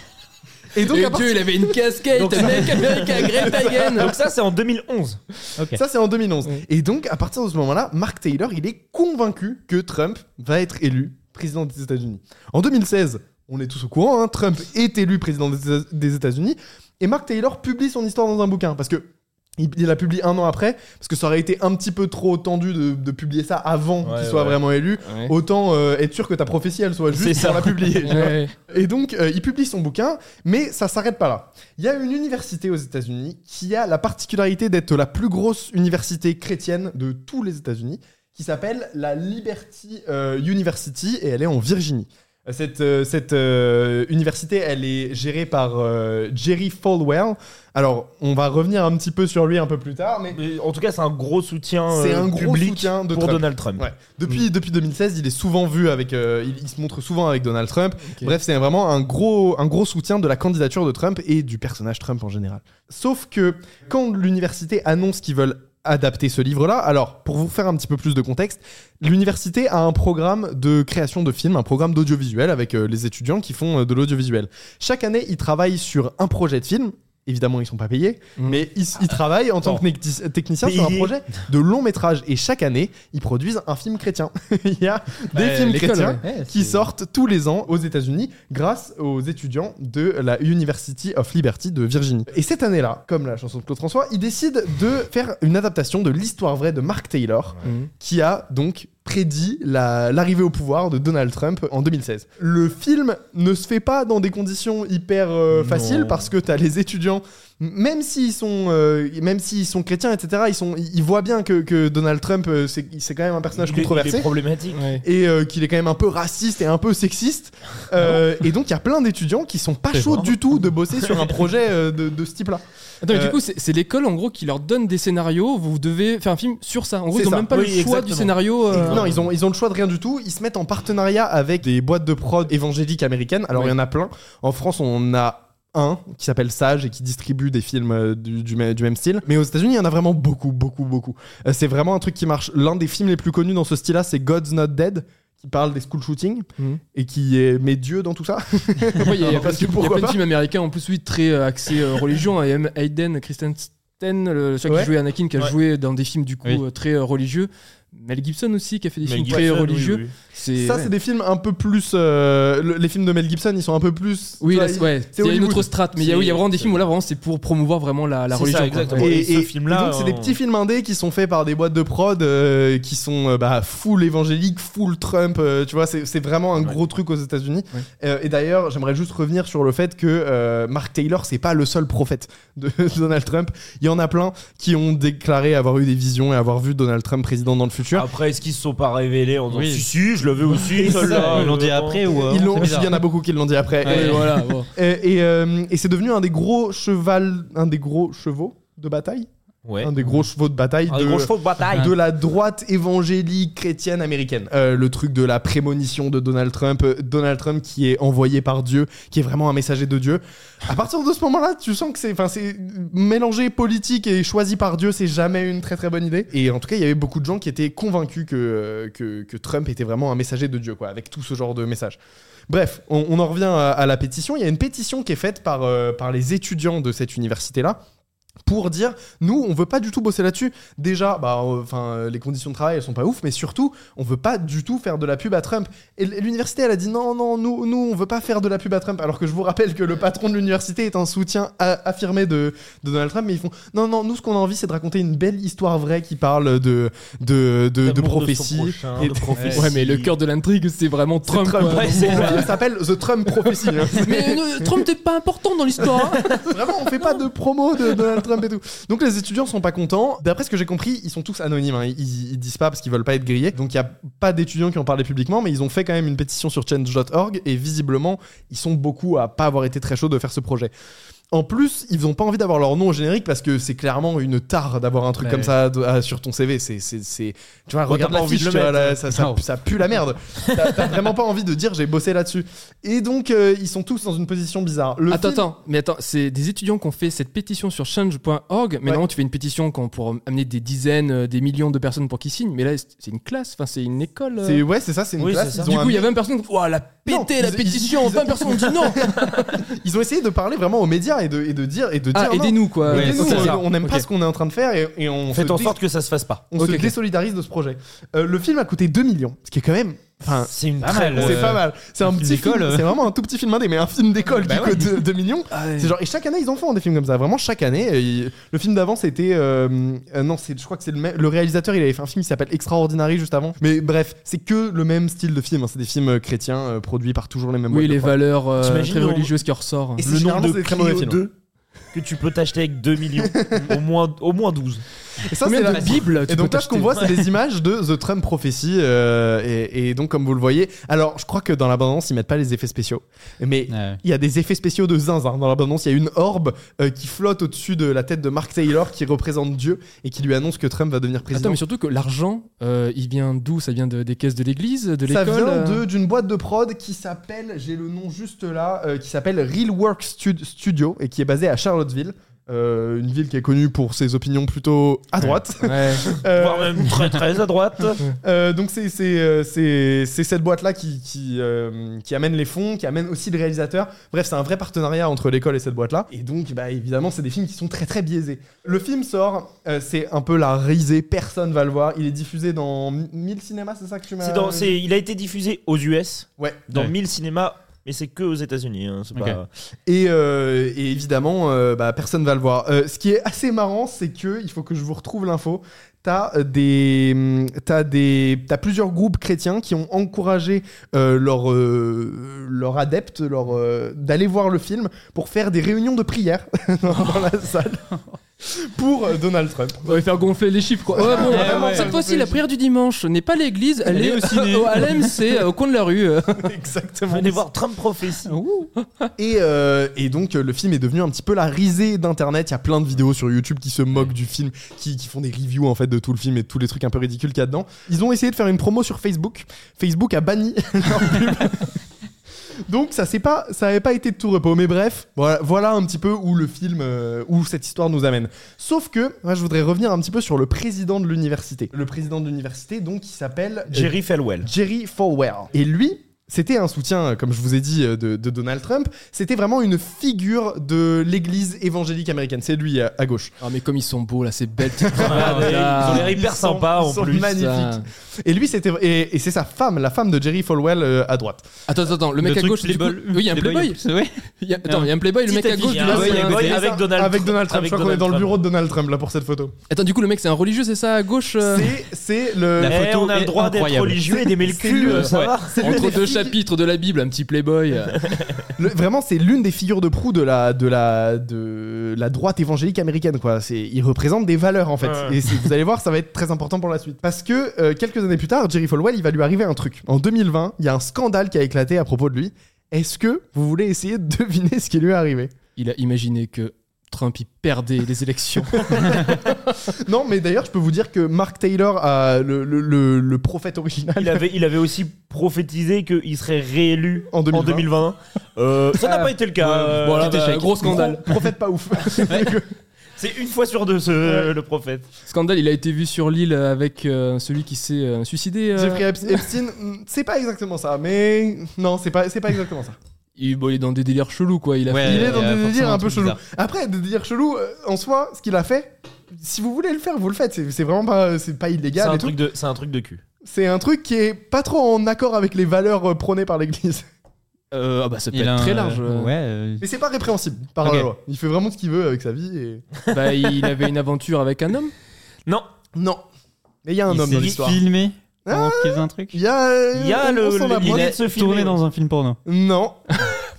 [SPEAKER 3] Et donc,
[SPEAKER 5] Et
[SPEAKER 3] à partir-
[SPEAKER 5] Dieu, il avait une casquette,
[SPEAKER 2] Donc, ça-
[SPEAKER 5] mec américain, Greta Hagen.
[SPEAKER 2] Donc ça, c'est en 2011.
[SPEAKER 3] ça, c'est en 2011. Et donc, à partir de ce moment-là, Mark Taylor, il est convaincu que Trump va être élu président des États-Unis. En 2016, on est tous au courant, hein, Trump est élu président des États- des États-Unis. Et Mark Taylor publie son histoire dans un bouquin parce que. Il il la publie un an après, parce que ça aurait été un petit peu trop tendu de, de publier ça avant
[SPEAKER 2] Ouais,
[SPEAKER 3] qu'il soit
[SPEAKER 2] ouais.
[SPEAKER 3] vraiment élu.
[SPEAKER 5] Ouais.
[SPEAKER 3] Autant euh, être sûr que ta prophétie, elle soit
[SPEAKER 2] C'est
[SPEAKER 3] juste
[SPEAKER 2] ça.
[SPEAKER 3] pour la publier. tu vois.
[SPEAKER 5] Ouais.
[SPEAKER 3] Et donc, euh, il publie son bouquin, mais ça s'arrête pas là. Il y a une université aux États-Unis qui a la particularité d'être la plus grosse université chrétienne de tous les États-Unis, qui s'appelle la Liberty euh, University, et elle est en Virginie. Euh, Cette, euh, cette euh, université, elle est gérée par euh, Jerry Falwell. Alors, on va revenir un petit peu sur lui un peu plus tard, mais
[SPEAKER 2] Mais En tout cas, c'est un gros soutien
[SPEAKER 3] C'est
[SPEAKER 2] euh,
[SPEAKER 3] un gros
[SPEAKER 2] public
[SPEAKER 3] soutien de
[SPEAKER 2] pour
[SPEAKER 3] Trump.
[SPEAKER 2] Donald Trump.
[SPEAKER 3] Ouais. Depuis, depuis 2016, il est souvent vu avec. euh, il, il se montre souvent avec Donald Trump. Bref, c'est vraiment un gros, un gros soutien de la candidature de Trump et du personnage Trump en général. Sauf que quand l'université annonce qu'ils veulent adapter ce livre-là, alors pour vous faire un petit peu plus de contexte, l'université a un programme de création de films, un programme d'audiovisuel avec euh, les étudiants qui font euh, de l'audiovisuel. Chaque année, ils travaillent sur un projet de film. Évidemment, ils sont pas payés,
[SPEAKER 5] Mm.
[SPEAKER 3] mais ils, ils travaillent en tant que necti- techniciens sur un
[SPEAKER 2] Payés.
[SPEAKER 3] projet de long métrage. Et chaque année, ils produisent un film chrétien. Il y a des
[SPEAKER 5] Ouais,
[SPEAKER 3] films
[SPEAKER 5] l'école,
[SPEAKER 3] chrétiens
[SPEAKER 5] ouais. Ouais,
[SPEAKER 3] qui
[SPEAKER 5] c'est-
[SPEAKER 3] sortent tous les ans aux États-Unis grâce aux étudiants de la University of Liberty de Virginie. Et cette année-là, comme la chanson de Claude François, ils décident de faire une adaptation de l'histoire vraie de Mark Taylor,
[SPEAKER 5] Mhm.
[SPEAKER 3] qui a donc prédit la- l'arrivée au pouvoir de Donald Trump en 2016. Le film ne se fait pas dans des conditions hyper euh, faciles
[SPEAKER 2] Non.
[SPEAKER 3] parce que t'as les étudiants, m- même s'ils sont, euh, même s'ils sont chrétiens, etc., ils, sont, ils voient bien que, que Donald Trump, euh, c'est c'est quand même un personnage
[SPEAKER 2] Il est- il est
[SPEAKER 3] controversé
[SPEAKER 2] problématique.
[SPEAKER 5] Ouais.
[SPEAKER 3] et euh, qu'il est quand même un peu raciste et un peu sexiste. Euh, et donc il y a plein d'étudiants qui sont pas
[SPEAKER 2] C'est
[SPEAKER 3] chauds
[SPEAKER 2] vrai.
[SPEAKER 3] du tout de bosser sur un projet euh, de, de ce type-là.
[SPEAKER 5] Attends, mais
[SPEAKER 3] Euh,
[SPEAKER 5] du coup, c'est c'est l'école en gros qui leur donne des scénarios. Vous devez faire un film sur ça. En gros,
[SPEAKER 3] C'est
[SPEAKER 5] ils ont
[SPEAKER 3] ça.
[SPEAKER 5] même pas
[SPEAKER 2] Oui,
[SPEAKER 5] le choix du
[SPEAKER 2] exactement.
[SPEAKER 5] scénario. euh,
[SPEAKER 3] Non, ils ont, ils ont le choix de rien du tout. Ils se mettent en partenariat avec des boîtes de prod évangéliques américaines. Alors il
[SPEAKER 5] Ouais.
[SPEAKER 3] y en a plein. En France, on a un qui s'appelle Sage et qui distribue des films euh, du, du mê- du même style. Mais aux États-Unis, il y en a vraiment beaucoup, beaucoup, beaucoup. Euh, c'est vraiment un truc qui marche. L'un des films les plus connus dans ce style-là, c'est God's Not Dead qui parle des school shootings
[SPEAKER 5] Mhm.
[SPEAKER 3] et qui est met Dieu dans tout ça.
[SPEAKER 5] Après, il y a, il y a plein
[SPEAKER 3] Parce que
[SPEAKER 5] de- il y a
[SPEAKER 3] pourquoi
[SPEAKER 5] plein de
[SPEAKER 3] pas.
[SPEAKER 5] films américains en plus, oui, très euh, axés euh, religion. Et même Hayden Christensen, le, celui
[SPEAKER 3] Ouais.
[SPEAKER 5] qui jouait Anakin, qui a
[SPEAKER 2] Ouais.
[SPEAKER 5] joué dans des films du coup
[SPEAKER 4] Oui.
[SPEAKER 5] euh, très euh, religieux. Mel Gibson aussi, qui a fait des
[SPEAKER 2] Mais
[SPEAKER 5] films
[SPEAKER 2] Gibson,
[SPEAKER 5] très
[SPEAKER 2] oui,
[SPEAKER 5] religieux.
[SPEAKER 2] oui, oui.
[SPEAKER 5] C'est
[SPEAKER 3] ça,
[SPEAKER 5] ouais.
[SPEAKER 3] c'est des films un peu plus. euh, le- les films de Mel Gibson, ils sont un peu plus.
[SPEAKER 5] Oui,
[SPEAKER 3] tu
[SPEAKER 5] là,
[SPEAKER 3] vois,
[SPEAKER 5] c'est- ouais,
[SPEAKER 3] c'est
[SPEAKER 5] il y a une
[SPEAKER 3] Hollywood.
[SPEAKER 5] autre strate, mais il y a, oui, il y a vraiment des
[SPEAKER 2] C'est-
[SPEAKER 5] films où là, vraiment, c'est pour promouvoir vraiment la, la
[SPEAKER 2] C'est
[SPEAKER 5] religion.
[SPEAKER 2] ça,
[SPEAKER 5] quoi.
[SPEAKER 2] exactement. Et ce film-là, euh,
[SPEAKER 3] donc, c'est des
[SPEAKER 2] on-
[SPEAKER 3] petits films indés qui sont faits par des boîtes de prod euh, qui sont euh, bah, full évangélique, full Trump. euh, tu vois, c'est c'est vraiment un gros truc aux États-Unis.
[SPEAKER 5] Ouais.
[SPEAKER 3] Euh, et d'ailleurs, j'aimerais juste revenir sur le fait que euh, Mark Taylor, c'est pas le seul prophète de Donald Trump. Il y en a plein qui ont déclaré avoir eu des visions et avoir vu Donald Trump président dans le futur.
[SPEAKER 2] Après, est-ce qu'ils se sont pas révélés en disant
[SPEAKER 4] Oui.
[SPEAKER 2] si, si, je le veux aussi,
[SPEAKER 4] Ça,
[SPEAKER 2] celle-là,
[SPEAKER 4] ils l'ont dit
[SPEAKER 2] euh,
[SPEAKER 5] Ah
[SPEAKER 4] après ou euh,
[SPEAKER 3] Ils
[SPEAKER 4] c'est
[SPEAKER 3] l'ont-
[SPEAKER 4] bizarre.
[SPEAKER 3] il y en a beaucoup qui l'ont dit après.
[SPEAKER 5] Ouais,
[SPEAKER 3] Et-
[SPEAKER 5] voilà, bon.
[SPEAKER 3] Euh, et euh, et c'est devenu un des gros cheval, un des gros chevaux de bataille,
[SPEAKER 2] Ouais.
[SPEAKER 3] un des gros chevaux de bataille
[SPEAKER 2] Un
[SPEAKER 3] de,
[SPEAKER 2] gros chevaux de bataille.
[SPEAKER 3] de la droite évangélique chrétienne américaine. Euh, le truc de la prémonition de Donald Trump, euh, Donald Trump qui est envoyé par Dieu, qui est vraiment un messager de Dieu. À partir de ce moment-là, tu sens que c'est, enfin, c'est mélangé politique et choisi par Dieu, c'est jamais une très très bonne idée. Et en tout cas, il y avait beaucoup de gens qui étaient convaincus que euh, que, que Trump était vraiment un messager de Dieu, quoi, avec tout ce genre de message. Bref, on, on en revient à, à la pétition. Il y a une pétition qui est faite par, euh, par les étudiants de cette université-là pour dire nous on veut pas du tout bosser là-dessus déjà bah euh, enfin euh, les conditions de travail elles sont pas ouf mais surtout on veut pas du tout faire de la pub à Trump et l- l'université elle a dit non non nous nous on veut pas faire de la pub à Trump alors que je vous rappelle que le patron de l'université est un soutien a- affirmé de, de Donald Trump mais ils font non non nous ce qu'on a envie c'est de raconter une belle histoire vraie qui parle de de de, de
[SPEAKER 2] D'amour de son
[SPEAKER 3] prophétie
[SPEAKER 2] prochain,
[SPEAKER 3] Et-
[SPEAKER 2] de prophétie.
[SPEAKER 5] Ouais, mais le cœur de l'intrigue, c'est vraiment
[SPEAKER 3] C'est
[SPEAKER 5] Trump. quoi.
[SPEAKER 3] ouais, c'est- le film s'appelle The Trump Prophecy hein.
[SPEAKER 5] Mais euh, Trump, t'es pas important dans l'histoire. hein.
[SPEAKER 3] Vraiment, on fait pas de promo de Donald Trump et tout. Donc les étudiants sont pas contents. D'après ce que j'ai compris, ils sont tous anonymes. hein. Ils, ils disent pas parce qu'ils veulent pas être grillés. Donc il y a pas d'étudiants qui ont parlé publiquement, mais ils ont fait quand même une pétition sur change.org et visiblement ils sont beaucoup à pas avoir été très chauds de faire ce projet. En plus, ils ont pas envie d'avoir leur nom au générique parce que c'est clairement une tare d'avoir un truc
[SPEAKER 4] Ouais.
[SPEAKER 3] comme ça à- à- sur ton CV. C'est, c'est, c'est- tu vois,
[SPEAKER 2] Autant
[SPEAKER 3] regarde
[SPEAKER 2] de
[SPEAKER 3] pas
[SPEAKER 2] la
[SPEAKER 3] envie,
[SPEAKER 2] fiche le
[SPEAKER 3] de te-
[SPEAKER 2] mettre.
[SPEAKER 3] la- ça, ça-
[SPEAKER 4] Non.
[SPEAKER 3] ça pue la merde. T'as t'as vraiment pas envie de dire j'ai bossé là-dessus. Et donc, euh, ils sont tous dans une position bizarre. Le
[SPEAKER 5] attends,
[SPEAKER 3] film-
[SPEAKER 5] attends, mais attends, c'est des étudiants qui ont fait cette pétition sur change.org. Mais
[SPEAKER 3] Ouais.
[SPEAKER 5] non, tu fais une pétition quand- pour amener des dizaines, euh, des millions de personnes pour qu'ils signent. Mais là, c'est c'est une classe, enfin, c'est une école. euh.
[SPEAKER 3] C'est, ouais, c'est ça, c'est une
[SPEAKER 2] Oui,
[SPEAKER 3] classe.
[SPEAKER 2] c'est ça.
[SPEAKER 3] Ils
[SPEAKER 5] Du
[SPEAKER 3] ont,
[SPEAKER 5] coup, il y
[SPEAKER 3] un-
[SPEAKER 5] a 20 personnes. Ouah, la
[SPEAKER 3] Non,
[SPEAKER 5] pété, la
[SPEAKER 3] ils-
[SPEAKER 5] pétition.
[SPEAKER 3] ils-
[SPEAKER 5] 20 personnes ont dit non.
[SPEAKER 3] ils ont essayé de parler vraiment aux médias et de, et de dire. Et de
[SPEAKER 5] Ah,
[SPEAKER 3] dire non.
[SPEAKER 5] aidez-nous, quoi.
[SPEAKER 3] Aidez-nous,
[SPEAKER 5] Ouais,
[SPEAKER 2] c'est
[SPEAKER 5] ok.
[SPEAKER 3] on-
[SPEAKER 2] ça.
[SPEAKER 3] on n'aime pas
[SPEAKER 5] Ok.
[SPEAKER 3] ce qu'on est en train de faire et, et on
[SPEAKER 2] Faites
[SPEAKER 3] se
[SPEAKER 2] en
[SPEAKER 3] dé-
[SPEAKER 2] sorte que ça se fasse pas.
[SPEAKER 3] on
[SPEAKER 5] Ok,
[SPEAKER 3] se
[SPEAKER 5] ok.
[SPEAKER 3] désolidarise de ce projet. Euh, le film a coûté 2 millions, ce qui est quand même. Enfin,
[SPEAKER 2] C'est une
[SPEAKER 4] Pas
[SPEAKER 2] très
[SPEAKER 4] mal,
[SPEAKER 5] Euh,
[SPEAKER 2] grosse-
[SPEAKER 3] c'est pas mal. C'est un
[SPEAKER 4] film
[SPEAKER 3] petit
[SPEAKER 4] d'école,
[SPEAKER 3] film,
[SPEAKER 4] euh.
[SPEAKER 3] c'est vraiment un tout petit film indé, mais un film d'école
[SPEAKER 4] Bah
[SPEAKER 3] qui
[SPEAKER 4] ouais.
[SPEAKER 3] coûte 2 millions.
[SPEAKER 5] Ah,
[SPEAKER 3] C'est genre et chaque année ils en font hein, des films comme ça. Vraiment chaque année. euh, il- Le film d'avant c'était euh, euh, non c'est je crois que c'est le même- le réalisateur il avait fait un film qui s'appelle Extraordinary juste avant. Mais bref c'est que le même style de film. hein. C'est des films euh, chrétiens euh, produits par toujours les mêmes.
[SPEAKER 5] Oui,
[SPEAKER 3] boîtes de
[SPEAKER 5] les
[SPEAKER 3] prod.
[SPEAKER 5] valeurs euh,
[SPEAKER 2] T'imagines
[SPEAKER 5] très
[SPEAKER 2] on-
[SPEAKER 5] religieuses qui ressortent.
[SPEAKER 3] Et c'est
[SPEAKER 2] le
[SPEAKER 3] généralement,
[SPEAKER 2] nombre de
[SPEAKER 3] c'est des très mauvais
[SPEAKER 2] Clio
[SPEAKER 3] films. hein.
[SPEAKER 2] 2 que tu peux t'acheter avec 2 millions, au moins, au moins 12.
[SPEAKER 3] Et ça,
[SPEAKER 5] Combien
[SPEAKER 3] c'est
[SPEAKER 5] de
[SPEAKER 3] la-
[SPEAKER 5] Bibles tu
[SPEAKER 3] Et donc
[SPEAKER 5] peux
[SPEAKER 3] là, ce qu'on
[SPEAKER 5] t'acheter
[SPEAKER 3] voit, c'est des images de The Trump Prophecy. euh, et, et donc, comme vous le voyez, alors je crois que dans l'abondance, ils mettent pas les effets spéciaux. Mais
[SPEAKER 4] Ouais.
[SPEAKER 3] il y a des effets spéciaux de zinzin. Dans l'abondance, il y a une orbe euh, qui flotte au-dessus de la tête de Mark Taylor qui représente Dieu et qui lui annonce que Trump va devenir président.
[SPEAKER 5] Attends, mais surtout que l'argent, euh, il vient d'où Ça vient de- des caisses de l'église, de
[SPEAKER 3] ça
[SPEAKER 5] l'école
[SPEAKER 3] vient
[SPEAKER 5] euh
[SPEAKER 3] de- d'une boîte de prod qui s'appelle, j'ai le nom juste là, euh, qui s'appelle Real Work Stud- Studio et qui est basée à Charlottesville, euh, une ville qui est connue pour ses opinions plutôt à droite.
[SPEAKER 5] Ouais.
[SPEAKER 3] Euh,
[SPEAKER 2] Voire même très très à droite.
[SPEAKER 3] Euh, donc c'est c'est, euh, c'est- c'est cette boîte là qui qui, euh, qui amène les fonds, qui amène aussi le réalisateur. Bref, c'est un vrai partenariat entre l'école et cette boîte là. Et donc bah évidemment, c'est des films qui sont très très biaisés. Le film sort, euh, c'est un peu la risée, personne va le voir. Il est diffusé dans 1000 cinémas, c'est ça que tu m'as
[SPEAKER 2] C'est dans- c'est- il a été diffusé aux US,
[SPEAKER 3] Ouais.
[SPEAKER 2] dans
[SPEAKER 4] Ouais.
[SPEAKER 2] 1000 cinémas, mais c'est que aux États-Unis. hein, c'est
[SPEAKER 4] Ok.
[SPEAKER 2] pas-
[SPEAKER 3] Et, euh, et évidemment, euh, bah, personne va le voir. Euh, ce qui est assez marrant, c'est que il faut que je vous retrouve l'info. T'as euh, des, hum, t'as des, t'as plusieurs groupes chrétiens qui ont encouragé euh, leurs euh, leurs adeptes, leurs, euh, d'aller voir le film pour faire des réunions de prière dans, dans la salle pour euh, Donald Trump.
[SPEAKER 5] On va faire gonfler les chiffres, quoi. Ouais, bon,
[SPEAKER 3] Ouais,
[SPEAKER 5] vraiment,
[SPEAKER 3] ouais.
[SPEAKER 5] cette fois-ci, la prière du dimanche n'est pas à l'église, elle, est, au, à l'AMC, au coin de la rue. euh.
[SPEAKER 3] Exactement.
[SPEAKER 2] Venez voir Trump Prophecy.
[SPEAKER 3] Et, euh, et donc euh, le film est devenu un petit peu la risée d'internet. Il y a plein de vidéos sur YouTube qui se moquent du film, qui, qui font des reviews en fait de tout le film et de tous les trucs un peu ridicules qu'il y a dedans. Ils ont essayé de faire une promo sur Facebook. Facebook a banni leur pub. Donc ça s'est pas, ça avait pas été de tout repos. Mais bref, voilà, voilà un petit peu où le film, euh, où cette histoire nous amène. Sauf que moi je voudrais revenir un petit peu sur le président de l'université. Le président de l'université donc qui s'appelle euh,
[SPEAKER 2] Jerry Falwell.
[SPEAKER 3] Jerry Falwell. Et lui, c'était un soutien, comme je vous ai dit, euh, de, de Donald Trump. C'était vraiment une figure de l'église évangélique américaine. C'est lui euh, à, à gauche.
[SPEAKER 5] Ah, mais comme ils sont beaux, là, ces belles petites grenades,
[SPEAKER 2] Regardez, Ah,
[SPEAKER 5] là.
[SPEAKER 2] ils ont l'air
[SPEAKER 3] Ils
[SPEAKER 2] hyper
[SPEAKER 3] sont-
[SPEAKER 2] sympas
[SPEAKER 3] ils
[SPEAKER 2] Ah, en
[SPEAKER 3] sont
[SPEAKER 2] plus.
[SPEAKER 3] magnifiques.
[SPEAKER 5] Ça.
[SPEAKER 3] Et lui, c'était et, et c'est sa femme, la femme de Jerry Falwell euh, à droite.
[SPEAKER 5] Attends, attends, attends, le mec
[SPEAKER 4] Le
[SPEAKER 5] à
[SPEAKER 4] truc
[SPEAKER 5] gauche, du
[SPEAKER 4] Playboy.
[SPEAKER 5] coup- Oui, il y a un Playboy.
[SPEAKER 4] c'est vrai.
[SPEAKER 5] Il y a- Attends, il y a un Playboy, le mec à gauche, du
[SPEAKER 2] affiche,
[SPEAKER 5] coup-
[SPEAKER 2] hein. ouais, ouais, avec
[SPEAKER 3] ça,
[SPEAKER 2] Donald
[SPEAKER 3] avec
[SPEAKER 2] Tr-
[SPEAKER 3] Donald Trump.
[SPEAKER 2] avec
[SPEAKER 3] je crois qu'on est
[SPEAKER 2] Donald
[SPEAKER 3] dans le
[SPEAKER 2] Trump.
[SPEAKER 3] bureau de Donald Trump là pour cette photo.
[SPEAKER 5] Attends, du coup, le mec, c'est un religieux, c'est ça, à gauche euh,
[SPEAKER 3] C'est c'est le
[SPEAKER 4] La
[SPEAKER 2] Eh,
[SPEAKER 4] photo
[SPEAKER 2] on a
[SPEAKER 4] est
[SPEAKER 2] le droit d'être
[SPEAKER 4] incroyable.
[SPEAKER 2] religieux et d'aimer le
[SPEAKER 3] C'est
[SPEAKER 2] cul,
[SPEAKER 3] le-
[SPEAKER 2] euh, ça
[SPEAKER 4] ouais.
[SPEAKER 2] va
[SPEAKER 3] c'est l'une
[SPEAKER 5] Entre
[SPEAKER 3] des
[SPEAKER 5] deux
[SPEAKER 3] fig-
[SPEAKER 5] chapitres de la Bible, un petit Playboy. euh.
[SPEAKER 3] le- vraiment c'est l'une des figures de proue de la de la de la droite évangélique américaine quoi. C'est il représente des valeurs en fait.
[SPEAKER 2] Ouais.
[SPEAKER 3] Et c'est- vous allez voir ça va être très important pour la suite parce que euh, quelques années plus tard Jerry Falwell il va lui arriver un truc. En 2020 il y a un scandale qui a éclaté à propos de lui. Est-ce que vous voulez essayer de deviner ce qui lui est arrivé
[SPEAKER 5] Il a imaginé que Trump, il perdait les élections.
[SPEAKER 3] Non mais d'ailleurs je peux vous dire que Mark Taylor a le, le- le- le prophète original.
[SPEAKER 2] il avait, il avait aussi prophétisé qu'il serait réélu
[SPEAKER 3] En
[SPEAKER 2] en
[SPEAKER 3] 2020.
[SPEAKER 2] 2020. Euh, ça n'a pas été le cas. euh,
[SPEAKER 5] voilà,
[SPEAKER 2] petit
[SPEAKER 5] bah,
[SPEAKER 2] échec.
[SPEAKER 5] gros scandale.
[SPEAKER 3] Pro- prophète pas ouf.
[SPEAKER 2] C'est une fois sur deux, ce, le prophète.
[SPEAKER 5] Scandale, il a été vu sur l'île avec euh, celui qui s'est euh, suicidé. euh.
[SPEAKER 3] Jeffrey Epst- Epstein, mm, c'est pas exactement ça, mais non, c'est pas, c'est pas exactement ça.
[SPEAKER 5] Il, bon, il est dans des délires chelous, quoi. Il a
[SPEAKER 4] Ouais,
[SPEAKER 3] Il est dans
[SPEAKER 4] euh,
[SPEAKER 3] des délires
[SPEAKER 4] forcément
[SPEAKER 3] un peu
[SPEAKER 4] truc
[SPEAKER 3] chelous.
[SPEAKER 4] bizarre.
[SPEAKER 3] Après, des délires chelous, euh, en soi, ce qu'il a fait, si vous voulez le faire, vous le faites. C'est c'est vraiment pas, euh, c'est pas
[SPEAKER 2] C'est
[SPEAKER 3] illégal.
[SPEAKER 2] un,
[SPEAKER 3] et tout.
[SPEAKER 2] truc de- c'est un truc de cul.
[SPEAKER 3] C'est un truc qui est pas trop en accord avec les valeurs euh, prônées par l'Église.
[SPEAKER 5] Euh, ah bah ça peut
[SPEAKER 4] Il
[SPEAKER 5] être
[SPEAKER 4] a un-
[SPEAKER 5] très large. euh.
[SPEAKER 4] Ouais. euh,
[SPEAKER 3] Mais c'est pas répréhensible par
[SPEAKER 4] Ok.
[SPEAKER 3] la loi. Il fait vraiment ce qu'il veut avec sa vie. Et...
[SPEAKER 5] Bah, il avait une aventure avec un homme.
[SPEAKER 2] Non,
[SPEAKER 3] Non. Mais il y a un
[SPEAKER 4] il
[SPEAKER 3] homme dans
[SPEAKER 4] s'est
[SPEAKER 3] l'histoire.
[SPEAKER 4] filmé.
[SPEAKER 3] Ah.
[SPEAKER 4] pendant qu'il faisait un truc.
[SPEAKER 3] Il y a, euh,
[SPEAKER 2] il y a
[SPEAKER 3] on-
[SPEAKER 2] le,
[SPEAKER 3] on s'en
[SPEAKER 2] le-
[SPEAKER 3] approche.
[SPEAKER 2] l'idée de se filmer.
[SPEAKER 4] Tourné dans un film porno.
[SPEAKER 3] Non.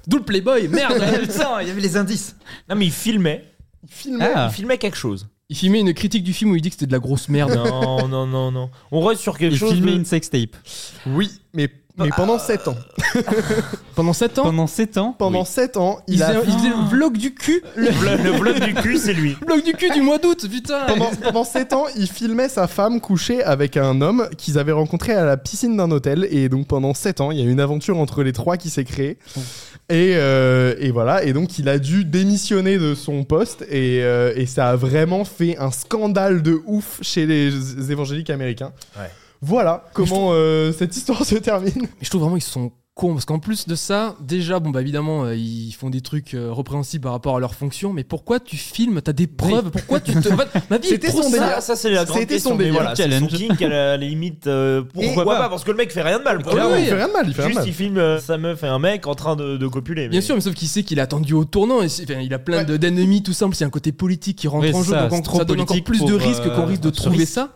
[SPEAKER 5] D'où le Playboy, merde
[SPEAKER 4] Putain, il y avait les indices.
[SPEAKER 2] Non, mais il filmait.
[SPEAKER 3] Il filmait.
[SPEAKER 4] Ah.
[SPEAKER 2] Il filmait quelque chose.
[SPEAKER 5] Il filmait une critique du film où il dit que c'était de la grosse merde.
[SPEAKER 2] Non, non, non, non. On reste sur quelque
[SPEAKER 4] Il
[SPEAKER 2] chose.
[SPEAKER 4] filmait
[SPEAKER 2] de-
[SPEAKER 4] une sextape.
[SPEAKER 3] Oui, mais mais pendant 7 ans.
[SPEAKER 5] Pendant 7 ans,
[SPEAKER 4] Pendant 7 ans,
[SPEAKER 3] Pendant 7 ans, il,
[SPEAKER 5] il,
[SPEAKER 3] a.
[SPEAKER 5] faisait, il faisait le vlog du cul. Le
[SPEAKER 2] Le, le bloc du cul, c'est lui.
[SPEAKER 5] vlog du cul du mois d'août, putain.
[SPEAKER 3] Pendant, pendant 7 ans, il filmait sa femme couchée avec un homme qu'ils avaient rencontré à la piscine d'un hôtel. Et donc pendant 7 ans, il y a une aventure entre les trois qui s'est créée. Et, euh, et voilà, et donc il a dû démissionner de son poste. Et, euh, et ça a vraiment fait un scandale de ouf chez les évangéliques américains.
[SPEAKER 2] Ouais.
[SPEAKER 3] Voilà comment euh, cette histoire se termine.
[SPEAKER 5] Mais je trouve vraiment ils sont cons parce qu'en plus de ça, déjà bon bah évidemment euh, ils font des trucs euh, repréhensibles par rapport à leur fonction, mais pourquoi tu filmes T'as des preuves Pourquoi tu te En fait, ma vie est
[SPEAKER 3] C'était
[SPEAKER 5] trop
[SPEAKER 3] son
[SPEAKER 5] simple.
[SPEAKER 3] délire.
[SPEAKER 2] Ça, c'est la grande
[SPEAKER 3] C'était
[SPEAKER 2] question.
[SPEAKER 3] son
[SPEAKER 2] mais
[SPEAKER 3] délire.
[SPEAKER 2] voilà, c'est son
[SPEAKER 4] Challenge.
[SPEAKER 2] kink à la, à la limite. euh, pourquoi
[SPEAKER 3] pas
[SPEAKER 2] pas, Parce que le mec fait rien de mal. quoi.
[SPEAKER 5] Clairement,
[SPEAKER 3] il
[SPEAKER 5] oui.
[SPEAKER 3] fait rien de mal, il fait rien de
[SPEAKER 2] Juste,
[SPEAKER 3] mal.
[SPEAKER 2] il filme euh, sa meuf et un mec en train de, de copuler.
[SPEAKER 5] Bien
[SPEAKER 2] mais-
[SPEAKER 5] sûr, mais sauf qu'il sait qu'il est attendu au tournant. Et c'est- enfin, il a plein de- d'ennemis, tout simple. C'est un côté politique qui rentre
[SPEAKER 4] Oui,
[SPEAKER 5] en jeu.
[SPEAKER 4] ça,
[SPEAKER 5] donc
[SPEAKER 4] c'est
[SPEAKER 5] en-
[SPEAKER 4] trop
[SPEAKER 5] ça donne encore
[SPEAKER 4] politique
[SPEAKER 5] plus de
[SPEAKER 4] pour,
[SPEAKER 5] risques qu'on
[SPEAKER 4] euh,
[SPEAKER 5] risque de
[SPEAKER 4] ce
[SPEAKER 5] trouver
[SPEAKER 4] risque.
[SPEAKER 5] ça.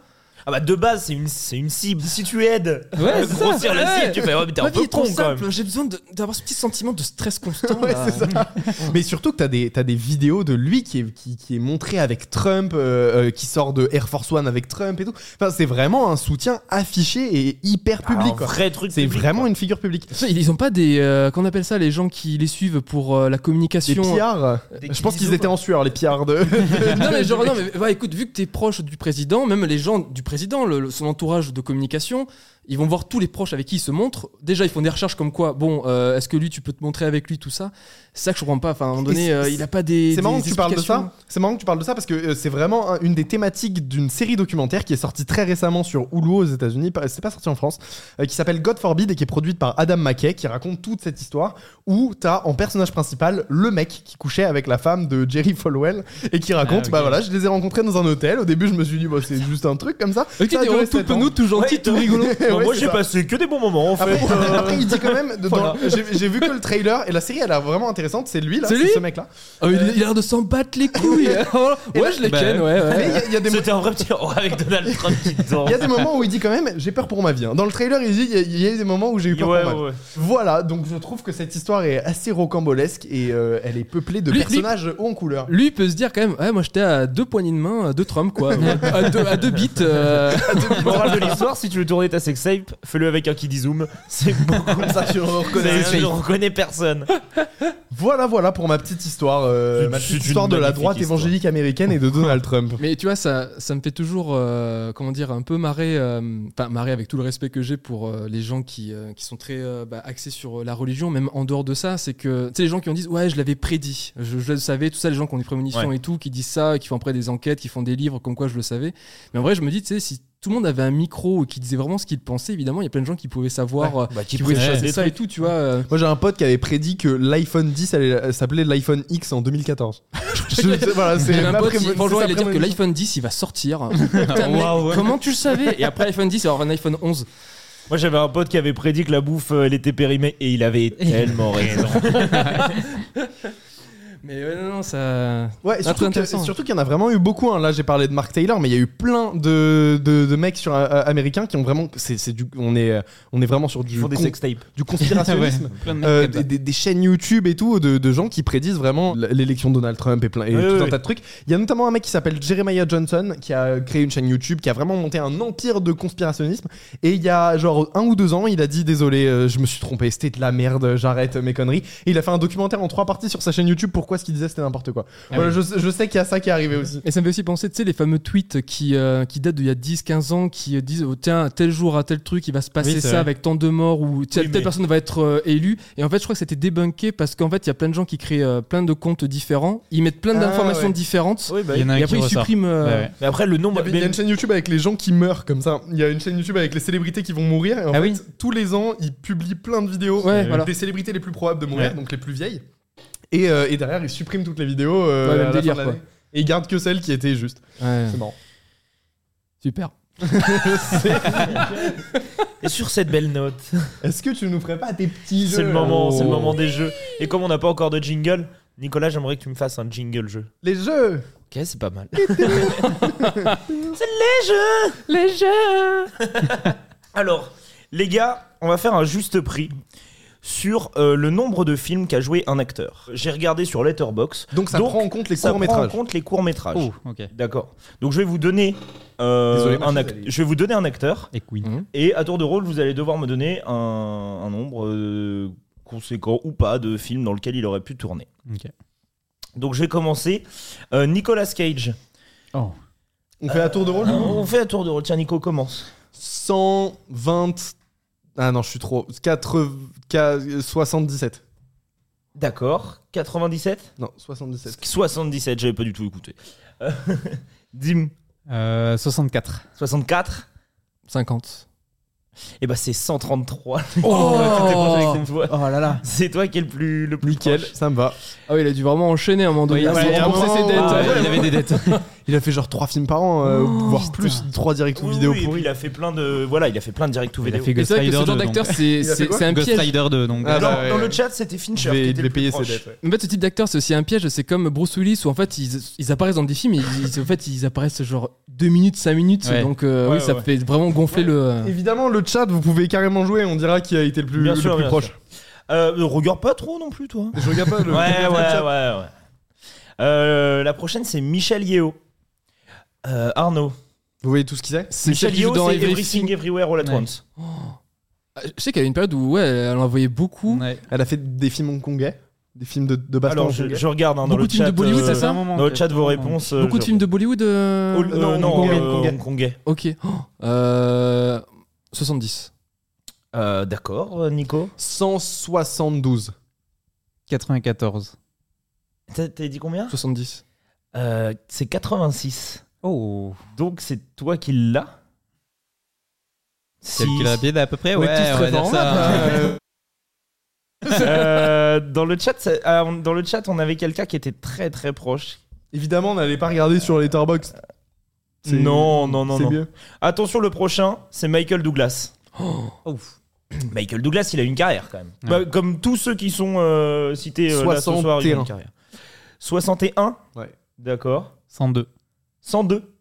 [SPEAKER 2] Ah bah, de base, c'est une, c'est une cible. Si tu aides
[SPEAKER 5] Ouais, c'est ça.
[SPEAKER 2] grossir la
[SPEAKER 5] Ouais.
[SPEAKER 2] cible, tu fais Oh, mais t'es
[SPEAKER 5] Ma
[SPEAKER 2] un
[SPEAKER 5] vie
[SPEAKER 2] peu
[SPEAKER 5] est trop
[SPEAKER 2] con quand même.
[SPEAKER 5] simple. J'ai besoin de- d'avoir ce petit sentiment de stress constant.
[SPEAKER 3] Ouais,
[SPEAKER 5] là.
[SPEAKER 3] c'est ça. Mais surtout que t'as des, t'as des vidéos de lui qui est, qui, qui est montré avec Trump, euh, euh, qui sort de Air Force One avec Trump et tout. Enfin, c'est vraiment un soutien affiché et hyper
[SPEAKER 2] Ah,
[SPEAKER 3] public.
[SPEAKER 2] un
[SPEAKER 3] quoi.
[SPEAKER 2] vrai truc.
[SPEAKER 3] C'est
[SPEAKER 2] public,
[SPEAKER 3] vraiment
[SPEAKER 2] quoi.
[SPEAKER 3] une figure publique.
[SPEAKER 5] Ça, Ils ils ont pas des. euh, Qu'on appelle ça les gens qui les suivent pour euh, la
[SPEAKER 3] Les
[SPEAKER 5] communication
[SPEAKER 3] PR,
[SPEAKER 2] Des
[SPEAKER 3] euh, je pense qu'ils
[SPEAKER 2] bisous,
[SPEAKER 3] étaient en sueur, les PR de.
[SPEAKER 5] non mais genre non mais bah, écoute vu que t'es proche du président même les gens du président le- le- son entourage de communication ils vont voir tous les proches avec qui ils se montrent déjà ils font des recherches comme quoi bon euh, est-ce que lui tu peux te montrer avec lui tout ça c'est ça que je comprends pas enfin à un moment donné
[SPEAKER 3] c'est-
[SPEAKER 5] euh, il a pas des
[SPEAKER 3] C'est marrant
[SPEAKER 5] des
[SPEAKER 3] que tu parles de
[SPEAKER 5] explications.
[SPEAKER 3] ça. C'est marrant que tu parles de ça parce que euh, c'est vraiment un- une des thématiques d'une série documentaire qui est sortie très récemment sur Hulu aux États-Unis. pas- C'est pas sorti en France, euh, qui s'appelle God Forbid et qui est produite par Adam McKay, qui raconte toute cette histoire où t'as en personnage principal le mec qui couchait avec la femme de Jerry Falwell et qui raconte
[SPEAKER 4] Ah, ok.
[SPEAKER 3] bah voilà, je les ai rencontrés dans un hôtel. Au début, je me suis dit bah c'est juste un truc comme ça.
[SPEAKER 5] Ok,
[SPEAKER 3] Ça a
[SPEAKER 5] t'es
[SPEAKER 3] duré
[SPEAKER 5] vraiment tout
[SPEAKER 3] sept ans.
[SPEAKER 5] penaud, tout gentil,
[SPEAKER 2] Ouais,
[SPEAKER 5] tout
[SPEAKER 2] t'as-
[SPEAKER 5] rigolo.
[SPEAKER 2] Bah,
[SPEAKER 3] Ouais,
[SPEAKER 2] moi,
[SPEAKER 3] c'est
[SPEAKER 2] j'ai
[SPEAKER 3] ça. Ah
[SPEAKER 2] passé que des bons moments en fait.
[SPEAKER 3] Après,
[SPEAKER 2] Euh,
[SPEAKER 3] après, il dit quand même, dans-
[SPEAKER 2] Voilà.
[SPEAKER 3] j'ai j'ai vu que le trailer et la série elle a l'air vraiment intéressante. C'est lui là,
[SPEAKER 5] C'est lui
[SPEAKER 3] ce mec là.
[SPEAKER 5] Oh, il, il a l'air de s'en battre les couilles. ouais, je les
[SPEAKER 4] bah,
[SPEAKER 5] ken, ouais, ouais.
[SPEAKER 3] Il y a des
[SPEAKER 2] C'était un vrai petit héros avec Donald Trump qui danse.
[SPEAKER 3] Il y a des moments où il dit quand même j'ai peur pour ma vie. hein. Dans le trailer, il dit il y a- il y, a eu des moments où j'ai eu peur
[SPEAKER 2] Ouais,
[SPEAKER 3] pour ma vie.
[SPEAKER 2] ouais.
[SPEAKER 3] Voilà, donc je trouve que cette histoire est assez rocambolesque et euh, elle est peuplée de
[SPEAKER 5] Lui-
[SPEAKER 3] personnages hauts en couleur.
[SPEAKER 5] Lui il peut se dire quand même, ouais, moi j'étais à deux poignées de main, à deux Trump quoi, à deux, à deux bits. euh,
[SPEAKER 2] Morale de l'histoire, si tu veux tourner ta sex tape, fais-le avec un kiddy zoom. C'est beaucoup
[SPEAKER 3] Comme ça, tu le reconnais.
[SPEAKER 2] Je ne reconnais personne.
[SPEAKER 3] Voilà, voilà pour ma petite histoire, euh,
[SPEAKER 2] C'est-
[SPEAKER 3] ma
[SPEAKER 2] c'est
[SPEAKER 3] petite
[SPEAKER 2] une
[SPEAKER 3] histoire de la
[SPEAKER 2] magnifique
[SPEAKER 3] droite
[SPEAKER 2] histoire.
[SPEAKER 3] évangélique américaine et de Donald Trump.
[SPEAKER 5] Mais tu vois, ça, ça me fait toujours, euh, comment dire, un peu marrer, euh, enfin marrer avec tout le respect que j'ai pour euh, les gens qui, euh, qui sont très euh, bah, axés sur euh, la religion, même en dehors de ça, c'est que, tu sais, les gens qui ont dit, ouais, je l'avais prédit, je, je le savais, tout ça, les gens qui ont des prémonitions et tout, qui disent ça, qui font après des enquêtes, qui font des livres, comme quoi je le savais. Mais en vrai, je me dis, tu sais, si tout le monde avait un micro qui disait vraiment ce qu'il pensait, évidemment, il y a plein de gens qui pouvaient savoir, euh,
[SPEAKER 2] Bah,
[SPEAKER 5] qui pouvaient
[SPEAKER 4] prédisent
[SPEAKER 5] chasser
[SPEAKER 2] des
[SPEAKER 5] ça et
[SPEAKER 2] trucs.
[SPEAKER 5] tout, tu vois. euh,
[SPEAKER 3] Moi j'ai un pote qui avait prédit que l'iPhone 10 allait- euh, s'appelait l'iPhone X en 2014. Je- voilà, c'est
[SPEAKER 5] J'ai un
[SPEAKER 3] ma
[SPEAKER 5] pote, il-
[SPEAKER 3] prémon-
[SPEAKER 5] franchement,
[SPEAKER 3] c'est sa
[SPEAKER 5] il a dit que
[SPEAKER 3] prémonition.
[SPEAKER 5] l'iPhone 10, il va sortir. Putain, mec,
[SPEAKER 4] Waouh.
[SPEAKER 5] Comment tu le savais Et après l'iPhone 10, il va y avoir un iPhone 11.
[SPEAKER 2] Moi, j'avais un pote qui avait prédit que la bouffe, euh, elle était périmée et il avait tellement raison.
[SPEAKER 5] Mais ouais, non, non, ça.
[SPEAKER 3] Ouais, et surtout
[SPEAKER 5] Ah, très
[SPEAKER 3] que-
[SPEAKER 5] intéressant.
[SPEAKER 3] surtout qu'il y en a vraiment eu beaucoup. hein. Là, j'ai parlé de Mark Taylor, mais il y a eu plein de, de, de mecs sur, euh, américains qui ont vraiment. c'est c'est du, on, est, euh, on est vraiment sur
[SPEAKER 2] Ils
[SPEAKER 3] du,
[SPEAKER 2] font des
[SPEAKER 3] con-
[SPEAKER 2] sex tapes.
[SPEAKER 3] du conspirationnisme.
[SPEAKER 4] Ouais, plein de mecs
[SPEAKER 3] Euh,
[SPEAKER 4] comme ça.
[SPEAKER 3] des, des- des chaînes YouTube et tout, de, de gens qui prédisent vraiment l- l'élection de Donald Trump et, plein, et
[SPEAKER 2] Oui,
[SPEAKER 3] tout
[SPEAKER 2] oui,
[SPEAKER 3] un
[SPEAKER 2] oui.
[SPEAKER 3] tas de trucs. Il y a notamment un mec qui s'appelle Jeremiah Johnson qui a créé une chaîne YouTube, qui a vraiment monté un empire de conspirationnisme. Et il y a genre un ou deux ans, il a dit Désolé, euh, je me suis trompé, c'était de la merde, j'arrête euh, mes conneries. Et il a fait un documentaire en trois parties sur sa chaîne YouTube pourquoi ce qu'il disait c'était n'importe quoi. Voilà, je, sais- je sais qu'il y a ça qui est arrivé aussi.
[SPEAKER 5] Et ça me fait aussi penser, tu sais, les fameux tweets qui, euh, qui datent d'il y a 10-15 ans, qui euh, disent, oh, tiens, tel jour à tel truc, il va se passer
[SPEAKER 4] Oui, c'est
[SPEAKER 5] ça
[SPEAKER 4] vrai.
[SPEAKER 5] avec tant de morts, ou tiens,
[SPEAKER 2] Oui,
[SPEAKER 5] telle
[SPEAKER 2] mais-
[SPEAKER 5] personne va être euh, élue. Et en fait, je crois que c'était débunké parce qu'en fait, il y a plein de gens qui créent euh, plein de comptes différents, ils mettent plein
[SPEAKER 3] Ah,
[SPEAKER 5] d'informations
[SPEAKER 3] ouais.
[SPEAKER 5] différentes,
[SPEAKER 2] Oui, bah,
[SPEAKER 4] Il y en a
[SPEAKER 5] et
[SPEAKER 4] un qui
[SPEAKER 5] après, ils
[SPEAKER 4] ressort.
[SPEAKER 5] suppriment. euh,
[SPEAKER 4] Ouais, ouais.
[SPEAKER 2] Mais après, le
[SPEAKER 3] Il y
[SPEAKER 2] nombre.
[SPEAKER 3] avait- il y a
[SPEAKER 2] mais-
[SPEAKER 3] une chaîne YouTube avec les gens qui meurent comme ça. Il y a une chaîne YouTube avec les célébrités qui vont mourir. Et en fait,
[SPEAKER 5] Ah oui.
[SPEAKER 3] tous les ans, ils publient plein de vidéos euh,
[SPEAKER 5] Ouais,
[SPEAKER 3] des
[SPEAKER 5] voilà.
[SPEAKER 3] célébrités les plus probables de mourir,
[SPEAKER 2] Ouais.
[SPEAKER 3] donc les plus vieilles. Et, euh, et derrière, ils suppriment toutes les vidéos. euh,
[SPEAKER 5] Ouais, même
[SPEAKER 3] à la fin
[SPEAKER 5] délire,
[SPEAKER 3] de l'année. Et ils gardent que celles qui étaient justes.
[SPEAKER 5] ouais.
[SPEAKER 3] C'est marrant.
[SPEAKER 5] Super.
[SPEAKER 2] Et sur cette belle note,
[SPEAKER 3] Est-ce que tu nous ferais pas tes petits jeux
[SPEAKER 2] c'est le
[SPEAKER 3] là
[SPEAKER 2] moment, c'est le
[SPEAKER 3] Oh.
[SPEAKER 2] moment des jeux. Et comme on n'a pas encore de jingle, Nicolas, j'aimerais que tu me fasses un jingle jeu.
[SPEAKER 3] Les jeux
[SPEAKER 2] Ok, c'est pas mal.
[SPEAKER 5] Les jeux
[SPEAKER 2] Alors, les gars, on va faire un juste prix sur euh, le nombre de films qu'a joué un acteur. J'ai regardé sur Letterboxd.
[SPEAKER 3] Donc ça
[SPEAKER 2] Donc,
[SPEAKER 3] prend en compte les
[SPEAKER 2] ça prend en
[SPEAKER 3] courts-métrages. Oh.
[SPEAKER 2] compte les courts-métrages.
[SPEAKER 4] Oh, ok.
[SPEAKER 2] D'accord. Donc je vais vous donner euh,
[SPEAKER 3] Désolé, ma
[SPEAKER 2] un
[SPEAKER 3] chose,
[SPEAKER 2] act-
[SPEAKER 3] elle est-
[SPEAKER 2] je vais vous donner un acteur
[SPEAKER 4] Et Queen.
[SPEAKER 2] et à tour de rôle, vous allez devoir me donner un, un nombre euh, conséquent ou pas de films dans lequel il aurait pu tourner.
[SPEAKER 4] Ok.
[SPEAKER 2] Donc je vais commencer. Euh, Nicolas Cage.
[SPEAKER 4] Oh.
[SPEAKER 3] On fait la tour de rôle du coup
[SPEAKER 2] On fait à tour de rôle. Tiens, Nico, commence.
[SPEAKER 3] 120. Ah non, je suis trop. 80... qua- 77.
[SPEAKER 2] D'accord. 97
[SPEAKER 3] Non, 77.
[SPEAKER 2] 77, j'avais pas du tout écouté. Euh, Dim,
[SPEAKER 4] Euh, 64.
[SPEAKER 2] 64
[SPEAKER 5] 50.
[SPEAKER 2] Eh ben c'est 133.
[SPEAKER 4] Oh,
[SPEAKER 2] c'est toi.
[SPEAKER 4] là là.
[SPEAKER 2] C'est toi qui es le plus le plus
[SPEAKER 3] Nickel,
[SPEAKER 2] proche.
[SPEAKER 3] ça me va.
[SPEAKER 5] Ah oui, il a dû vraiment enchaîner à un moment donné.
[SPEAKER 4] Oui,
[SPEAKER 5] pour
[SPEAKER 4] ouais,
[SPEAKER 5] rembourser
[SPEAKER 4] à un
[SPEAKER 3] moment,
[SPEAKER 5] ses
[SPEAKER 3] ouais,
[SPEAKER 5] dettes. Ah Ouais,
[SPEAKER 4] il avait des dettes.
[SPEAKER 3] Il a fait genre 3 films par an, euh,
[SPEAKER 4] Oh,
[SPEAKER 3] voire
[SPEAKER 4] putain.
[SPEAKER 3] plus, 3 directs ou
[SPEAKER 2] Oui,
[SPEAKER 3] vidéo
[SPEAKER 2] oui, et
[SPEAKER 3] pourris.
[SPEAKER 2] puis il a fait plein de voilà, il a fait plein de directs ou
[SPEAKER 4] Il a
[SPEAKER 2] vidéo.
[SPEAKER 4] fait
[SPEAKER 5] Et
[SPEAKER 4] Ghost
[SPEAKER 5] c'est vrai que
[SPEAKER 4] Rider
[SPEAKER 5] ce
[SPEAKER 4] 2.
[SPEAKER 5] genre d'acteur, c'est
[SPEAKER 3] Il a fait
[SPEAKER 5] c'est-
[SPEAKER 3] quoi
[SPEAKER 5] c'est un
[SPEAKER 4] Ghost
[SPEAKER 5] piège.
[SPEAKER 4] Rider 2, donc.
[SPEAKER 3] Ah,
[SPEAKER 2] Dans,
[SPEAKER 3] bah, ouais,
[SPEAKER 2] dans
[SPEAKER 3] ouais.
[SPEAKER 2] le chat, c'était Fincher.
[SPEAKER 3] Je vais,
[SPEAKER 2] qui
[SPEAKER 3] je
[SPEAKER 2] était
[SPEAKER 3] vais
[SPEAKER 2] le plus
[SPEAKER 3] payer ses
[SPEAKER 2] proche.
[SPEAKER 3] dettes. ouais.
[SPEAKER 5] En fait, ce type d'acteur, c'est aussi un piège. C'est comme Bruce Willis où en fait, ils, ils apparaissent dans des films et ils, ils- en fait, ils apparaissent genre 2 minutes, 5 minutes.
[SPEAKER 4] Ouais.
[SPEAKER 5] Donc, euh,
[SPEAKER 2] Ouais,
[SPEAKER 5] oui, ça
[SPEAKER 2] ouais.
[SPEAKER 5] fait vraiment gonfler le.
[SPEAKER 3] Évidemment, le chat, vous pouvez carrément jouer, on dira qui a été le plus,
[SPEAKER 2] Bien
[SPEAKER 3] le
[SPEAKER 2] sûr,
[SPEAKER 3] plus
[SPEAKER 2] bien
[SPEAKER 3] proche.
[SPEAKER 2] Euh, regarde pas trop non plus toi. hein.
[SPEAKER 3] Je regarde pas le.
[SPEAKER 2] Ouais, ouais, ouais,
[SPEAKER 3] le chat.
[SPEAKER 2] ouais. Euh, la prochaine, c'est Michel Yeo. Euh, Arnaud.
[SPEAKER 3] Vous voyez tout ce qu'il sait
[SPEAKER 5] C'est
[SPEAKER 2] Michel
[SPEAKER 5] celle qui joue
[SPEAKER 2] Yeo,
[SPEAKER 5] dans
[SPEAKER 2] c'est
[SPEAKER 5] Everything.
[SPEAKER 2] Everything Everywhere All at
[SPEAKER 4] Ouais.
[SPEAKER 2] Once.
[SPEAKER 5] Ah, Je sais qu'il y a une période où ouais, elle en voyait beaucoup.
[SPEAKER 4] Ouais.
[SPEAKER 3] Elle a fait des films hongkongais, des films de, de baston
[SPEAKER 2] Alors, je,
[SPEAKER 3] hongkongais.
[SPEAKER 2] je regarde hein, dans
[SPEAKER 5] Beaucoup
[SPEAKER 2] le
[SPEAKER 5] de films
[SPEAKER 2] chat.
[SPEAKER 5] de Bollywood,
[SPEAKER 2] euh,
[SPEAKER 5] ça, c'est un
[SPEAKER 4] moment
[SPEAKER 2] Dans le
[SPEAKER 4] que-
[SPEAKER 2] chat, vos réponses. euh,
[SPEAKER 5] Beaucoup de
[SPEAKER 2] je-
[SPEAKER 5] films de Bollywood. euh,
[SPEAKER 2] Oh, euh,
[SPEAKER 3] Non,
[SPEAKER 2] non,
[SPEAKER 3] hongkongais,
[SPEAKER 2] euh,
[SPEAKER 3] hongkongais.
[SPEAKER 2] hongkongais.
[SPEAKER 5] Ok. Oh, euh, 70.
[SPEAKER 2] Euh, D'accord, euh, Nico.
[SPEAKER 3] 172.
[SPEAKER 4] 94.
[SPEAKER 2] T'as t'as dit combien
[SPEAKER 5] 70.
[SPEAKER 2] Euh, C'est 86.
[SPEAKER 4] Oh.
[SPEAKER 2] Donc, c'est toi qui l'as Si.
[SPEAKER 4] Calcul rapide à peu près, ouais. on va dire ça.
[SPEAKER 3] Euh,
[SPEAKER 2] Euh, dans le chat, ça- ah, on- dans le chat, on avait quelqu'un qui était très très proche.
[SPEAKER 3] Évidemment, on n'allait pas regarder sur Letterboxd. C'est-
[SPEAKER 2] Non, non, non,
[SPEAKER 3] C'est
[SPEAKER 2] non.
[SPEAKER 3] mieux.
[SPEAKER 2] Attention, le prochain, c'est Michael Douglas. Michael Douglas, il a une carrière quand même.
[SPEAKER 4] Ouais.
[SPEAKER 2] Bah, comme tous ceux qui sont euh, cités euh, là, ce soir, ils ont
[SPEAKER 3] 61.
[SPEAKER 2] une carrière. 61
[SPEAKER 3] Ouais.
[SPEAKER 2] D'accord.
[SPEAKER 4] 102.
[SPEAKER 2] 102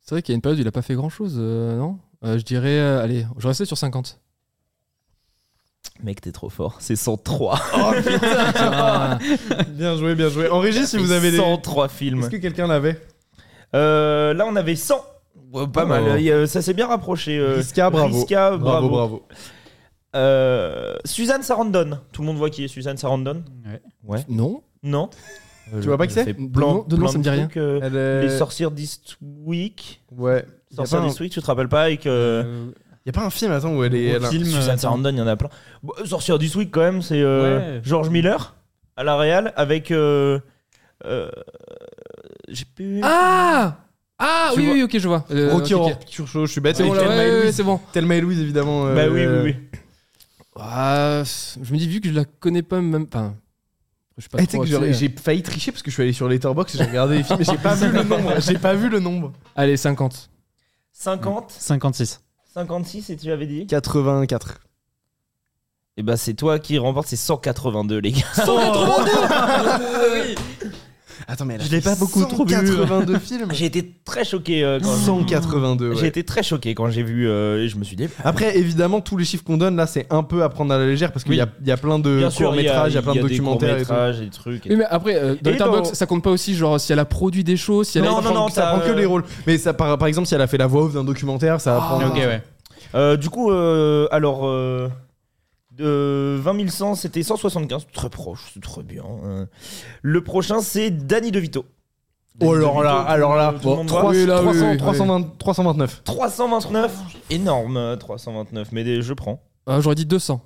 [SPEAKER 5] C'est vrai qu'il y a une période où il a pas fait grand chose, non Euh, Je dirais. euh, allez, je restais sur 50.
[SPEAKER 2] Mec, t'es trop fort. C'est 103.
[SPEAKER 5] Ah,
[SPEAKER 3] Bien joué, bien joué. En régie, si vous avez des.
[SPEAKER 2] 103
[SPEAKER 3] Est-ce
[SPEAKER 2] films.
[SPEAKER 3] que quelqu'un l'avait
[SPEAKER 2] Euh, là, on avait 100. Ouais, Pas
[SPEAKER 3] Oh.
[SPEAKER 2] mal. Il y a- Ça s'est bien rapproché. euh,
[SPEAKER 3] Riska, bravo.
[SPEAKER 2] Riska, bravo.
[SPEAKER 3] bravo, bravo.
[SPEAKER 2] Euh, Suzanne Sarandon. Tout le monde voit qui est Suzanne Sarandon
[SPEAKER 4] Ouais.
[SPEAKER 5] non
[SPEAKER 2] Non.
[SPEAKER 3] Tu vois pas qui c'est
[SPEAKER 2] Euh, fait
[SPEAKER 5] De
[SPEAKER 2] plein-
[SPEAKER 5] nom- de nom,
[SPEAKER 2] plein
[SPEAKER 5] ça me dit rien.
[SPEAKER 2] trucs, euh,
[SPEAKER 3] Elle est-
[SPEAKER 2] Les sorcières d'Eastwick.
[SPEAKER 3] Ouais. Y a, pas
[SPEAKER 2] Sorcières
[SPEAKER 3] un...
[SPEAKER 2] d'Eastwick, tu te rappelles pas et que
[SPEAKER 4] Euh,
[SPEAKER 3] y a pas un film, attends, où elle est.
[SPEAKER 4] gros
[SPEAKER 3] elle a-
[SPEAKER 4] film,
[SPEAKER 2] Suzanne
[SPEAKER 4] attends.
[SPEAKER 2] Sarandon, il y en a plein. Bon, sorcières d'Eastwick quand même, c'est euh,
[SPEAKER 4] Ouais.
[SPEAKER 2] George Miller à la Real avec. euh, euh, J'ai pu.
[SPEAKER 5] Ah Ah
[SPEAKER 3] Tu
[SPEAKER 5] oui,
[SPEAKER 3] vois-
[SPEAKER 5] oui, ok, je vois. Euh,
[SPEAKER 3] Rocky
[SPEAKER 5] ok, ok.
[SPEAKER 3] Horror Picture Show, je suis bête.
[SPEAKER 5] C'est bon,
[SPEAKER 3] Et
[SPEAKER 5] là,
[SPEAKER 3] Thelma et
[SPEAKER 5] ouais, ouais,
[SPEAKER 3] Louise.
[SPEAKER 5] c'est bon.
[SPEAKER 3] Thelma et Louise, évidemment.
[SPEAKER 2] bah
[SPEAKER 3] euh,
[SPEAKER 2] oui, oui, oui.
[SPEAKER 5] Ah, je me dis, vu que je la connais pas même. Enfin, je suis pas
[SPEAKER 3] Eh, tu sais
[SPEAKER 5] trop
[SPEAKER 3] que j'aurais-
[SPEAKER 5] axé.
[SPEAKER 3] j'ai failli tricher parce que je suis allé sur Letterboxd et j'ai regardé les films et j'ai pas vu le nombre. J'ai pas vu le nombre.
[SPEAKER 5] euh, Allez, 50.
[SPEAKER 2] 50,
[SPEAKER 4] 56.
[SPEAKER 2] 56, et tu avais dit
[SPEAKER 3] 84.
[SPEAKER 2] Et bah c'est toi qui remporte, c'est 182, les gars.
[SPEAKER 3] Attends, mais elle a
[SPEAKER 2] Je l'ai
[SPEAKER 3] fait
[SPEAKER 2] pas beaucoup trop vu. Oh,
[SPEAKER 3] 182 films.
[SPEAKER 2] J'ai été très choqué euh, quand
[SPEAKER 3] 182. ouais.
[SPEAKER 2] J'ai été très choqué quand j'ai vu euh, et je me suis dit
[SPEAKER 3] Après, évidemment, tous les chiffres qu'on donne là, c'est un peu à prendre à la légère parce qu'il
[SPEAKER 4] Oui.
[SPEAKER 3] y, a, il y a plein de
[SPEAKER 2] bien sûr il y a,
[SPEAKER 3] courts-métrages, il y, a plein
[SPEAKER 2] il
[SPEAKER 3] de
[SPEAKER 2] des
[SPEAKER 3] documentaires et tout.
[SPEAKER 2] courts-métrages et des trucs. et
[SPEAKER 5] Oui, mais après, euh, dans
[SPEAKER 2] Et
[SPEAKER 5] Letterboxd,
[SPEAKER 2] dans-
[SPEAKER 5] ça compte pas aussi, genre, si elle a produit des choses, si elle
[SPEAKER 2] Non,
[SPEAKER 5] a.
[SPEAKER 2] non, non,
[SPEAKER 3] ça
[SPEAKER 2] t'as,
[SPEAKER 3] prend que
[SPEAKER 2] euh,
[SPEAKER 3] les rôles. Mais ça, par, par exemple, si elle a fait la voix off d'un documentaire,
[SPEAKER 2] Ah,
[SPEAKER 3] ça va prendre.
[SPEAKER 4] Ok, ouais.
[SPEAKER 2] Euh, du coup, euh, alors, euh, de 20 100, c'était 175. Très proche, c'est très bien. Euh, le prochain, c'est Danny DeVito.
[SPEAKER 3] Oh,
[SPEAKER 2] Danny
[SPEAKER 3] alors là,
[SPEAKER 2] DeVito,
[SPEAKER 3] alors là.
[SPEAKER 2] tout le
[SPEAKER 3] bon,
[SPEAKER 2] monde
[SPEAKER 3] trois-
[SPEAKER 2] voit.
[SPEAKER 5] Oui, là, oui,
[SPEAKER 3] 300,
[SPEAKER 5] oui.
[SPEAKER 3] 320, 329.
[SPEAKER 2] 329, énorme euh, 329, mais des- je prends.
[SPEAKER 5] Euh, j'aurais dit 200.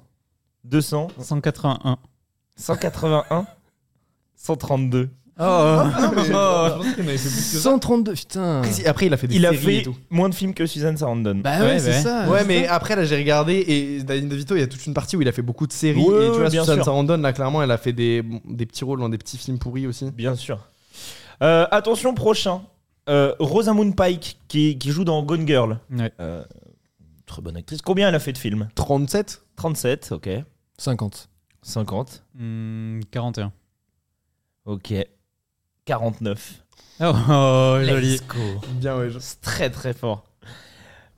[SPEAKER 2] 200,
[SPEAKER 4] 181.
[SPEAKER 2] 181, 132. Ah.
[SPEAKER 3] Oh.
[SPEAKER 5] 132, putain.
[SPEAKER 3] Précis. Après, il a fait des
[SPEAKER 2] Il a
[SPEAKER 3] séries et
[SPEAKER 2] fait
[SPEAKER 3] tout.
[SPEAKER 2] moins de films que Suzanne Sarandon.
[SPEAKER 5] Bah ouais,
[SPEAKER 4] Ouais,
[SPEAKER 5] c'est
[SPEAKER 4] ouais.
[SPEAKER 5] ça.
[SPEAKER 3] Ouais,
[SPEAKER 5] c'est
[SPEAKER 3] mais
[SPEAKER 5] ça.
[SPEAKER 3] après, là, j'ai regardé et Danny DeVito, il y a toute une partie où il a fait beaucoup de séries.
[SPEAKER 2] Ouais,
[SPEAKER 3] et tu vois,
[SPEAKER 2] bien
[SPEAKER 3] Susan
[SPEAKER 2] sûr.
[SPEAKER 3] Sarandon, là, clairement, elle a fait des, bon, des petits rôles dans des petits films pourris aussi.
[SPEAKER 2] Bien sûr. Euh, attention, prochain. Euh, Rosamund Pike, qui, qui joue dans Gone Girl.
[SPEAKER 4] Ouais.
[SPEAKER 2] Euh, très bonne actrice. Combien elle a fait de films
[SPEAKER 3] 37
[SPEAKER 2] 37, ok.
[SPEAKER 5] 50.
[SPEAKER 2] 50.
[SPEAKER 4] Hmm, 41.
[SPEAKER 2] Ok. 49.
[SPEAKER 4] Oh, oh, joli.
[SPEAKER 2] Let's go.
[SPEAKER 3] Bien, ouais. je-
[SPEAKER 2] C'est très très fort.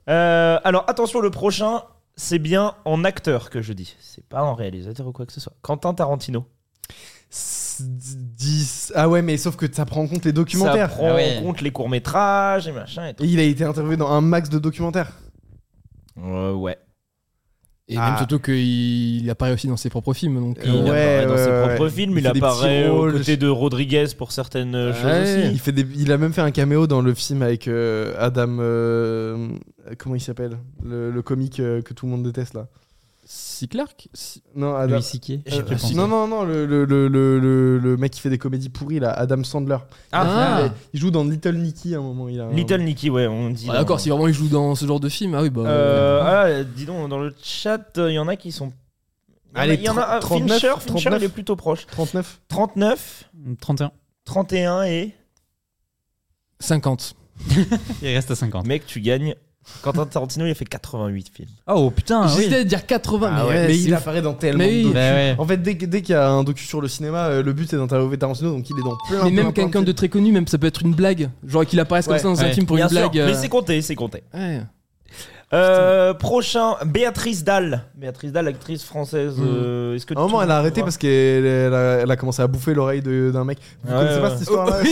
[SPEAKER 2] Euh, alors attention, le prochain, c'est bien en acteur que je dis. C'est pas en réalisateur ou quoi que ce soit. Quentin Tarantino.
[SPEAKER 3] S- 10. Ah ouais, mais sauf que ça prend en compte les
[SPEAKER 2] Ça
[SPEAKER 3] documentaires.
[SPEAKER 2] prend
[SPEAKER 4] Ah ouais.
[SPEAKER 2] en compte les courts-métrages et machin et tout.
[SPEAKER 3] Et il a été interviewé dans un max de documentaires.
[SPEAKER 2] Euh, ouais.
[SPEAKER 5] Et
[SPEAKER 3] Ah.
[SPEAKER 5] même surtout qu'il il apparaît aussi dans ses propres films. Donc,
[SPEAKER 2] Il
[SPEAKER 5] euh,
[SPEAKER 3] Ouais,
[SPEAKER 2] apparaît dans ses
[SPEAKER 3] ouais,
[SPEAKER 2] propres
[SPEAKER 3] ouais.
[SPEAKER 2] films,
[SPEAKER 3] Il
[SPEAKER 2] il,
[SPEAKER 3] fait des petits
[SPEAKER 2] apparaît aux
[SPEAKER 3] rôles.
[SPEAKER 2] côtés de Rodriguez pour certaines euh, choses
[SPEAKER 5] Ouais.
[SPEAKER 2] aussi.
[SPEAKER 3] Il, fait des- il a même fait un caméo dans le film avec euh, Adam. euh, Comment il s'appelle le, le comique euh, que tout le monde déteste là.
[SPEAKER 5] Si Clark si-
[SPEAKER 3] Non, Adam.
[SPEAKER 4] Louis C.K.
[SPEAKER 3] euh, non, non, non, le, le, le, le- le- le mec qui fait des comédies pourries là, Adam Sandler.
[SPEAKER 5] Ah.
[SPEAKER 3] Il, il joue dans Little Nicky à un moment. Il a un-
[SPEAKER 2] Little Nicky, ouais, on dit.
[SPEAKER 5] Ah,
[SPEAKER 2] dans-
[SPEAKER 5] D'accord, si vraiment il joue dans ce genre de film, ah oui, bah.
[SPEAKER 2] Euh, ah, dis donc, dans le chat, euh, il y en a qui sont. Il y en a-
[SPEAKER 3] Allez,
[SPEAKER 2] il y en a ah,
[SPEAKER 3] 39,
[SPEAKER 2] Fincher, Fincher,
[SPEAKER 3] 39.
[SPEAKER 2] il est plutôt proche.
[SPEAKER 3] 39
[SPEAKER 2] 39,
[SPEAKER 4] 31.
[SPEAKER 2] 31 et.
[SPEAKER 5] 50.
[SPEAKER 4] Il reste à 50.
[SPEAKER 2] Mec, tu gagnes. Quentin Tarantino, il a fait 88 films.
[SPEAKER 4] Oh putain,
[SPEAKER 5] J'hésitais
[SPEAKER 4] oui.
[SPEAKER 5] à dire 80,
[SPEAKER 3] Ah
[SPEAKER 5] mais,
[SPEAKER 3] ouais,
[SPEAKER 5] ouais,
[SPEAKER 3] mais
[SPEAKER 5] c'est
[SPEAKER 3] il
[SPEAKER 5] ouf.
[SPEAKER 3] apparaît dans tellement
[SPEAKER 5] Mais oui.
[SPEAKER 3] de documentaires.
[SPEAKER 4] Bah ouais.
[SPEAKER 3] En fait, dès, que- dès qu'il y a un docu sur le cinéma, euh, le but c'est d'interviewer Tarantino, donc il est dans plein
[SPEAKER 5] Mais
[SPEAKER 3] plein,
[SPEAKER 5] même
[SPEAKER 3] plein
[SPEAKER 5] quelqu'un de
[SPEAKER 3] films.
[SPEAKER 5] très connu, même ça peut être une blague. Genre qu'il apparaisse
[SPEAKER 3] Ouais,
[SPEAKER 5] comme ça dans un
[SPEAKER 4] ouais.
[SPEAKER 5] film pour
[SPEAKER 2] Bien
[SPEAKER 5] une
[SPEAKER 2] sûr,
[SPEAKER 5] blague.
[SPEAKER 2] mais
[SPEAKER 5] euh,
[SPEAKER 2] c'est compté, c'est compté.
[SPEAKER 5] ouais.
[SPEAKER 2] Euh, prochain, Béatrice Dalle. Béatrice Dalle, actrice française.
[SPEAKER 5] Mhm.
[SPEAKER 2] euh, Est-ce que
[SPEAKER 3] Mm. À un moment, elle a arrêté parce qu'elle elle a, elle a commencé à bouffer l'oreille de- d'un mec. Vous
[SPEAKER 2] Ouais,
[SPEAKER 3] connaissez
[SPEAKER 2] ouais.
[SPEAKER 3] pas cette histoire-là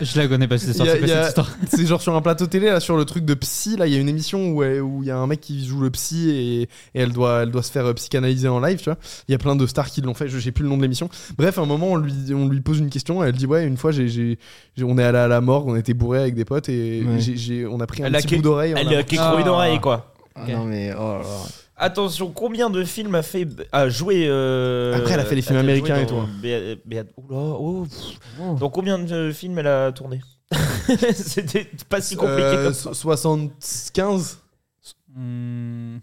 [SPEAKER 4] Je la connais pas, c'est
[SPEAKER 3] Il y a-
[SPEAKER 4] sorti
[SPEAKER 3] il y a-
[SPEAKER 4] cette histoire.
[SPEAKER 3] C'est genre sur un plateau télé, là, sur le truc de psy. Là, il y a une émission où elle- où il y a un mec qui joue le psy et, et elle, doit, elle doit se faire euh, psychanalyser en live, tu vois. Il y a plein de stars qui l'ont fait, je sais plus le nom de l'émission. Bref, à un moment, on lui, on lui pose une question. Elle dit Ouais, une fois, j'ai, j'ai- j'ai- on est allé à la morgue, on était bourré avec des potes et
[SPEAKER 5] Ouais.
[SPEAKER 3] j'ai- j'ai- on a pris un
[SPEAKER 2] Elle a
[SPEAKER 3] petit
[SPEAKER 2] que-
[SPEAKER 3] bout d'oreille. on
[SPEAKER 2] Elle
[SPEAKER 3] a-
[SPEAKER 2] a qu'écroué
[SPEAKER 5] Ah.
[SPEAKER 2] d'oreille, quoi.
[SPEAKER 5] Ah, Non, mais oh là là.
[SPEAKER 2] Attention, combien de films a fait. a joué. euh,
[SPEAKER 3] Après, elle a fait les films
[SPEAKER 2] joué
[SPEAKER 3] américains et
[SPEAKER 2] dans
[SPEAKER 3] tout. hein.
[SPEAKER 2] Béa- Béa- Oula, oh, pff.
[SPEAKER 5] Oh.
[SPEAKER 2] Dans combien de euh, films elle a tourné C'était pas si compliqué
[SPEAKER 3] Euh,
[SPEAKER 2] comme ça.
[SPEAKER 3] so- 75
[SPEAKER 4] Hmm,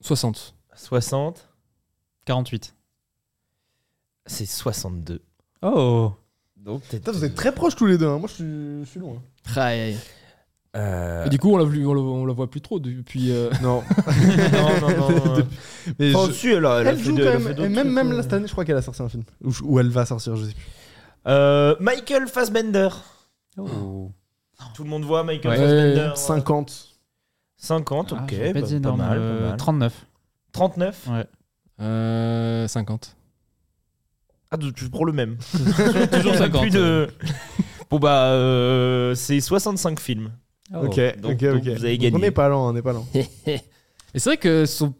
[SPEAKER 5] 60.
[SPEAKER 2] 60,
[SPEAKER 4] 48.
[SPEAKER 2] c'est 62.
[SPEAKER 4] Oh.
[SPEAKER 2] Donc,
[SPEAKER 3] Putain, vous êtes très proches tous les deux. hein. Moi, je suis, je suis loin.
[SPEAKER 2] Euh,
[SPEAKER 5] Et du coup, on la, vu- on la- on la voit plus trop depuis. euh,
[SPEAKER 3] Non.
[SPEAKER 2] non, non, non. euh.
[SPEAKER 3] Depuis- Mais
[SPEAKER 2] Enfin,
[SPEAKER 3] je-
[SPEAKER 2] si, elle, a- elle a
[SPEAKER 3] Elle
[SPEAKER 2] fait
[SPEAKER 3] joue
[SPEAKER 2] de-
[SPEAKER 3] quand
[SPEAKER 2] elle a
[SPEAKER 3] même.
[SPEAKER 2] fait
[SPEAKER 3] et
[SPEAKER 2] d'autres
[SPEAKER 3] même,
[SPEAKER 2] trucs,
[SPEAKER 3] même
[SPEAKER 2] euh.
[SPEAKER 3] là, cette année, je crois qu'elle a sorti un film. Ou, je- ou elle va sortir, je sais plus.
[SPEAKER 2] Euh, Michael Fassbender.
[SPEAKER 4] Oh.
[SPEAKER 2] Tout le monde voit Michael
[SPEAKER 5] Ouais.
[SPEAKER 2] Fassbender.
[SPEAKER 5] Ouais.
[SPEAKER 3] 50.
[SPEAKER 2] 50,
[SPEAKER 4] Ah,
[SPEAKER 2] ok.
[SPEAKER 4] j'avais pas
[SPEAKER 2] bah,
[SPEAKER 4] dit énorme.
[SPEAKER 2] mal,
[SPEAKER 4] euh,
[SPEAKER 2] mal.
[SPEAKER 4] 39.
[SPEAKER 2] 39
[SPEAKER 5] euh, 50.
[SPEAKER 2] Ah, donc tu prends le même.
[SPEAKER 4] Toujours
[SPEAKER 2] Plus
[SPEAKER 4] 50.
[SPEAKER 2] de... Bon, bah, euh, c'est 65 films.
[SPEAKER 4] Oh.
[SPEAKER 3] ok,
[SPEAKER 2] donc-
[SPEAKER 3] ok,
[SPEAKER 2] donc
[SPEAKER 3] ok.
[SPEAKER 2] vous avez
[SPEAKER 3] Donc
[SPEAKER 2] gagné.
[SPEAKER 3] On n'est pas lent, on n'est pas lent.
[SPEAKER 5] Et c'est vrai que son.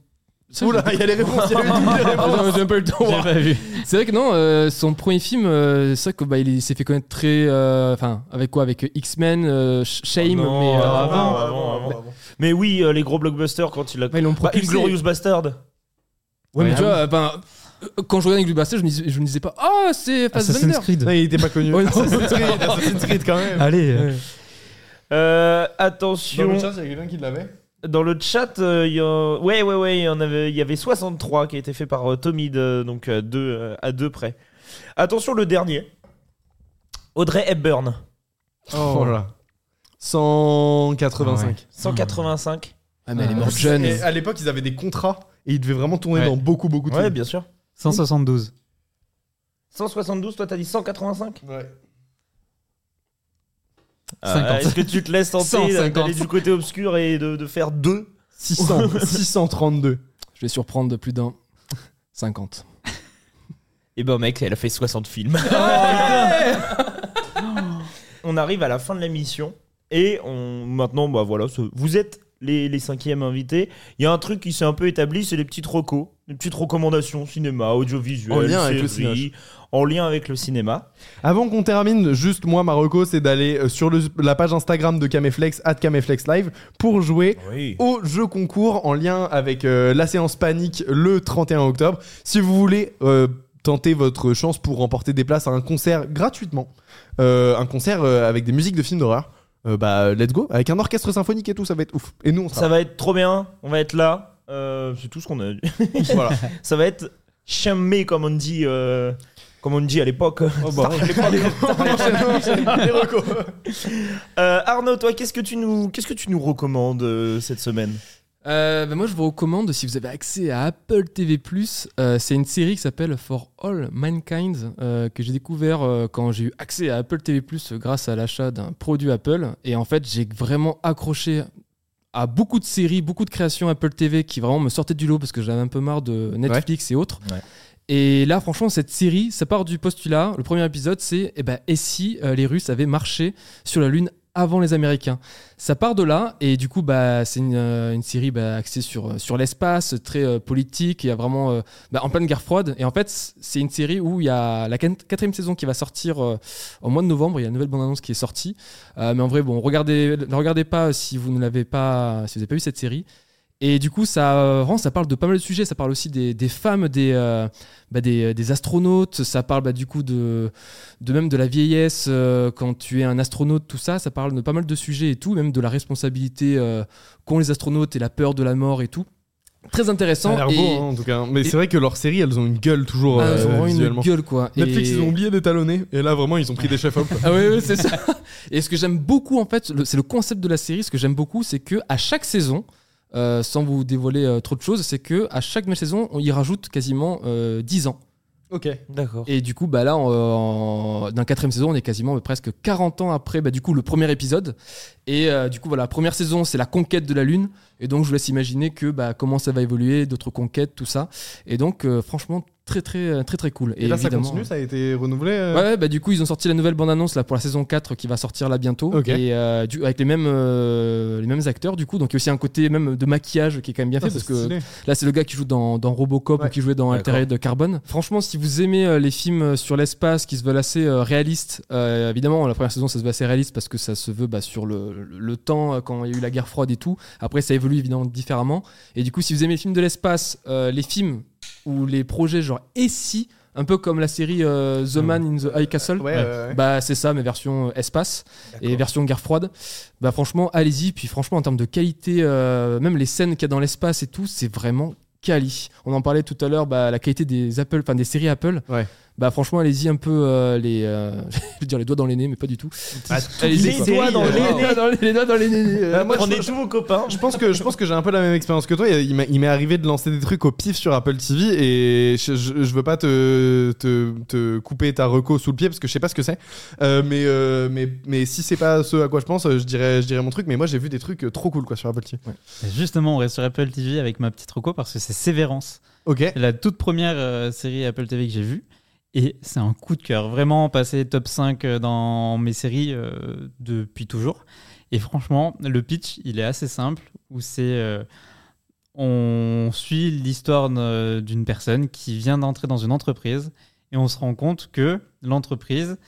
[SPEAKER 5] ça,
[SPEAKER 3] Oula,
[SPEAKER 5] j'ai-
[SPEAKER 3] il y a les réponses. il y a les réponses.
[SPEAKER 5] Ah, j'ai un peu le temps.
[SPEAKER 4] J'ai pas vu.
[SPEAKER 5] C'est vrai que non, euh, son premier film, euh, c'est vrai que bah, il est- s'est fait connaître très, euh, enfin, avec quoi, avec euh, X-Men, euh, Sh- Shame,
[SPEAKER 2] Oh non,
[SPEAKER 5] mais euh,
[SPEAKER 2] ah, avant,
[SPEAKER 5] avant,
[SPEAKER 2] avant, avant.
[SPEAKER 3] Bah,
[SPEAKER 2] Mais oui, euh, les gros blockbusters, quand il a.
[SPEAKER 5] bah, ils l'ont
[SPEAKER 2] Bah,
[SPEAKER 5] propulsé.
[SPEAKER 2] Inglorious Bastard.
[SPEAKER 5] Ouais, mais
[SPEAKER 4] Ouais,
[SPEAKER 5] tu
[SPEAKER 4] ah
[SPEAKER 5] vois, euh, ben, euh, quand je regardais Glue Bastard, je me disais, je me disais pas, ah, c'est Fassbender.
[SPEAKER 4] Assassin's Creed.
[SPEAKER 3] Non, il était pas connu.
[SPEAKER 5] Ouais, non.
[SPEAKER 3] Assassin's Creed, Assassin's Creed, quand même.
[SPEAKER 4] Allez. euh,
[SPEAKER 2] Euh, attention.
[SPEAKER 3] il y a quelqu'un qui l'avait.
[SPEAKER 2] Dans le chat, euh, il y a... ouais, ouais, ouais, il y en avait, il y avait 63 qui a été fait par euh, Tommy, de- donc euh, deux, euh, à deux près. Attention, le dernier. Audrey Hepburn,
[SPEAKER 3] Oh là.
[SPEAKER 2] Ah
[SPEAKER 3] 185.
[SPEAKER 2] 185.
[SPEAKER 5] Ah, mais elle est
[SPEAKER 3] En
[SPEAKER 5] morte
[SPEAKER 3] plus,
[SPEAKER 5] jeune.
[SPEAKER 3] et à l'époque, ils avaient des contrats et ils devaient vraiment tourner
[SPEAKER 4] Ouais.
[SPEAKER 3] dans beaucoup, beaucoup de
[SPEAKER 2] Ouais,
[SPEAKER 3] films.
[SPEAKER 2] bien sûr.
[SPEAKER 4] 172.
[SPEAKER 2] 172, toi t'as dit 185
[SPEAKER 3] Ouais.
[SPEAKER 2] Ah, Est-ce que tu te laisses tenter
[SPEAKER 4] 150.
[SPEAKER 2] d'aller du côté obscur et de, de faire deux
[SPEAKER 3] 600, 632.
[SPEAKER 5] Je vais surprendre de plus d'un 50.
[SPEAKER 2] Eh ben mec, elle a fait 60 films. on arrive à la fin de la mission et on maintenant bah voilà, ce- vous êtes les, les cinquièmes invités. Il y a un truc qui s'est un peu établi, c'est les petites recos, les petites recommandations cinéma, audiovisuel,
[SPEAKER 3] En lien avec le
[SPEAKER 2] séries,
[SPEAKER 3] cinéma.
[SPEAKER 2] en lien avec le cinéma.
[SPEAKER 3] Avant qu'on termine, juste moi, ma reco, c'est d'aller euh, sur le- la page Instagram de Caméflex, at Caméflex Live, pour jouer
[SPEAKER 2] Oui.
[SPEAKER 3] au jeu concours en lien avec euh, la séance panique le 31 octobre. Si vous voulez euh, tenter votre chance pour remporter des places à un concert gratuitement, euh, un concert euh, avec des musiques de films d'horreur, euh, bah let's go, avec un orchestre symphonique et tout, ça va être ouf. Et nous, on sera
[SPEAKER 2] Ça va être trop bien, on va être là. Euh, c'est tout ce qu'on a dit.
[SPEAKER 3] Voilà.
[SPEAKER 2] Ça va être chamé comme on dit euh, comme on dit à l'époque.
[SPEAKER 3] Oh, bah,
[SPEAKER 2] À l'époque.
[SPEAKER 3] Les recos.
[SPEAKER 2] Euh, Arnaud, toi, qu'est-ce que tu nous, qu'est-ce que tu nous recommandes euh, cette semaine
[SPEAKER 5] Euh, bah, moi, je vous recommande, si vous avez accès à Apple TV+, euh, c'est une série qui s'appelle For All Mankind, euh, que j'ai découvert euh, quand j'ai eu accès à Apple TV+, euh, grâce à l'achat d'un produit Apple. Et en fait, j'ai vraiment accroché à beaucoup de séries, beaucoup de créations Apple TV qui vraiment me sortaient du lot parce que j'avais un peu marre de Netflix et autres.
[SPEAKER 2] Ouais.
[SPEAKER 5] Et là, franchement, cette série, ça part du postulat. Le premier épisode, c'est eh ben, et si euh, les Russes avaient marché sur la Lune avant les Américains Ça part de là, et du coup, bah, c'est une, euh, une série bah, axée sur, euh, sur l'espace, très euh, politique, il y a vraiment euh, bah, en pleine guerre froide. Et en fait, c- c'est une série où il y a la quat- quatrième saison qui va sortir euh, au mois de novembre. Il y a une nouvelle bande-annonce qui est sortie. Euh, mais en vrai, bon, regardez, ne regardez pas si vous ne l'avez pas, si vous n'avez pas vu cette série. Et du coup, ça, euh, vraiment, ça parle de pas mal de sujets. Ça parle aussi des, des femmes, des, euh, bah, des, des astronautes. Ça parle bah, du coup de, de même de la vieillesse euh, quand tu es un astronaute, tout ça. Ça parle de pas mal de sujets et tout, même de la responsabilité euh, qu'ont les astronautes et la peur de la mort et tout. Très
[SPEAKER 3] Ça
[SPEAKER 5] intéressant.
[SPEAKER 3] a l'air
[SPEAKER 5] et-
[SPEAKER 3] beau, hein, en tout cas. Mais
[SPEAKER 5] et-
[SPEAKER 3] c'est vrai que leurs séries, elles ont une gueule toujours.
[SPEAKER 5] Ah,
[SPEAKER 3] euh,
[SPEAKER 5] ils ont vraiment une
[SPEAKER 3] visuellement.
[SPEAKER 5] gueule quoi.
[SPEAKER 3] Netflix,
[SPEAKER 5] Et-
[SPEAKER 3] ils ont oublié d'étalonner. Et là, vraiment, ils ont pris des chefs op
[SPEAKER 5] Ah oui, oui, c'est ça. Et ce que j'aime beaucoup, en fait, le- c'est le concept de la série. Ce que j'aime beaucoup, c'est que à chaque saison, euh, sans vous dévoiler euh, trop de choses, c'est que à chaque nouvelle saison, on y rajoute quasiment euh, 10 ans.
[SPEAKER 3] Ok.
[SPEAKER 6] D'accord.
[SPEAKER 5] Et du coup, bah là, en- en- dans la quatrième saison, on est quasiment euh, presque 40 ans après bah, du coup, le premier épisode. Et euh, du coup, voilà, première saison, c'est la conquête de la Lune. Et donc, je vous laisse imaginer que bah, comment ça va évoluer, d'autres conquêtes, tout ça. Et donc, euh, franchement, très, très, très, très cool.
[SPEAKER 3] Et, là, ça
[SPEAKER 5] évidemment,
[SPEAKER 3] continue, ça a été renouvelé. euh,
[SPEAKER 5] Ouais, ouais, bah du coup ils ont sorti la nouvelle bande annonce là pour la saison 4 qui va sortir là bientôt
[SPEAKER 3] Ok.
[SPEAKER 5] et euh, du- avec les mêmes euh, les mêmes acteurs du coup donc il y a aussi un côté même de maquillage qui est quand même bien
[SPEAKER 3] Putain,
[SPEAKER 5] fait parce
[SPEAKER 3] c'est stylé.
[SPEAKER 5] que là c'est le gars qui joue dans, dans Robocop
[SPEAKER 3] Ouais.
[SPEAKER 5] ou qui jouait dans
[SPEAKER 6] D'accord.
[SPEAKER 5] Altered Carbone. Franchement si vous aimez euh, les films sur l'espace qui se veulent assez euh, réalistes euh, évidemment la première saison ça se veut assez réaliste parce que ça se veut bah, sur le, le- le temps euh, quand il y a eu la guerre froide et tout après ça évolue évidemment différemment et du coup si vous aimez les films de l'espace euh, les films ou les projets genre et si un peu comme la série euh, The Man in the High Castle
[SPEAKER 3] Ouais, ouais, ouais.
[SPEAKER 5] bah c'est ça, mais version euh, espace et
[SPEAKER 2] D'accord.
[SPEAKER 5] version guerre froide. Bah franchement, allez-y. Puis franchement, en termes de qualité, euh, même les scènes qu'il y a dans l'espace et tout, c'est vraiment quali. On en parlait tout à l'heure, bah, la qualité des Apple, enfin des séries Apple.
[SPEAKER 3] Ouais.
[SPEAKER 5] Bah franchement, allez-y un peu euh, les, euh, je vais dire les doigts dans les nez, mais pas du tout.
[SPEAKER 2] Ah,
[SPEAKER 5] Allez-y,
[SPEAKER 2] les
[SPEAKER 5] quoi.
[SPEAKER 2] doigts dans les nez.
[SPEAKER 5] dans les- les doigts dans les nez.
[SPEAKER 3] Euh, moi,
[SPEAKER 2] On
[SPEAKER 3] je-
[SPEAKER 2] est tous vos copains.
[SPEAKER 3] Je pense que je pense que j'ai un peu la même expérience que toi. Il m'a- il m'est arrivé de lancer des trucs au pif sur Apple TV et je, je, je veux pas te, te, te couper ta reco sous le pied parce que je sais pas ce que c'est. Euh, mais, euh, mais mais si c'est pas ce à quoi je pense, euh, je dirais je dirais mon truc. Mais moi j'ai vu des trucs euh, trop cool quoi sur Apple TV.
[SPEAKER 4] Justement, on reste sur Apple TV avec ma petite reco parce que c'est Sévérance,
[SPEAKER 3] Ok.
[SPEAKER 4] la toute première euh, série Apple TV que j'ai vue. Et c'est un coup de cœur. Vraiment, passé top 5 euh, dans mes séries euh, depuis toujours. Et franchement, le pitch, il est assez simple où c'est. euh, on suit l'histoire euh, d'une personne qui vient d'entrer dans une entreprise et on se rend compte que l'entreprise,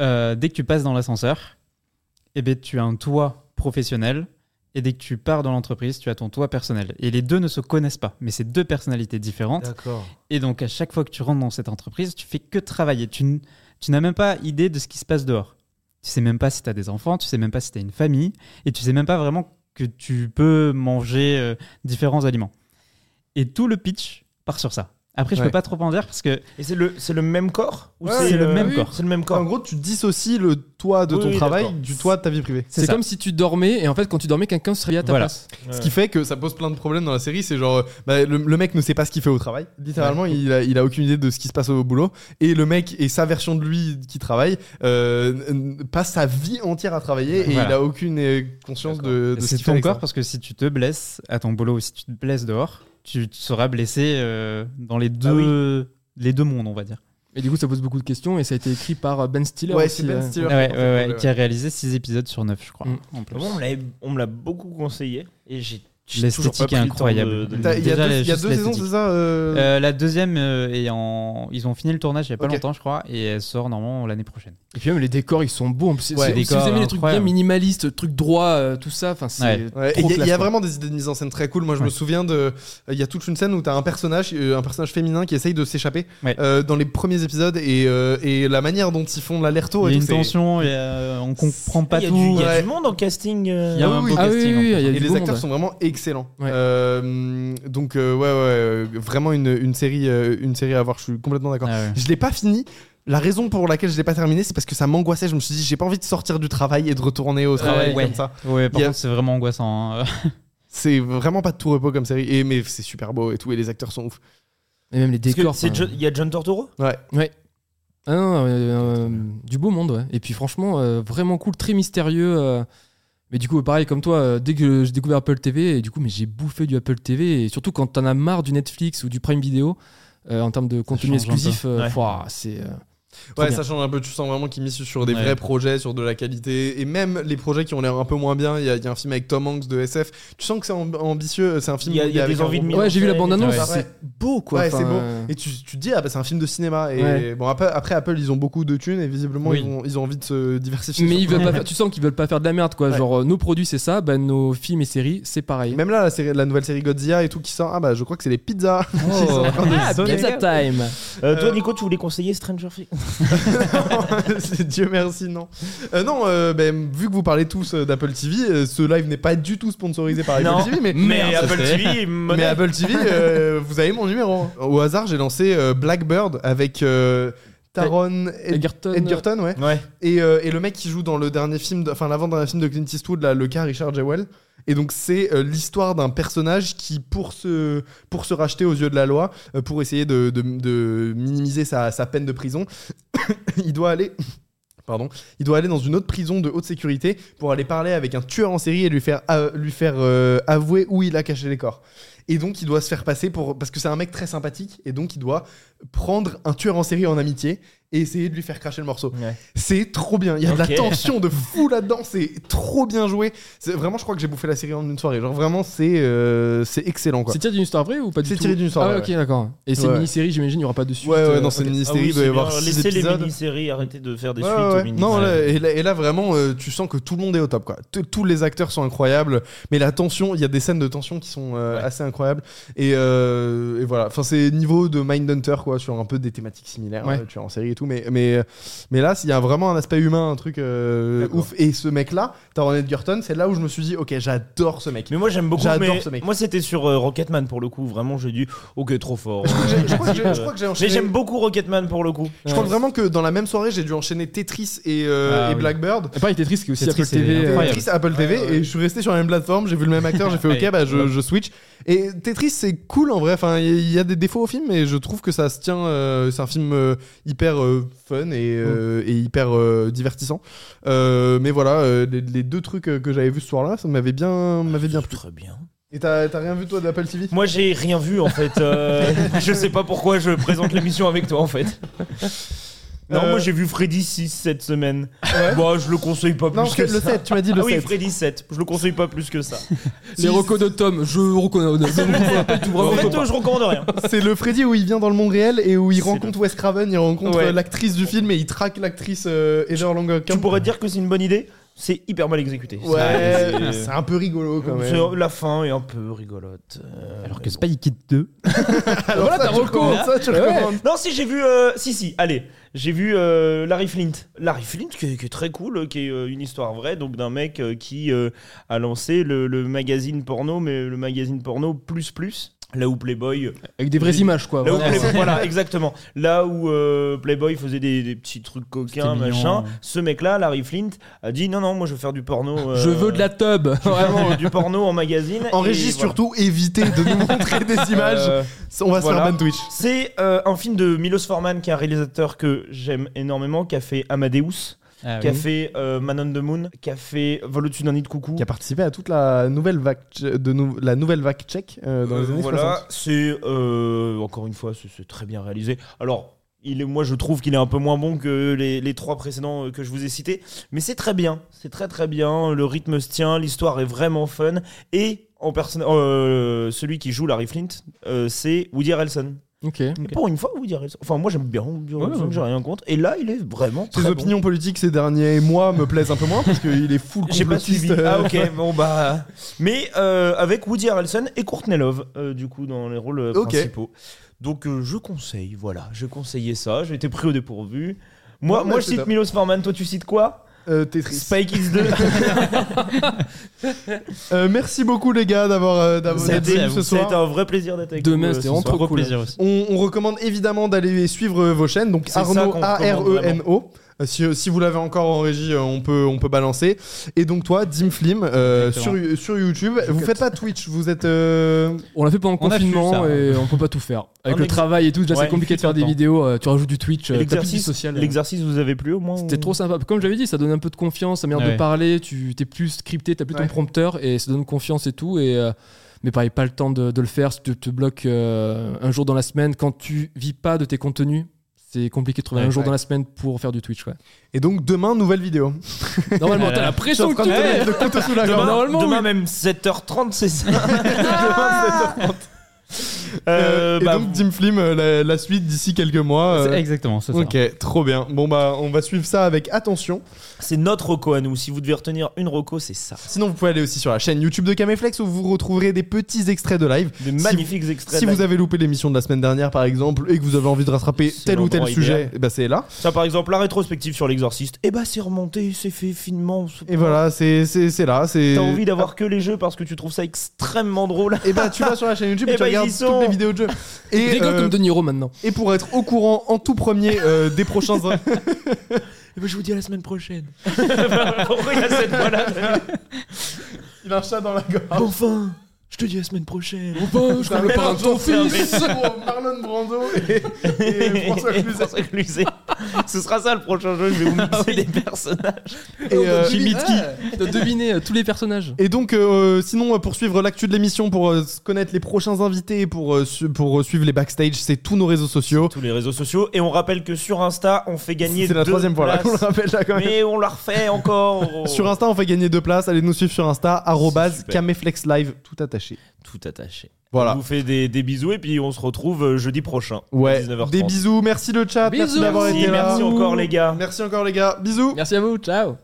[SPEAKER 4] euh, dès que tu passes dans l'ascenseur, eh ben, tu as un toit professionnel et dès que tu pars dans l'entreprise, tu as ton toit personnel. Et les deux ne se connaissent pas, mais c'est deux personnalités différentes.
[SPEAKER 6] D'accord.
[SPEAKER 4] Et donc à chaque fois que tu rentres dans cette entreprise, tu fais que travailler. Tu, n- tu n'as même pas idée de ce qui se passe dehors. Tu sais même pas si tu as des enfants, tu sais même pas si tu as une famille, et tu sais même pas vraiment que tu peux manger euh, différents aliments. Et tout le pitch part sur ça. Après, je
[SPEAKER 3] Ouais.
[SPEAKER 4] peux pas trop en dire parce que
[SPEAKER 2] Et c'est le, c'est le même corps ou
[SPEAKER 3] Ouais,
[SPEAKER 4] c'est le
[SPEAKER 2] euh,
[SPEAKER 4] même
[SPEAKER 2] oui,
[SPEAKER 4] corps.
[SPEAKER 2] C'est le même
[SPEAKER 3] En
[SPEAKER 2] corps.
[SPEAKER 3] gros tu dissocies le toit de
[SPEAKER 2] Oui,
[SPEAKER 3] ton
[SPEAKER 2] oui,
[SPEAKER 3] travail
[SPEAKER 2] d'accord.
[SPEAKER 3] du toit de ta vie privée.
[SPEAKER 5] C'est
[SPEAKER 4] ça.
[SPEAKER 5] comme si tu dormais et en fait quand tu dormais quelqu'un serait à ta
[SPEAKER 4] Voilà.
[SPEAKER 5] place.
[SPEAKER 3] Ce qui fait que ça pose plein de problèmes dans la série. C'est genre, euh, bah, le, le mec ne sait pas ce qu'il fait au travail. Littéralement, il, a, il a aucune idée de ce qui se passe au boulot. Et le mec et sa version de lui qui travaille euh, n- passe sa vie entière à travailler et
[SPEAKER 4] Voilà.
[SPEAKER 3] il a aucune euh, conscience de, de ce
[SPEAKER 4] C'est
[SPEAKER 3] qu'il fait.
[SPEAKER 4] ton
[SPEAKER 3] avec
[SPEAKER 4] corps
[SPEAKER 3] ça.
[SPEAKER 4] parce que si tu te blesses à ton boulot ou si tu te blesses dehors, tu, tu seras blessé euh, dans les deux, les deux mondes, on va dire.
[SPEAKER 5] Et du coup ça pose beaucoup de questions et ça a été écrit par Ben Stiller.
[SPEAKER 3] Ouais,
[SPEAKER 5] aussi,
[SPEAKER 3] c'est Ben
[SPEAKER 5] euh.
[SPEAKER 3] Stiller.
[SPEAKER 4] Ouais,
[SPEAKER 3] qui a
[SPEAKER 4] ouais,
[SPEAKER 3] fait
[SPEAKER 4] ouais,
[SPEAKER 3] le-
[SPEAKER 4] qui a réalisé 6 épisodes sur 9, je crois.
[SPEAKER 5] Mm.
[SPEAKER 4] En plus.
[SPEAKER 2] Moi, Ah on me l'avait- on me l'a beaucoup conseillé et j'ai j'ai toujours pas
[SPEAKER 4] L'esthétique
[SPEAKER 2] pris
[SPEAKER 4] est
[SPEAKER 2] le temps de-
[SPEAKER 4] incroyable.
[SPEAKER 2] de le
[SPEAKER 3] T'as- Il y a
[SPEAKER 4] Déjà,
[SPEAKER 3] deux, il y a
[SPEAKER 4] juste
[SPEAKER 3] deux saisons,
[SPEAKER 4] l'esthétique.
[SPEAKER 3] c'est ça euh,
[SPEAKER 4] Euh, la deuxième euh, est en... Ils ont fini le tournage il n'y a pas
[SPEAKER 3] Ok.
[SPEAKER 4] longtemps, je crois, et elle sort normalement l'année prochaine.
[SPEAKER 5] Et puis même les décors ils sont beaux. En plus, c'est-
[SPEAKER 4] Ouais,
[SPEAKER 5] c'est-
[SPEAKER 4] les
[SPEAKER 5] si vous
[SPEAKER 4] décors
[SPEAKER 5] aimez les trucs bien
[SPEAKER 4] incroyables.
[SPEAKER 5] minimalistes, trucs droits, euh, tout ça, enfin c'est
[SPEAKER 4] Ouais.
[SPEAKER 3] Ouais, et Il
[SPEAKER 5] trop
[SPEAKER 3] y, a- il y a
[SPEAKER 5] classe, quoi.
[SPEAKER 3] vraiment des idées de mise en scène très cool. Moi, je me
[SPEAKER 4] Ouais.
[SPEAKER 3] souviens de. euh, Il y a toute une scène où t'as un personnage, euh, un personnage féminin qui essaye de s'échapper
[SPEAKER 4] Ouais.
[SPEAKER 3] euh, dans les premiers épisodes et, euh, et la manière dont ils font l'aller-retour. et
[SPEAKER 4] Il y a
[SPEAKER 3] tout,
[SPEAKER 4] une
[SPEAKER 3] Oh, c'est-
[SPEAKER 4] tension, il y a- euh, on comprend pas
[SPEAKER 2] Ah, Il y a
[SPEAKER 4] tout.
[SPEAKER 2] du- Il y a
[SPEAKER 3] Ouais.
[SPEAKER 2] du monde en casting. euh,
[SPEAKER 4] Il y a
[SPEAKER 3] Ah oui,
[SPEAKER 4] un beau
[SPEAKER 3] oui.
[SPEAKER 5] Ah oui,
[SPEAKER 4] casting.
[SPEAKER 5] oui,
[SPEAKER 4] en
[SPEAKER 5] oui,
[SPEAKER 4] fait.
[SPEAKER 5] il y a
[SPEAKER 3] Et
[SPEAKER 5] du
[SPEAKER 3] les
[SPEAKER 5] monde.
[SPEAKER 3] acteurs sont vraiment excellents.
[SPEAKER 5] Ouais.
[SPEAKER 3] Euh, donc euh, ouais, ouais, ouais, vraiment une, une série, euh, une série à voir. Je suis complètement d'accord.
[SPEAKER 4] Ah ouais.
[SPEAKER 3] Je l'ai pas fini. La raison pour laquelle je l'ai pas terminé, c'est parce que ça m'angoissait. Je me suis dit, j'ai pas envie de sortir du travail et de retourner au travail
[SPEAKER 4] ouais.
[SPEAKER 3] comme ça.
[SPEAKER 4] Ouais, par
[SPEAKER 3] Il y a-
[SPEAKER 4] contre, c'est vraiment angoissant. hein.
[SPEAKER 3] C'est vraiment pas de tout repos comme série. Et mais c'est super beau et tout. Et les acteurs sont ouf.
[SPEAKER 5] Et même les
[SPEAKER 2] parce que
[SPEAKER 5] décors.
[SPEAKER 2] c'est
[SPEAKER 5] enfin,
[SPEAKER 2] Jo- Il y a John Tortoro
[SPEAKER 3] Ouais.
[SPEAKER 5] Ah non, non, euh, euh, du beau monde, ouais. Et puis franchement, euh, vraiment cool, très mystérieux. euh, mais du coup, pareil comme toi, euh, dès que j'ai découvert Apple TV, et du coup, mais j'ai bouffé du Apple TV. Et surtout quand t'en as marre du Netflix ou du Prime Video, euh, en termes de contenu
[SPEAKER 4] change un peu.
[SPEAKER 5] exclusif, euh,
[SPEAKER 2] Ouais.
[SPEAKER 5] pouah, c'est. euh, Trop
[SPEAKER 3] Ouais,
[SPEAKER 5] bien.
[SPEAKER 3] ça change un peu. Tu sens vraiment qu'ils misent sur des
[SPEAKER 4] Ouais.
[SPEAKER 3] vrais projets, sur de la qualité. Et même les projets qui ont l'air un peu moins bien. Il y, a- il y a un film avec Tom Hanks de SF. Tu sens que c'est amb- ambitieux. C'est un film
[SPEAKER 2] Il y a-
[SPEAKER 3] où
[SPEAKER 2] il y a
[SPEAKER 3] avec
[SPEAKER 2] des
[SPEAKER 3] un
[SPEAKER 2] envies de
[SPEAKER 3] robot.
[SPEAKER 2] mise en
[SPEAKER 5] Ouais, j'ai vu la
[SPEAKER 2] scène,
[SPEAKER 5] bande-annonce,
[SPEAKER 2] etc.
[SPEAKER 5] c'est beau quoi.
[SPEAKER 3] Ouais, c'est
[SPEAKER 5] Enfin,
[SPEAKER 3] beau.
[SPEAKER 5] euh,
[SPEAKER 3] Et tu, tu te dis, ah bah c'est un film de cinéma. Et
[SPEAKER 5] Ouais.
[SPEAKER 3] bon, après, après, Apple, ils ont beaucoup de thunes. Et visiblement,
[SPEAKER 4] Oui.
[SPEAKER 3] ils, ont, ils ont envie de se diversifier.
[SPEAKER 5] Mais
[SPEAKER 3] sur-
[SPEAKER 5] ils veulent pas faire- tu sens qu'ils veulent pas faire de la merde quoi.
[SPEAKER 3] Ouais.
[SPEAKER 5] Genre euh, nos produits c'est ça, bah, nos films et séries c'est pareil.
[SPEAKER 3] Même là, la, série, la nouvelle série Godzilla et tout qui sort, ah bah je crois que c'est les pizzas.
[SPEAKER 5] Oh. Ah,
[SPEAKER 2] sonner.
[SPEAKER 5] pizza time.
[SPEAKER 2] Euh, toi, Nico, tu voulais conseiller Stranger Things
[SPEAKER 3] C'est Dieu merci, non. Euh, non, euh, ben, vu que vous parlez tous euh, d'Apple TV, euh, ce live n'est pas du tout sponsorisé par Apple
[SPEAKER 2] Non.
[SPEAKER 3] TV, mais,
[SPEAKER 2] Mais
[SPEAKER 4] ça
[SPEAKER 2] Apple
[SPEAKER 4] c'est-
[SPEAKER 2] TV,
[SPEAKER 3] mais
[SPEAKER 2] monnaie.
[SPEAKER 3] Apple TV, euh, vous avez mon numéro. Au hasard, j'ai lancé euh, Blackbird avec euh, Taron Ed-
[SPEAKER 5] Edgerton.
[SPEAKER 3] Edgerton, ouais.
[SPEAKER 2] Ouais.
[SPEAKER 3] Et, euh, et le mec qui joue dans le dernier film, de- enfin l'avant-dernier film de Clint Eastwood, là, le cas Richard Jewell. Et donc c'est euh, l'histoire d'un personnage qui, pour se, pour se racheter aux yeux de la loi, euh, pour essayer de, de- de minimiser sa, sa peine de prison, il doit aller... Pardon, il doit aller dans une autre prison de haute sécurité pour aller parler avec un tueur en série et lui faire, a- lui faire euh, avouer où il a caché les corps. Et donc il doit se faire passer pour... Parce que c'est un mec très sympathique et donc il doit prendre un tueur en série en amitié et essayer de lui faire cracher le morceau.
[SPEAKER 2] Ouais.
[SPEAKER 3] C'est trop bien. Il y a de la
[SPEAKER 2] Ok.
[SPEAKER 3] tension de fou là-dedans. C'est trop bien joué. C'est vraiment, je crois que j'ai bouffé la série en une soirée. Genre vraiment, c'est euh, c'est excellent quoi.
[SPEAKER 5] C'est tiré d'une histoire vraie ou pas du tout
[SPEAKER 3] C'est tiré d'une histoire
[SPEAKER 5] Ah ouais,
[SPEAKER 3] vraie,
[SPEAKER 5] ok d'accord. Et c'est
[SPEAKER 3] Ouais,
[SPEAKER 5] une
[SPEAKER 3] ouais.
[SPEAKER 5] mini-série j'imagine il y aura pas de suite.
[SPEAKER 3] Ouais, ouais,
[SPEAKER 5] euh,
[SPEAKER 3] non, c'est
[SPEAKER 5] ok.
[SPEAKER 3] une
[SPEAKER 2] Ah oui,
[SPEAKER 3] mini-série. il
[SPEAKER 2] c'est
[SPEAKER 3] doit y
[SPEAKER 2] bien.
[SPEAKER 3] avoir six
[SPEAKER 2] Laissez les
[SPEAKER 3] épisodes.
[SPEAKER 2] mini-séries, arrêtez de faire des
[SPEAKER 3] Ouais,
[SPEAKER 2] suites
[SPEAKER 3] ouais,
[SPEAKER 2] aux
[SPEAKER 3] ouais. Non,
[SPEAKER 2] mini-séries.
[SPEAKER 3] là, et, là, et là, vraiment, euh, tu sens que tout le monde est au top. Quoi. T- Tous les acteurs sont incroyables, mais la tension, il y a des scènes de tension qui sont euh, assez incroyables. Et, euh, et voilà, enfin, c'est niveau de Mindhunter, quoi, sur un peu des thématiques similaires,
[SPEAKER 5] Ouais.
[SPEAKER 3] euh, tu es en série et tout. Mais, mais, mais là, il y a vraiment un aspect humain, un truc euh,
[SPEAKER 2] D'accord.
[SPEAKER 3] ouf. Et ce mec-là, Taron Edgerton, c'est là où je me suis dit, ok, j'adore ce mec.
[SPEAKER 2] Mais moi j'aime beaucoup.
[SPEAKER 3] J'adore
[SPEAKER 2] mais
[SPEAKER 3] ce mec.
[SPEAKER 2] Moi c'était sur euh, Rocketman pour le coup. Vraiment, j'ai dit ok, trop fort.
[SPEAKER 3] Je crois que j'ai- je crois que j'ai- je crois que j'ai
[SPEAKER 2] Mais
[SPEAKER 3] enchaîné-
[SPEAKER 2] j'aime beaucoup Rocketman pour le coup.
[SPEAKER 3] Je crois vraiment que dans la même soirée, j'ai dû enchaîner Tetris et, euh,
[SPEAKER 4] Ah,
[SPEAKER 3] et
[SPEAKER 4] oui.
[SPEAKER 3] Blackbird.
[SPEAKER 5] Et pareil Tetris qui est aussi
[SPEAKER 4] Tetris,
[SPEAKER 5] Apple TV.
[SPEAKER 4] c'est
[SPEAKER 5] euh,
[SPEAKER 4] incroyable.
[SPEAKER 3] Tetris à Apple TV et je suis resté sur la même plateforme, j'ai vu le même acteur, j'ai fait ok
[SPEAKER 4] Ouais.
[SPEAKER 3] bah je, je switch. Et Tetris c'est cool en vrai, enfin il y- il y a des défauts au film mais je trouve que ça se tient, euh, c'est un film euh, hyper euh, fun et, euh, et hyper euh, divertissant. Euh, mais voilà, euh, les, les deux trucs euh, que j'avais vu ce soir-là, ça m'avait bien, m'avait bien plu.
[SPEAKER 2] Très bien.
[SPEAKER 3] Et t'as t'as rien vu toi d'Apple TV
[SPEAKER 2] Moi j'ai rien vu en fait. euh, je sais pas pourquoi je présente l'émission avec toi en fait. Non,
[SPEAKER 3] Euh,
[SPEAKER 2] moi j'ai vu Freddy 6 cette semaine. Bon, je le conseille pas plus
[SPEAKER 3] Non parce
[SPEAKER 2] que
[SPEAKER 3] que le
[SPEAKER 2] ça.
[SPEAKER 3] 7, tu m'as dit le
[SPEAKER 2] Ah oui,
[SPEAKER 3] 7.
[SPEAKER 2] Freddy 7. Je le conseille pas plus que ça.
[SPEAKER 5] Les recos de Tom, je reconnais. je reconnais pas tout,
[SPEAKER 2] en
[SPEAKER 5] vraiment,
[SPEAKER 2] fait,
[SPEAKER 5] pas.
[SPEAKER 2] euh, je recommande rien.
[SPEAKER 3] C'est le Freddy où il vient dans le monde réel et où il
[SPEAKER 2] C'est
[SPEAKER 3] rencontre Wes Craven, il rencontre
[SPEAKER 2] Ouais.
[SPEAKER 3] euh, l'actrice du film et il traque l'actrice euh, Long
[SPEAKER 2] Tu pourrais dire que c'est une bonne idée. C'est hyper mal exécuté.
[SPEAKER 3] Ouais, c'est un peu rigolo quand même.
[SPEAKER 2] C'est- La fin est un peu rigolote. Euh,
[SPEAKER 4] Alors que Spy Kid 2.
[SPEAKER 3] Alors voilà, tu recommandes ça, tu recommandes.
[SPEAKER 2] Non, si j'ai vu. euh, si, si, allez. J'ai vu euh, Larry Flint. Larry Flint, qui est, qui est très cool, euh, qui est euh, une histoire vraie, donc d'un mec euh, qui euh, a lancé le, le magazine porno, mais le magazine porno plus plus. Là où Playboy. euh,
[SPEAKER 5] Avec des vraies images quoi.
[SPEAKER 2] là où
[SPEAKER 5] vraiment.
[SPEAKER 2] Playboy- voilà, exactement. Là où euh, Playboy faisait des, des petits trucs coquins,
[SPEAKER 4] C'était mignon.
[SPEAKER 2] machin.
[SPEAKER 5] hein.
[SPEAKER 2] Ce mec-là, Larry Flint, a dit non, non, moi je veux faire du porno. euh,
[SPEAKER 5] Je veux de la tub. Vraiment.
[SPEAKER 2] du porno en magazine.
[SPEAKER 3] En
[SPEAKER 2] et
[SPEAKER 3] régie,
[SPEAKER 2] voilà.
[SPEAKER 3] surtout, évitez de nous montrer des images.
[SPEAKER 2] Euh,
[SPEAKER 3] On va se
[SPEAKER 2] voilà.
[SPEAKER 3] faire ban Twitch.
[SPEAKER 2] C'est euh, un film de Milos Forman, qui est un réalisateur que j'aime énormément, qui a fait Amadeus,
[SPEAKER 4] Ah,
[SPEAKER 2] qui a
[SPEAKER 4] oui.
[SPEAKER 2] fait euh, Man on the Moon, qui a fait Vol au-dessus d'un nid de coucou.
[SPEAKER 3] Qui a participé à toute la nouvelle vague, tche- de nou- la nouvelle vague tchèque euh, dans
[SPEAKER 2] Euh,
[SPEAKER 3] les années
[SPEAKER 2] voilà, c'est euh, encore une fois, c'est- c'est très bien réalisé. Alors, il est, moi, je trouve qu'il est un peu moins bon que les, les trois précédents euh, que je vous ai cités, mais c'est très bien, c'est très très bien. Le rythme se tient, l'histoire est vraiment fun, et en personne, euh, celui qui joue Larry Flint, euh, c'est Woody Harrelson.
[SPEAKER 5] Ok.
[SPEAKER 2] Mais Pour une fois, Woody Harrelson. Enfin, moi, j'aime bien Woody Harrelson,
[SPEAKER 5] ouais.
[SPEAKER 2] j'ai rien contre. Et là, il est vraiment
[SPEAKER 3] Ses
[SPEAKER 2] très bon.
[SPEAKER 3] opinions politiques ces derniers mois me plaisent un peu moins parce qu'il est full
[SPEAKER 2] J'ai pas
[SPEAKER 3] complotiste.
[SPEAKER 2] suivi.
[SPEAKER 3] euh,
[SPEAKER 2] Ah ok, bon bah. Mais euh, avec Woody Harrelson et Courtney Love, euh, du coup, dans les rôles euh,
[SPEAKER 3] Ok.
[SPEAKER 2] principaux. Donc euh, je conseille, voilà, je conseillais ça, j'ai été pris au dépourvu. Moi,
[SPEAKER 3] Non, mais
[SPEAKER 2] moi je
[SPEAKER 3] c'est
[SPEAKER 2] cite
[SPEAKER 3] top.
[SPEAKER 2] Milos Forman, toi tu cites quoi
[SPEAKER 3] euh, Tetris.
[SPEAKER 2] Spike X 2
[SPEAKER 3] Euh, merci beaucoup les gars d'avoir euh, d'avoir d'être
[SPEAKER 2] C'était
[SPEAKER 3] venus ce soir.
[SPEAKER 2] c'était un vrai plaisir d'être avec
[SPEAKER 5] Demain,
[SPEAKER 2] vous, euh,
[SPEAKER 5] c'était
[SPEAKER 2] ce
[SPEAKER 5] vraiment
[SPEAKER 2] soir.
[SPEAKER 5] trop
[SPEAKER 4] Gros
[SPEAKER 5] cool.
[SPEAKER 4] plaisir aussi.
[SPEAKER 3] On, on recommande évidemment d'aller suivre euh, vos chaînes, donc
[SPEAKER 2] C'est ça
[SPEAKER 3] Arnaud
[SPEAKER 2] qu'on
[SPEAKER 3] A-R-E-N-O. Euh, Si, si vous l'avez encore en régie, euh, on peut, on peut balancer. Et donc toi, Dim Flim, euh, sur,
[SPEAKER 4] Exactement.
[SPEAKER 3] You- sur YouTube. Vous faites pas Twitch, vous êtes... euh,
[SPEAKER 5] On l'a fait pendant le
[SPEAKER 4] On a su
[SPEAKER 5] confinement
[SPEAKER 4] ça.
[SPEAKER 5] et on peut pas tout faire. Avec
[SPEAKER 2] On
[SPEAKER 5] le
[SPEAKER 2] ex-
[SPEAKER 5] travail et tout, déjà
[SPEAKER 2] Ouais,
[SPEAKER 5] c'est compliqué de faire des
[SPEAKER 4] temps.
[SPEAKER 5] vidéos. euh, Tu rajoutes du Twitch, euh, t'as plus de vie
[SPEAKER 2] L'exercice
[SPEAKER 5] sociale.
[SPEAKER 2] L'exercice vous avez plu au moins
[SPEAKER 5] C'était
[SPEAKER 2] ou-
[SPEAKER 5] trop sympa. Comme j'avais dit, ça donne un peu de confiance, ça manière de
[SPEAKER 4] Ouais.
[SPEAKER 5] parler. Tu t'es plus scripté, t'as plus
[SPEAKER 3] Ouais.
[SPEAKER 5] ton prompteur et ça donne confiance et tout. Et euh, Mais pareil, pas le temps de, de le faire. Si tu te bloques euh, un jour dans la semaine, quand tu vis pas de tes contenus, c'est compliqué de trouver
[SPEAKER 4] Ouais,
[SPEAKER 5] un jour
[SPEAKER 4] ouais.
[SPEAKER 5] dans la semaine pour faire du Twitch. ouais.
[SPEAKER 3] Et donc demain, nouvelle vidéo.
[SPEAKER 5] Normalement, t'as la
[SPEAKER 3] Je suis en
[SPEAKER 5] pression que
[SPEAKER 3] train
[SPEAKER 5] tu
[SPEAKER 3] de
[SPEAKER 5] te mets.
[SPEAKER 3] mettre le couteau sous la
[SPEAKER 2] Demain,
[SPEAKER 3] gorge.
[SPEAKER 5] normalement,
[SPEAKER 2] demain
[SPEAKER 5] oui.
[SPEAKER 2] même 7h30, c'est ça Demain 7h30.
[SPEAKER 3] Euh,
[SPEAKER 2] Euh,
[SPEAKER 3] Ah. et
[SPEAKER 2] bah,
[SPEAKER 3] donc Jim Flim, euh, la, la suite d'ici quelques mois. euh,
[SPEAKER 4] C'est Exactement, c'est ça.
[SPEAKER 3] ok, trop bien. Bon bah on va suivre ça avec attention.
[SPEAKER 2] c'est notre reco à nous. Si vous devez retenir une reco, c'est ça.
[SPEAKER 3] Sinon vous pouvez aller aussi sur la chaîne YouTube de Caméflex où vous retrouverez des petits extraits de live.
[SPEAKER 2] Des
[SPEAKER 3] Si
[SPEAKER 2] magnifiques extraits.
[SPEAKER 3] Si
[SPEAKER 2] de
[SPEAKER 3] vous
[SPEAKER 2] la-
[SPEAKER 3] avez loupé l'émission de la semaine dernière par exemple et que vous avez envie de rattraper
[SPEAKER 2] C'est
[SPEAKER 3] tel ou tel
[SPEAKER 2] l'endroit
[SPEAKER 3] sujet,
[SPEAKER 2] idéal.
[SPEAKER 3] eh ben, c'est là.
[SPEAKER 2] Ça, par exemple, la rétrospective sur l'exorciste. Eh bah, c'est remonté, c'est fait finement. c'est-
[SPEAKER 3] Et voilà, c'est c'est- c'est là. c'est-
[SPEAKER 2] T'as envie d'avoir que les jeux parce que tu trouves ça extrêmement drôle.
[SPEAKER 3] Et bah tu vas sur la chaîne YouTube et,
[SPEAKER 2] Eh
[SPEAKER 3] tu
[SPEAKER 2] ben, ils y
[SPEAKER 3] regardes
[SPEAKER 2] sont.
[SPEAKER 3] toutes les vidéos de jeu. Et,
[SPEAKER 5] Rigole
[SPEAKER 3] euh,
[SPEAKER 5] comme De Niro maintenant.
[SPEAKER 3] et pour être au courant en tout premier euh, des prochains
[SPEAKER 2] je vous dis à la semaine prochaine. Pourquoi il y a cette voix-là
[SPEAKER 3] Il a un chat dans la gorge.
[SPEAKER 2] Enfin, je te dis à la semaine prochaine.
[SPEAKER 5] Oh, bah, je parle pas à ton fils.
[SPEAKER 3] Marlon Brando et, et François Cluzet.
[SPEAKER 2] François Cluzet. Ce sera ça le prochain jeu, je vais vous
[SPEAKER 3] Ah
[SPEAKER 2] mixer des personnages.
[SPEAKER 3] Et, euh,
[SPEAKER 5] Jimmy qui de deviner euh, tous les personnages.
[SPEAKER 3] et donc, euh, sinon, euh, pour suivre l'actu de l'émission, pour euh, connaître les prochains invités, et pour, euh, su- pour euh, suivre les backstage, c'est tous nos réseaux sociaux.
[SPEAKER 2] Tous les réseaux sociaux, et on rappelle que sur Insta, on fait gagner.
[SPEAKER 3] C'est la
[SPEAKER 2] deux
[SPEAKER 3] troisième fois là,
[SPEAKER 2] places.
[SPEAKER 3] on le rappelle là quand même.
[SPEAKER 2] Mais on la refait encore.
[SPEAKER 3] Sur Insta, on fait gagner deux places. Allez nous suivre sur Insta, arrobase
[SPEAKER 2] super.
[SPEAKER 3] cameflexlive, tout attaché.
[SPEAKER 2] Tout attaché. On
[SPEAKER 3] Voilà.
[SPEAKER 2] vous fait des, des bisous et puis on se retrouve euh, jeudi prochain.
[SPEAKER 3] Ouais.
[SPEAKER 2] 19h30.
[SPEAKER 3] Des bisous. Merci le chat. Merci
[SPEAKER 5] Bisous.
[SPEAKER 3] d'avoir
[SPEAKER 2] Merci,
[SPEAKER 3] été là.
[SPEAKER 2] merci encore les gars.
[SPEAKER 3] Merci encore les gars. Bisous.
[SPEAKER 5] Merci à vous. Ciao.